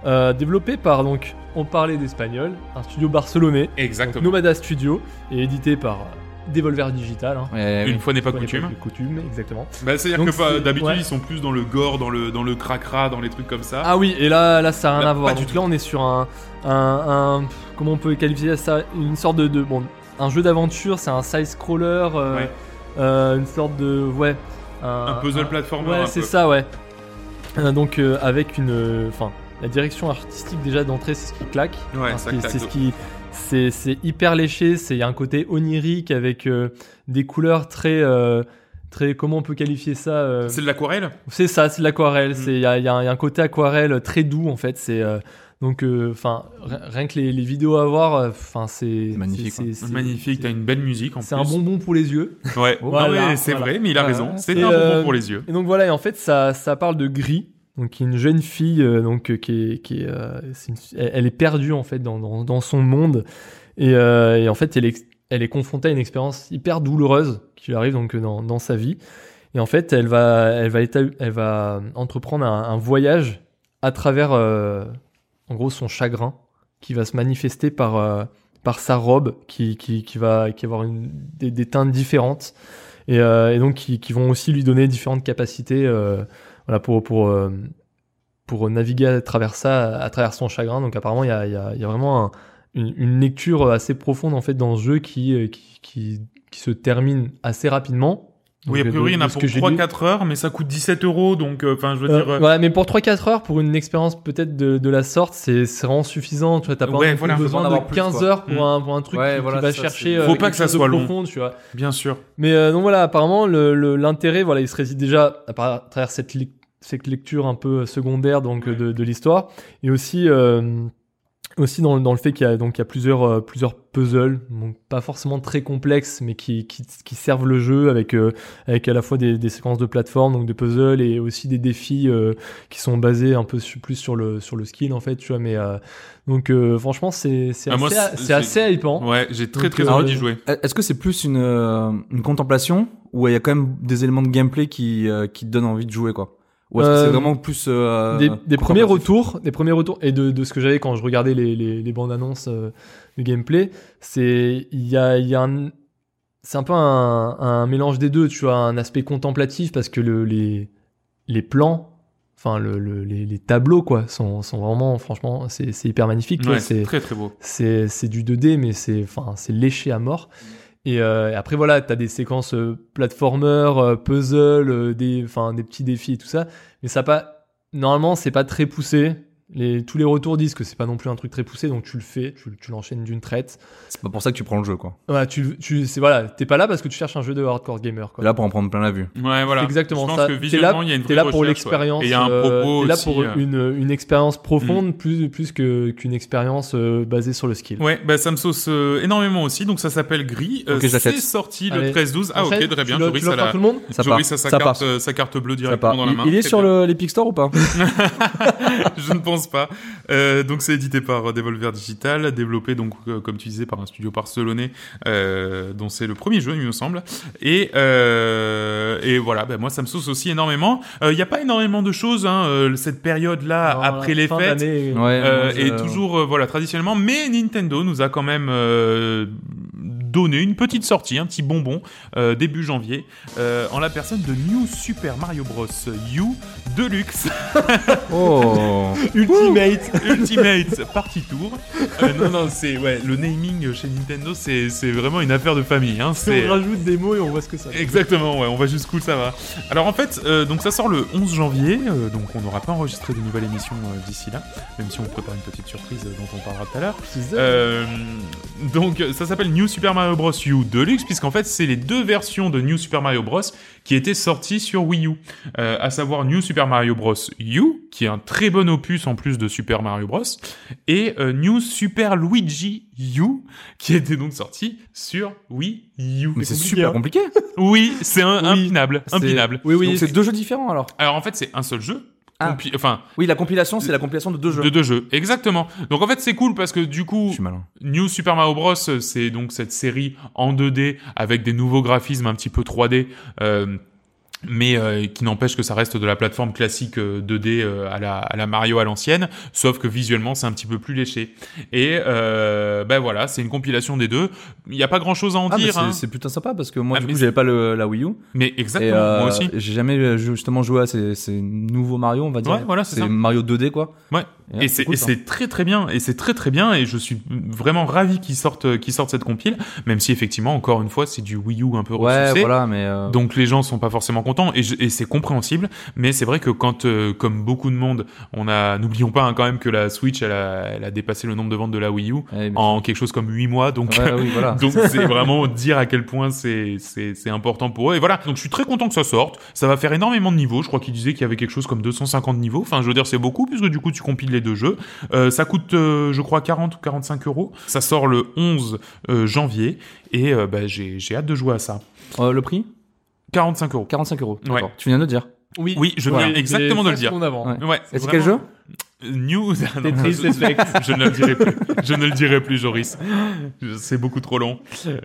[SPEAKER 2] Euh, développé par, donc, on parlait d'Espagnol, un studio barcelonais, donc
[SPEAKER 1] Exactement.
[SPEAKER 2] Nomada Studio, et édité par euh, Devolver Digital. hein.
[SPEAKER 3] Ouais,
[SPEAKER 1] Une fois n'est pas
[SPEAKER 2] Pour l'époque
[SPEAKER 1] coutume.
[SPEAKER 2] de coutume, exactement.
[SPEAKER 1] Bah, C'est-à-dire
[SPEAKER 2] Donc,
[SPEAKER 1] que pas-
[SPEAKER 2] c'est-
[SPEAKER 1] d'habitude
[SPEAKER 2] ouais.
[SPEAKER 1] ils sont plus dans le gore, dans le dans le cracra, dans les trucs comme ça.
[SPEAKER 2] Ah oui, et là, là ça n'a rien
[SPEAKER 1] Là,
[SPEAKER 2] à voir.
[SPEAKER 1] Bah, pas du
[SPEAKER 2] Donc là, on est sur un, un, un- Comment on peut qualifier ça Une sorte de. de- bon, un jeu d'aventure, c'est un side-scroller, euh,
[SPEAKER 1] Ouais.
[SPEAKER 2] euh, une sorte de. Ouais.
[SPEAKER 1] un puzzle platformer. un
[SPEAKER 2] Ah, Ouais,
[SPEAKER 1] peu.
[SPEAKER 2] c'est ça, ouais. Euh, donc, euh, avec une. Enfin, la direction artistique déjà d'entrée, c'est ce qui claque.
[SPEAKER 1] Ouais, ça
[SPEAKER 2] Enfin, c'est-
[SPEAKER 1] claque
[SPEAKER 2] C'est
[SPEAKER 1] de
[SPEAKER 2] ce qui. C'est c'est hyper léché, c'est- il y a un côté onirique avec euh, des couleurs très. euh, très comment on peut qualifier ça euh,
[SPEAKER 1] C'est de l'aquarelle.
[SPEAKER 2] c'est ça, c'est de l'aquarelle.
[SPEAKER 1] Mm.
[SPEAKER 2] C'est il y a, il y a un il y a un côté aquarelle très doux en fait. C'est euh, donc enfin rien que les, les vidéos à voir, euh, enfin c'est
[SPEAKER 3] C'est magnifique,
[SPEAKER 2] c'est- c'est-
[SPEAKER 1] Magnifique.
[SPEAKER 2] c'est-
[SPEAKER 1] T'as une belle musique en plus.
[SPEAKER 2] C'est un bonbon pour les yeux.
[SPEAKER 1] Ouais.
[SPEAKER 2] Oh,
[SPEAKER 1] Non,
[SPEAKER 2] voilà,
[SPEAKER 1] mais c'est
[SPEAKER 2] voilà.
[SPEAKER 1] vrai, mais il a
[SPEAKER 3] Ah,
[SPEAKER 1] raison.
[SPEAKER 3] ouais,
[SPEAKER 1] C'est
[SPEAKER 2] c'est,
[SPEAKER 1] un bonbon
[SPEAKER 2] euh,
[SPEAKER 1] pour les yeux.
[SPEAKER 2] Et donc voilà, et en fait, ça, ça parle de Gris, donc qui est une jeune fille, euh, donc euh, qui est, qui est, euh, c'est une- elle, elle est perdue en fait dans, dans, dans son monde, et, euh, et en fait, elle est, elle est confrontée à une expérience hyper douloureuse qui lui arrive donc euh, dans, dans sa vie, et en fait, elle va, elle va, éta- elle va entreprendre un, un voyage à travers, euh, en gros, son chagrin qui va se manifester par euh, par sa robe qui, qui, qui va qui va avoir une, des, des teintes différentes et, euh, et donc qui, qui vont aussi lui donner différentes capacités euh, voilà pour pour euh, pour naviguer à travers ça à travers son chagrin donc apparemment il y a, il y a- il y a vraiment un, une, une lecture assez profonde en fait dans ce jeu qui, euh, qui, qui, qui se termine assez rapidement.
[SPEAKER 1] oui, a
[SPEAKER 2] Donc, euh,
[SPEAKER 1] priori, il y en
[SPEAKER 2] de-
[SPEAKER 1] a
[SPEAKER 2] de ce
[SPEAKER 1] pour
[SPEAKER 2] que j'ai lu.
[SPEAKER 1] 3-4 heures, mais ça coûte 17 euros, donc, euh, enfin, je veux
[SPEAKER 2] Euh,
[SPEAKER 1] dire. euh,
[SPEAKER 2] voilà, mais pour 3-4 heures, pour une expérience peut-être de, de la sorte, c'est c'est vraiment suffisant. Tu vois, t'as pas
[SPEAKER 1] Ouais,
[SPEAKER 2] non plus
[SPEAKER 1] voilà, faut
[SPEAKER 3] en
[SPEAKER 2] besoin
[SPEAKER 3] avoir
[SPEAKER 2] de
[SPEAKER 3] plus,
[SPEAKER 2] 15
[SPEAKER 3] quoi.
[SPEAKER 2] heures
[SPEAKER 1] Mm.
[SPEAKER 2] pour, un, pour un truc
[SPEAKER 3] Ouais,
[SPEAKER 2] qui, qui
[SPEAKER 3] voilà,
[SPEAKER 2] va
[SPEAKER 3] ça,
[SPEAKER 2] chercher.
[SPEAKER 3] c'est-
[SPEAKER 2] euh,
[SPEAKER 1] Faut pas
[SPEAKER 2] quelque
[SPEAKER 1] que ça
[SPEAKER 2] chose de
[SPEAKER 1] soit long.
[SPEAKER 2] profond, tu vois.
[SPEAKER 1] Bien sûr.
[SPEAKER 2] Mais euh, donc voilà, apparemment, le- le- l'intérêt, voilà, il se réside déjà à, par- à travers cette, lec- cette lecture un peu secondaire donc, euh, de, de l'histoire, et aussi, euh, aussi dans, le- dans le fait qu'il y a, donc, il y a plusieurs, euh, plusieurs puzzles, donc pas forcément très complexes, mais qui, qui, qui servent le jeu avec, euh, avec à la fois des, des séquences de plateforme, donc de puzzles, et aussi des défis euh, qui sont basés un peu su- plus sur le, sur le skill, en fait, tu vois. Mais, euh, donc euh, franchement, c'est c'est
[SPEAKER 1] Ah, moi,
[SPEAKER 2] assez,
[SPEAKER 1] c'est-
[SPEAKER 2] c'est
[SPEAKER 1] c'est-
[SPEAKER 2] assez hypant.
[SPEAKER 1] Ouais, j'ai très
[SPEAKER 2] Donc,
[SPEAKER 1] très
[SPEAKER 2] euh,
[SPEAKER 1] envie d'y jouer.
[SPEAKER 3] Est-ce que c'est plus une, euh, une contemplation ou il y a quand même des éléments de gameplay qui, euh, qui te donnent envie de jouer quoi Ou est-ce que
[SPEAKER 2] Euh,
[SPEAKER 3] c'est vraiment plus euh,
[SPEAKER 2] des, des premiers
[SPEAKER 3] contemplatif
[SPEAKER 2] retours, des premiers retours et de, de ce que j'avais quand je regardais les, les, les bandes annonces euh, de gameplay, c'est il y a, il y a un c'est un peu un, un mélange des deux, tu vois, un aspect contemplatif parce que le, les les plans, enfin le, le- les, les tableaux quoi, sont, sont vraiment franchement c'est c'est hyper magnifique, tu vois,
[SPEAKER 1] Ouais,
[SPEAKER 2] c'est
[SPEAKER 1] c'est très très beau.
[SPEAKER 2] c'est c'est du 2D mais c'est enfin c'est léché à mort. Et, euh, et après voilà, t'as des séquences euh, platformer, euh, puzzle, euh, des enfin des petits défis et tout ça, mais ça a pas normalement c'est pas très poussé. Les, tous les retours disent que c'est pas non plus un truc très poussé, donc tu le fais, tu, tu l'enchaînes d'une traite.
[SPEAKER 3] C'est pas pour ça que tu prends le jeu quoi.
[SPEAKER 2] Voilà, tu, tu c'est voilà, t'es pas là parce que tu cherches un jeu de hardcore gamer
[SPEAKER 3] T'es
[SPEAKER 2] quoi.
[SPEAKER 3] là pour en prendre plein la vue.
[SPEAKER 1] Ouais, voilà.
[SPEAKER 2] C'est exactement
[SPEAKER 1] je pense
[SPEAKER 2] ça.
[SPEAKER 1] Que
[SPEAKER 2] T'es là-
[SPEAKER 1] visuellement, il y a une
[SPEAKER 2] T'es
[SPEAKER 1] vraie
[SPEAKER 2] là pour
[SPEAKER 1] recherche, ouais.
[SPEAKER 2] l'expérience,
[SPEAKER 1] Et il y a un
[SPEAKER 2] euh,
[SPEAKER 1] propos
[SPEAKER 2] t'es là
[SPEAKER 1] aussi,
[SPEAKER 2] pour
[SPEAKER 1] euh. Mm.
[SPEAKER 2] une, une expérience profonde plus plus que qu'une expérience euh, basée sur le skill.
[SPEAKER 1] Ouais, bah ça me sauce euh, énormément aussi. Donc ça s'appelle Gris. Euh,
[SPEAKER 3] Ok, je
[SPEAKER 1] c'est
[SPEAKER 3] l'achète.
[SPEAKER 1] sorti le
[SPEAKER 2] Allez.
[SPEAKER 1] 13-12. Ah
[SPEAKER 2] Enchaîne,
[SPEAKER 1] ok, très bien.
[SPEAKER 2] Tu l'offres-
[SPEAKER 1] Joris
[SPEAKER 2] tu
[SPEAKER 1] a
[SPEAKER 2] l'offres à
[SPEAKER 1] la-
[SPEAKER 2] tout le monde
[SPEAKER 3] Ça part.
[SPEAKER 1] Joris a sa
[SPEAKER 3] Ça part.
[SPEAKER 1] carte, euh, sa carte bleue
[SPEAKER 3] Ça part.
[SPEAKER 1] directement dans la
[SPEAKER 3] Il-
[SPEAKER 1] main.
[SPEAKER 3] il est
[SPEAKER 1] Très
[SPEAKER 3] sur
[SPEAKER 1] bien.
[SPEAKER 3] le- l'Epic Store ou pas
[SPEAKER 1] Je ne pense pas. Euh, donc c'est édité par Devolver Digital, développé donc euh, comme tu disais par un studio barcelonais euh, dont c'est le premier jeu il me semble. Et euh, et voilà, ben moi ça me sauce aussi énormément. Euh, Il n'y a pas énormément de choses hein, euh, cette période là
[SPEAKER 2] Non,
[SPEAKER 1] après les
[SPEAKER 2] fin
[SPEAKER 1] fêtes. Euh,
[SPEAKER 2] d'année,
[SPEAKER 3] non,
[SPEAKER 1] et
[SPEAKER 3] je-
[SPEAKER 1] toujours euh, voilà traditionnellement mais Nintendo nous a quand même euh, donné une petite sortie un petit bonbon euh, début janvier euh, en la personne de New Super Mario Bros U Deluxe
[SPEAKER 3] Oh
[SPEAKER 1] Ultimate Ultimate Party Tour Euh, non non c'est ouais le naming euh, chez Nintendo c'est c'est vraiment une affaire de famille hein c'est
[SPEAKER 2] on rajoute des mots et on voit ce que ça
[SPEAKER 1] Exactement, ouais, on va jusqu'où ça va. Alors en fait, euh, donc ça sort le 11 janvier, euh, donc on n'aura pas enregistré de nouvelle émission euh, d'ici là, même si on prépare une petite surprise euh, dont on parlera tout à l'heure. Euh, donc euh, ça s'appelle New Super Mario Bros. U Deluxe, puisqu'en fait c'est les deux versions de New Super Mario Bros. qui étaient sorties sur Wii U, Euh, à savoir New Super Mario Bros. U, qui est un très bon opus en plus de Super Mario Bros. et euh, New Super Luigi U, qui était donc sorti sur Wii U.
[SPEAKER 3] Mais c'est super
[SPEAKER 1] hein.
[SPEAKER 3] compliqué. hein.
[SPEAKER 1] Oui, c'est un,
[SPEAKER 3] Oui.
[SPEAKER 1] impinable,
[SPEAKER 3] C'est-
[SPEAKER 1] impinable.
[SPEAKER 2] Oui,
[SPEAKER 3] Donc
[SPEAKER 2] oui.
[SPEAKER 3] c'est deux jeux différents alors.
[SPEAKER 1] Alors en fait c'est un seul jeu.
[SPEAKER 3] Ah.
[SPEAKER 1] Compi- Enfin,
[SPEAKER 3] Oui, la compilation, c'est la compilation de deux jeux.
[SPEAKER 1] de deux jeux, exactement. Donc en fait, c'est cool parce que du
[SPEAKER 3] Je
[SPEAKER 1] coup,
[SPEAKER 3] suis malin.
[SPEAKER 1] New Super Mario Bros, c'est donc cette série en 2D avec des nouveaux graphismes un petit peu 3D. euh, mais euh, qui n'empêche que ça reste de la plateforme classique euh, 2D euh, à, la, à la Mario à l'ancienne, sauf que visuellement c'est un petit peu plus léché. Et euh, ben voilà, c'est une compilation des deux. Il n'y a pas grand chose à en
[SPEAKER 3] Ah, mais
[SPEAKER 1] dire,
[SPEAKER 3] c'est
[SPEAKER 1] hein.
[SPEAKER 3] c'est putain sympa parce que moi
[SPEAKER 1] Ah,
[SPEAKER 3] du
[SPEAKER 1] mais
[SPEAKER 3] coup
[SPEAKER 1] c'est-
[SPEAKER 3] j'avais pas le- la Wii U
[SPEAKER 1] mais
[SPEAKER 3] et
[SPEAKER 1] exactement,
[SPEAKER 3] euh,
[SPEAKER 1] moi aussi.
[SPEAKER 3] j'ai jamais euh, jou- justement joué à ces, ces nouveaux Mario on va dire.
[SPEAKER 1] Ouais, voilà, c'est
[SPEAKER 3] c'est
[SPEAKER 1] ça.
[SPEAKER 3] Mario 2D quoi.
[SPEAKER 1] Ouais. Et c'est
[SPEAKER 3] cool,
[SPEAKER 1] et
[SPEAKER 3] ça.
[SPEAKER 1] c'est très très bien et c'est très très bien et je suis vraiment ravi qu'ils sortent euh, qu'ils sortent cette compile même si effectivement encore une fois c'est du Wii U un peu
[SPEAKER 3] Ouais,
[SPEAKER 1] ressourcé.
[SPEAKER 3] voilà, mais euh,
[SPEAKER 1] Donc les gens sont pas forcément contents et, je- et c'est compréhensible, mais c'est vrai que quand, euh, comme beaucoup de monde, on a, n'oublions pas hein, quand même que la Switch, elle a, elle a dépassé le nombre de ventes de la Wii U
[SPEAKER 3] eh, ouais, mais-
[SPEAKER 1] en quelque chose comme 8 mois, donc
[SPEAKER 3] ouais, oui, voilà.
[SPEAKER 1] donc c'est vraiment dire à quel point c'est c'est c'est important pour eux. Et voilà, donc je suis très content que ça sorte. Ça va faire énormément de niveaux. Je crois qu'il disait qu'il y avait quelque chose comme 250 niveaux. Enfin, je veux dire, c'est beaucoup puisque du coup tu compiles les deux jeux. Euh, ça coûte, euh, je crois, 40 ou 45 euros. Ça sort le 11 euh, janvier et euh, bah, j'ai j'ai hâte de jouer à ça.
[SPEAKER 3] Euh, le prix
[SPEAKER 1] 45 euros.
[SPEAKER 3] 45 euros.
[SPEAKER 1] Ouais.
[SPEAKER 3] D'accord. Tu viens de le dire.
[SPEAKER 2] Oui,
[SPEAKER 1] Oui, je viens exactement de le dire.
[SPEAKER 2] avant.
[SPEAKER 3] Ouais.
[SPEAKER 1] Ouais.
[SPEAKER 3] Et c'est quel jeu
[SPEAKER 1] vraiment- News. Ah non,
[SPEAKER 2] Tetris
[SPEAKER 1] je- Je ne le dirai plus. Je ne le dirai plus, Joris. Je- C'est beaucoup trop long.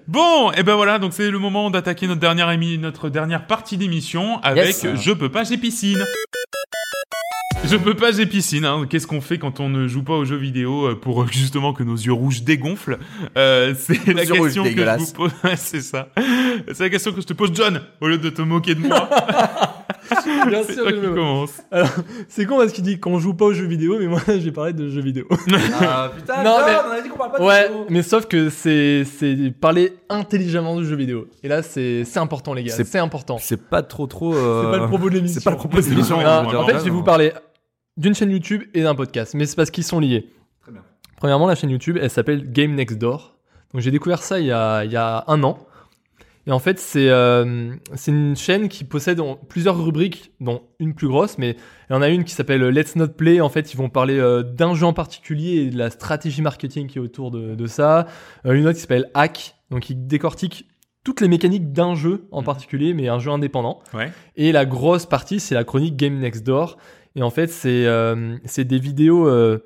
[SPEAKER 1] Bon, et ben voilà, donc c'est le moment d'attaquer notre dernière émi- notre dernière partie d'émission avec
[SPEAKER 3] Yes.
[SPEAKER 1] Je peux pas, j'ai piscine. Je peux pas, j'ai piscine. hein. Qu'est-ce qu'on fait quand on ne joue pas aux jeux vidéo euh, pour euh, justement que nos yeux rouges dégonflent Euh, C'est la
[SPEAKER 3] yeux rouges
[SPEAKER 1] question que je vous
[SPEAKER 3] dégueulasses.
[SPEAKER 1] pose. Ouais, c'est ça. C'est la question que je te pose, John, au lieu de te moquer de moi.
[SPEAKER 2] Bien
[SPEAKER 1] C'est
[SPEAKER 2] sûr,
[SPEAKER 1] toi
[SPEAKER 2] que
[SPEAKER 1] qui
[SPEAKER 2] je me-
[SPEAKER 1] commence.
[SPEAKER 2] C'est con parce qu'il dit qu'on joue pas aux jeux vidéo, mais moi j'ai parlé de jeux vidéo.
[SPEAKER 3] Ah putain,
[SPEAKER 2] Non,
[SPEAKER 3] merde,
[SPEAKER 2] mais-
[SPEAKER 3] on a dit qu'on parle pas de
[SPEAKER 2] Ouais,
[SPEAKER 3] vidéo.
[SPEAKER 2] mais sauf que c'est c'est parler intelligemment du jeu vidéo. Et là, c'est c'est important, les gars.
[SPEAKER 3] C'est-
[SPEAKER 2] C'est important. C'est
[SPEAKER 3] C'est pas trop trop. euh,
[SPEAKER 2] pas le propos de l'émission.
[SPEAKER 3] C'est pas le propos de l'émission.
[SPEAKER 2] Ah,
[SPEAKER 3] on va dire
[SPEAKER 2] en fait,
[SPEAKER 3] ça, hein.
[SPEAKER 2] je vais vous
[SPEAKER 3] mais-
[SPEAKER 2] parler d'une chaîne YouTube et d'un podcast, mais c'est parce qu'ils sont liés.
[SPEAKER 3] Très bien.
[SPEAKER 2] Premièrement, la chaîne YouTube, elle s'appelle Game Next Door. Donc j'ai découvert ça il y a, il y a un an. Et en fait, c'est euh, c'est une chaîne qui possède en- plusieurs rubriques, dont une plus grosse, mais il y en a une qui s'appelle euh, Let's Not Play. En fait, ils vont parler euh, d'un jeu en particulier et de la stratégie marketing qui est autour de, de ça. Euh, une autre qui s'appelle Hack, donc ils décortiquent toutes les mécaniques d'un jeu en
[SPEAKER 3] Mm.
[SPEAKER 1] Mhm.
[SPEAKER 2] particulier, mais un jeu indépendant.
[SPEAKER 1] Ouais.
[SPEAKER 2] Et la grosse partie, c'est la chronique Game Next Door. Et en fait, c'est euh, c'est des vidéos euh,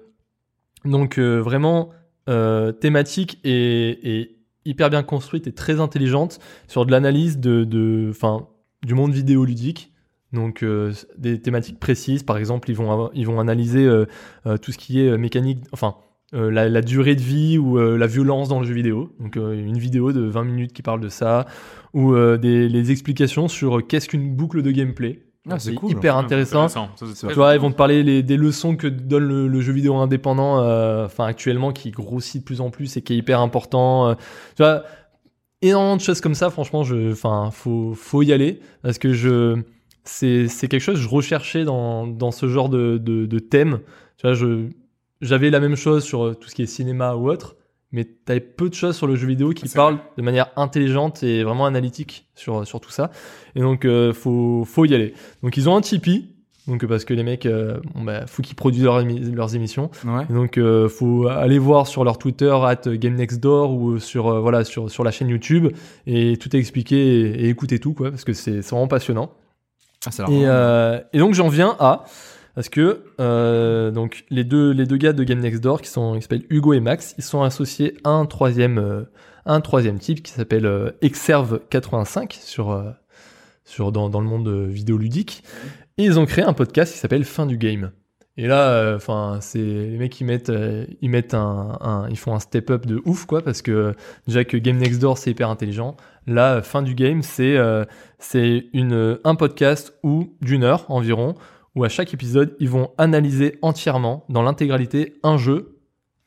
[SPEAKER 2] donc euh, vraiment euh, thématiques et, et hyper bien construites et très intelligentes sur de l'analyse de, de, enfin, du monde vidéoludique. Donc euh, des thématiques précises, par exemple, ils vont, avoir- ils vont analyser euh, euh, tout ce qui est euh, mécanique, enfin euh, la, la durée de vie ou euh, la violence dans le jeu vidéo. Donc euh, une vidéo de 20 minutes qui parle de ça, ou euh, des les explications sur euh, qu'est-ce qu'une boucle de gameplay.
[SPEAKER 3] Ah,
[SPEAKER 2] Donc,
[SPEAKER 3] c'est cool.
[SPEAKER 2] hyper
[SPEAKER 1] Ah,
[SPEAKER 2] intéressant.
[SPEAKER 1] Ça, c'est
[SPEAKER 2] Tu
[SPEAKER 1] très
[SPEAKER 2] vois, ils
[SPEAKER 1] intéressant.
[SPEAKER 2] vont te parler les- des leçons que donne le, le jeu vidéo indépendant, euh, enfin actuellement qui grossit de plus en plus et qui est hyper important. euh. tu vois, énormément de choses comme ça. Franchement, je, enfin, faut, faut y aller parce que je, c'est, c'est quelque chose que je recherchais dans, dans ce genre de, de, de thème. Tu vois, je, j'avais la même chose sur euh, tout ce qui est cinéma ou autre, mais t'avais peu de choses sur le jeu vidéo qui
[SPEAKER 1] C'est
[SPEAKER 2] parlent de manière intelligente et vraiment analytique sur, sur tout ça. Et donc, euh, faut, faut y aller. Donc, ils ont un Tipeee. Donc, parce que les mecs, euh, bon, bah, faut qu'ils produisent leurs émi- leurs émissions.
[SPEAKER 3] Ouais.
[SPEAKER 2] Et Donc euh, faut aller voir sur leur Twitter at GameNextDoor ou sur euh, voilà sur sur la chaîne YouTube et tout est expliqué et, et écoutez tout quoi parce que c'est c'est vraiment passionnant.
[SPEAKER 3] Ah, ça a l'air
[SPEAKER 2] Et,
[SPEAKER 3] vraiment-
[SPEAKER 2] euh, et donc j'en viens à parce que euh, donc les deux les deux gars de Game Next Door qui sont qui s'appellent Hugo et Max, ils sont associés à un troisième euh, un troisième type qui s'appelle euh, Exerve 85 sur euh, sur dans, dans le monde euh, vidéoludique et ils ont créé un podcast qui s'appelle Fin du game. Et là enfin c'est les mecs ils mettent euh, ils mettent un, un- ils font un step up de ouf quoi parce que euh, déjà que Game Next Door c'est hyper intelligent. Là euh, Fin du game c'est euh, c'est une un podcast ou d'une heure environ où à chaque épisode ils vont analyser entièrement dans l'intégralité un jeu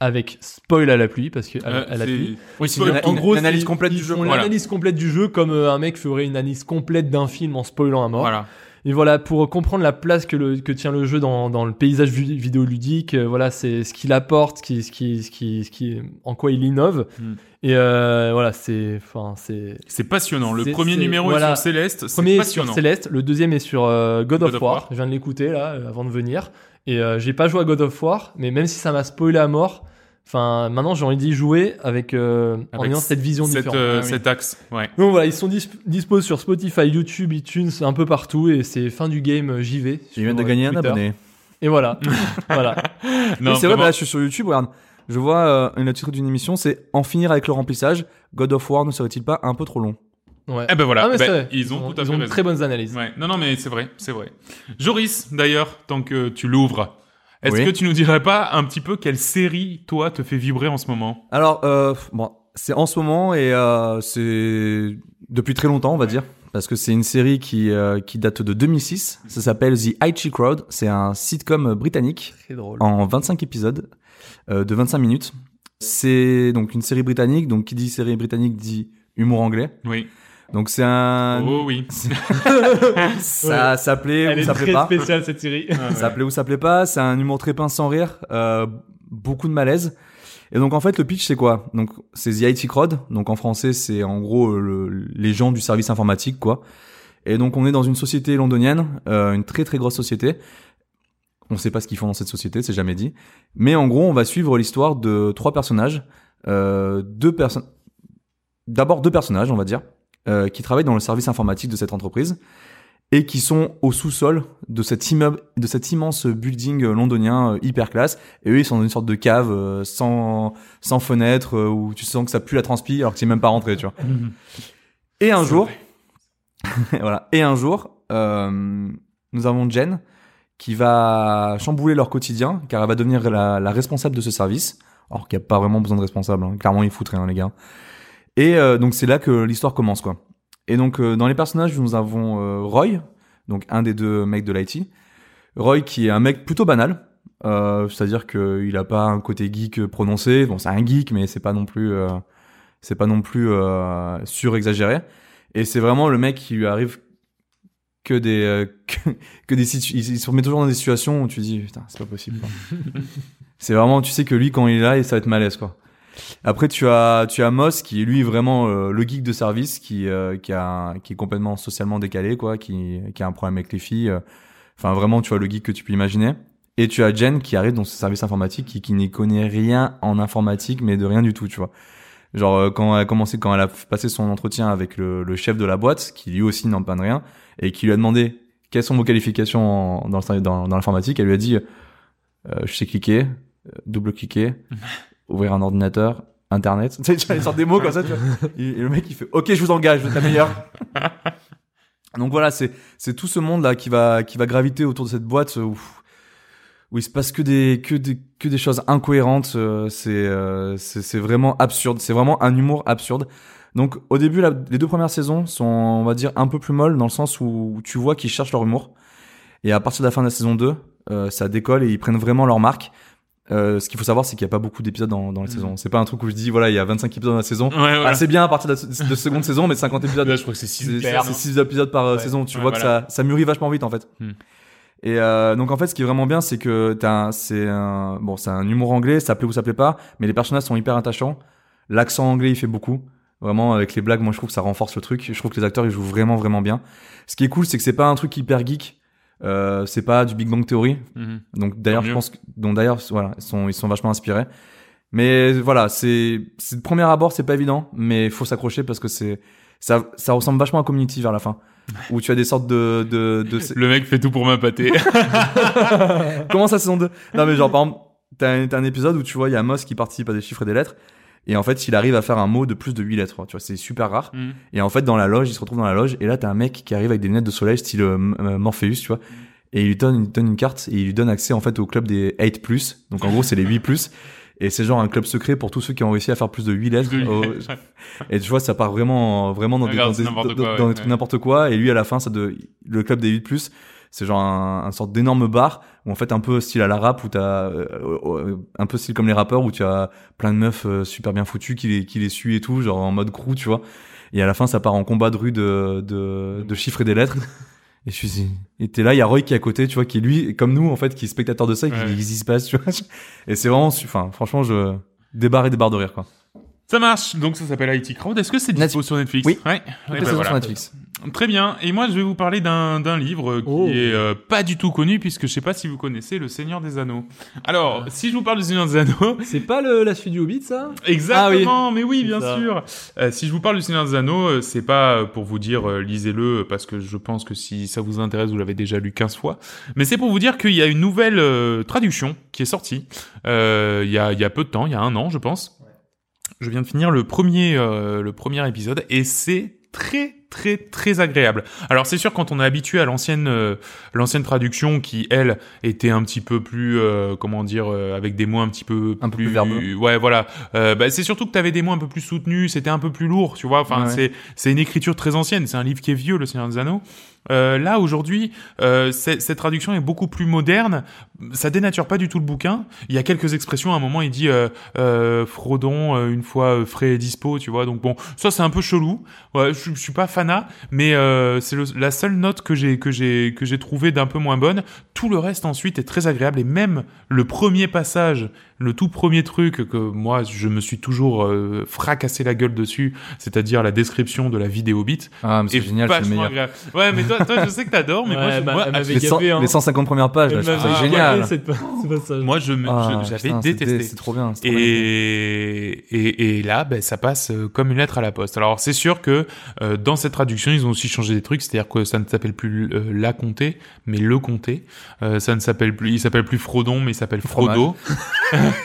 [SPEAKER 2] avec spoil à la pluie parce que à,
[SPEAKER 1] Euh,
[SPEAKER 2] à la
[SPEAKER 1] c'est-
[SPEAKER 2] pluie.
[SPEAKER 1] Oui, c'est
[SPEAKER 3] Spoil.
[SPEAKER 1] une-
[SPEAKER 3] Une- une analyse
[SPEAKER 2] ils-
[SPEAKER 3] complète
[SPEAKER 2] ils
[SPEAKER 3] du jeu.
[SPEAKER 2] font
[SPEAKER 1] Voilà.
[SPEAKER 2] L'analyse complète du jeu, comme euh, un mec ferait une analyse complète d'un film en spoilant à mort.
[SPEAKER 1] Voilà.
[SPEAKER 2] Et voilà, pour comprendre la place que, le, que tient le jeu dans, dans le paysage vi- vidéoludique, euh, voilà, c'est ce qu'il apporte, ce qui, ce qui, ce qui, ce qui, en quoi il innove.
[SPEAKER 1] Hmm.
[SPEAKER 2] Et euh, voilà, c'est, enfin, c'est.
[SPEAKER 1] C'est passionnant. Le
[SPEAKER 2] C'est-
[SPEAKER 1] premier
[SPEAKER 2] c'est-
[SPEAKER 1] numéro
[SPEAKER 2] voilà.
[SPEAKER 1] est sur Céleste. C'est
[SPEAKER 2] Premier est sur
[SPEAKER 1] passionnant.
[SPEAKER 2] Céleste, le deuxième est sur euh, God, of,
[SPEAKER 1] God of
[SPEAKER 2] War.
[SPEAKER 1] War.
[SPEAKER 2] Je viens de l'écouter là, euh, avant de venir. Et euh, j'ai pas joué à God of War, mais même si ça m'a spoilé à mort, enfin, maintenant j'ai envie d'y jouer avec, euh, en
[SPEAKER 1] Avec
[SPEAKER 2] ayant cette vision
[SPEAKER 1] Cette,
[SPEAKER 2] différente.
[SPEAKER 1] euh,
[SPEAKER 2] Ah oui.
[SPEAKER 1] Cet axe. Ouais.
[SPEAKER 2] Donc voilà, ils sont dis- dispo sur Spotify, YouTube, iTunes, un peu partout et c'est fin du game euh, j'y vais.
[SPEAKER 3] J'ai viens
[SPEAKER 2] sur,
[SPEAKER 3] de
[SPEAKER 2] euh,
[SPEAKER 3] gagner un
[SPEAKER 2] Twitter.
[SPEAKER 3] abonné.
[SPEAKER 2] Et voilà. voilà.
[SPEAKER 1] Non,
[SPEAKER 3] Mais c'est vrai,
[SPEAKER 1] vraiment.
[SPEAKER 3] bah là, je suis sur YouTube, regarde. Je vois euh, une titre d'une émission, c'est En finir avec le remplissage. God of War ne serait-il pas un peu trop long
[SPEAKER 2] Ouais.
[SPEAKER 1] Eh ben voilà.
[SPEAKER 2] Ah, mais
[SPEAKER 1] Ben,
[SPEAKER 2] c'est vrai.
[SPEAKER 1] ils ont tout à
[SPEAKER 2] ils
[SPEAKER 1] fait
[SPEAKER 2] ont de
[SPEAKER 1] raison.
[SPEAKER 2] très bonnes analyses.
[SPEAKER 1] Ouais. Non, non, mais c'est vrai, c'est vrai. Joris, d'ailleurs, tant que tu l'ouvres, est-ce
[SPEAKER 3] Oui.
[SPEAKER 1] que tu nous dirais pas un petit peu quelle série, toi, te fait vibrer en ce moment
[SPEAKER 3] Alors, euh, bon, c'est en ce moment et euh, c'est depuis très longtemps, on va dire, parce que c'est une série qui, euh, qui date de 2006. Ça s'appelle The IT Crowd. C'est un sitcom britannique
[SPEAKER 2] Très drôle.
[SPEAKER 3] en 25 épisodes euh, de 25 minutes. C'est donc une série britannique. Donc, qui dit série britannique dit humour anglais.
[SPEAKER 1] Oui.
[SPEAKER 3] Donc, c'est un.
[SPEAKER 1] Oh oui.
[SPEAKER 3] Ça, ça plaît
[SPEAKER 2] Elle
[SPEAKER 3] ou
[SPEAKER 2] est
[SPEAKER 3] ça
[SPEAKER 2] très
[SPEAKER 3] plaît pas.
[SPEAKER 2] spéciale cette série.
[SPEAKER 3] Ça plaît ou ça plaît pas, c'est un humour très pince sans rire, euh, beaucoup de malaise. Et donc en fait le pitch c'est quoi Donc c'est The IT Crowd, donc en français c'est en gros euh, le- les gens du service informatique quoi. Et donc on est dans une société londonienne, euh, une très très grosse société. On sait pas ce qu'ils font dans cette société, c'est jamais dit. Mais en gros on va suivre l'histoire de trois personnages, euh, deux personnes, d'abord deux personnages on va dire, euh, qui travaillent dans le service informatique de cette entreprise et qui sont au sous-sol de cet immeuble, de cet immense building euh, londonien euh, hyper classe. Et eux, ils sont dans une sorte de cave euh, sans sans fenêtre euh, où tu sens que ça pue la transpi alors que tu es même pas rentré, tu vois. Et un jour, voilà. Et un jour, euh, nous avons Jen qui va chambouler leur quotidien car elle va devenir la, la responsable de ce service. Alors qu'il n'y a pas vraiment besoin de responsable. hein. Clairement, ils foutent rien, les gars. Et euh, donc c'est là que l'histoire commence, quoi. Et donc euh, dans les personnages, nous avons euh, Roy, donc un des deux mecs de l'IT. Roy, qui est un mec plutôt banal, euh, c'est-à-dire qu'il a pas un côté geek prononcé. Bon, c'est un geek, mais c'est pas non plus, euh, c'est pas non plus euh, surexagéré. Et c'est vraiment le mec qui lui arrive que des euh, que, que des situ- il, il se remet toujours dans des situations où tu dis putain c'est pas possible. quoi. c'est vraiment tu sais que lui quand il est là, ça va être malaise quoi. Après tu as tu as Moss qui est lui vraiment euh, le geek de service qui euh, qui a un- qui est complètement socialement décalé quoi, qui qui a un problème avec les filles. euh. Enfin vraiment tu vois le geek que tu peux imaginer. Et tu as Jen qui arrive dans ce service informatique qui, qui n'y connaît rien en informatique mais de rien du tout tu vois. Genre euh, quand elle a commencé, quand elle a passé son entretien avec le, le chef de la boîte, qui lui aussi n'en de rien, et qui lui a demandé quelles sont vos qualifications en- dans, le ser- dans, dans l'informatique, elle lui a dit euh, je sais cliquer, euh, double-cliquer, ouvrir un ordinateur, internet. Tu sais, tu vois, il sort des mots comme ça, tu vois. Et, et le mec il fait ok je vous engage, vous êtes la meilleure. Donc voilà, c'est c'est tout ce monde là qui va qui va graviter autour de cette boîte euh, où, où il se passe que des que des que des choses incohérentes. euh, c'est euh, c'est c'est vraiment absurde. C'est vraiment un humour absurde. Donc au début, la- les deux premières saisons sont, on va dire, un peu plus molles dans le sens où tu vois qu'ils cherchent leur humour. Et à partir de la fin de la saison 2, euh, ça décolle et ils prennent vraiment leur marque. Euh, ce qu'il faut savoir, c'est qu'il n'y a pas beaucoup d'épisodes dans, dans les
[SPEAKER 1] Mhm.
[SPEAKER 3] saisons. C'est pas un truc où je dis, voilà, il y a 25 épisodes dans la saison.
[SPEAKER 1] Ouais, Mmh, voilà.
[SPEAKER 3] Ah, c'est bien à partir de la de seconde saison, mais 50 épisodes.
[SPEAKER 1] Là, je crois que c'est
[SPEAKER 3] C'est
[SPEAKER 1] 6
[SPEAKER 3] c'est six épisodes par euh,
[SPEAKER 1] Ouais.
[SPEAKER 3] saison. Tu
[SPEAKER 1] Ouais,
[SPEAKER 3] vois
[SPEAKER 1] voilà.
[SPEAKER 3] que ça, ça mûrit vachement vite en fait.
[SPEAKER 1] Hmm.
[SPEAKER 3] Et euh, donc en fait, ce qui est vraiment bien, c'est que t'as un- c'est un bon, c'est un humour anglais, ça plaît ou ça plaît pas, mais les personnages sont hyper attachants. L'accent anglais, il fait beaucoup. Vraiment, avec les blagues, moi je trouve que ça renforce le truc. Je trouve que les acteurs ils jouent vraiment vraiment bien. Ce qui est cool, c'est que c'est pas un truc hyper geek. Euh, c'est pas du Big Bang Theory.
[SPEAKER 1] Mhm.
[SPEAKER 3] Donc d'ailleurs,
[SPEAKER 1] Tant
[SPEAKER 3] je
[SPEAKER 1] mieux.
[SPEAKER 3] pense que, donc d'ailleurs, voilà, ils sont, ils sont vachement inspirés. Mais voilà, c'est, c'est de premier abord, c'est pas évident, mais faut s'accrocher parce que c'est, ça, ça ressemble vachement à Community vers la fin, où tu as des sortes de, de, de,
[SPEAKER 1] Le mec fait tout pour m'impâter.
[SPEAKER 3] Comment ça saison 2 Non mais genre par exemple, t'as un, t'as un épisode où tu vois il y a Moss qui participe à des chiffres et des lettres et en fait il arrive à faire un mot de plus de 8 lettres, tu vois, c'est super rare.
[SPEAKER 1] Mhm.
[SPEAKER 3] Et en fait dans la loge, il se retrouve dans la loge et là t'as un mec qui arrive avec des lunettes de soleil style euh, M- euh, Morpheus, tu vois. Et il lui donne, il lui donne une carte et il lui donne accès en fait au club des 8 plus. Donc en gros, c'est les 8 plus et c'est genre un club secret pour tous ceux qui ont réussi à faire plus de 8 lettres.
[SPEAKER 1] De-
[SPEAKER 3] au- et tu vois, ça part vraiment, vraiment dans des,
[SPEAKER 1] Regarde,
[SPEAKER 3] dans des-
[SPEAKER 1] c'est Ah, n'importe
[SPEAKER 3] dans-
[SPEAKER 1] quoi,
[SPEAKER 3] dans
[SPEAKER 1] ouais,
[SPEAKER 3] des trucs
[SPEAKER 1] ouais.
[SPEAKER 3] n'importe quoi. Et lui, à la fin, ça de, le club des 8 plus, c'est genre un, un sorte d'énorme bar où en fait un peu style à la rap où t'as euh, euh, un peu style comme les rappeurs où tu as plein de meufs euh, super bien foutues qui les, qui les suit et tout, genre en mode crew, tu vois. Et à la fin, ça part en combat de rue de, de, de chiffres et des lettres. Et je suis dit, et t'es là, il y a Roy qui est à côté, tu vois, qui est lui, comme nous, en fait, qui est spectateur de ça, et qui
[SPEAKER 1] Ouais.
[SPEAKER 3] dit, Qu'est-ce qui se passe, tu vois. Et c'est vraiment, su- enfin, franchement, je débarre et débarre de rire, quoi.
[SPEAKER 1] ça marche. Donc ça s'appelle IT Crowd. Est-ce que c'est dispo sur Netflix
[SPEAKER 3] Oui.
[SPEAKER 1] Ouais.
[SPEAKER 3] Toutes
[SPEAKER 1] Ouais,
[SPEAKER 3] les
[SPEAKER 1] bah
[SPEAKER 3] saisons
[SPEAKER 1] voilà.
[SPEAKER 3] sur Netflix.
[SPEAKER 1] Très bien. Et moi, je vais vous parler d'un d'un livre qui
[SPEAKER 2] Oh.
[SPEAKER 1] est euh, pas du tout connu puisque je sais pas si vous connaissez Le Seigneur des Anneaux.
[SPEAKER 2] Ah.
[SPEAKER 1] Alors, si je vous parle du Seigneur des Anneaux,
[SPEAKER 2] C'est pas le, la suite du Hobbit, ça
[SPEAKER 1] Exactement, mais oui,
[SPEAKER 2] C'est
[SPEAKER 1] bien
[SPEAKER 2] ça.
[SPEAKER 1] sûr. Euh, si je vous parle du Seigneur des Anneaux, euh, c'est pas euh, pour vous dire euh, lisez-le parce que je pense que si ça vous intéresse, vous l'avez déjà lu 15 fois. Mais c'est pour vous dire qu'il y a une nouvelle euh, traduction qui est sortie euh, il y, a, il y a peu de temps, il y a un an, je pense. Je viens de finir le premier, euh, le premier épisode et c'est très très très agréable. Alors c'est sûr quand on est habitué à l'ancienne euh, l'ancienne traduction qui elle était un petit peu plus euh, comment dire euh, avec des mots un petit peu
[SPEAKER 3] Un peu plus verbeux.
[SPEAKER 1] Ouais voilà. Euh, bah, c'est surtout que tu avais des mots un peu plus soutenus, c'était un peu plus lourd, tu vois. Enfin
[SPEAKER 3] Ouais.
[SPEAKER 1] c'est c'est une écriture très ancienne, c'est un livre qui est vieux, Le Seigneur des Anneaux. Euh, là aujourd'hui, euh, c'est- cette traduction est beaucoup plus moderne. Ça dénature pas du tout le bouquin. Il y a quelques expressions. À un moment, il dit euh, euh, Frodon euh, une fois euh, frais et dispo, tu vois. Donc bon, ça c'est un peu chelou. Ouais, je, je suis pas fanat, mais euh, c'est le- la seule note que j'ai que j'ai que j'ai trouvé d'un peu moins bonne. Tout le reste ensuite est très agréable et même le premier passage, le tout premier truc que moi je me suis toujours euh, fracassé la gueule dessus, c'est-à-dire la description de la vie des hobbits.
[SPEAKER 3] Ah, mais c'est
[SPEAKER 1] est
[SPEAKER 3] génial, c'est le
[SPEAKER 1] vachement
[SPEAKER 3] meilleur.
[SPEAKER 1] agréable. Ouais, mais toi, toi, je sais que t'adores, mais
[SPEAKER 2] Ouais,
[SPEAKER 1] moi, je-
[SPEAKER 2] bah,
[SPEAKER 1] moi,
[SPEAKER 2] elle
[SPEAKER 1] à-
[SPEAKER 2] m'avait
[SPEAKER 3] Les, cent-
[SPEAKER 2] gavé, hein.
[SPEAKER 3] les 150 premières pages, là, Ah, je
[SPEAKER 2] Elle
[SPEAKER 3] trouve ça
[SPEAKER 1] m'avait
[SPEAKER 3] génial.
[SPEAKER 2] Ouais, cette- ce passage.
[SPEAKER 1] Moi, je me-
[SPEAKER 3] Ah,
[SPEAKER 1] je- j'avais
[SPEAKER 3] putain, c'est dé-
[SPEAKER 1] détesté.
[SPEAKER 3] C'est trop bien. c'est trop bien.
[SPEAKER 1] Et, et, et là, ben, ça passe euh, comme une lettre à la poste. Alors, c'est sûr que euh, dans cette traduction, ils ont aussi changé des trucs, c'est-à-dire que ça ne s'appelle plus euh, la comté, mais le comté. Euh, ça ne s'appelle plus, il s'appelle plus Frodon, mais il s'appelle Frodo.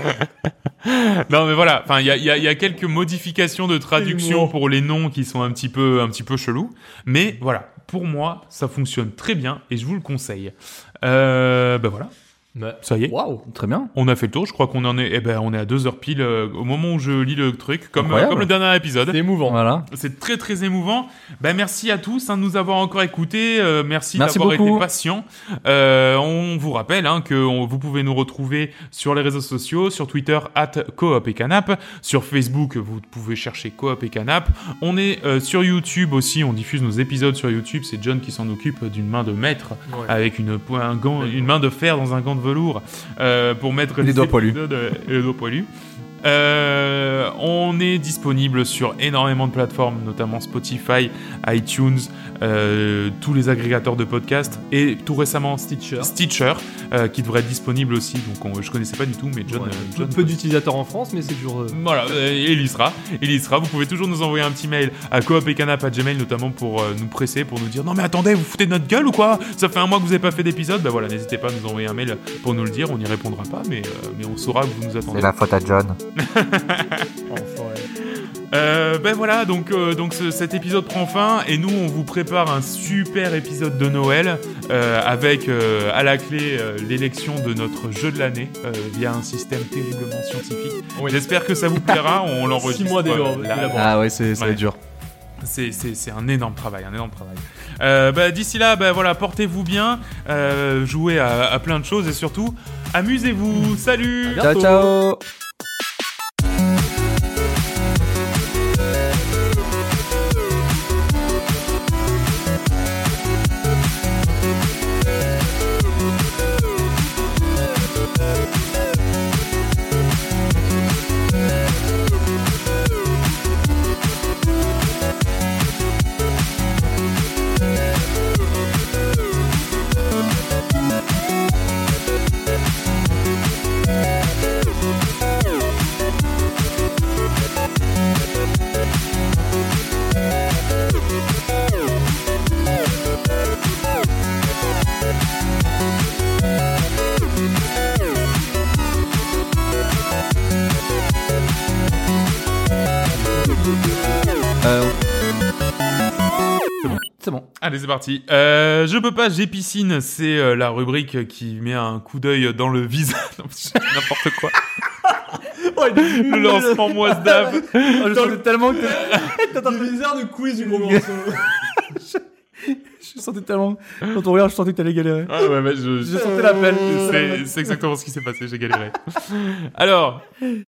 [SPEAKER 1] non, mais voilà. Enfin, il y a, il y a- il y a quelques modifications de traduction
[SPEAKER 2] l'humour.
[SPEAKER 1] pour les noms qui sont un petit peu, un petit peu chelous. Mais voilà. Pour moi, ça fonctionne très bien et je vous le conseille. Euh, ben voilà.
[SPEAKER 2] Ouais.
[SPEAKER 1] Ça y est.
[SPEAKER 2] Waouh
[SPEAKER 3] Très bien.
[SPEAKER 1] On a fait le tour, je crois qu'on en est, eh ben, on est à deux heures pile euh, au moment où je lis le truc, comme, euh,
[SPEAKER 3] Incroyable.
[SPEAKER 1] comme le dernier épisode.
[SPEAKER 2] C'est émouvant.
[SPEAKER 3] Voilà.
[SPEAKER 1] C'est très très émouvant. Ben, merci à tous hein, de nous avoir encore écoutés. Euh, merci
[SPEAKER 3] Merci
[SPEAKER 1] d'avoir
[SPEAKER 3] beaucoup.
[SPEAKER 1] été patients. Euh, on vous rappelle hein, que on- vous pouvez nous retrouver sur les réseaux sociaux, sur Twitter at coop et canap, sur Facebook vous pouvez chercher coop et canap. On est euh, sur YouTube aussi, on diffuse nos épisodes sur YouTube. C'est John qui s'en occupe d'une main de maître
[SPEAKER 2] Ouais.
[SPEAKER 1] avec une, po- un gant, une main de fer dans un gant de velours euh, pour mettre
[SPEAKER 3] Les doigts poilus.
[SPEAKER 1] épisodes, euh, et les doigts poilus. Euh, on est disponible sur énormément de plateformes, notamment Spotify, iTunes, euh, tous les agrégateurs de podcasts et tout récemment
[SPEAKER 2] Stitcher.
[SPEAKER 1] Stitcher, euh, qui devrait être disponible aussi. Donc on- je connaissais pas du tout, mais John,
[SPEAKER 2] Ouais.
[SPEAKER 1] euh, John
[SPEAKER 2] peu d'utilisateurs en France, mais c'est toujours. euh,
[SPEAKER 1] voilà, euh, il y sera, il y sera. Vous pouvez toujours nous envoyer un petit mail à coopetcanap@gmail notamment pour euh, nous presser, pour nous dire non mais attendez, vous foutez de notre gueule ou quoi Ça fait un mois que vous n'avez pas fait d'épisode. Bah voilà, n'hésitez pas à nous envoyer un mail pour nous le dire. On n'y répondra pas, mais euh, mais on saura que vous nous attendez.
[SPEAKER 5] C'est la faute à John.
[SPEAKER 1] Euh, ben voilà, donc, euh, donc ce- cet épisode prend fin et nous on vous prépare un super épisode de Noël euh, avec euh, à la clé euh, l'élection de notre jeu de l'année euh, via un système terriblement scientifique.
[SPEAKER 2] Oui.
[SPEAKER 1] J'espère que ça vous plaira, on l'enregistre.
[SPEAKER 2] mois
[SPEAKER 1] euh,
[SPEAKER 2] d'élo-
[SPEAKER 1] là-
[SPEAKER 2] d'élaboration.
[SPEAKER 3] Ah ouais, c'est ça va
[SPEAKER 1] Ouais.
[SPEAKER 3] être dur.
[SPEAKER 1] C'est, c'est- c'est un énorme travail, un énorme travail. Euh, bah, d'ici là, bah, voilà, portez-vous bien, euh, jouez à, à plein de choses et surtout, amusez-vous. Salut
[SPEAKER 2] À
[SPEAKER 3] Ciao
[SPEAKER 2] bientôt.
[SPEAKER 3] ciao. Euh, C'est bon.
[SPEAKER 1] Allez, c'est parti. Euh, je peux pas, j'ai piscine. C'est euh, la rubrique qui met un coup d'œil dans le visage. Non, je dis N'importe quoi. le lancement moise d'ave.
[SPEAKER 2] Ah,
[SPEAKER 3] Ah, Je sentais tellement que
[SPEAKER 2] bizarre de quiz du gros morceau.
[SPEAKER 3] je sentais tellement dans ton regard, je sentais que t'allais galérer.
[SPEAKER 1] Ah ouais, bah, je,
[SPEAKER 3] Je sentais l'appel.
[SPEAKER 1] C'est, c'est exactement ce qui s'est passé, j'ai galéré. Alors,